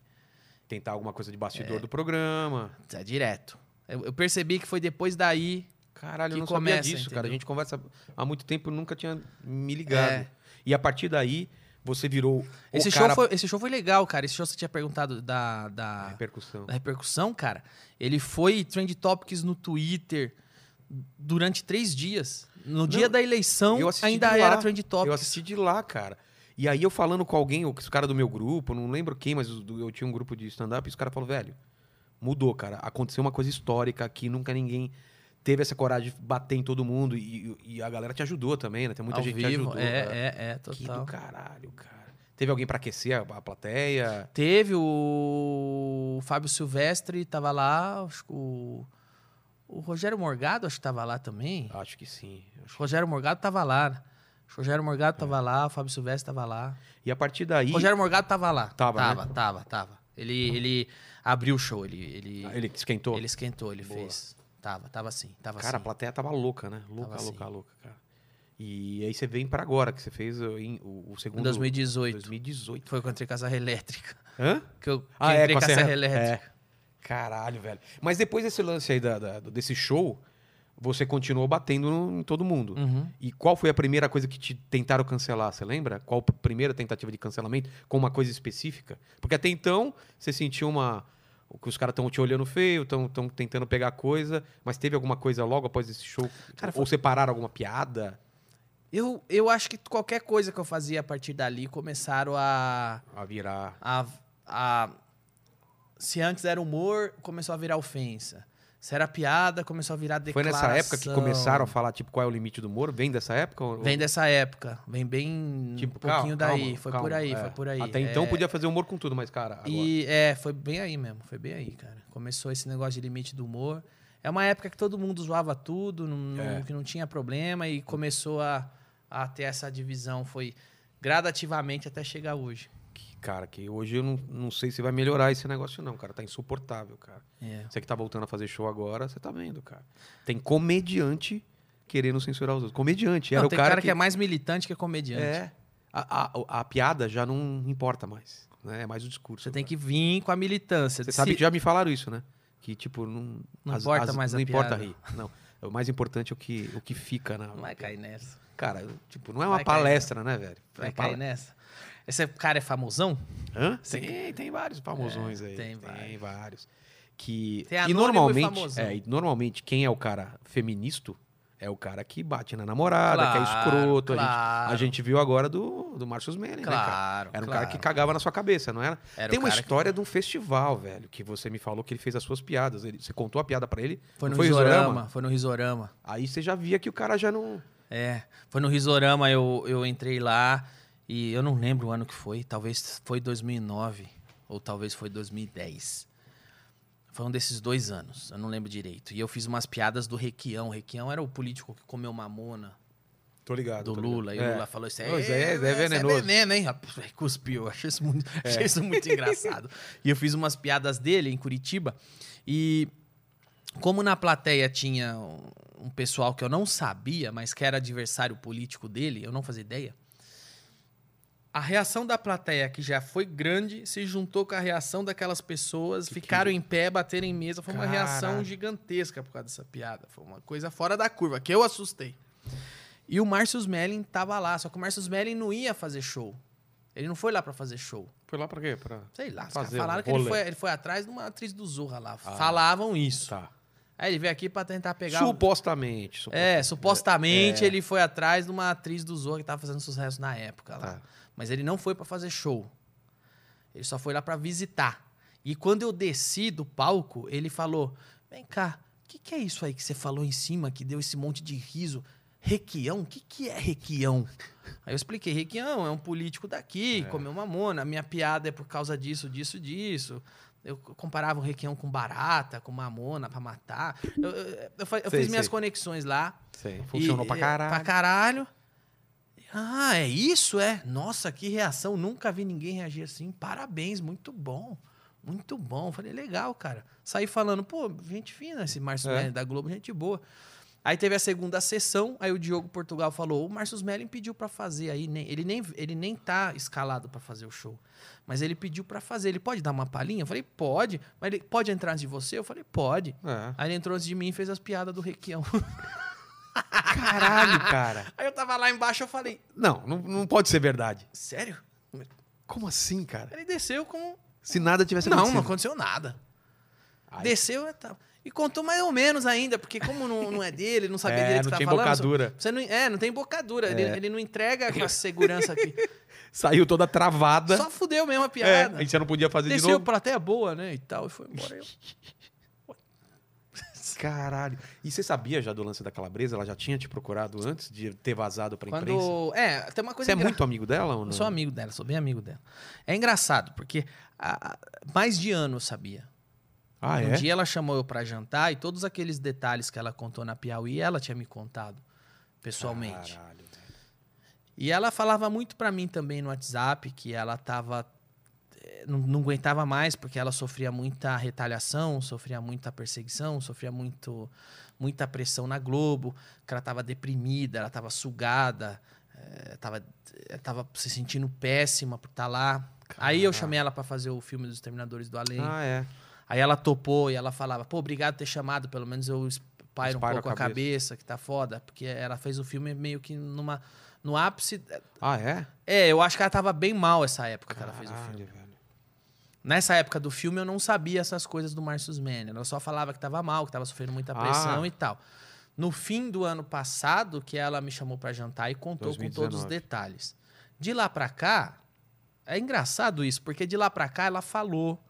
[SPEAKER 1] Tentar alguma coisa de bastidor do programa.
[SPEAKER 2] É direto. Eu, eu percebi que foi depois daí.
[SPEAKER 1] Caralho, eu
[SPEAKER 2] Que
[SPEAKER 1] não
[SPEAKER 2] começa,
[SPEAKER 1] sabia disso, cara. A
[SPEAKER 2] entendeu?
[SPEAKER 1] gente conversa há muito tempo, eu nunca tinha me ligado.
[SPEAKER 2] É.
[SPEAKER 1] E a partir daí, você virou o
[SPEAKER 2] Esse,
[SPEAKER 1] cara
[SPEAKER 2] show foi, esse show foi legal, cara. Esse show você tinha perguntado da,
[SPEAKER 1] da
[SPEAKER 2] da,
[SPEAKER 1] repercussão.
[SPEAKER 2] da repercussão, cara. Ele foi trend topics no Twitter durante três dias. No dia da eleição,
[SPEAKER 1] eu assisti
[SPEAKER 2] ainda
[SPEAKER 1] de lá.
[SPEAKER 2] era trend topics.
[SPEAKER 1] Eu assisti de lá, cara. E aí eu falando com alguém, os cara do meu grupo, não lembro quem, mas os do- eu tinha um grupo de stand-up, e os caras falaram, velho, mudou, cara. Aconteceu uma coisa histórica aqui, nunca ninguém teve essa coragem de bater em todo mundo. E, e a galera te ajudou também, né? Tem muita
[SPEAKER 2] Ao
[SPEAKER 1] gente que
[SPEAKER 2] vivo,
[SPEAKER 1] ajudou.
[SPEAKER 2] é,
[SPEAKER 1] cara.
[SPEAKER 2] é, é,
[SPEAKER 1] Que do
[SPEAKER 2] total.
[SPEAKER 1] caralho, cara. Teve alguém pra aquecer a, a plateia?
[SPEAKER 2] Teve o Fábio Silvestre, tava lá, acho que o, o Rogério Morgado, acho que tava lá também.
[SPEAKER 1] Acho que sim.
[SPEAKER 2] Acho que o Rogério Morgado tava lá. né? Acho que o Rogério Morgado tava lá, o Fábio Silvestre tava lá.
[SPEAKER 1] E a partir daí.
[SPEAKER 2] O Rogério Morgado tava lá.
[SPEAKER 1] Tava, né?
[SPEAKER 2] tava, tava, tava. Ele, ele abriu o show, ele, ele,
[SPEAKER 1] Ah, Ele esquentou?
[SPEAKER 2] ele esquentou, ele
[SPEAKER 1] Boa.
[SPEAKER 2] fez. Tava, tava assim, tava
[SPEAKER 1] Cara, a
[SPEAKER 2] assim.
[SPEAKER 1] plateia tava louca, né? Louca,
[SPEAKER 2] Tava assim.
[SPEAKER 1] louca, louca, cara. E aí você vem pra agora, que você fez o, em- o- o segundo...
[SPEAKER 2] Em 2018.
[SPEAKER 1] 2018.
[SPEAKER 2] Foi que eu entrei com a serra elétrica. *laughs*
[SPEAKER 1] Hã?
[SPEAKER 2] Que eu que
[SPEAKER 1] Ah, é,
[SPEAKER 2] entrei
[SPEAKER 1] com a serra- é.
[SPEAKER 2] elétrica.
[SPEAKER 1] Caralho, velho. Mas depois desse lance aí, da, da- desse show, você continuou batendo no- em todo mundo.
[SPEAKER 2] Uhum.
[SPEAKER 1] E qual foi a primeira coisa que te tentaram cancelar, você lembra? Qual a primeira tentativa de cancelamento com uma coisa específica? Porque até então, você sentiu uma... Que os caras estão te olhando feio, estão tentando pegar coisa, mas teve alguma coisa logo após esse show?
[SPEAKER 2] Cara,
[SPEAKER 1] Ou separaram alguma piada?
[SPEAKER 2] Eu, eu acho que qualquer coisa que eu fazia a partir dali começaram a.
[SPEAKER 1] A virar.
[SPEAKER 2] a, a- se antes era humor, começou a virar ofensa. Se era piada, começou a virar
[SPEAKER 1] Foi
[SPEAKER 2] declaração.
[SPEAKER 1] nessa época que começaram a falar, tipo, qual é o limite do humor? Vem dessa época? ou-
[SPEAKER 2] Vem dessa época, vem bem
[SPEAKER 1] Tipo,
[SPEAKER 2] um pouquinho
[SPEAKER 1] calma,
[SPEAKER 2] daí,
[SPEAKER 1] calma,
[SPEAKER 2] foi
[SPEAKER 1] calma,
[SPEAKER 2] por aí,
[SPEAKER 1] é.
[SPEAKER 2] foi por aí.
[SPEAKER 1] Até
[SPEAKER 2] É,
[SPEAKER 1] então podia fazer humor com tudo, mas, cara, agora...
[SPEAKER 2] E é, foi bem aí mesmo, foi bem aí, cara. Começou esse negócio de limite do humor. É uma época que todo mundo zoava tudo, não- não-
[SPEAKER 1] É.
[SPEAKER 2] que não tinha problema, e começou a, a ter essa divisão, foi gradativamente até chegar hoje.
[SPEAKER 1] que, cara, que hoje eu não, não sei se vai melhorar esse negócio não, cara. Tá insuportável, cara.
[SPEAKER 2] É.
[SPEAKER 1] Você que tá voltando a fazer show agora, você tá vendo, cara. Tem comediante querendo censurar os outros. Comediante. Era
[SPEAKER 2] Não,
[SPEAKER 1] o
[SPEAKER 2] tem
[SPEAKER 1] cara,
[SPEAKER 2] que... é mais militante que comediante.
[SPEAKER 1] É. A, a- a piada já não importa mais, né? É mais o discurso.
[SPEAKER 2] Você tem que vir com a militância.
[SPEAKER 1] Você
[SPEAKER 2] Se-
[SPEAKER 1] sabe que já me falaram isso, né? Que, tipo, não...
[SPEAKER 2] Não importa mais
[SPEAKER 1] Não
[SPEAKER 2] a
[SPEAKER 1] importa
[SPEAKER 2] piada.
[SPEAKER 1] rir, não. O mais importante é o que, o que fica na...
[SPEAKER 2] Não vai cair nessa.
[SPEAKER 1] Cara, eu- tipo, não é uma
[SPEAKER 2] Vai cair,
[SPEAKER 1] palestra, né, velho?
[SPEAKER 2] Vai
[SPEAKER 1] É
[SPEAKER 2] cair
[SPEAKER 1] pala-
[SPEAKER 2] nessa. Esse cara é famosão?
[SPEAKER 1] Hã? Tem, tem vários famosões aí.
[SPEAKER 2] É,
[SPEAKER 1] Tem,
[SPEAKER 2] tem vários.
[SPEAKER 1] vários. Que...
[SPEAKER 2] Tem anônimo
[SPEAKER 1] e
[SPEAKER 2] e
[SPEAKER 1] normalmente,
[SPEAKER 2] famosão.
[SPEAKER 1] é, e normalmente, quem é o cara feministo é o cara que bate na namorada, que é escroto. A gente- A,
[SPEAKER 2] Claro,
[SPEAKER 1] gente, viu agora do, do Marcius Manning, né, cara?
[SPEAKER 2] claro.
[SPEAKER 1] Era um
[SPEAKER 2] claro.
[SPEAKER 1] cara que cagava na sua cabeça, não era?
[SPEAKER 2] Era
[SPEAKER 1] Tem
[SPEAKER 2] o
[SPEAKER 1] uma
[SPEAKER 2] cara que-
[SPEAKER 1] história de um festival, velho, que você me falou que ele fez as suas piadas. Ele- você contou a piada pra ele,
[SPEAKER 2] Foi no
[SPEAKER 1] Foi
[SPEAKER 2] Risorama,
[SPEAKER 1] Risorama?
[SPEAKER 2] Foi no Risorama.
[SPEAKER 1] aí você já via que o cara já não...
[SPEAKER 2] É. Foi no Risorama, eu, eu entrei lá e eu não lembro o ano que foi. Talvez foi 2009 ou talvez foi 2010. Foi um desses dois anos, eu não lembro direito. E eu fiz umas piadas do Requião. O Requião era o político que comeu mamona.
[SPEAKER 1] Tô ligado.
[SPEAKER 2] do
[SPEAKER 1] tô ligado.
[SPEAKER 2] Lula. E o
[SPEAKER 1] É.
[SPEAKER 2] Lula falou isso aí.
[SPEAKER 1] Pois é, é
[SPEAKER 2] "Ih, isso
[SPEAKER 1] venenoso." É.
[SPEAKER 2] veneno, hein? Rapaz, aí Cuspiu. Achei isso muito, achei isso muito engraçado. E eu fiz umas piadas dele em Curitiba. E como na plateia tinha um- um pessoal que eu não sabia, mas que era adversário político dele, eu não fazia ideia. A reação da plateia, que já foi grande, se juntou com a reação daquelas pessoas,
[SPEAKER 1] Que-
[SPEAKER 2] ficaram em pé, bateram em mesa. Foi uma
[SPEAKER 1] Cara.
[SPEAKER 2] reação gigantesca por causa dessa piada. Foi uma coisa fora da curva, que eu assustei. E o Márcio Smelling tava lá, só que o Márcio Smelling não ia fazer show. Ele não foi lá pra fazer show.
[SPEAKER 1] Foi lá pra quê? Pra...
[SPEAKER 2] Sei lá, os caras
[SPEAKER 1] Fazer um
[SPEAKER 2] falaram que ele
[SPEAKER 1] rolê.
[SPEAKER 2] foi, ele foi atrás de uma atriz do Zorra lá.
[SPEAKER 1] Ah.
[SPEAKER 2] Falavam isso.
[SPEAKER 1] Tá.
[SPEAKER 2] Aí ele veio aqui pra tentar pegar...
[SPEAKER 1] Supostamente. supostamente.
[SPEAKER 2] É, supostamente ele foi atrás de uma atriz do Zorra que tava fazendo sucesso na época lá.
[SPEAKER 1] Tá.
[SPEAKER 2] Mas ele não foi pra fazer show. Ele só foi lá pra visitar. E quando eu desci do palco, ele falou: Vem cá, o que, que é isso aí que você falou em cima que deu esse monte de riso? Requião? O que, que
[SPEAKER 1] *laughs*
[SPEAKER 2] é Requião? Aí eu expliquei: Requião é um político daqui,
[SPEAKER 1] É.
[SPEAKER 2] comeu mamona, a minha piada é por causa disso, disso, disso. Eu comparava o Requião com barata, com mamona pra matar. Eu, eu- eu fa- eu
[SPEAKER 1] Sei,
[SPEAKER 2] fiz minhas
[SPEAKER 1] sei.
[SPEAKER 2] conexões lá.
[SPEAKER 1] Sei, Funcionou
[SPEAKER 2] E-
[SPEAKER 1] pra
[SPEAKER 2] é,
[SPEAKER 1] caralho.
[SPEAKER 2] Pra caralho. Ah, é isso, é? Nossa, que reação. Nunca vi ninguém reagir assim. Parabéns, muito bom. Muito bom. Falei, legal, cara. Saí falando, pô, gente fina esse Márcio
[SPEAKER 1] É.
[SPEAKER 2] Melling da Globo, gente boa. Aí teve a segunda sessão, aí o Diogo Portugal falou, o Márcio Melling pediu pra fazer aí, nem- ele, nem, ele nem tá escalado pra fazer o show, mas ele pediu pra fazer, ele pode dar uma palhinha? Eu falei, pode, mas ele pode entrar antes de você? Eu falei, pode.
[SPEAKER 1] É.
[SPEAKER 2] Aí ele entrou antes de mim e fez as piadas do Requião.
[SPEAKER 1] Caralho, cara.
[SPEAKER 2] Aí eu tava lá embaixo, eu falei,
[SPEAKER 1] Não, não, não pode ser verdade.
[SPEAKER 2] sério?
[SPEAKER 1] Como assim, cara?
[SPEAKER 2] Ele desceu com...
[SPEAKER 1] Se nada tivesse
[SPEAKER 2] não, não
[SPEAKER 1] acontecido.
[SPEAKER 2] aconteceu nada.
[SPEAKER 1] Ai.
[SPEAKER 2] Desceu e tal. E contou mais ou menos ainda, porque como não, não é dele, não sabia
[SPEAKER 1] É,
[SPEAKER 2] direito o
[SPEAKER 1] não
[SPEAKER 2] que
[SPEAKER 1] tinha
[SPEAKER 2] tava falando...
[SPEAKER 1] embocadura. É.
[SPEAKER 2] Você não, é, não tem bocadura. Ele, ele não entrega com a
[SPEAKER 1] *laughs*
[SPEAKER 2] segurança aqui.
[SPEAKER 1] Saiu toda travada.
[SPEAKER 2] Só fudeu mesmo a
[SPEAKER 1] É,
[SPEAKER 2] piada.
[SPEAKER 1] a gente já não podia fazer de
[SPEAKER 2] Desceu
[SPEAKER 1] novo.
[SPEAKER 2] pra até boa, né? E tal, e foi embora. Eu-
[SPEAKER 1] Caralho. E você sabia já do lance da calabresa? Ela já tinha te procurado antes de ter vazado pra imprensa?
[SPEAKER 2] Quando. É, tem uma coisa
[SPEAKER 1] Você é
[SPEAKER 2] engra-
[SPEAKER 1] muito né? amigo dela ou não?
[SPEAKER 2] Eu sou amigo dela, sou bem amigo dela. É engraçado, porque a- a- mais de ano eu sabia.
[SPEAKER 1] Ah,
[SPEAKER 2] um
[SPEAKER 1] é?
[SPEAKER 2] dia ela chamou eu pra jantar e todos aqueles detalhes que ela contou na Piauí, ela tinha me contado pessoalmente.
[SPEAKER 1] Caralho, velho.
[SPEAKER 2] E ela falava muito pra mim também no WhatsApp que ela tava. eh, Não, não aguentava mais, porque ela sofria muita retaliação, sofria muita perseguição, sofria muito, muita pressão na Globo, que ela tava deprimida, ela tava sugada, eh, tava, eh, tava se sentindo péssima por estar lá. Aí eu
[SPEAKER 1] Caralho.
[SPEAKER 2] chamei ela pra fazer o filme dos Terminadores do Além.
[SPEAKER 1] Ah, é.
[SPEAKER 2] Aí ela topou e ela falava, pô, obrigado por ter chamado, pelo menos eu pairo
[SPEAKER 1] Espairo
[SPEAKER 2] um
[SPEAKER 1] a
[SPEAKER 2] pouco a cabeça.
[SPEAKER 1] cabeça.
[SPEAKER 2] que tá foda. Porque ela fez o filme meio que numa, no ápice.
[SPEAKER 1] Ah, é?
[SPEAKER 2] É, eu acho que ela tava bem mal essa época que ela fez o filme.
[SPEAKER 1] Caralho, velho.
[SPEAKER 2] Nessa época do filme eu não sabia essas coisas do Marcius Manning. Ela só falava que tava mal, que tava sofrendo muita
[SPEAKER 1] Ah.
[SPEAKER 2] pressão e tal. No fim do ano passado, que ela me chamou pra jantar e contou com todos os
[SPEAKER 1] 2019.
[SPEAKER 2] detalhes. De lá pra cá, é engraçado isso, porque de lá pra cá ela falou.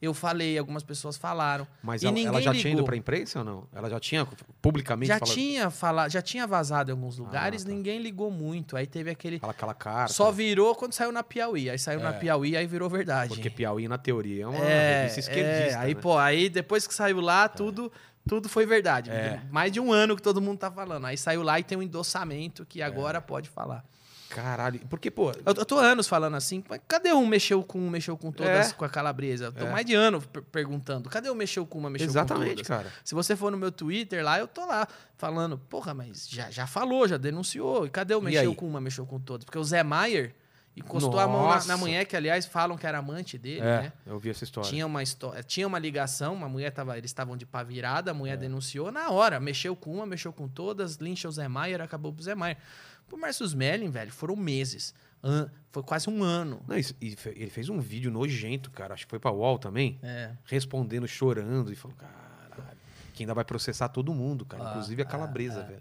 [SPEAKER 2] Eu falei, algumas pessoas falaram.
[SPEAKER 1] Mas
[SPEAKER 2] E
[SPEAKER 1] ela, ela
[SPEAKER 2] ninguém
[SPEAKER 1] já tinha
[SPEAKER 2] ligou.
[SPEAKER 1] ido pra imprensa ou não? Ela já tinha publicamente
[SPEAKER 2] Já
[SPEAKER 1] falado
[SPEAKER 2] tinha falado, já tinha vazado em alguns lugares,
[SPEAKER 1] tá.
[SPEAKER 2] ninguém ligou muito. Aí teve aquele.
[SPEAKER 1] fala aquela carta?
[SPEAKER 2] Só virou quando saiu na Piauí. Aí saiu na
[SPEAKER 1] É.
[SPEAKER 2] Piauí, aí virou verdade.
[SPEAKER 1] Porque Piauí, na teoria, é uma revista
[SPEAKER 2] é,
[SPEAKER 1] esquerdista.
[SPEAKER 2] aí,
[SPEAKER 1] né?
[SPEAKER 2] pô, aí depois que saiu lá, tudo, tudo foi verdade.
[SPEAKER 1] É.
[SPEAKER 2] Mais de um ano que todo mundo tá falando. Aí saiu lá e tem um endossamento
[SPEAKER 1] É.
[SPEAKER 2] que agora pode falar.
[SPEAKER 1] Caralho. Porque, pô,
[SPEAKER 2] Eu, eu tô anos falando assim, mas cadê um mexeu com um, mexeu com todas,
[SPEAKER 1] É.
[SPEAKER 2] com a calabresa? Eu tô
[SPEAKER 1] É.
[SPEAKER 2] mais de ano per- perguntando, cadê um mexeu com assim. uma, mexeu com
[SPEAKER 1] exatamente,
[SPEAKER 2] todas?
[SPEAKER 1] cara.
[SPEAKER 2] Se você for no meu Twitter lá, eu tô lá falando, porra, mas já, já falou, já denunciou. E cadê o
[SPEAKER 1] E
[SPEAKER 2] mexeu
[SPEAKER 1] aí?
[SPEAKER 2] com uma, mexeu com todas? Porque o Zé Maier encostou a mão na,
[SPEAKER 1] Nossa.
[SPEAKER 2] na mulher, que aliás falam que era amante dele,
[SPEAKER 1] é,
[SPEAKER 2] né?
[SPEAKER 1] eu vi essa história.
[SPEAKER 2] Tinha uma, história, tinha uma ligação, uma mulher tava, eles estavam de pá virada, a mulher
[SPEAKER 1] É.
[SPEAKER 2] denunciou na hora, mexeu com uma, mexeu com todas, lincha o Zé Maier, acabou pro Zé Maier. Pro Marcius Mellin, velho, foram meses. An- foi quase um ano.
[SPEAKER 1] Não, isso- e fe- ele fez um vídeo nojento, cara. Acho que foi pra UOL também.
[SPEAKER 2] É.
[SPEAKER 1] Respondendo, chorando. E falou, caralho. Que ainda vai processar todo mundo, cara.
[SPEAKER 2] Ah,
[SPEAKER 1] inclusive a
[SPEAKER 2] ah,
[SPEAKER 1] calabresa, velho.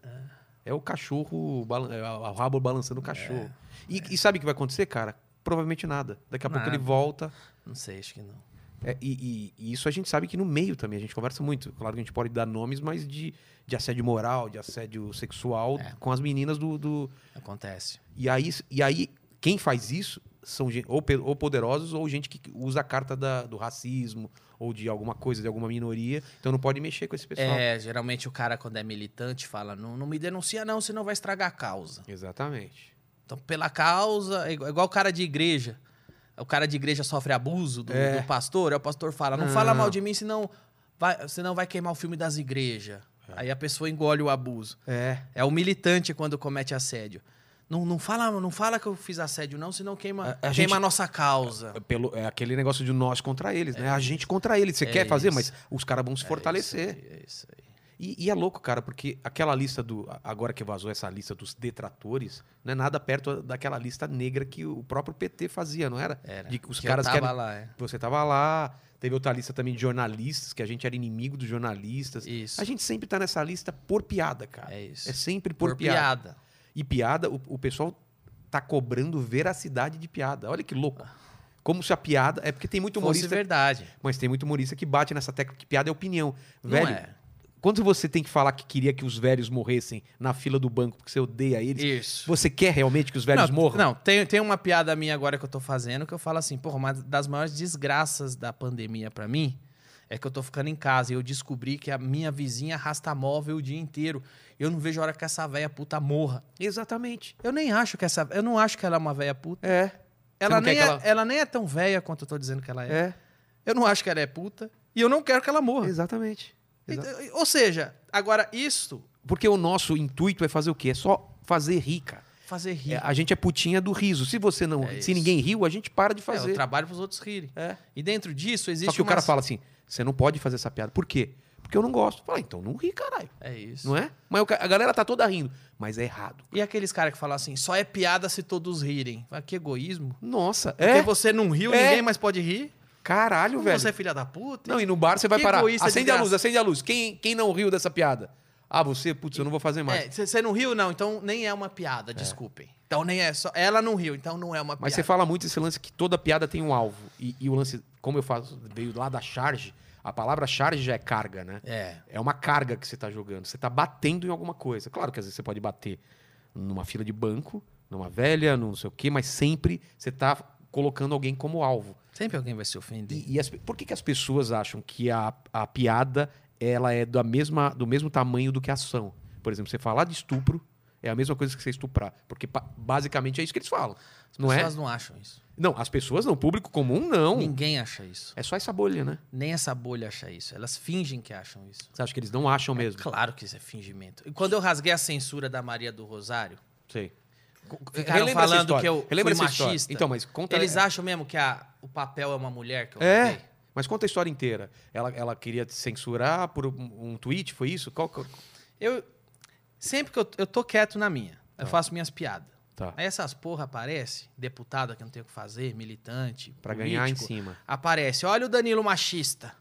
[SPEAKER 1] É o cachorro, balan- é o rabo balançando o
[SPEAKER 2] É.
[SPEAKER 1] cachorro. E, e sabe o que vai acontecer, cara? Provavelmente nada. Daqui a pouco
[SPEAKER 2] Nada.
[SPEAKER 1] ele volta.
[SPEAKER 2] Não sei, acho que não.
[SPEAKER 1] É, e, e- e isso a gente sabe que no meio também, a gente conversa muito. Claro que a gente pode dar nomes, mas de, de assédio moral, de assédio sexual
[SPEAKER 2] É.
[SPEAKER 1] com as meninas do. do-
[SPEAKER 2] Acontece.
[SPEAKER 1] E, aí, e aí, quem faz isso são gen- ou, pe- ou poderosos ou gente que usa a carta da- do racismo ou de alguma coisa, de alguma minoria. Então não pode mexer com esse pessoal.
[SPEAKER 2] É, geralmente o cara, quando é militante, fala: não, não me denuncia, não, senão vai estragar a causa.
[SPEAKER 1] Exatamente.
[SPEAKER 2] Então, pela causa, é igual, é igual o cara de igreja. O cara de igreja sofre abuso do,
[SPEAKER 1] É. Ah.
[SPEAKER 2] do pastor, aí o pastor fala: não,
[SPEAKER 1] Não.
[SPEAKER 2] fala mal de mim, senão vai, senão vai queimar o filme das igrejas. Aí a pessoa engole o abuso.
[SPEAKER 1] É.
[SPEAKER 2] É o militante quando comete assédio. Não, não, fala, não fala que eu fiz assédio, não, senão queima,
[SPEAKER 1] A- a
[SPEAKER 2] queima
[SPEAKER 1] gente-
[SPEAKER 2] a nossa causa.
[SPEAKER 1] Pelo, é aquele negócio de nós contra eles, né? A gente contra eles. Você
[SPEAKER 2] É
[SPEAKER 1] quer fazer,
[SPEAKER 2] isso.
[SPEAKER 1] mas os caras vão se fortalecer.
[SPEAKER 2] É isso aí, é isso aí.
[SPEAKER 1] E, e é louco, cara, porque aquela lista do. a- Agora que vazou essa lista dos detratores, não é nada perto daquela lista negra que o próprio PT fazia, não era?
[SPEAKER 2] Era.
[SPEAKER 1] De que os
[SPEAKER 2] Que eu
[SPEAKER 1] caras
[SPEAKER 2] tava
[SPEAKER 1] querem.
[SPEAKER 2] lá, é.
[SPEAKER 1] Você tava lá, teve outra lista também de jornalistas, que a gente era inimigo dos jornalistas.
[SPEAKER 2] Isso.
[SPEAKER 1] A gente sempre tá nessa lista por piada, cara.
[SPEAKER 2] É isso.
[SPEAKER 1] sempre por,
[SPEAKER 2] Por
[SPEAKER 1] piada.
[SPEAKER 2] piada.
[SPEAKER 1] E piada, o, o pessoal tá cobrando veracidade de piada. Olha que louco. Como se a piada. É porque tem muito
[SPEAKER 2] Fosse
[SPEAKER 1] humorista.
[SPEAKER 2] verdade.
[SPEAKER 1] Mas tem muito humorista que bate nessa tecla que piada é opinião.
[SPEAKER 2] não
[SPEAKER 1] Velho,
[SPEAKER 2] é.
[SPEAKER 1] quando você tem que falar que queria que os velhos morressem na fila do banco porque você odeia eles,
[SPEAKER 2] Isso.
[SPEAKER 1] você quer realmente que os velhos
[SPEAKER 2] não,
[SPEAKER 1] morram?
[SPEAKER 2] Não, tem, tem uma piada minha agora que eu tô fazendo que eu falo assim, porra, uma das maiores desgraças da pandemia pra mim é que eu tô ficando em casa e eu descobri que a minha vizinha arrasta móvel o dia inteiro. Eu não vejo a hora que essa véia puta morra.
[SPEAKER 1] Exatamente.
[SPEAKER 2] Eu nem acho que essa. Eu não acho que ela é uma véia puta.
[SPEAKER 1] É.
[SPEAKER 2] Ela
[SPEAKER 1] não quer
[SPEAKER 2] nem, é,
[SPEAKER 1] que
[SPEAKER 2] ela...
[SPEAKER 1] ela-
[SPEAKER 2] nem é tão véia quanto eu tô dizendo que ela é.
[SPEAKER 1] É,
[SPEAKER 2] Eu não acho que ela é puta. E eu não quero que ela morra.
[SPEAKER 1] exatamente. Exa-
[SPEAKER 2] Então, ou seja, agora isso
[SPEAKER 1] Porque o nosso intuito é fazer o quê? É só fazer rir, cara.
[SPEAKER 2] fazer rir.
[SPEAKER 1] É, a gente é putinha do riso. Se você não,
[SPEAKER 2] É
[SPEAKER 1] se
[SPEAKER 2] isso.
[SPEAKER 1] ninguém riu, a gente para de
[SPEAKER 2] É, eu
[SPEAKER 1] fazer.
[SPEAKER 2] trabalho pros outros rirem.
[SPEAKER 1] É.
[SPEAKER 2] E dentro disso existe.
[SPEAKER 1] Só que o
[SPEAKER 2] uma-
[SPEAKER 1] cara fala assim: "Você não pode fazer essa piada". Por quê? Porque eu não gosto. Fala, então não ri, caralho.
[SPEAKER 2] É isso.
[SPEAKER 1] Não é? Mas o ca- a galera tá toda rindo, mas é errado.
[SPEAKER 2] E aqueles caras que falam assim, só é piada se todos rirem. Ah, que egoísmo.
[SPEAKER 1] Nossa,
[SPEAKER 2] Porque
[SPEAKER 1] é?
[SPEAKER 2] você não riu,
[SPEAKER 1] É.
[SPEAKER 2] ninguém mais pode rir.
[SPEAKER 1] Caralho,
[SPEAKER 2] Como
[SPEAKER 1] velho.
[SPEAKER 2] você é filha da puta.
[SPEAKER 1] Não, e no bar você vai
[SPEAKER 2] Que
[SPEAKER 1] parar.
[SPEAKER 2] egoísta
[SPEAKER 1] Acende a luz,
[SPEAKER 2] desgraça.
[SPEAKER 1] acende a luz. Quem, quem não riu dessa piada? Ah, você, putz, eu não vou fazer mais.
[SPEAKER 2] É, você não riu, não, então nem é uma piada, desculpem. Então nem é só. Ela não riu, então não é uma
[SPEAKER 1] Mas você
[SPEAKER 2] piada.
[SPEAKER 1] fala muito esse lance que toda piada tem um alvo. E, e o lance, como eu faço, veio lá da charge, a palavra charge já é carga, né?
[SPEAKER 2] É.
[SPEAKER 1] É uma carga que você tá jogando. Você tá batendo em alguma coisa. Claro que às vezes você pode bater numa fila de banco, numa velha, num não sei o quê, mas sempre você tá colocando alguém como alvo.
[SPEAKER 2] Sempre alguém vai se ofender.
[SPEAKER 1] E, e as pe- por que, que as pessoas acham que a, a piada ela é da mesma, do mesmo tamanho do que a ação? Por exemplo, você falar de estupro é a mesma coisa que você estuprar. Porque pa- basicamente é isso que eles falam. não
[SPEAKER 2] As
[SPEAKER 1] é?
[SPEAKER 2] pessoas não acham isso.
[SPEAKER 1] Não, as pessoas não. O público comum, não.
[SPEAKER 2] Ninguém acha isso.
[SPEAKER 1] É só essa bolha, né?
[SPEAKER 2] Nem essa bolha acha isso. Elas fingem que acham isso.
[SPEAKER 1] Você acha que eles não acham mesmo?
[SPEAKER 2] Claro que isso é fingimento. E quando eu rasguei a censura da Maria do Rosário,
[SPEAKER 1] Sei.
[SPEAKER 2] Ficaram
[SPEAKER 1] Relembra essa
[SPEAKER 2] falando
[SPEAKER 1] história.
[SPEAKER 2] que eu
[SPEAKER 1] Relembra
[SPEAKER 2] fui
[SPEAKER 1] essa história.
[SPEAKER 2] machista.
[SPEAKER 1] Então, mas conta...
[SPEAKER 2] eles acham mesmo que a- o papel é uma mulher que eu rasguei?
[SPEAKER 1] É, mas conta a história inteira. Ela, ela queria te censurar por um, um tweet, foi isso? Qual, qual...
[SPEAKER 2] Eu. Sempre que eu, eu tô quieto na minha, eu faço minhas piadas.
[SPEAKER 1] Tá.
[SPEAKER 2] Aí essas porra aparece, deputada que não tem o que fazer, militante,
[SPEAKER 1] Pra ganhar em
[SPEAKER 2] político,
[SPEAKER 1] cima.
[SPEAKER 2] Aparece, olha o Danilo machista.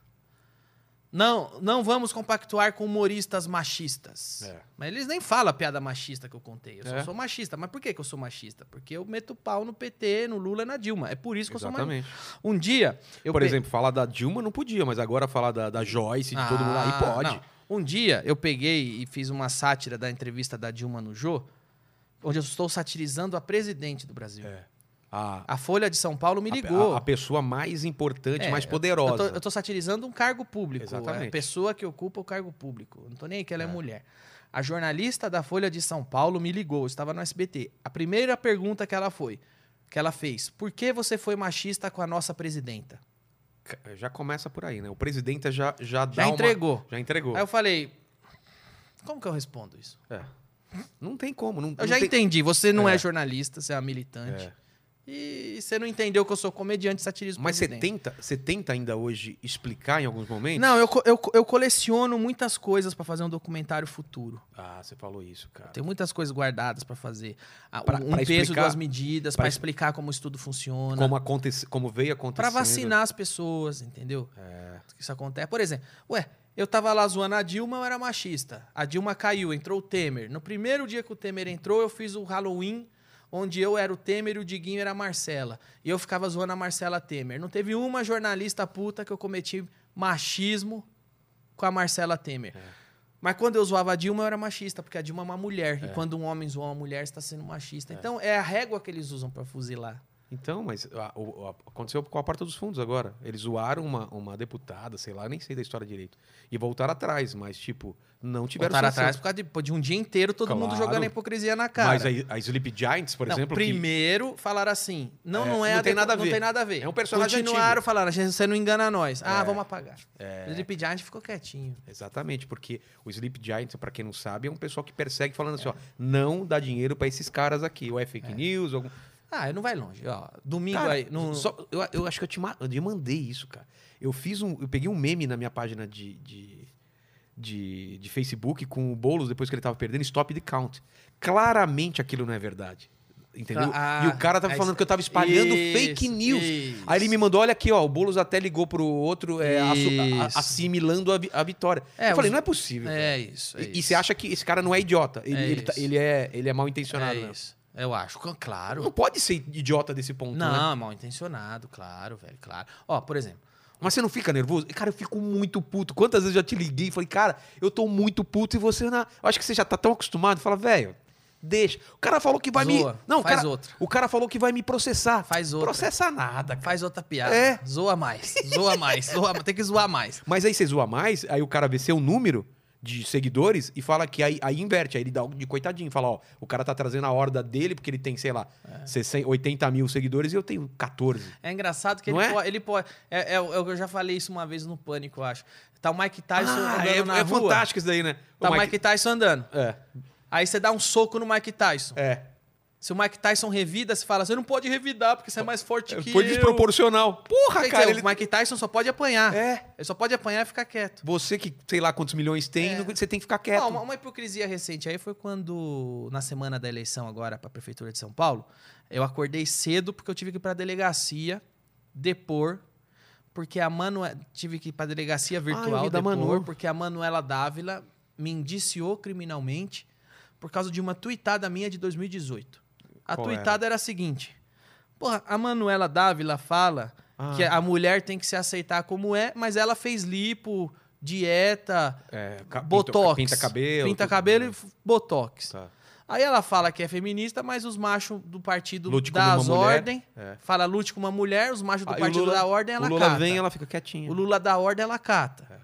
[SPEAKER 2] Não, não vamos compactuar com humoristas machistas.
[SPEAKER 1] É.
[SPEAKER 2] Mas eles nem falam a piada machista que eu contei. Eu só
[SPEAKER 1] É.
[SPEAKER 2] sou machista. Mas por que, que eu sou machista? Porque eu meto pau no PT, no Lula e na Dilma. É por isso que eu sou machista.
[SPEAKER 1] Exatamente.
[SPEAKER 2] Um dia. Eu
[SPEAKER 1] Por
[SPEAKER 2] pe-
[SPEAKER 1] exemplo, falar da Dilma não podia, mas agora falar da, da Joyce, de todo mundo aí
[SPEAKER 2] Ah,
[SPEAKER 1] pode.
[SPEAKER 2] não. Um dia eu peguei e fiz uma sátira da entrevista da Dilma no Jô, onde eu estou satirizando a presidente do Brasil.
[SPEAKER 1] É. A,
[SPEAKER 2] A Folha de São Paulo me
[SPEAKER 1] a-
[SPEAKER 2] ligou.
[SPEAKER 1] A, a pessoa mais importante,
[SPEAKER 2] É,
[SPEAKER 1] mais
[SPEAKER 2] Eu tô,
[SPEAKER 1] poderosa.
[SPEAKER 2] eu tô satirizando um cargo público. É
[SPEAKER 1] Exatamente.
[SPEAKER 2] A pessoa que ocupa o cargo público. Eu Não tô nem aí que ela é, mulher. A jornalista da Folha de São Paulo me ligou, eu estava no SBT. A primeira pergunta que ela foi, que ela fez, por que você foi machista com a nossa presidenta?
[SPEAKER 1] Ca- Já começa por aí, né? O presidente já, já dá
[SPEAKER 2] Já
[SPEAKER 1] uma-
[SPEAKER 2] entregou.
[SPEAKER 1] Já entregou.
[SPEAKER 2] Aí eu falei, como que eu respondo isso?
[SPEAKER 1] É. Não tem como. Não,
[SPEAKER 2] Eu
[SPEAKER 1] não
[SPEAKER 2] já
[SPEAKER 1] tem...
[SPEAKER 2] entendi, você não é.
[SPEAKER 1] É.
[SPEAKER 2] jornalista, você é uma militante.
[SPEAKER 1] É.
[SPEAKER 2] E você não entendeu que eu sou comediante, satirismo
[SPEAKER 1] Mas você
[SPEAKER 2] presidente.
[SPEAKER 1] tenta, você tenta ainda hoje explicar em alguns momentos?
[SPEAKER 2] Não, eu, co- eu, co- eu coleciono muitas coisas para fazer um documentário futuro.
[SPEAKER 1] Ah, você falou isso, cara.
[SPEAKER 2] Tem muitas coisas guardadas para fazer. Ah,
[SPEAKER 1] Pra-
[SPEAKER 2] um
[SPEAKER 1] pra
[SPEAKER 2] peso,
[SPEAKER 1] explicar-
[SPEAKER 2] duas medidas,
[SPEAKER 1] pra
[SPEAKER 2] para
[SPEAKER 1] es-
[SPEAKER 2] explicar como o estudo funciona.
[SPEAKER 1] Como, aconte... como veio acontecendo. né?
[SPEAKER 2] Para vacinar as pessoas, entendeu?
[SPEAKER 1] É.
[SPEAKER 2] Isso acontece. Por exemplo, ué, eu tava lá zoando a Dilma, eu era machista. A Dilma caiu, entrou o Temer. No primeiro dia que o Temer entrou, eu fiz o Halloween, onde eu era o Temer e o Diguinho era a Marcela. E eu ficava zoando a Marcela Temer. Não teve uma jornalista puta que eu cometi machismo com a Marcela Temer. Mas quando eu zoava a Dilma, eu era machista, porque a Dilma é uma mulher. E quando um homem zoa uma mulher, está sendo machista. Então é a régua que eles usam para fuzilar.
[SPEAKER 1] Então, mas a- o- a- aconteceu com a porta dos fundos agora. Eles zoaram uma, uma deputada, sei lá, nem sei da história direito. E voltaram atrás, mas, tipo, não tiveram
[SPEAKER 2] Voltaram
[SPEAKER 1] sanção.
[SPEAKER 2] atrás por causa de, de um dia inteiro todo mundo
[SPEAKER 1] Claro.
[SPEAKER 2] jogando a hipocrisia na cara.
[SPEAKER 1] Mas a, a Sleep Giants, por
[SPEAKER 2] Não,
[SPEAKER 1] exemplo. que-
[SPEAKER 2] primeiro falaram assim, não,
[SPEAKER 1] É,
[SPEAKER 2] não é
[SPEAKER 1] não tem
[SPEAKER 2] adequa-
[SPEAKER 1] nada a
[SPEAKER 2] não
[SPEAKER 1] ver.
[SPEAKER 2] tem nada a ver.
[SPEAKER 1] É um personagem
[SPEAKER 2] Continuaram
[SPEAKER 1] antigo.
[SPEAKER 2] falaram, "Gente, você não engana nós. Ah, vamos apagar.
[SPEAKER 1] É.
[SPEAKER 2] O Sleep Giant "Ah, ficou quietinho.
[SPEAKER 1] Exatamente, porque o Sleep Giants, pra quem não sabe, é um pessoal que persegue falando
[SPEAKER 2] É.
[SPEAKER 1] assim, ó, não dá dinheiro pra esses caras aqui. Ou é fake news, algum...
[SPEAKER 2] Ah, não vai longe. ó. domingo
[SPEAKER 1] Cara,
[SPEAKER 2] aí, no,
[SPEAKER 1] só- eu, eu acho que eu te, ma- eu te mandei isso, cara. Eu fiz um. Eu peguei um meme na minha página de, de, de, de Facebook com o Boulos, depois que ele tava perdendo, stop the count. Claramente aquilo não é verdade. Entendeu?
[SPEAKER 2] Ah,
[SPEAKER 1] e o cara tava
[SPEAKER 2] aí-
[SPEAKER 1] falando que eu tava espalhando fake
[SPEAKER 2] Isso,
[SPEAKER 1] news.
[SPEAKER 2] isso.
[SPEAKER 1] Aí ele me mandou, olha aqui, ó, o Boulos até ligou pro outro é, assu- a-
[SPEAKER 2] Isso.
[SPEAKER 1] assimilando a, vi- a vitória.
[SPEAKER 2] É,
[SPEAKER 1] eu falei,
[SPEAKER 2] os-
[SPEAKER 1] não é possível. cara.
[SPEAKER 2] É isso. é
[SPEAKER 1] e, e
[SPEAKER 2] isso.
[SPEAKER 1] você acha que esse cara não é idiota. Ele
[SPEAKER 2] É
[SPEAKER 1] ele tá-
[SPEAKER 2] isso.
[SPEAKER 1] ele é, ele é mal intencionado.
[SPEAKER 2] é
[SPEAKER 1] né?
[SPEAKER 2] isso. Eu acho, c-
[SPEAKER 1] Não
[SPEAKER 2] claro.
[SPEAKER 1] pode ser idiota desse ponto, né?
[SPEAKER 2] Não, mal intencionado, claro, velho, claro. Ó, por exemplo,
[SPEAKER 1] Mas você não fica nervoso? Cara, eu fico muito puto. Quantas vezes eu já te liguei e falei, cara, eu tô muito puto e você na. Eu acho que você já tá tão acostumado. Fala, velho, deixa. O cara falou que vai me.
[SPEAKER 2] Zoa.
[SPEAKER 1] Não, o
[SPEAKER 2] Faz
[SPEAKER 1] cara...
[SPEAKER 2] outra.
[SPEAKER 1] O cara falou que vai me processar.
[SPEAKER 2] Faz outra.
[SPEAKER 1] Processa nada, cara.
[SPEAKER 2] faz outra piada.
[SPEAKER 1] É.
[SPEAKER 2] Zoa mais, zoa mais,
[SPEAKER 1] *laughs*
[SPEAKER 2] zoa, mais, tem que zoar mais.
[SPEAKER 1] Mas aí você zoa mais, aí o cara vê seu número de seguidores e fala que aí, aí inverte. Aí ele dá algo de coitadinho. Fala, ó, o cara tá trazendo a horda dele porque ele tem, sei lá, 60, 80 mil seguidores e eu tenho 14.
[SPEAKER 2] É engraçado que
[SPEAKER 1] Não
[SPEAKER 2] ele,
[SPEAKER 1] é?
[SPEAKER 2] pode, ele pode. é- é- eu eu já falei isso uma vez no Pânico, eu acho. Tá o Mike Tyson andando
[SPEAKER 1] é,
[SPEAKER 2] na
[SPEAKER 1] é
[SPEAKER 2] rua.
[SPEAKER 1] fantástico isso daí, né?
[SPEAKER 2] Tá
[SPEAKER 1] Ô,
[SPEAKER 2] o Mike...
[SPEAKER 1] Mike-
[SPEAKER 2] Tyson andando.
[SPEAKER 1] É,
[SPEAKER 2] Aí você dá um soco no Mike Tyson.
[SPEAKER 1] é.
[SPEAKER 2] Se o Mike Tyson revida, você fala: você não pode revidar porque você é mais forte que
[SPEAKER 1] Foi
[SPEAKER 2] eu."
[SPEAKER 1] desproporcional. Porra,
[SPEAKER 2] Quer dizer,
[SPEAKER 1] Ah, cara, ele...
[SPEAKER 2] O Mike Tyson só pode apanhar.
[SPEAKER 1] É.
[SPEAKER 2] Ele só pode apanhar e ficar quieto.
[SPEAKER 1] Você que sei lá quantos milhões tem,
[SPEAKER 2] É.
[SPEAKER 1] não- você tem que ficar
[SPEAKER 2] Ó,
[SPEAKER 1] quieto.
[SPEAKER 2] uma, uma hipocrisia recente aí foi quando, na semana da eleição agora para a Prefeitura de São Paulo, eu acordei cedo porque eu tive que ir para a delegacia depor, porque a Manuela... Tive que ir para a delegacia virtual
[SPEAKER 1] vi da
[SPEAKER 2] depor,
[SPEAKER 1] Manu.
[SPEAKER 2] porque a Manuela Dávila me indiciou criminalmente por causa de uma tuitada minha de 2018. A
[SPEAKER 1] Qual era?
[SPEAKER 2] tuitada era? a seguinte... Porra, a Manuela Dávila fala
[SPEAKER 1] Ah.
[SPEAKER 2] que é a mulher tem que se aceitar como é, mas ela fez lipo, dieta,
[SPEAKER 1] É, ca-
[SPEAKER 2] botox.
[SPEAKER 1] Pinta, pinta cabelo.
[SPEAKER 2] Pinta
[SPEAKER 1] tudo.
[SPEAKER 2] cabelo e f- botox.
[SPEAKER 1] Tá.
[SPEAKER 2] Aí ela fala que é feminista, mas os machos do partido
[SPEAKER 1] Lute como
[SPEAKER 2] das
[SPEAKER 1] uma mulher.
[SPEAKER 2] ordem.
[SPEAKER 1] É.
[SPEAKER 2] Fala lute com uma mulher, os machos do
[SPEAKER 1] Aí o
[SPEAKER 2] partido
[SPEAKER 1] Lula-
[SPEAKER 2] da ordem, ela
[SPEAKER 1] o Lula
[SPEAKER 2] cata.
[SPEAKER 1] vem ela É. fica quietinha.
[SPEAKER 2] O Lula da ordem, ela cata.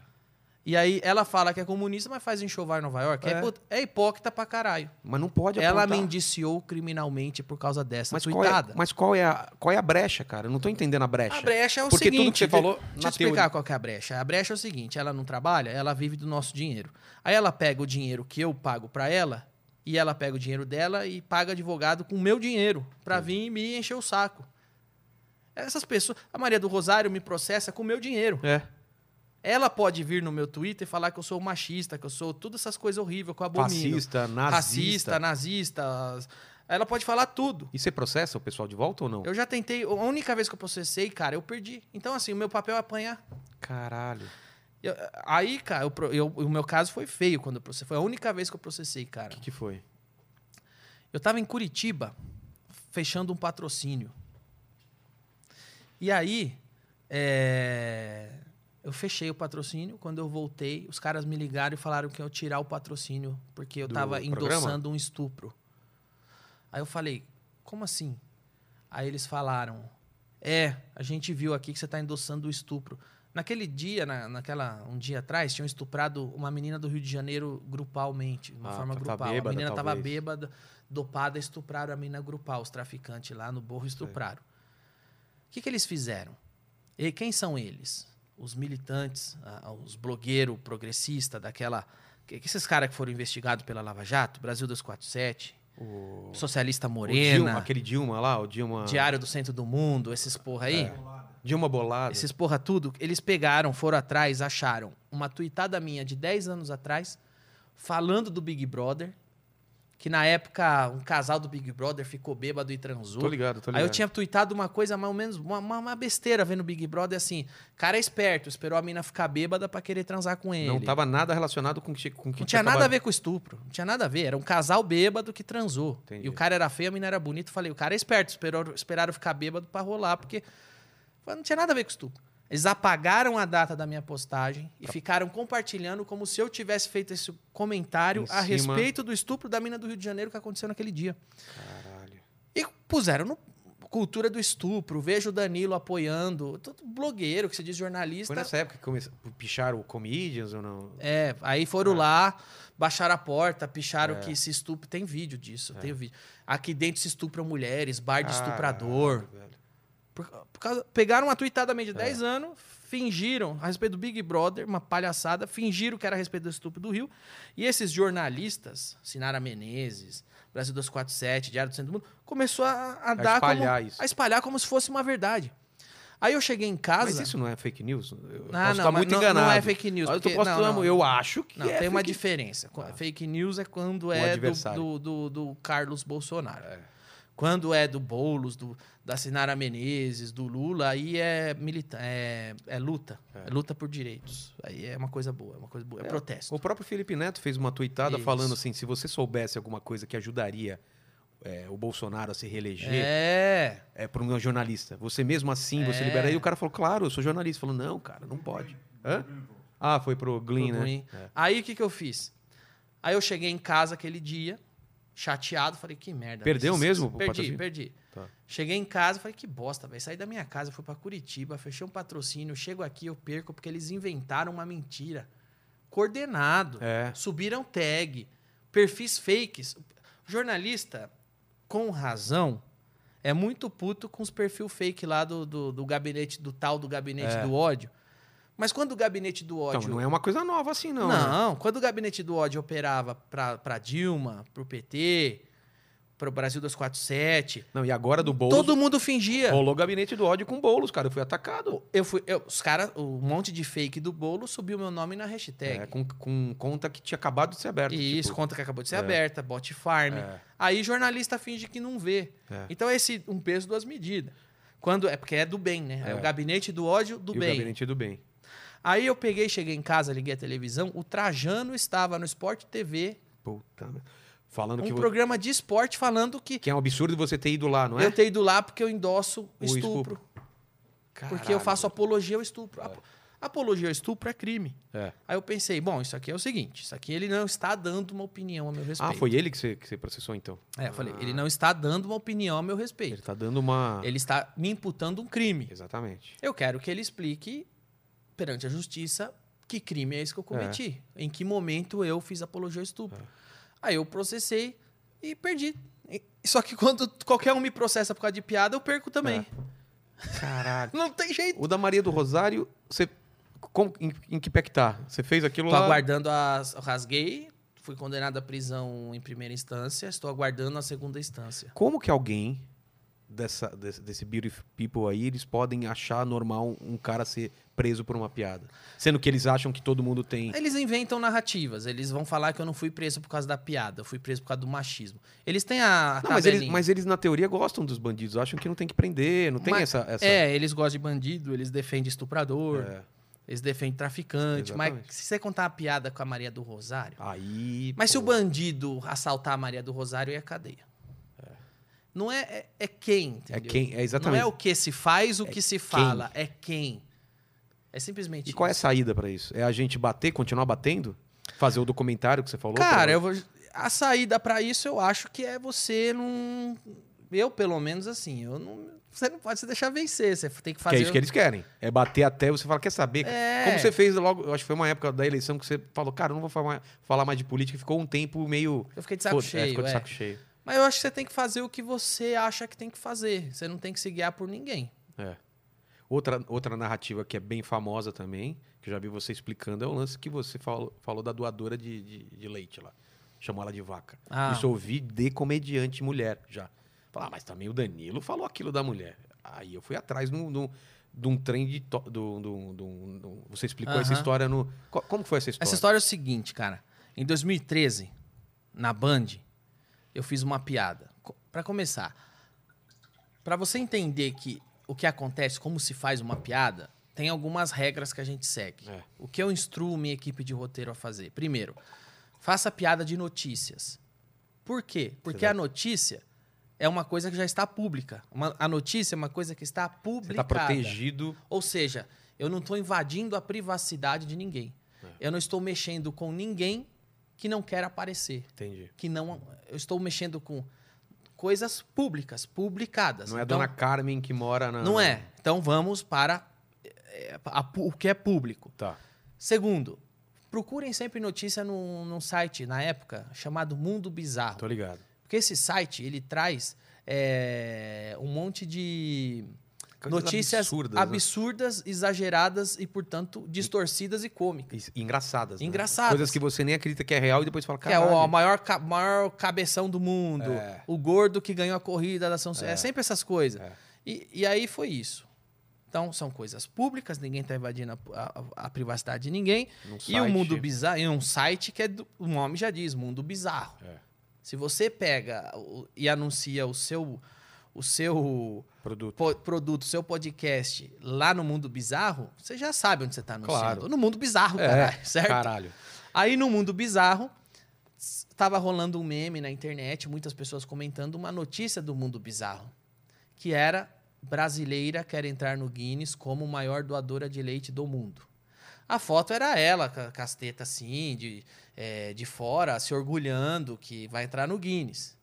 [SPEAKER 2] E aí ela fala que é comunista, mas faz enxovar em Nova York. É,
[SPEAKER 1] É.
[SPEAKER 2] hipó- é hipócrita pra caralho.
[SPEAKER 1] Mas não pode
[SPEAKER 2] Ela me
[SPEAKER 1] apontar.
[SPEAKER 2] indiciou criminalmente por causa dessa
[SPEAKER 1] mas qual, é,
[SPEAKER 2] tuitada.
[SPEAKER 1] mas qual é a, qual é a brecha, cara? Eu não tô entendendo a brecha.
[SPEAKER 2] A brecha é o
[SPEAKER 1] Porque
[SPEAKER 2] seguinte...
[SPEAKER 1] tudo que você falou,
[SPEAKER 2] Deixa
[SPEAKER 1] na
[SPEAKER 2] eu te explicar qual que é a brecha. A brecha é o seguinte, ela não trabalha, ela vive do nosso dinheiro. Aí ela pega o dinheiro que eu pago pra ela, e ela pega o dinheiro dela e paga advogado com o meu dinheiro, pra vir e me encher o saco. Essas pessoas... A Maria do Rosário me processa com o meu dinheiro.
[SPEAKER 1] É.
[SPEAKER 2] Ela pode vir no meu Twitter e falar que eu sou machista, que eu sou todas essas coisas horríveis que eu abomino.
[SPEAKER 1] Fascista, nazista.
[SPEAKER 2] Racista, nazista... Ela pode falar tudo.
[SPEAKER 1] E você processa é o pessoal de volta ou não?
[SPEAKER 2] Eu já tentei, a única vez que eu processei, cara, eu perdi. Então, assim, o meu papel é apanhar.
[SPEAKER 1] Caralho.
[SPEAKER 2] Eu- aí, cara, eu pro- eu- o meu caso foi feio quando eu processei. Foi a única vez que eu processei, cara.
[SPEAKER 1] O que, que foi?
[SPEAKER 2] Eu tava em Curitiba, fechando um patrocínio. E aí, é, eu fechei o patrocínio. Quando eu voltei, os caras me ligaram e falaram que eu ia tirar o patrocínio, porque eu
[SPEAKER 1] Do
[SPEAKER 2] tava
[SPEAKER 1] programa?
[SPEAKER 2] endossando um estupro. Aí eu falei, como assim? Aí eles falaram, é, a gente viu aqui que você tá endossando o estupro. Naquele dia, na- naquela um dia atrás, tinham estuprado uma menina do Rio de Janeiro grupalmente, de uma
[SPEAKER 1] Ah,
[SPEAKER 2] forma
[SPEAKER 1] tá- tá
[SPEAKER 2] grupal.
[SPEAKER 1] bêbada,
[SPEAKER 2] a menina tava
[SPEAKER 1] talvez.
[SPEAKER 2] bêbada, dopada, estupraram a menina grupal. Os traficantes lá no borro estupraram. O que, que eles fizeram? E quem são eles? Os militantes, a- a- os blogueiros progressistas daquela. Que, que esses caras que foram investigados pela Lava Jato, Brasil 247,
[SPEAKER 1] O...
[SPEAKER 2] Socialista
[SPEAKER 1] o Dilma,
[SPEAKER 2] Morena,
[SPEAKER 1] aquele Dilma lá, o Dilma. É.
[SPEAKER 2] Diário do Centro do Mundo, esses porra aí.
[SPEAKER 1] um Dilma Bolada.
[SPEAKER 2] Esses porra tudo, eles pegaram, foram atrás, acharam uma tuitada minha de 10 anos atrás, falando do Big Brother, que na época um casal do Big Brother ficou bêbado e transou.
[SPEAKER 1] Tô ligado, tô ligado.
[SPEAKER 2] Aí eu tinha tuitado uma coisa mais ou menos, uma, uma- uma besteira vendo o Big Brother, assim, cara esperto, esperou a mina ficar bêbada pra querer transar com ele.
[SPEAKER 1] Não tava nada relacionado com o que, com o que
[SPEAKER 2] Não tinha nada a ver com estupro. Não tinha nada a ver. Era um casal bêbado que transou.
[SPEAKER 1] Entendi.
[SPEAKER 2] E o cara era feio, a mina era bonita. Eu Falei, o cara é esperto. Esperou, esperaram ficar bêbado pra rolar, porque não tinha nada a ver com estupro. Eles apagaram a data da minha postagem e ficaram compartilhando como se eu tivesse feito esse
[SPEAKER 1] Em
[SPEAKER 2] comentário a
[SPEAKER 1] cima.
[SPEAKER 2] respeito do estupro da mina do Rio de Janeiro que aconteceu naquele dia.
[SPEAKER 1] Caralho.
[SPEAKER 2] E puseram no cultura do estupro, vejo o Danilo apoiando, todo blogueiro que se diz jornalista.
[SPEAKER 1] Foi nessa época que começaram picharam o Comedians ou não?
[SPEAKER 2] É, aí foram lá, baixaram a porta,
[SPEAKER 1] É.
[SPEAKER 2] picharam que se estupra. Tem vídeo disso, tem vídeo. Aqui dentro se estupram mulheres, bar de
[SPEAKER 1] Ah.
[SPEAKER 2] estuprador.
[SPEAKER 1] Caralho, velho.
[SPEAKER 2] Por- por causa- pegaram uma tuitadamente
[SPEAKER 1] É.
[SPEAKER 2] de 10 anos, fingiram, a respeito do Big Brother, uma palhaçada, fingiram que era a respeito do estupro do Rio. E esses jornalistas, Sinara Menezes, Brasil 247, Diário do Centro do Mundo, começou a, a dar como-
[SPEAKER 1] espalhar isso.
[SPEAKER 2] a espalhar como se fosse uma verdade. Aí eu cheguei em casa.
[SPEAKER 1] Mas isso não é fake news? Eu
[SPEAKER 2] Ah,
[SPEAKER 1] posso
[SPEAKER 2] não,
[SPEAKER 1] tá
[SPEAKER 2] mas
[SPEAKER 1] muito
[SPEAKER 2] não- não
[SPEAKER 1] enganado.
[SPEAKER 2] é fake news,
[SPEAKER 1] Eu, tô-
[SPEAKER 2] porque-
[SPEAKER 1] posso-
[SPEAKER 2] não, não.
[SPEAKER 1] eu acho que
[SPEAKER 2] Não,
[SPEAKER 1] é
[SPEAKER 2] tem uma
[SPEAKER 1] fake-
[SPEAKER 2] diferença. Qu- Fake news é quando
[SPEAKER 1] O
[SPEAKER 2] é do,
[SPEAKER 1] adversário. É.
[SPEAKER 2] do, do- do Carlos Bolsonaro. Quando é do Boulos, do, da Sinara Menezes, do Lula, aí é, milita é, é luta. É luta por direitos. Aí é uma coisa boa, é uma coisa boa. É, protesto.
[SPEAKER 1] O próprio Felipe Neto fez uma tuitada
[SPEAKER 2] Isso.
[SPEAKER 1] falando assim: se você soubesse alguma coisa que ajudaria é, o Bolsonaro a se reeleger,
[SPEAKER 2] É.
[SPEAKER 1] é, para um jornalista. Você mesmo assim, você liberaria. E o cara falou, claro, eu sou jornalista. Falou, não, cara, não pode. Hã? Ah, foi pro Glean,
[SPEAKER 2] Tudo
[SPEAKER 1] né?
[SPEAKER 2] ruim. Aí o que, que eu fiz? Aí eu cheguei em casa aquele dia, chateado, falei, que merda.
[SPEAKER 1] Perdeu
[SPEAKER 2] velho.
[SPEAKER 1] mesmo o
[SPEAKER 2] Perdi,
[SPEAKER 1] patrocínio?
[SPEAKER 2] perdi.
[SPEAKER 1] Tá.
[SPEAKER 2] Cheguei em casa, falei, que bosta, velho. Saí da minha casa, fui pra Curitiba, fechei um patrocínio, chego aqui, eu perco, porque eles inventaram uma mentira. Coordenado.
[SPEAKER 1] É.
[SPEAKER 2] Subiram tag, perfis fakes. O jornalista, com razão, é muito puto com os perfil fake lá do, do, do gabinete, do tal do gabinete do ódio. Mas quando o gabinete do ódio.
[SPEAKER 1] É. Então, não é uma coisa nova assim, não.
[SPEAKER 2] Não,
[SPEAKER 1] né?
[SPEAKER 2] quando o gabinete do ódio operava pra, pra Dilma, pro PT, pro Brasil 247,
[SPEAKER 1] Não, e agora do Boulos.
[SPEAKER 2] todo mundo fingia.
[SPEAKER 1] Rolou o gabinete do ódio com Boulos, cara. Eu fui atacado.
[SPEAKER 2] Eu fui, eu- os caras, um monte de fake do bolo subiu meu nome na hashtag.
[SPEAKER 1] É, com, com conta que tinha acabado de ser aberta.
[SPEAKER 2] e isso,
[SPEAKER 1] tipo,
[SPEAKER 2] conta que acabou de ser aberta, bot farm.
[SPEAKER 1] É.
[SPEAKER 2] Aí jornalista finge que não vê.
[SPEAKER 1] É.
[SPEAKER 2] Então é esse um peso, duas medidas. Quando, é porque é do bem, né? É,
[SPEAKER 1] É.
[SPEAKER 2] o gabinete do ódio do
[SPEAKER 1] e
[SPEAKER 2] bem.
[SPEAKER 1] o gabinete do bem.
[SPEAKER 2] Aí eu peguei, cheguei em casa, liguei a televisão, o Trajano estava no Sport TV,
[SPEAKER 1] Puta merda. Falando
[SPEAKER 2] um
[SPEAKER 1] que, vo-
[SPEAKER 2] programa de esporte falando que
[SPEAKER 1] que é um absurdo você ter ido lá, não é?
[SPEAKER 2] Eu ter ido lá porque eu endosso
[SPEAKER 1] O
[SPEAKER 2] estupro.
[SPEAKER 1] estupro.
[SPEAKER 2] É, Porque eu faço
[SPEAKER 1] Caralho.
[SPEAKER 2] apologia ao estupro. Apo- Apologia ao estupro é crime.
[SPEAKER 1] É.
[SPEAKER 2] Aí eu pensei, bom, isso aqui é o seguinte, isso aqui ele não está dando uma opinião a meu respeito.
[SPEAKER 1] Ah, foi ele que você, que você processou, então?
[SPEAKER 2] É, eu falei, ele não está dando uma opinião a meu
[SPEAKER 1] Ele
[SPEAKER 2] respeito.
[SPEAKER 1] tá dando uma.
[SPEAKER 2] Ele está me imputando um crime.
[SPEAKER 1] Exatamente.
[SPEAKER 2] Eu quero que ele explique perante a justiça que crime é esse que eu cometi.
[SPEAKER 1] É.
[SPEAKER 2] Em que momento eu fiz apologia ao estupro. Aí eu processei e perdi. E- Só que quando qualquer um me processa por causa de piada, eu perco também.
[SPEAKER 1] Caralho.
[SPEAKER 2] Não tem jeito.
[SPEAKER 1] O da Maria do Rosário, você. como- em, em que pé que tá? Você fez aquilo
[SPEAKER 2] Estou
[SPEAKER 1] lá.
[SPEAKER 2] aguardando as. eu Rasguei, fui condenado à prisão em primeira instância, estou aguardando a segunda instância.
[SPEAKER 1] Como que alguém dessa, desse, desse Beautiful People aí, eles podem achar normal um cara ser preso por uma piada? Sendo que eles acham que todo mundo tem.
[SPEAKER 2] Eles inventam narrativas, eles vão falar que eu não fui preso por causa da piada, eu fui preso por causa do machismo. Eles têm a.
[SPEAKER 1] Não, mas, eles,
[SPEAKER 2] tabelinha.
[SPEAKER 1] mas eles, na teoria, gostam dos bandidos, acham que não tem que prender, não tem
[SPEAKER 2] Mas-
[SPEAKER 1] essa. é. essa...
[SPEAKER 2] É, eles gostam de bandido, eles defendem estuprador.
[SPEAKER 1] É.
[SPEAKER 2] Eles defendem traficante,
[SPEAKER 1] Exatamente. Ah,
[SPEAKER 2] mas se você contar uma piada com a Maria do Rosário.
[SPEAKER 1] Aí.
[SPEAKER 2] Mas se o
[SPEAKER 1] pô,
[SPEAKER 2] bandido assaltar a Maria do Rosário, é a cadeia. Não é, é, é quem,
[SPEAKER 1] É
[SPEAKER 2] entendeu?
[SPEAKER 1] quem? É exatamente.
[SPEAKER 2] Não é o que se faz, o que se fala, é quem. É simplesmente
[SPEAKER 1] E qual é a
[SPEAKER 2] isso.
[SPEAKER 1] saída pra isso? É a gente bater, continuar batendo? Fazer o documentário que você falou?
[SPEAKER 2] Cara,
[SPEAKER 1] pra-
[SPEAKER 2] eu vou... a saída pra isso eu acho que é você não. Eu, pelo menos, assim, eu não... você não pode se deixar vencer. Você tem que
[SPEAKER 1] Que
[SPEAKER 2] fazer.
[SPEAKER 1] é isso que eles querem. É bater até você falar, quer saber? cara?
[SPEAKER 2] É.
[SPEAKER 1] Como você fez logo, eu acho que foi uma época da eleição que você falou, cara, eu não vou falar, falar mais de política, ficou um tempo meio.
[SPEAKER 2] Eu fiquei de saco
[SPEAKER 1] Pô, é,
[SPEAKER 2] cheio.
[SPEAKER 1] ficou de
[SPEAKER 2] é.
[SPEAKER 1] saco cheio.
[SPEAKER 2] Mas eu acho que você tem que fazer o que você acha que tem que fazer. Você não tem que se guiar por ninguém.
[SPEAKER 1] É. Outra, outra narrativa que é bem famosa também, que eu já vi você explicando, é o lance que você falou, falou da doadora de, de, de leite lá. Chamou ela de vaca.
[SPEAKER 2] Ah.
[SPEAKER 1] Isso eu ouvi de comediante mulher já. Falar, ah, mas também o Danilo falou aquilo da mulher. Aí eu fui atrás num- num- de um trem de. to- do- do- do- do- você explicou essa
[SPEAKER 2] Aham.
[SPEAKER 1] história no. co- Como que foi essa história?
[SPEAKER 2] Essa história é o seguinte, cara. Em 2013, na Band, eu fiz uma piada. Co- Pra começar, pra você entender que o que acontece, como se faz uma piada, tem algumas regras que a gente segue.
[SPEAKER 1] É.
[SPEAKER 2] O que eu instruo minha equipe de roteiro a fazer? Primeiro, faça piada de notícias. Por quê? Porque a
[SPEAKER 1] Exato.
[SPEAKER 2] notícia é uma coisa que já está pública. Uma- a notícia é uma coisa que está
[SPEAKER 1] Você
[SPEAKER 2] publicada.
[SPEAKER 1] tá protegido.
[SPEAKER 2] Ou seja, eu não estou invadindo a privacidade de ninguém.
[SPEAKER 1] É.
[SPEAKER 2] Eu não estou mexendo com ninguém que não quer aparecer.
[SPEAKER 1] Entendi.
[SPEAKER 2] Que não, eu estou mexendo com coisas públicas, publicadas.
[SPEAKER 1] Não é a
[SPEAKER 2] Então,
[SPEAKER 1] dona Carmen que mora na.
[SPEAKER 2] Não é. Então vamos para eh, a pu- o que é público.
[SPEAKER 1] Tá.
[SPEAKER 2] Segundo, procurem sempre notícia num, num site, na época, chamado Mundo Bizarro.
[SPEAKER 1] Tô ligado.
[SPEAKER 2] Porque esse site, ele traz eh, um monte de
[SPEAKER 1] Coisas
[SPEAKER 2] notícias absurdas,
[SPEAKER 1] absurdas, né?
[SPEAKER 2] exageradas e, portanto, distorcidas e cômicas.
[SPEAKER 1] E- e engraçadas. né?
[SPEAKER 2] Engraçadas.
[SPEAKER 1] Coisas que você nem acredita que é real e depois fala,
[SPEAKER 2] Que é
[SPEAKER 1] cara.
[SPEAKER 2] o maior, ca- maior cabeção do mundo, o gordo que ganhou a corrida da São É, sempre essas coisas.
[SPEAKER 1] É.
[SPEAKER 2] E, e aí foi isso. Então, são coisas públicas, ninguém está invadindo a, a- a privacidade de ninguém. E o mundo bizarro, e um site que é do- o nome já diz, mundo bizarro.
[SPEAKER 1] É.
[SPEAKER 2] Se você pega o- e anuncia o seu o seu
[SPEAKER 1] Produto.
[SPEAKER 2] po- produto, seu podcast lá no mundo bizarro, você já sabe onde você está anunciando.
[SPEAKER 1] Claro.
[SPEAKER 2] No mundo bizarro,
[SPEAKER 1] É,
[SPEAKER 2] caralho, certo?
[SPEAKER 1] Caralho.
[SPEAKER 2] Aí no mundo bizarro, s- tava rolando um meme na internet, muitas pessoas comentando uma notícia do mundo bizarro, que era brasileira quer entrar no Guinness como maior doadora de leite do mundo. A foto era ela, com a- com as tetas assim, de, eh, de fora, se orgulhando que vai entrar no Guinness.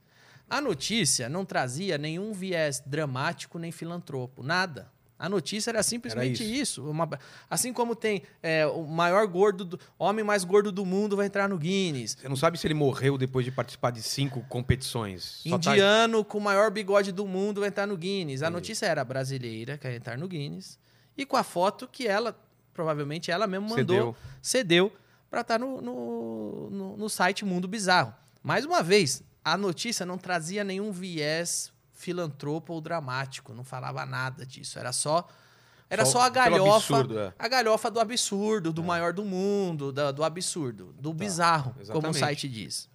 [SPEAKER 2] A notícia não trazia nenhum viés dramático nem filantropo, nada. A notícia era simplesmente
[SPEAKER 1] Era
[SPEAKER 2] isso. uma- assim como tem eh, o maior gordo, do, homem mais gordo do mundo vai entrar no Guinness.
[SPEAKER 1] Você não sabe se ele morreu depois de participar de cinco competições. Só tá-
[SPEAKER 2] Indiano com o maior bigode do mundo vai entrar no Guinness. A
[SPEAKER 1] Entendi.
[SPEAKER 2] notícia era brasileira, quer entrar no Guinness. E com a foto que ela, provavelmente ela mesma
[SPEAKER 1] Você
[SPEAKER 2] mandou,
[SPEAKER 1] deu.
[SPEAKER 2] cedeu, pra estar no, no, no- no site Mundo Bizarro. Mais uma vez, a notícia não trazia nenhum viés filantropo ou dramático. Não falava nada disso. Era só. Era só, a
[SPEAKER 1] pelo
[SPEAKER 2] galhofa.
[SPEAKER 1] absurdo, é.
[SPEAKER 2] A galhofa do absurdo, do maior do mundo, da- do absurdo, do bizarro, como o
[SPEAKER 1] Tá, exatamente. É.
[SPEAKER 2] site diz.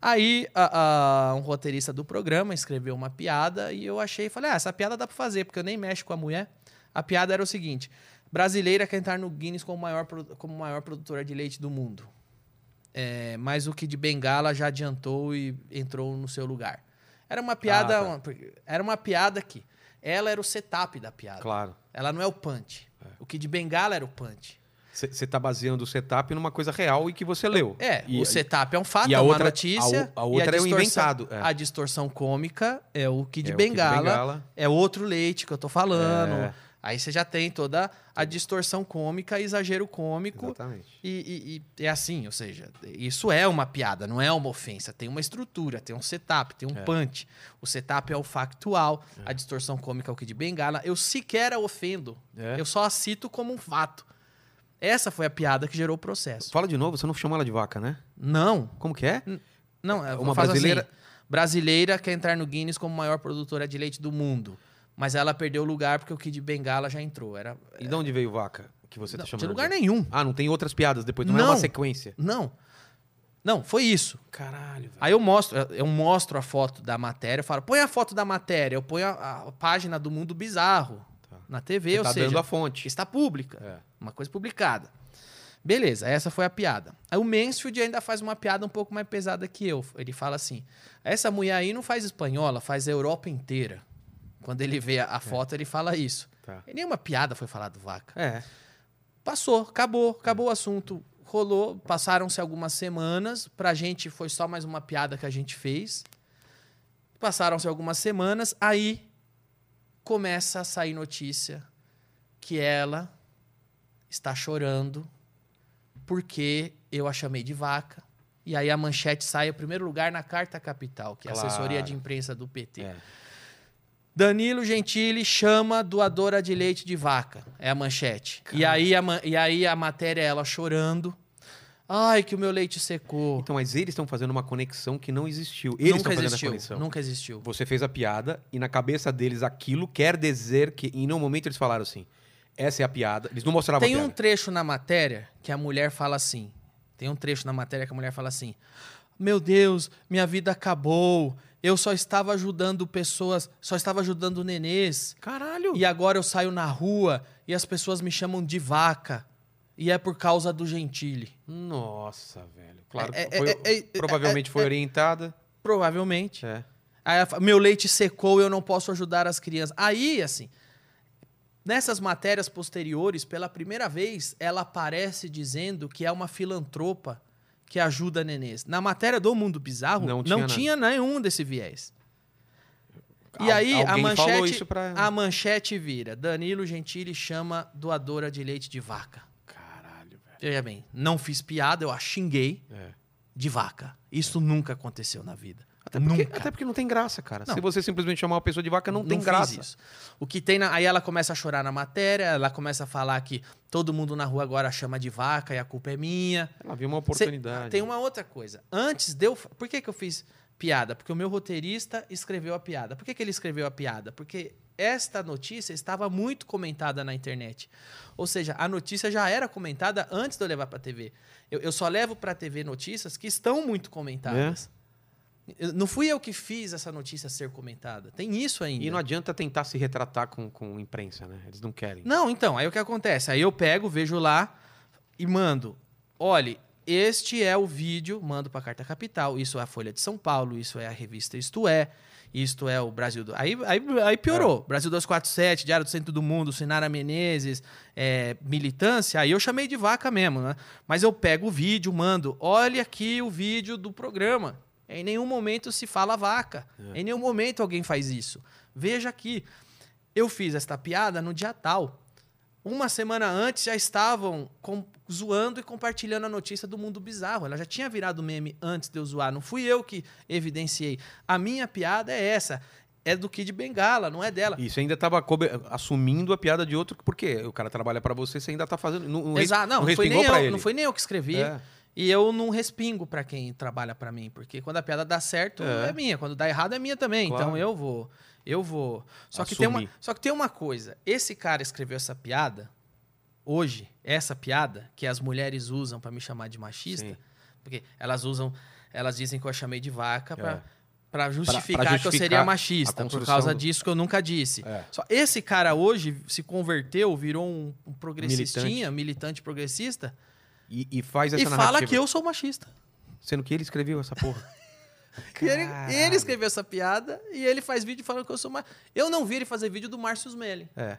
[SPEAKER 2] Aí a- a- um roteirista do programa escreveu uma piada e eu achei, falei, ah, essa piada dá pra fazer, porque eu nem mexo com a mulher. A piada era o seguinte: brasileira quer entrar no Guinness como maior, produ- como maior produtora de leite do mundo. É, mas o que de Bengala já adiantou e entrou no seu lugar. Era uma piada,
[SPEAKER 1] tá.
[SPEAKER 2] uma- era uma piada que ela era o setup da piada.
[SPEAKER 1] Claro.
[SPEAKER 2] Ela não é o punch. O Kid Bengala era o punch.
[SPEAKER 1] Você tá baseando o setup numa coisa real e que você leu.
[SPEAKER 2] É,
[SPEAKER 1] E-
[SPEAKER 2] o setup é um fato,
[SPEAKER 1] e a
[SPEAKER 2] é uma
[SPEAKER 1] outra-
[SPEAKER 2] notícia.
[SPEAKER 1] a o- a
[SPEAKER 2] e
[SPEAKER 1] outra é o
[SPEAKER 2] distorção-
[SPEAKER 1] inventado, é.
[SPEAKER 2] A distorção cômica é o Kid,
[SPEAKER 1] É o Kid
[SPEAKER 2] Bengala,
[SPEAKER 1] Bengala.
[SPEAKER 2] É outro leite que eu tô falando.
[SPEAKER 1] É.
[SPEAKER 2] Aí você já tem toda a distorção cômica, exagero cômico.
[SPEAKER 1] Exatamente.
[SPEAKER 2] E, e- e é assim, ou seja, isso é uma piada, não é uma ofensa. Tem uma estrutura, tem um setup, tem um punch. O setup é o factual, a distorção cômica é o Kid Bengala. Eu sequer a ofendo.
[SPEAKER 1] É.
[SPEAKER 2] Eu só a cito como um fato. Essa foi a piada que gerou o processo.
[SPEAKER 1] Fala de novo, você não chamou ela de vaca, né?
[SPEAKER 2] Não,
[SPEAKER 1] Como que é?
[SPEAKER 2] não, é
[SPEAKER 1] Uma
[SPEAKER 2] uma brasileira.
[SPEAKER 1] brasileira-
[SPEAKER 2] brasileira quer entrar no Guinness como maior produtora de leite do mundo. Mas ela perdeu o lugar porque o Kid Bengala já entrou. Era
[SPEAKER 1] E de onde veio vaca que você
[SPEAKER 2] não,
[SPEAKER 1] tá chamando?
[SPEAKER 2] de lugar
[SPEAKER 1] de-
[SPEAKER 2] nenhum.
[SPEAKER 1] Ah, não tem outras piadas depois, não, é
[SPEAKER 2] Não.
[SPEAKER 1] uma sequência.
[SPEAKER 2] Não. Não, foi isso.
[SPEAKER 1] Caralho, velho.
[SPEAKER 2] Aí eu mostro, eu mostro a foto da matéria, eu falo, põe a foto da matéria, eu ponho a, a página do mundo bizarro na TV,
[SPEAKER 1] Você
[SPEAKER 2] ou
[SPEAKER 1] tá
[SPEAKER 2] seja,
[SPEAKER 1] dando a fonte.
[SPEAKER 2] está pública.
[SPEAKER 1] É.
[SPEAKER 2] Uma coisa publicada. Beleza, essa foi a piada. Aí o Mansfield ainda faz uma piada um pouco mais pesada que eu. Ele fala assim: essa mulher aí não faz espanhola, faz a Europa inteira. Quando ele vê a, a foto, ele fala isso.
[SPEAKER 1] Tá.
[SPEAKER 2] E nenhuma piada foi falada do vaca.
[SPEAKER 1] É.
[SPEAKER 2] Passou, acabou, acabou o assunto. Rolou, passaram-se algumas semanas. Pra gente foi só mais uma piada que a gente fez. Passaram-se algumas semanas, aí começa a sair notícia que ela está chorando porque eu a chamei de vaca. E aí a manchete sai em primeiro lugar na Carta Capital, que é a
[SPEAKER 1] Claro.
[SPEAKER 2] assessoria de imprensa do PT.
[SPEAKER 1] É.
[SPEAKER 2] Danilo Gentili chama doadora de leite de vaca. É a manchete. E aí a, ma- e aí a matéria é ela chorando. Ai, que o meu leite secou.
[SPEAKER 1] Então, mas eles estão fazendo uma conexão que não existiu. Eles estão
[SPEAKER 2] nunca
[SPEAKER 1] fazendo a
[SPEAKER 2] existiu.
[SPEAKER 1] conexão.
[SPEAKER 2] Nunca existiu.
[SPEAKER 1] Você fez a piada e na cabeça deles aquilo quer dizer que em nenhum momento eles falaram assim. Essa é a piada. Eles não mostravam
[SPEAKER 2] Tem
[SPEAKER 1] a
[SPEAKER 2] um
[SPEAKER 1] piada.
[SPEAKER 2] trecho na matéria que a mulher fala assim. Tem um trecho na matéria que a mulher fala assim: Meu Deus, minha vida acabou. Eu só estava ajudando pessoas, só estava ajudando nenês.
[SPEAKER 1] Caralho!
[SPEAKER 2] E agora eu saio na rua e as pessoas me chamam de vaca. E é por causa do Gentili.
[SPEAKER 1] Nossa, velho. Claro,
[SPEAKER 2] É, é,
[SPEAKER 1] foi-
[SPEAKER 2] é, é,
[SPEAKER 1] provavelmente foi orientada.
[SPEAKER 2] Provavelmente.
[SPEAKER 1] É.
[SPEAKER 2] Aí ela fala, meu leite secou, eu não posso ajudar as crianças. Aí, assim, nessas matérias posteriores, pela primeira vez, ela aparece dizendo que é uma filantropa que ajuda nenês. Na matéria do Mundo Bizarro,
[SPEAKER 1] Não
[SPEAKER 2] não tinha,
[SPEAKER 1] tinha nada.
[SPEAKER 2] nenhum desse viés. E
[SPEAKER 1] Al-
[SPEAKER 2] aí, a
[SPEAKER 1] alguém
[SPEAKER 2] manchete,
[SPEAKER 1] falou isso pra ela.
[SPEAKER 2] a manchete vira. Danilo Gentili chama doadora de leite de vaca.
[SPEAKER 1] Caralho, velho.
[SPEAKER 2] Veja bem, não fiz piada, eu a xinguei
[SPEAKER 1] É.
[SPEAKER 2] de vaca. Isso nunca aconteceu na vida.
[SPEAKER 1] Até porque,
[SPEAKER 2] nunca.
[SPEAKER 1] até porque não tem graça, cara.
[SPEAKER 2] Não.
[SPEAKER 1] Se você simplesmente chamar uma pessoa de vaca, não, tem
[SPEAKER 2] fiz
[SPEAKER 1] graça.
[SPEAKER 2] isso. O que tem na- aí ela começa a chorar na matéria, ela começa a falar que todo mundo na rua agora chama de vaca e a culpa é minha.
[SPEAKER 1] Ela viu uma
[SPEAKER 2] Cê-
[SPEAKER 1] oportunidade.
[SPEAKER 2] tem uma outra coisa. Antes de eu. fa- Por que, que eu fiz piada? Porque o meu roteirista escreveu a piada. Por que, que ele escreveu a piada? Porque esta notícia estava muito comentada na internet. Ou seja, a notícia já era comentada antes de eu levar para TV. Eu, eu só levo para TV notícias que estão muito comentadas.
[SPEAKER 1] É?
[SPEAKER 2] Eu- Não fui eu que fiz essa notícia ser comentada. Tem isso ainda.
[SPEAKER 1] E não adianta tentar se retratar com, com imprensa, né? Eles não querem.
[SPEAKER 2] Não, então, aí o que acontece? Aí eu pego, vejo lá e mando. Olhe, este é o vídeo, mando pra Carta Capital, isso é a Folha de São Paulo, isso é a revista Isto É, isto é o Brasil... Do... Aí, aí, aí piorou. Brasil 247, Diário do Centro do Mundo, Sinara Menezes, é, Militância, aí eu chamei de vaca mesmo, né? Mas eu pego o vídeo, mando, olha aqui o vídeo do programa. Em nenhum momento se fala vaca.
[SPEAKER 1] É.
[SPEAKER 2] Em nenhum momento alguém faz isso. Veja aqui. Eu fiz esta piada no dia tal. Uma semana antes já estavam com- zoando e compartilhando a notícia do mundo bizarro. Ela já tinha virado meme antes de eu zoar. Não fui eu que evidenciei. A minha piada é essa. É do Kid Bengala, não é dela.
[SPEAKER 1] Isso ainda tava cobe- assumindo a piada de outro, porque o cara trabalha pra você, você ainda tá fazendo. Não, não res-
[SPEAKER 2] Exato, não,
[SPEAKER 1] não
[SPEAKER 2] não, foi
[SPEAKER 1] respingou
[SPEAKER 2] nem
[SPEAKER 1] pra
[SPEAKER 2] eu,
[SPEAKER 1] ele.
[SPEAKER 2] não foi nem eu que escrevi.
[SPEAKER 1] É.
[SPEAKER 2] E eu não respingo pra quem trabalha pra mim, porque quando a piada dá certo, é,
[SPEAKER 1] É.
[SPEAKER 2] minha, quando dá errado é minha também.
[SPEAKER 1] Claro.
[SPEAKER 2] Então eu vou, eu vou. Só que tem uma,
[SPEAKER 1] Assumir.
[SPEAKER 2] só que tem uma coisa. Esse cara escreveu essa piada hoje, essa piada que as mulheres usam pra me chamar de machista,
[SPEAKER 1] Sim.
[SPEAKER 2] porque elas usam, elas dizem que eu a chamei de vaca pra
[SPEAKER 1] É.
[SPEAKER 2] pra justificar,
[SPEAKER 1] pra
[SPEAKER 2] que eu
[SPEAKER 1] justificar
[SPEAKER 2] seria
[SPEAKER 1] a
[SPEAKER 2] machista por
[SPEAKER 1] construção
[SPEAKER 2] causa
[SPEAKER 1] do-
[SPEAKER 2] disso que eu nunca disse.
[SPEAKER 1] É.
[SPEAKER 2] Só esse cara hoje se converteu, virou um, um progressistinha, militante. progressista
[SPEAKER 1] E, e faz essa é
[SPEAKER 2] e
[SPEAKER 1] narrativa.
[SPEAKER 2] fala que eu sou machista.
[SPEAKER 1] Sendo que ele escreveu essa porra.
[SPEAKER 2] *laughs* E ele,
[SPEAKER 1] Caralho.
[SPEAKER 2] ele escreveu essa piada e ele faz vídeo falando que eu sou mais. Eu não vi ele fazer vídeo do Márcio Smelly.
[SPEAKER 1] É.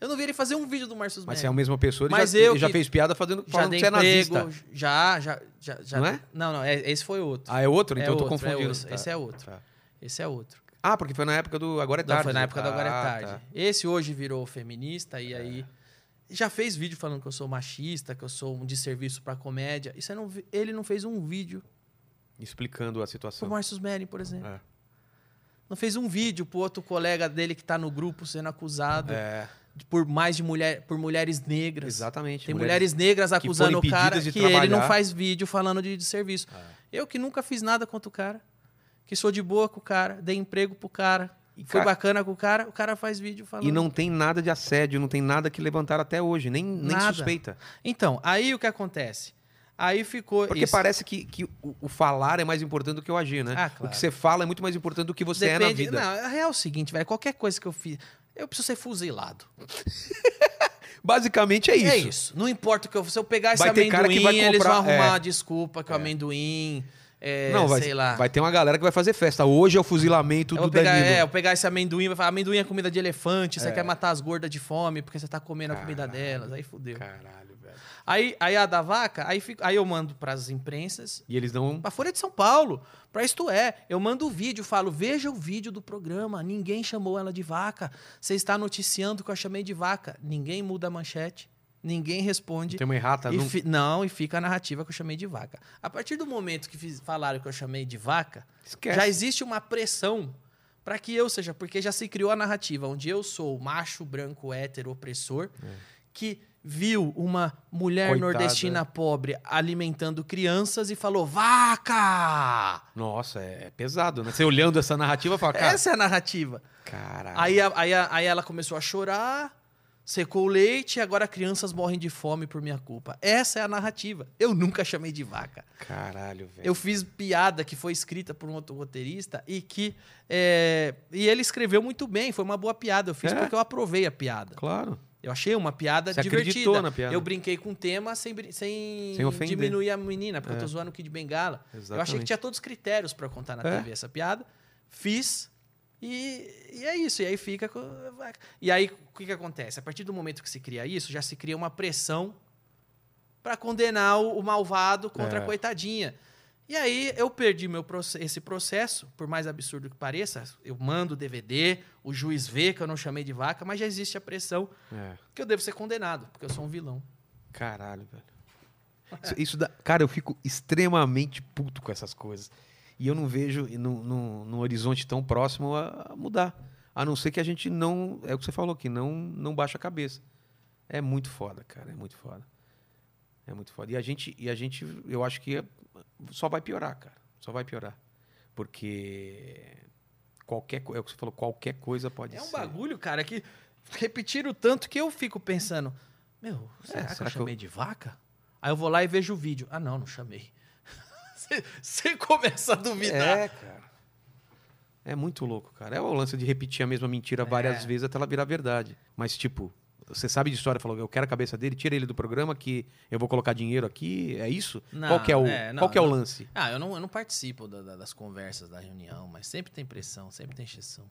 [SPEAKER 2] Eu não vi ele fazer um vídeo do Márcio Smelly.
[SPEAKER 1] Mas se é a mesma pessoa, ele,
[SPEAKER 2] Mas
[SPEAKER 1] já,
[SPEAKER 2] eu
[SPEAKER 1] ele já
[SPEAKER 2] que-
[SPEAKER 1] fez piada fazendo,
[SPEAKER 2] já
[SPEAKER 1] falando
[SPEAKER 2] dei
[SPEAKER 1] que você é
[SPEAKER 2] emprego,
[SPEAKER 1] nazista.
[SPEAKER 2] já, já, já, já.
[SPEAKER 1] Não é?
[SPEAKER 2] Não, não, é- esse foi outro.
[SPEAKER 1] Ah, é outro? Então
[SPEAKER 2] É
[SPEAKER 1] eu tô
[SPEAKER 2] outro, é
[SPEAKER 1] confundindo.
[SPEAKER 2] outro, esse é outro.
[SPEAKER 1] Tá.
[SPEAKER 2] Esse é outro.
[SPEAKER 1] Ah, porque foi na época do Agora é
[SPEAKER 2] Não,
[SPEAKER 1] Tarde.
[SPEAKER 2] foi na época do
[SPEAKER 1] Ah,
[SPEAKER 2] Agora é Tarde.
[SPEAKER 1] tá. É.
[SPEAKER 2] Esse hoje virou feminista e aí. Já fez vídeo falando que eu sou machista, que eu sou um desserviço pra comédia. E você não vi- ele não fez um vídeo
[SPEAKER 1] Explicando a
[SPEAKER 2] pro
[SPEAKER 1] situação.
[SPEAKER 2] Márcio Smelly, por exemplo.
[SPEAKER 1] É.
[SPEAKER 2] Não fez um vídeo pro outro colega dele que tá no grupo sendo acusado.
[SPEAKER 1] É,
[SPEAKER 2] por mais de mulher, por mulheres negras.
[SPEAKER 1] exatamente.
[SPEAKER 2] Tem mulheres, negras
[SPEAKER 1] foram
[SPEAKER 2] acusando o cara
[SPEAKER 1] impedidas de
[SPEAKER 2] que ele não
[SPEAKER 1] trabalhar. É.
[SPEAKER 2] faz vídeo falando de, de serviço. Eu que nunca fiz nada contra o cara, que sou de boa com o cara, dei emprego pro cara,
[SPEAKER 1] E
[SPEAKER 2] fui
[SPEAKER 1] ca-
[SPEAKER 2] bacana com o cara, o cara faz vídeo falando.
[SPEAKER 1] E não tem nada de assédio, não tem nada que levantaram até hoje, nem, nem
[SPEAKER 2] Nada.
[SPEAKER 1] suspeita.
[SPEAKER 2] Então, aí o que acontece? Aí ficou
[SPEAKER 1] Porque
[SPEAKER 2] isso.
[SPEAKER 1] parece que, que o, o falar é mais importante do que o agir, né?
[SPEAKER 2] Ah, claro.
[SPEAKER 1] O que você fala é muito mais importante do que você é na
[SPEAKER 2] Depende-
[SPEAKER 1] vida.
[SPEAKER 2] Não, a real é o seguinte, velho, qualquer coisa que eu fiz, eu preciso ser fuzilado.
[SPEAKER 4] Basicamente é isso.
[SPEAKER 2] É isso. Não importa o que eu. Se eu pegar esse
[SPEAKER 4] Vai ter
[SPEAKER 2] amendoim,
[SPEAKER 4] cara que vai
[SPEAKER 2] eles vão
[SPEAKER 4] comprar-
[SPEAKER 2] arrumar a desculpa que o
[SPEAKER 4] É.
[SPEAKER 2] amendoim. É,
[SPEAKER 4] Não, vai,
[SPEAKER 2] sei lá.
[SPEAKER 4] vai ter uma galera que vai fazer festa. Hoje é o fuzilamento
[SPEAKER 2] eu
[SPEAKER 4] do
[SPEAKER 2] vou pegar,
[SPEAKER 4] Danilo.
[SPEAKER 2] é, eu pegar esse amendoim vai falar: amendoim é comida de elefante, você quer matar as gordas de fome porque você tá comendo a comida
[SPEAKER 1] Caralho.
[SPEAKER 2] delas. Aí fudeu.
[SPEAKER 1] Caralho, velho.
[SPEAKER 2] Aí, aí a da vaca, aí, fica- aí eu mando pras imprensas
[SPEAKER 4] E eles não.
[SPEAKER 2] Pra Folha de São Paulo. Pra Isto É. Eu mando o vídeo, falo, veja o vídeo do programa. Ninguém chamou ela de vaca. Você está noticiando que eu a chamei de vaca. Ninguém muda a manchete. Ninguém responde.
[SPEAKER 1] Tem uma errata.
[SPEAKER 2] e
[SPEAKER 1] não-
[SPEAKER 2] fi- não, e fica a narrativa que eu chamei de vaca. A partir do momento que fiz- falaram que eu chamei de vaca,
[SPEAKER 1] Esquece.
[SPEAKER 2] já existe uma pressão pra que eu seja, porque já se criou a narrativa onde eu sou o macho, branco, hétero, opressor, que viu uma mulher
[SPEAKER 1] É. Coitada. né?
[SPEAKER 2] nordestina pobre alimentando crianças e falou: vaca!
[SPEAKER 1] Nossa, é, é pesado, né? Você olhando essa narrativa, fala, cara...
[SPEAKER 2] Essa é a narrativa.
[SPEAKER 1] Caralho.
[SPEAKER 2] Aí, a- aí, a- aí ela começou a chorar, secou o leite e agora crianças morrem de fome por minha culpa. Essa é a narrativa. Eu nunca chamei de vaca.
[SPEAKER 1] Caralho, velho.
[SPEAKER 2] Eu fiz piada que foi escrita por um outro roteirista e que. é, e ele escreveu muito bem, foi uma boa piada. Eu fiz
[SPEAKER 1] É?
[SPEAKER 2] porque eu aprovei a piada.
[SPEAKER 1] Claro.
[SPEAKER 2] Eu achei uma piada
[SPEAKER 1] Você
[SPEAKER 2] Tá divertida.
[SPEAKER 1] acreditou na piada.
[SPEAKER 2] Eu brinquei com o tema sem, brin- sem,
[SPEAKER 1] Sem ofender.
[SPEAKER 2] diminuir a menina, porque eu tô zoando o Kid Bengala. Eu achei que tinha todos os critérios pra contar na
[SPEAKER 1] É?
[SPEAKER 2] TV essa piada. Fiz. E, e é isso. E aí fica. com- E aí, o que, que acontece? A partir do momento que se cria isso, já se cria uma pressão pra condenar o, o malvado contra
[SPEAKER 1] É.
[SPEAKER 2] a coitadinha. E aí eu perdi meu proce- esse processo, por mais absurdo que pareça. Eu mando o DVD, o juiz vê que eu não chamei de vaca, mas já existe a pressão
[SPEAKER 1] É.
[SPEAKER 2] que eu devo ser condenado, porque eu sou um vilão.
[SPEAKER 1] Caralho, velho. Isso, isso dá... Cara, eu fico extremamente puto com essas coisas. E eu não vejo e num- num num horizonte tão próximo a a mudar. A não ser que a gente não. É o que você falou aqui, não, não baixa a cabeça. É muito foda, cara. É muito foda. É muito foda. E a gente, e a gente eu acho que é- só vai piorar, cara. Só vai piorar. Porque qualquer co- é o que você falou, qualquer coisa pode
[SPEAKER 2] É um
[SPEAKER 1] ser.
[SPEAKER 2] bagulho, cara, que repetiram tanto que eu fico pensando: Meu, será que
[SPEAKER 1] É, será
[SPEAKER 2] eu
[SPEAKER 1] que
[SPEAKER 2] chamei de vaca? Aí eu vou lá e vejo o vídeo. Ah, não, não chamei. *laughs* Você começa a duvidar.
[SPEAKER 1] É, cara. É muito louco, cara. É o lance de repetir a mesma mentira várias
[SPEAKER 2] É.
[SPEAKER 1] vezes até ela virar verdade. Mas, tipo, você sabe de história, falou, eu quero a cabeça dele, tira ele do programa que eu vou colocar dinheiro aqui, é isso?
[SPEAKER 2] Não,
[SPEAKER 1] qual que é o,
[SPEAKER 2] é, não,
[SPEAKER 1] qual que é o
[SPEAKER 2] não.
[SPEAKER 1] lance?
[SPEAKER 2] Ah, eu não, eu não participo da- da- das conversas, da reunião, mas sempre tem pressão, sempre tem exceção.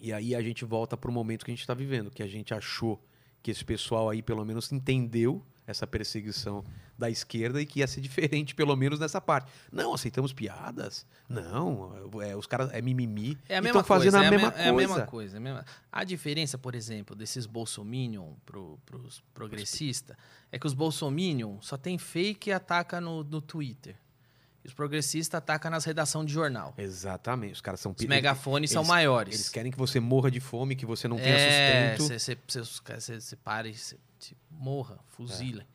[SPEAKER 1] E aí a gente volta pro momento que a gente tá vivendo, que a gente achou que esse pessoal aí pelo menos entendeu essa perseguição da esquerda e que ia ser *laughs* diferente pelo menos nessa parte. Não, aceitamos piadas? Não, é, os caras é mimimi.
[SPEAKER 2] É a
[SPEAKER 1] E
[SPEAKER 2] mesma
[SPEAKER 1] tão fazendo
[SPEAKER 2] coisa.
[SPEAKER 1] a
[SPEAKER 2] é,
[SPEAKER 1] mesma
[SPEAKER 2] me- é a mesma
[SPEAKER 1] coisa.
[SPEAKER 2] coisa. é a mesma- A diferença, por exemplo, desses bolsominion pro, pros progressistas é que os bolsominion só tem fake e ataca no, no Twitter. E os progressistas atacam nas redações de jornal.
[SPEAKER 1] Exatamente, os caras são
[SPEAKER 2] Os
[SPEAKER 1] pi- eles-
[SPEAKER 2] megafones são
[SPEAKER 1] eles-
[SPEAKER 2] maiores.
[SPEAKER 1] Eles querem que você morra de fome, que você não tenha
[SPEAKER 2] É,
[SPEAKER 1] sustento.
[SPEAKER 2] Você pare, cê, cê morra, fuzilem.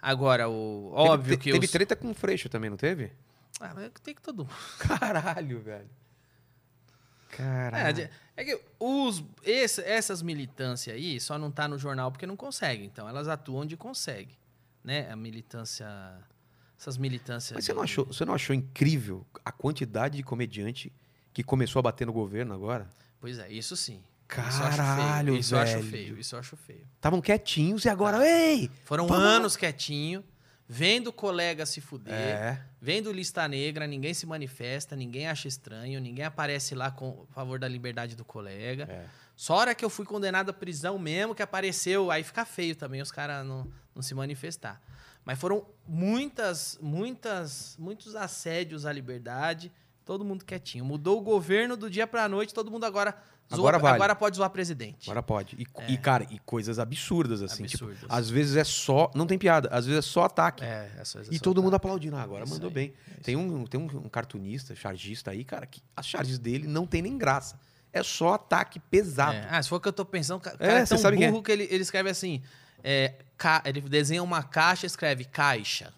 [SPEAKER 2] Agora, o, óbvio
[SPEAKER 1] É. teve, te-
[SPEAKER 2] que
[SPEAKER 1] Teve
[SPEAKER 2] os...
[SPEAKER 1] treta com o Freixo também, não teve?
[SPEAKER 2] Ah, mas tem que todo mundo.
[SPEAKER 1] *laughs* Caralho, velho.
[SPEAKER 2] É,
[SPEAKER 1] Caralho.
[SPEAKER 2] de- é que os, esse- essas militâncias aí só não tá no jornal porque não consegue. Então, elas atuam onde consegue. Né? A militância... Essas militâncias...
[SPEAKER 1] Mas você não,
[SPEAKER 2] de-
[SPEAKER 1] achou, você não achou incrível a quantidade de comediante que começou a bater no governo agora?
[SPEAKER 2] Pois é, isso sim.
[SPEAKER 1] Caralho,
[SPEAKER 2] isso eu acho feio. Isso eu acho
[SPEAKER 1] velho.
[SPEAKER 2] feio. Isso eu acho feio.
[SPEAKER 1] Estavam quietinhos e
[SPEAKER 2] Ah,
[SPEAKER 1] agora, ei!
[SPEAKER 2] Foram
[SPEAKER 1] Vamos lá.
[SPEAKER 2] anos quietinho, vendo o colega se fuder,
[SPEAKER 1] É,
[SPEAKER 2] vendo lista negra, ninguém se manifesta, ninguém acha estranho, ninguém aparece lá com a favor da liberdade do colega.
[SPEAKER 1] É.
[SPEAKER 2] Só a hora que eu fui condenado à prisão mesmo, que apareceu, aí fica feio também os caras não, não se manifestar. Mas foram muitas, muitas, muitos assédios à liberdade, todo mundo quietinho. Mudou o governo do dia pra noite, todo mundo agora
[SPEAKER 1] Agora vale.
[SPEAKER 2] agora pode zoar presidente.
[SPEAKER 1] agora pode. E,
[SPEAKER 2] É.
[SPEAKER 1] e, cara, e coisas absurdas, assim. Tipo,
[SPEAKER 2] Absurdos.
[SPEAKER 1] às vezes é só. Não tem piada, às vezes é só ataque.
[SPEAKER 2] É, essa- essa-
[SPEAKER 1] E todo mundo aplaudindo. Ah, agora
[SPEAKER 2] Isso
[SPEAKER 1] mandou
[SPEAKER 2] aí,
[SPEAKER 1] bem. Tem, um, tem um, um cartunista, chargista aí, cara, que as charges dele não tem nem graça. É só ataque pesado.
[SPEAKER 2] É. Ah, se for o que eu tô pensando, o ca- o
[SPEAKER 1] É,
[SPEAKER 2] cara é
[SPEAKER 1] você
[SPEAKER 2] tão
[SPEAKER 1] sabe quem é.
[SPEAKER 2] burro que ele, ele escreve assim. é, ca- ele desenha uma caixa e escreve caixa.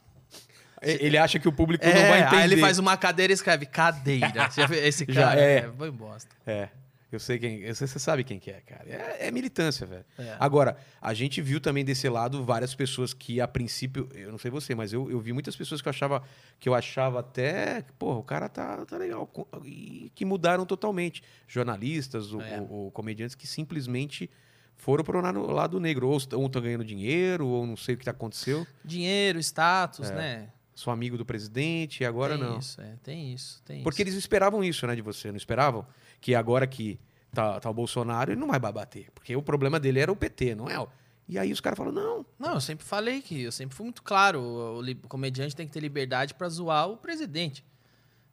[SPEAKER 1] E- Ele acha que o público
[SPEAKER 2] É,
[SPEAKER 1] não vai entender.
[SPEAKER 2] aí ele faz uma cadeira e escreve cadeira. Você *laughs* já viu? Esse
[SPEAKER 1] Já,
[SPEAKER 2] cara
[SPEAKER 1] é.
[SPEAKER 2] é. foi bosta.
[SPEAKER 1] É. Eu sei quem. eu sei- Você sabe quem que é, cara. É, é militância, velho.
[SPEAKER 2] É.
[SPEAKER 1] Agora, a gente viu também desse lado várias pessoas que, a princípio, eu não sei você, mas eu, eu vi muitas pessoas que eu achava que eu achava até, porra, o cara tá, tá legal. co- E que mudaram totalmente. Jornalistas, ou,
[SPEAKER 2] É.
[SPEAKER 1] ou- ou comediantes que simplesmente foram pro lado, lado negro. Ou estão tão ganhando dinheiro, ou não sei o que tá aconteceu.
[SPEAKER 2] Dinheiro, status, né?
[SPEAKER 1] Sou amigo do presidente, e agora
[SPEAKER 2] tem
[SPEAKER 1] não.
[SPEAKER 2] Isso, é, tem isso, tem
[SPEAKER 1] Porque
[SPEAKER 2] isso.
[SPEAKER 1] eles esperavam isso, né, de você, não esperavam? Que agora que tá, tá o Bolsonaro, ele não vai bater. Porque o problema dele era o PT, não é? o- E aí os caras falam, não,
[SPEAKER 2] Não, eu sempre falei que eu sempre fui muito claro. O, o li- o comediante tem que ter liberdade pra zoar o presidente.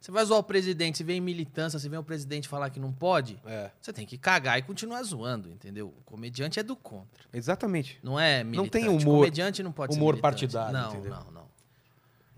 [SPEAKER 2] Você vai zoar o presidente, se vem militância, se vem o presidente falar que não pode,
[SPEAKER 1] É.
[SPEAKER 2] você tem que cagar e continuar zoando, entendeu? O comediante é do contra.
[SPEAKER 1] Exatamente.
[SPEAKER 2] Não é militante.
[SPEAKER 1] Não tem humor-
[SPEAKER 2] O comediante não pode ser
[SPEAKER 1] humor
[SPEAKER 2] militante.
[SPEAKER 1] partidário,
[SPEAKER 2] Não,
[SPEAKER 1] entendeu?
[SPEAKER 2] não, não.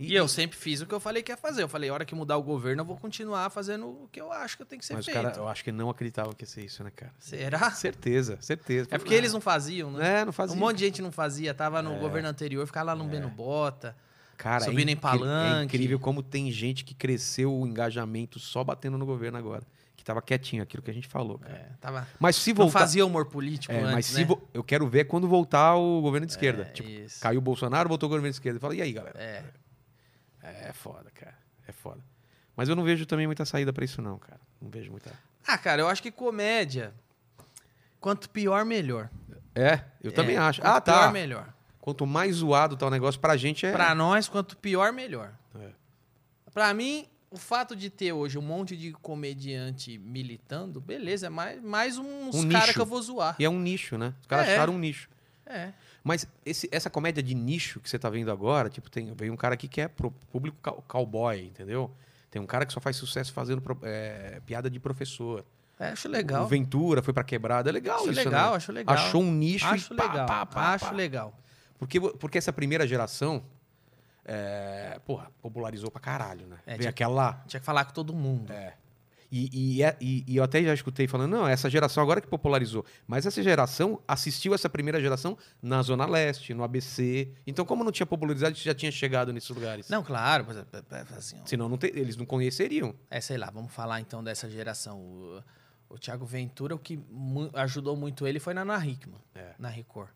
[SPEAKER 2] E, eu sempre fiz o que eu falei que ia fazer. Eu falei, a hora que mudar o governo, eu vou continuar fazendo o que eu acho que eu tenho que ser
[SPEAKER 1] Mas o
[SPEAKER 2] é feito.
[SPEAKER 1] cara, eu acho que não acreditava que ia ser isso, né, cara? *laughs*
[SPEAKER 2] Será?
[SPEAKER 1] Certeza, certeza.
[SPEAKER 2] É porque eles não faziam, né?
[SPEAKER 1] É, não fazia. É.
[SPEAKER 2] Um monte de gente não fazia, tava no governo anterior, ficava lá lambendo bota.
[SPEAKER 1] Cara,
[SPEAKER 2] Subindo em
[SPEAKER 1] incri-
[SPEAKER 2] palanque.
[SPEAKER 1] É incrível como tem gente que cresceu o engajamento só batendo no governo agora. Que tava quietinho, aquilo que a gente falou, cara.
[SPEAKER 2] É, tava...
[SPEAKER 1] Mas se
[SPEAKER 2] Não
[SPEAKER 1] voltar.
[SPEAKER 2] fazia humor político
[SPEAKER 1] É,
[SPEAKER 2] antes,
[SPEAKER 1] mas se
[SPEAKER 2] né?
[SPEAKER 1] vo- eu quero ver quando voltar o governo de esquerda.
[SPEAKER 2] É,
[SPEAKER 1] tipo,
[SPEAKER 2] isso.
[SPEAKER 1] caiu o Bolsonaro, voltou o governo de esquerda. Fala, e aí, galera?
[SPEAKER 2] É.
[SPEAKER 1] É foda, cara. É foda. Mas eu não vejo também muita saída pra isso, não, cara. Não vejo muita.
[SPEAKER 2] Ah, cara, eu acho que comédia, quanto pior, melhor.
[SPEAKER 1] É, eu também
[SPEAKER 2] É,
[SPEAKER 1] acho.
[SPEAKER 2] quanto
[SPEAKER 1] Ah, tá.
[SPEAKER 2] pior, melhor.
[SPEAKER 1] Quanto mais zoado tá o negócio, pra gente é.
[SPEAKER 2] Pra nós, quanto pior, melhor.
[SPEAKER 1] É.
[SPEAKER 2] Pra mim, o fato de ter hoje um monte de comediante militando, beleza, é mais, mais uns
[SPEAKER 1] Um
[SPEAKER 2] caras
[SPEAKER 1] nicho.
[SPEAKER 2] que eu vou zoar.
[SPEAKER 1] E é um nicho, né? Os caras
[SPEAKER 2] É.
[SPEAKER 1] acharam um nicho.
[SPEAKER 2] É.
[SPEAKER 1] Mas esse- essa comédia de nicho que você tá vendo agora, tipo, tem, veio um cara aqui que é pro público cow- cowboy, entendeu? Tem um cara que só faz sucesso fazendo pro- é, piada de professor.
[SPEAKER 2] É, acho
[SPEAKER 1] O
[SPEAKER 2] legal.
[SPEAKER 1] Ventura foi pra quebrada. É legal
[SPEAKER 2] acho
[SPEAKER 1] Um isso,
[SPEAKER 2] legal,
[SPEAKER 1] né?
[SPEAKER 2] acho legal.
[SPEAKER 1] Achou um nicho
[SPEAKER 2] acho
[SPEAKER 1] e pá,
[SPEAKER 2] legal.
[SPEAKER 1] pá, pá,
[SPEAKER 2] acho
[SPEAKER 1] pá.
[SPEAKER 2] legal.
[SPEAKER 1] Porque, porque essa primeira geração, é, porra, popularizou pra caralho, né?
[SPEAKER 2] É,
[SPEAKER 1] Veio
[SPEAKER 2] tipo-
[SPEAKER 1] aquela lá.
[SPEAKER 2] Tinha que falar com todo mundo.
[SPEAKER 1] É. E, e é- e- e eu até já escutei falando, não, essa geração agora que popularizou. Mas essa geração assistiu essa primeira geração na Zona Leste, no ABC. Então, como não tinha popularizado, já tinha chegado nesses lugares.
[SPEAKER 2] Não, claro, mas, é, é, é, assim, ó.
[SPEAKER 1] Senão não tem- eles não conheceriam.
[SPEAKER 2] É, sei lá, vamos falar então dessa geração. O, o Thiago Ventura, o que mu- ajudou muito ele foi na Ana Hickman,
[SPEAKER 1] É.
[SPEAKER 2] na Record.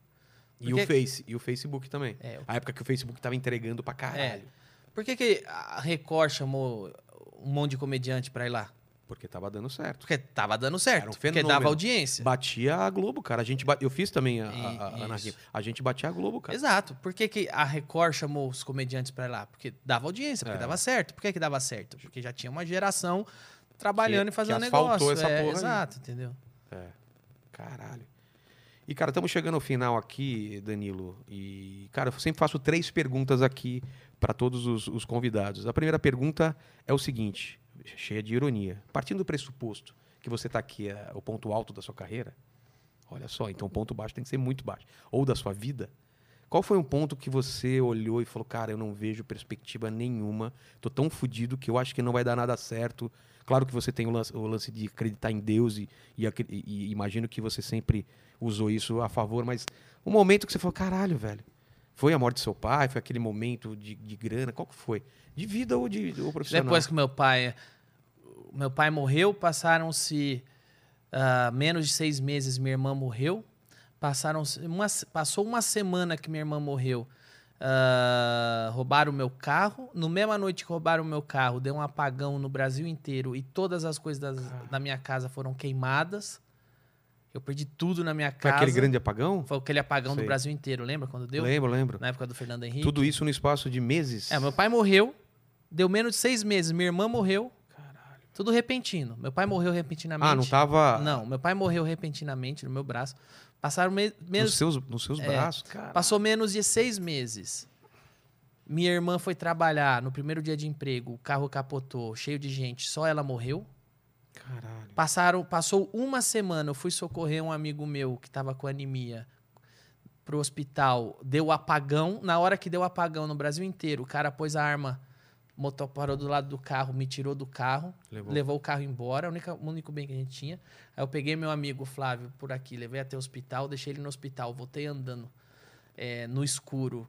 [SPEAKER 1] E
[SPEAKER 2] Porque-
[SPEAKER 1] o Face, e o Facebook também.
[SPEAKER 2] É, o- É.
[SPEAKER 1] A época que o Facebook tava entregando pra caralho.
[SPEAKER 2] Por que, que a Record chamou um monte de comediante pra ir lá?
[SPEAKER 1] Porque tava dando certo.
[SPEAKER 2] Porque tava dando certo.
[SPEAKER 1] Era um
[SPEAKER 2] porque
[SPEAKER 1] fenômeno.
[SPEAKER 2] dava audiência.
[SPEAKER 1] Batia a Globo, cara. A gente ba- Eu fiz também a, a, a,
[SPEAKER 2] E-
[SPEAKER 1] a
[SPEAKER 2] isso.
[SPEAKER 1] A gente batia a Globo, cara.
[SPEAKER 2] Exato. Por que, que a Record chamou os comediantes pra ir lá? Porque dava audiência, porque
[SPEAKER 1] É.
[SPEAKER 2] dava certo. Por que, que dava certo? Porque já tinha uma geração trabalhando
[SPEAKER 1] Que-
[SPEAKER 2] e fazendo
[SPEAKER 1] que
[SPEAKER 2] negócio.
[SPEAKER 1] asfaltou essa
[SPEAKER 2] é,
[SPEAKER 1] porra aí.
[SPEAKER 2] exato, entendeu?
[SPEAKER 1] Caralho. E, cara, estamos chegando ao final aqui, Danilo. E, cara, eu sempre faço três perguntas aqui para todos os, os convidados. A primeira pergunta é o seguinte, cheia de ironia. Partindo do pressuposto que você está aqui, é o ponto alto da sua carreira, olha só, então o ponto baixo tem que ser muito baixo. Ou da sua vida. Qual foi um ponto que você olhou e falou, cara, eu não vejo perspectiva nenhuma, tô tão fudido que eu acho que não vai dar nada certo. Claro que você tem o lance, o lance de acreditar em Deus e, e acre- e- e imagino que você sempre usou isso a favor, mas um momento que você falou, caralho, velho, foi a morte do seu pai, foi aquele momento de, de grana, qual que foi? De vida ou de ou profissional?
[SPEAKER 2] Depois Né, que meu pai. Meu pai morreu, passaram-se ah, menos de seis meses, minha irmã morreu. Passaram uma, se- passou uma semana que minha irmã morreu. ah, roubaram o meu carro. No mesma noite que roubaram o meu carro, deu um apagão no Brasil inteiro e todas as coisas das-
[SPEAKER 1] Ah.
[SPEAKER 2] da minha casa foram queimadas. Eu perdi tudo na minha
[SPEAKER 1] foi
[SPEAKER 2] casa.
[SPEAKER 1] aquele grande apagão?
[SPEAKER 2] Foi aquele apagão do
[SPEAKER 1] Sei.
[SPEAKER 2] Brasil inteiro, lembra quando deu?
[SPEAKER 1] Lembro, lembro.
[SPEAKER 2] Na época do Fernando Henrique.
[SPEAKER 1] Tudo isso no espaço de meses?
[SPEAKER 2] É, meu pai morreu, deu menos de seis meses, minha irmã morreu. Tudo repentino. Meu pai morreu repentinamente.
[SPEAKER 1] Ah, não tava
[SPEAKER 2] Não, meu pai morreu repentinamente no meu braço. Passaram me-
[SPEAKER 1] nos
[SPEAKER 2] menos,
[SPEAKER 1] seus, nos seus braços? Cara.
[SPEAKER 2] É, passou menos de seis meses. Minha irmã foi trabalhar no primeiro dia de emprego, o carro capotou, cheio de gente, só ela morreu.
[SPEAKER 1] Caralho.
[SPEAKER 2] Passaram, passou uma semana, eu fui socorrer um amigo meu que estava com anemia pro hospital, deu apagão. Na hora que deu apagão no Brasil inteiro, o cara pôs a arma, motor parou do lado do carro, me tirou do carro,
[SPEAKER 1] Levou.
[SPEAKER 2] levou o carro embora, o única- o único bem que a gente tinha. Aí eu peguei meu amigo Flávio por aqui, levei até o hospital, deixei ele no hospital, voltei andando eh, no escuro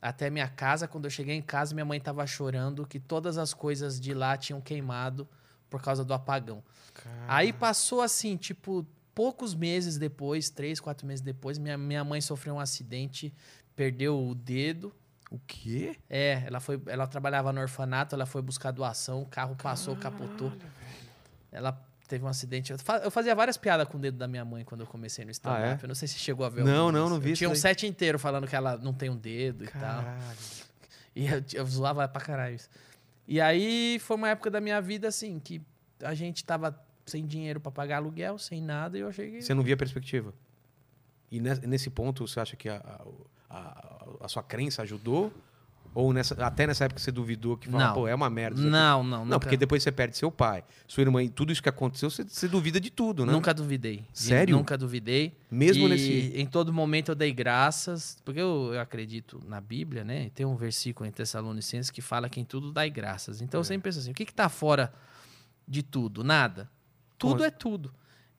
[SPEAKER 2] até minha casa. Quando eu cheguei em casa, minha mãe estava chorando que todas as coisas de lá tinham queimado por causa do apagão.
[SPEAKER 1] Ah.
[SPEAKER 2] Aí passou assim, tipo, poucos meses depois, três, quatro meses depois, minha, minha mãe sofreu um acidente, perdeu o dedo.
[SPEAKER 1] O quê?
[SPEAKER 2] É, ela foi, ela trabalhava no orfanato, ela foi buscar doação, o carro passou, capotou. Ela teve um acidente. Eu fa- eu fazia várias piadas com o dedo da minha mãe quando eu comecei no stand-up.
[SPEAKER 1] Ah, é?
[SPEAKER 2] Eu não sei se você chegou a ver
[SPEAKER 1] Não,
[SPEAKER 2] algumas.
[SPEAKER 1] não, não vi
[SPEAKER 2] Eu
[SPEAKER 1] isso
[SPEAKER 2] tinha um
[SPEAKER 1] daí.
[SPEAKER 2] set inteiro falando que ela não tem um dedo e tal.
[SPEAKER 1] Caralho.
[SPEAKER 2] E eu, eu zoava pra caralho isso. E aí foi uma época da minha vida, assim, que a gente tava sem dinheiro pra pagar aluguel, sem nada, e eu achei que.
[SPEAKER 1] Você não via perspectiva. E ne- nesse ponto, você acha que a, a- a- a sua crença ajudou? Ou nessa- até nessa época você duvidou que fala,
[SPEAKER 2] Não.
[SPEAKER 1] pô, é uma merda. isso aqui?
[SPEAKER 2] Não, não,
[SPEAKER 1] Não,
[SPEAKER 2] nunca,
[SPEAKER 1] porque depois você perde seu pai, sua irmã e tudo isso que aconteceu, você, você duvida de tudo, né?
[SPEAKER 2] nunca duvidei. De-
[SPEAKER 1] Sério?
[SPEAKER 2] Nunca duvidei.
[SPEAKER 1] Mesmo
[SPEAKER 2] e
[SPEAKER 1] nesse.
[SPEAKER 2] Em todo momento eu dei graças, porque eu, eu acredito na Bíblia, né? E Tem um versículo em Tessalonicenses que fala que em tudo dai graças. Então
[SPEAKER 1] É.
[SPEAKER 2] eu sempre penso assim: o que, que tá fora de tudo? Nada. Tudo
[SPEAKER 1] Como-
[SPEAKER 2] é tudo.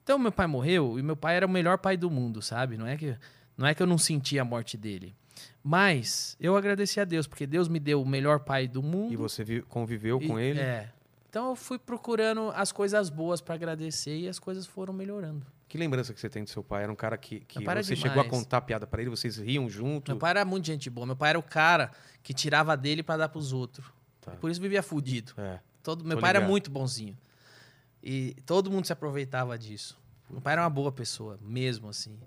[SPEAKER 2] Então meu pai morreu e meu pai era o melhor pai do mundo, sabe? Não é que, não é que eu não sentia a morte dele. Mas eu agradeci a Deus, porque Deus me deu o melhor pai do mundo.
[SPEAKER 1] E você vi- conviveu com
[SPEAKER 2] E-
[SPEAKER 1] ele.
[SPEAKER 2] É. Então eu fui procurando as coisas boas pra agradecer e as coisas foram melhorando.
[SPEAKER 1] Que lembrança que você tem do seu pai? Era um cara que, que
[SPEAKER 2] Meu pai era
[SPEAKER 1] você
[SPEAKER 2] demais.
[SPEAKER 1] chegou a contar piada pra ele, vocês riam junto.
[SPEAKER 2] Meu pai era muito gente boa. Meu pai era o cara que tirava dele pra dar pros outros.
[SPEAKER 1] Tá.
[SPEAKER 2] Por isso vivia fudido.
[SPEAKER 1] É.
[SPEAKER 2] Todo, meu
[SPEAKER 1] Tô
[SPEAKER 2] pai era
[SPEAKER 1] ligado.
[SPEAKER 2] muito bonzinho. E todo mundo se aproveitava disso. Meu pai era uma boa pessoa, mesmo assim.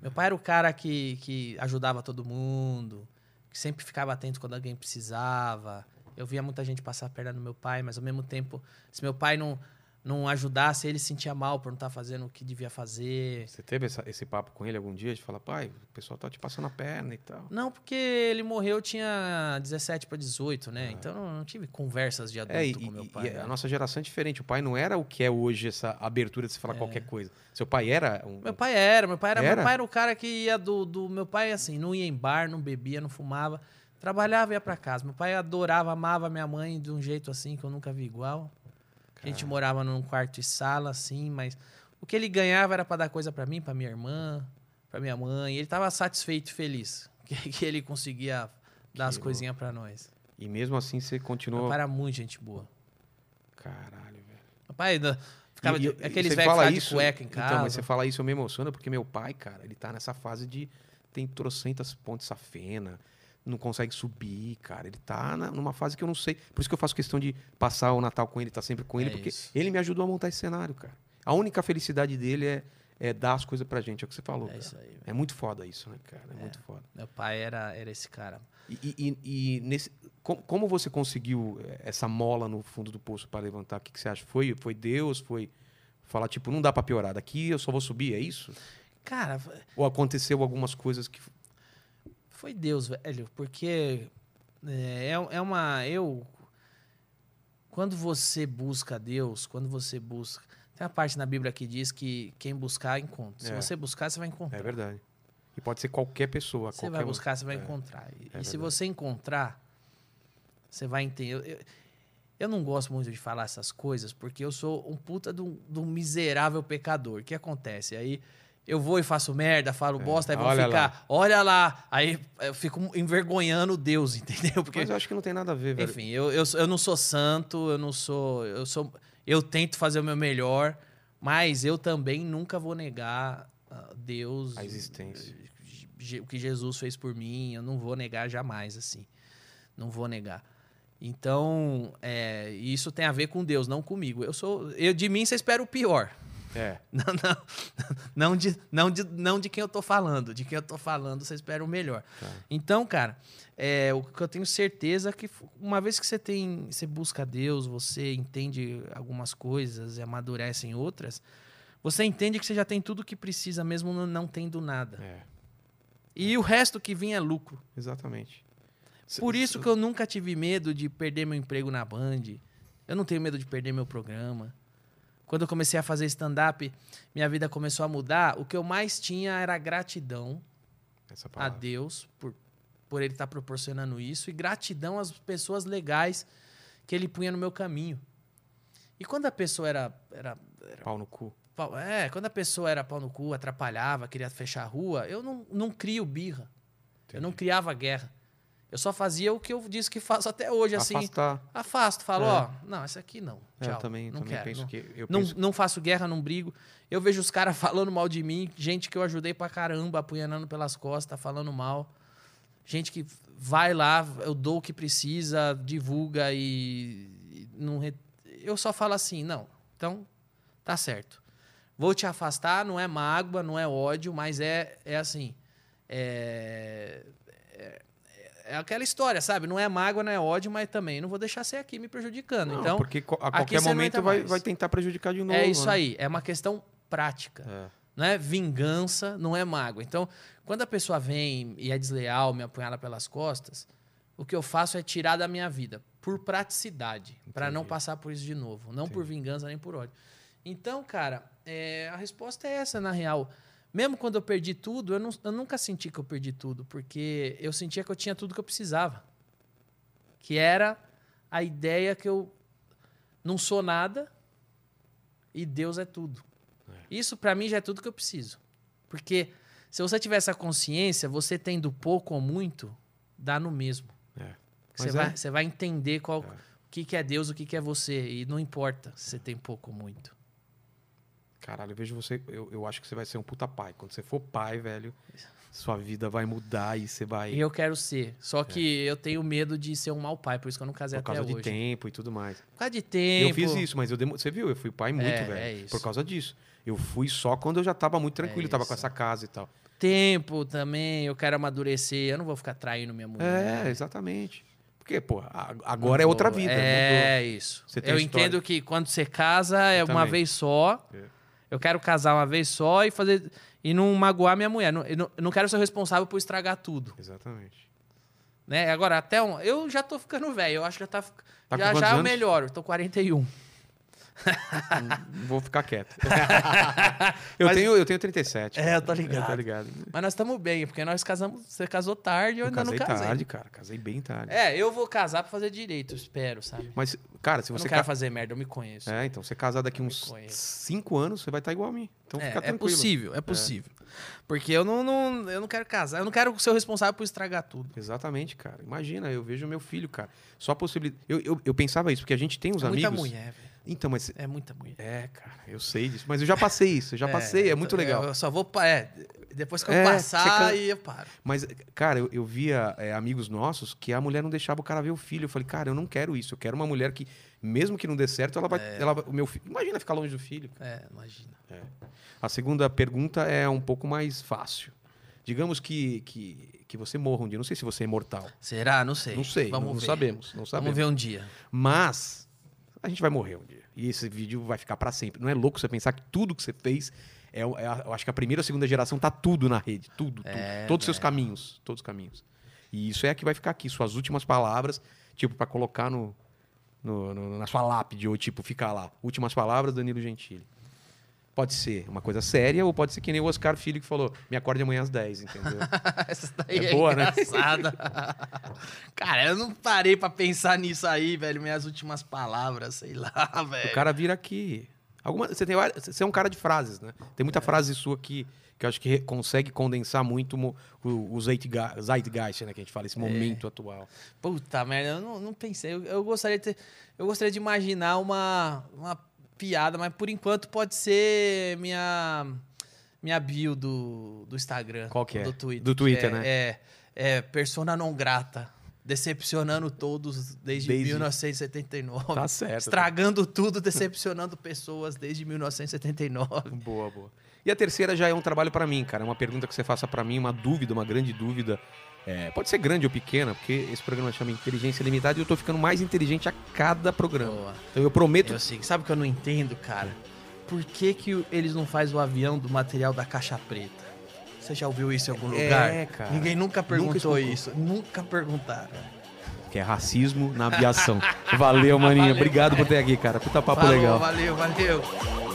[SPEAKER 2] Meu pai era o cara que, que ajudava todo mundo, que sempre ficava atento quando alguém precisava. Eu via muita gente passar a perna no meu pai, mas ao mesmo tempo, se meu pai não, não ajudasse, ele se sentia mal por não estar fazendo o que devia fazer.
[SPEAKER 1] Você teve essa- esse papo com ele algum dia de falar, pai, o pessoal tá te passando a perna e tal.
[SPEAKER 2] Não, porque ele morreu, eu tinha 17 para 18, né?
[SPEAKER 1] Ah.
[SPEAKER 2] Então eu não tive conversas de adulto
[SPEAKER 1] É, e,
[SPEAKER 2] com meu
[SPEAKER 1] e-
[SPEAKER 2] pai.
[SPEAKER 1] e
[SPEAKER 2] né?
[SPEAKER 1] a nossa geração é diferente. O pai não era o que é hoje, essa abertura de se falar qualquer coisa. Seu pai era um.
[SPEAKER 2] É. Meu pai era, meu pai era,
[SPEAKER 1] Era?
[SPEAKER 2] meu pai era o cara que ia do, do meu pai assim, não ia em bar, não bebia, não fumava, trabalhava e ia pra casa. Meu pai adorava, amava minha mãe de um jeito assim que eu nunca vi igual.
[SPEAKER 1] um
[SPEAKER 2] A gente morava num quarto e sala assim, mas o que ele ganhava era pra dar coisa pra mim, pra minha irmã, pra minha mãe. Ele tava satisfeito e feliz *laughs* que, que ele conseguia dar as
[SPEAKER 1] Que
[SPEAKER 2] coisinhas pra nós.
[SPEAKER 1] E mesmo assim você
[SPEAKER 2] Meu
[SPEAKER 1] continuou.
[SPEAKER 2] pai era muito gente boa.
[SPEAKER 1] Caralho, velho.
[SPEAKER 2] Meu pai ainda ficava
[SPEAKER 1] E-
[SPEAKER 2] de,
[SPEAKER 1] e- e
[SPEAKER 2] aqueles
[SPEAKER 1] você
[SPEAKER 2] velhos que
[SPEAKER 1] fala
[SPEAKER 2] ficavam de
[SPEAKER 1] isso-
[SPEAKER 2] cueca em casa.
[SPEAKER 1] Então, mas você fala isso, eu me emociono, porque meu pai, cara, ele tá nessa fase de. Tem trocentas pontes safena, não consegue subir, cara. Ele tá na- numa fase que eu não sei. Por isso que eu faço questão de passar o Natal com ele, tá sempre com ele,
[SPEAKER 2] É
[SPEAKER 1] porque
[SPEAKER 2] isso.
[SPEAKER 1] ele me ajudou a montar esse cenário, cara. A única felicidade dele é, é dar as coisas pra gente, é o que você falou.
[SPEAKER 2] É
[SPEAKER 1] cara.
[SPEAKER 2] isso aí. velho.
[SPEAKER 1] É muito foda isso, né, cara? É, muito foda.
[SPEAKER 2] Meu pai era, era esse cara.
[SPEAKER 1] E, e- e- e nesse, com- como você conseguiu eh, essa mola no fundo do poço para levantar? O que, que você acha? Foi, foi Deus? Foi falar, tipo, não dá para piorar, daqui eu só vou subir, é isso?
[SPEAKER 2] Cara,
[SPEAKER 1] Ou aconteceu algumas coisas que.
[SPEAKER 2] Foi Deus, velho, porque é, é- é uma. Eu. Quando você busca Deus, quando você busca. Tem uma parte na Bíblia que diz que quem buscar, encontra. Se
[SPEAKER 1] É.
[SPEAKER 2] você buscar, você vai encontrar.
[SPEAKER 1] É verdade. E pode ser qualquer pessoa,
[SPEAKER 2] você
[SPEAKER 1] qualquer
[SPEAKER 2] vai
[SPEAKER 1] um.
[SPEAKER 2] buscar, você vai
[SPEAKER 1] É.
[SPEAKER 2] encontrar. E,
[SPEAKER 1] É
[SPEAKER 2] e se
[SPEAKER 1] verdade.
[SPEAKER 2] você encontrar, você vai entender. Eu, eu- eu não gosto muito de falar essas coisas, porque eu sou um puta de um, de um miserável pecador. O que acontece? Aí eu vou e faço merda, falo bosta, aí vão
[SPEAKER 1] É. olha
[SPEAKER 2] ficar, olha lá. Aí eu fico envergonhando Deus, *laughs* entendeu? Porque
[SPEAKER 1] Mas eu acho que não tem nada a ver, velho.
[SPEAKER 2] enfim, eu, eu, sou- eu não sou santo, eu não sou. Eu sou. Eu tento fazer o meu melhor, mas eu também nunca vou negar ah, Deus.
[SPEAKER 1] A existência.
[SPEAKER 2] Je- Je- O que Jesus fez por mim, eu não vou negar jamais, assim. Não vou negar. Então, é, isso tem a ver com Deus, não comigo. Eu sou. Eu, de mim, você espera o pior. *laughs*
[SPEAKER 1] É.
[SPEAKER 2] Não, não, não, de, não, de, não de quem eu tô falando. De quem eu tô falando, você espera o melhor.
[SPEAKER 1] Tá.
[SPEAKER 2] Então, cara, é, o que eu tenho certeza é que f- uma vez que você tem. Você busca Deus, você entende algumas coisas e amadurece em outras, você entende que você já tem tudo que precisa, mesmo não- não tendo nada.
[SPEAKER 1] É,
[SPEAKER 2] E o resto que vinha é lucro.
[SPEAKER 1] exatamente. Cê-
[SPEAKER 2] Por isso que eu nunca tive medo de perder meu emprego na Band. Eu não tenho medo de perder meu programa. Quando eu comecei a fazer stand-up, minha vida começou a mudar. O que eu mais tinha era gratidão
[SPEAKER 1] Essa
[SPEAKER 2] a
[SPEAKER 1] palavra.
[SPEAKER 2] Deus por, por ele estar proporcionando isso e gratidão às pessoas legais que ele punha no meu caminho. E quando a pessoa era, era
[SPEAKER 1] Pau no cu.
[SPEAKER 2] pau- é, quando a pessoa era pau no cu, atrapalhava, queria fechar a rua, eu não, não crio birra. Eu não criava guerra. Eu só fazia o que eu disse que faço até hoje, assim.
[SPEAKER 1] Afastar.
[SPEAKER 2] Afasto, falo,
[SPEAKER 1] É.
[SPEAKER 2] ó, não, essa aqui não.
[SPEAKER 1] É,
[SPEAKER 2] Tchau.
[SPEAKER 1] eu também,
[SPEAKER 2] não
[SPEAKER 1] também
[SPEAKER 2] quero.
[SPEAKER 1] penso
[SPEAKER 2] não,
[SPEAKER 1] que. Eu
[SPEAKER 2] não,
[SPEAKER 1] penso
[SPEAKER 2] não faço guerra, não brigo. Eu vejo os caras *laughs* falando mal de mim, gente que eu ajudei pra caramba, apunhalando pelas costas, falando mal. Gente que vai lá, eu dou o que precisa, divulga e e não. re- Eu só falo assim, não. Então, Tá certo. Vou te afastar, não é mágoa, não é ódio, mas é, é assim. É, é- é aquela história, sabe? Não é mágoa, não é ódio, mas também não vou deixar você aqui me prejudicando.
[SPEAKER 1] Não,
[SPEAKER 2] então,
[SPEAKER 1] porque co- a
[SPEAKER 2] aqui
[SPEAKER 1] qualquer
[SPEAKER 2] você não entra
[SPEAKER 1] momento vai,
[SPEAKER 2] mais.
[SPEAKER 1] vai tentar prejudicar de novo.
[SPEAKER 2] é isso
[SPEAKER 1] né?
[SPEAKER 2] aí. É uma questão prática
[SPEAKER 1] É.
[SPEAKER 2] não é vingança, não é mágoa. Então, quando a pessoa vem e é desleal, me apunhala pelas costas, o que eu faço é tirar da minha vida, por praticidade, para não
[SPEAKER 1] Entendi.
[SPEAKER 2] passar por isso de novo, não por vingança nem por ódio. Então, cara, é, a resposta é essa, na real. Mesmo quando eu perdi tudo, eu, não- eu nunca senti que eu perdi tudo, porque eu sentia que eu tinha tudo que eu precisava. Que era a ideia que eu não sou nada e Deus é tudo. Isso pra mim já é tudo que eu preciso. Porque se você tiver essa consciência, você tendo pouco ou muito, dá no mesmo.
[SPEAKER 1] É.
[SPEAKER 2] Você,
[SPEAKER 1] Mas é.
[SPEAKER 2] vai, você vai entender qual,
[SPEAKER 1] É.
[SPEAKER 2] o que, que é Deus, o que, que é você. E não importa se você tem pouco ou muito.
[SPEAKER 1] Caralho, eu vejo você. Eu, eu acho que você vai ser um puta pai. Quando você for pai, velho, sua vida vai mudar e você vai.
[SPEAKER 2] E eu quero ser. Só que eu tenho medo de ser um mau pai, por isso que eu não casei
[SPEAKER 1] É. por
[SPEAKER 2] até
[SPEAKER 1] causa de
[SPEAKER 2] hoje.
[SPEAKER 1] tempo e tudo mais.
[SPEAKER 2] Por causa de tempo.
[SPEAKER 1] Eu fiz isso, mas eu demo- você viu, eu fui pai muito,
[SPEAKER 2] É,
[SPEAKER 1] velho.
[SPEAKER 2] é isso. É
[SPEAKER 1] Por causa disso. Eu fui só quando eu já tava muito tranquilo, tava com
[SPEAKER 2] isso.
[SPEAKER 1] essa casa e tal.
[SPEAKER 2] Tempo também, eu quero amadurecer. Eu não vou ficar traindo minha mulher.
[SPEAKER 1] É, exatamente. Porque, pô, a- agora é outra vida. mudou.
[SPEAKER 2] É isso.
[SPEAKER 1] Você tem
[SPEAKER 2] eu
[SPEAKER 1] história.
[SPEAKER 2] entendo que quando você casa é
[SPEAKER 1] Eu
[SPEAKER 2] uma
[SPEAKER 1] também.
[SPEAKER 2] vez só.
[SPEAKER 1] É.
[SPEAKER 2] Eu quero casar uma vez só e fazer e não magoar minha mulher. Não- Eu não, eu não quero ser o responsável por estragar tudo,
[SPEAKER 1] Exatamente.
[SPEAKER 2] né? Agora até um, eu já tô ficando velho. Eu acho que já tá, fic-
[SPEAKER 1] Tá com
[SPEAKER 2] já
[SPEAKER 1] quantos
[SPEAKER 2] já eu
[SPEAKER 1] anos?
[SPEAKER 2] melhoro. Tô 41.
[SPEAKER 1] *laughs* Hum, Vou ficar
[SPEAKER 2] *laughs*
[SPEAKER 1] quieto. eu,
[SPEAKER 2] Mas-
[SPEAKER 1] tenho, eu tenho 37. cara.
[SPEAKER 2] É, eu tô ligado.
[SPEAKER 1] Tá ligado?
[SPEAKER 2] *laughs* Mas nós estamos bem, porque nós casamos, você casou tarde, eu,
[SPEAKER 1] Eu
[SPEAKER 2] ainda não
[SPEAKER 1] casei
[SPEAKER 2] casei.
[SPEAKER 1] tarde, cara. Casei bem tarde.
[SPEAKER 2] É, eu vou casar pra fazer direito, eu espero, sabe?
[SPEAKER 1] Mas, cara, se
[SPEAKER 2] Eu não
[SPEAKER 1] você
[SPEAKER 2] quero
[SPEAKER 1] ca-
[SPEAKER 2] fazer merda, eu me conheço.
[SPEAKER 1] É, então, você casar daqui
[SPEAKER 2] me
[SPEAKER 1] uns
[SPEAKER 2] conheço.
[SPEAKER 1] 5 anos, você vai estar igual a mim. Então
[SPEAKER 2] É,
[SPEAKER 1] fica
[SPEAKER 2] é
[SPEAKER 1] tranquilo.
[SPEAKER 2] possível, é possível. Porque eu não, não- eu não quero casar, eu não quero ser o responsável por estragar tudo.
[SPEAKER 1] Exatamente, cara. Imagina, eu vejo meu filho, cara. Só a possibilidade. Eu, eu, eu pensava isso, porque a gente tem uns
[SPEAKER 2] é
[SPEAKER 1] amigos.
[SPEAKER 2] muita mulher, velho.
[SPEAKER 1] Então, mas.
[SPEAKER 2] É muita mulher.
[SPEAKER 1] É, cara, eu sei disso. Mas eu já passei isso,
[SPEAKER 2] *laughs*
[SPEAKER 1] eu já passei, é muito
[SPEAKER 2] então,
[SPEAKER 1] legal.
[SPEAKER 2] Eu só vou. pa- É, depois que eu
[SPEAKER 1] É, você
[SPEAKER 2] passar,
[SPEAKER 1] can-
[SPEAKER 2] aí eu paro.
[SPEAKER 1] Mas, cara, eu, eu via é, amigos nossos que a mulher não deixava o cara ver o filho. Eu falei, cara, eu não quero isso. Eu quero uma mulher que, mesmo que não dê certo, ela vai. Ela, vai- o meu filho. Imagina ficar longe do filho.
[SPEAKER 2] É, imagina.
[SPEAKER 1] A segunda pergunta é um pouco mais fácil. Digamos que, que, que você morra um dia. Não sei se você é imortal.
[SPEAKER 2] Será? Não sei.
[SPEAKER 1] Não sei.
[SPEAKER 2] Vamos
[SPEAKER 1] não
[SPEAKER 2] ver.
[SPEAKER 1] sabemos. Não
[SPEAKER 2] Vamos
[SPEAKER 1] sabemos.
[SPEAKER 2] ver um dia. *laughs*
[SPEAKER 1] Mas a gente vai morrer um dia. E esse vídeo vai ficar pra sempre. Não é louco você pensar que tudo que você fez. É, o- é a- eu acho que a primeira ou segunda geração tá tudo na rede. Tudo, tudo. todos os seus caminhos. Todos os caminhos. E isso é que vai ficar aqui. Suas últimas palavras, tipo, pra colocar no, no- no- na sua lápide, ou tipo, ficar lá. Últimas palavras, Danilo Gentili. Pode ser uma coisa séria, ou pode ser que nem o Oscar Filho que falou: me acorde amanhã às 10, entendeu?
[SPEAKER 2] Essa daí é,
[SPEAKER 1] É boa, né? *laughs*
[SPEAKER 2] engraçada. Cara, eu não parei pra pensar nisso aí, velho. Minhas últimas palavras, sei lá,
[SPEAKER 1] O
[SPEAKER 2] velho.
[SPEAKER 1] cara vira aqui. Alguma, você, tem, várias- você é um cara de frases, né? Tem
[SPEAKER 2] É.
[SPEAKER 1] muita frase sua que, que eu acho que re- consegue condensar muito mo- o, o zeitga- zeitgeist, né? Que a gente fala,
[SPEAKER 2] É.
[SPEAKER 1] esse momento atual.
[SPEAKER 2] Puta merda, eu não, não pensei. Eu, eu gostaria de ter- eu gostaria de imaginar uma, uma piada, mas por enquanto pode ser minha minha bio do, do Instagram.
[SPEAKER 1] Qual que é?
[SPEAKER 2] Do Twitter.
[SPEAKER 1] Do Twitter,
[SPEAKER 2] é,
[SPEAKER 1] né?
[SPEAKER 2] É, é persona non grata, decepcionando todos desde,
[SPEAKER 1] Desde-
[SPEAKER 2] 1979.
[SPEAKER 1] Tá certo.
[SPEAKER 2] Estragando tudo, decepcionando pessoas desde 1979.
[SPEAKER 1] Boa, boa. E a terceira já é um trabalho pra mim, cara. É uma pergunta que você faça pra mim, uma dúvida, uma grande dúvida. É, pode ser grande ou pequena, porque esse programa chama Inteligência Limitada e eu tô ficando mais inteligente a cada programa.
[SPEAKER 2] Boa.
[SPEAKER 1] Então eu prometo.
[SPEAKER 2] Eu sei. É assim, Sabe o que eu não entendo, cara? Por que, que o- eles não fazem o avião do material da caixa preta? Você já ouviu isso em algum lugar?
[SPEAKER 1] É, cara.
[SPEAKER 2] Ninguém nunca
[SPEAKER 1] escutou.
[SPEAKER 2] perguntou isso. Nunca perguntaram.
[SPEAKER 1] Que é
[SPEAKER 2] *laughs*
[SPEAKER 1] racismo na aviação. Valeu, maninha.
[SPEAKER 2] Valeu,
[SPEAKER 1] Obrigado por ter aqui, cara. Puta papo
[SPEAKER 2] Falou,
[SPEAKER 1] legal.
[SPEAKER 2] Valeu, valeu.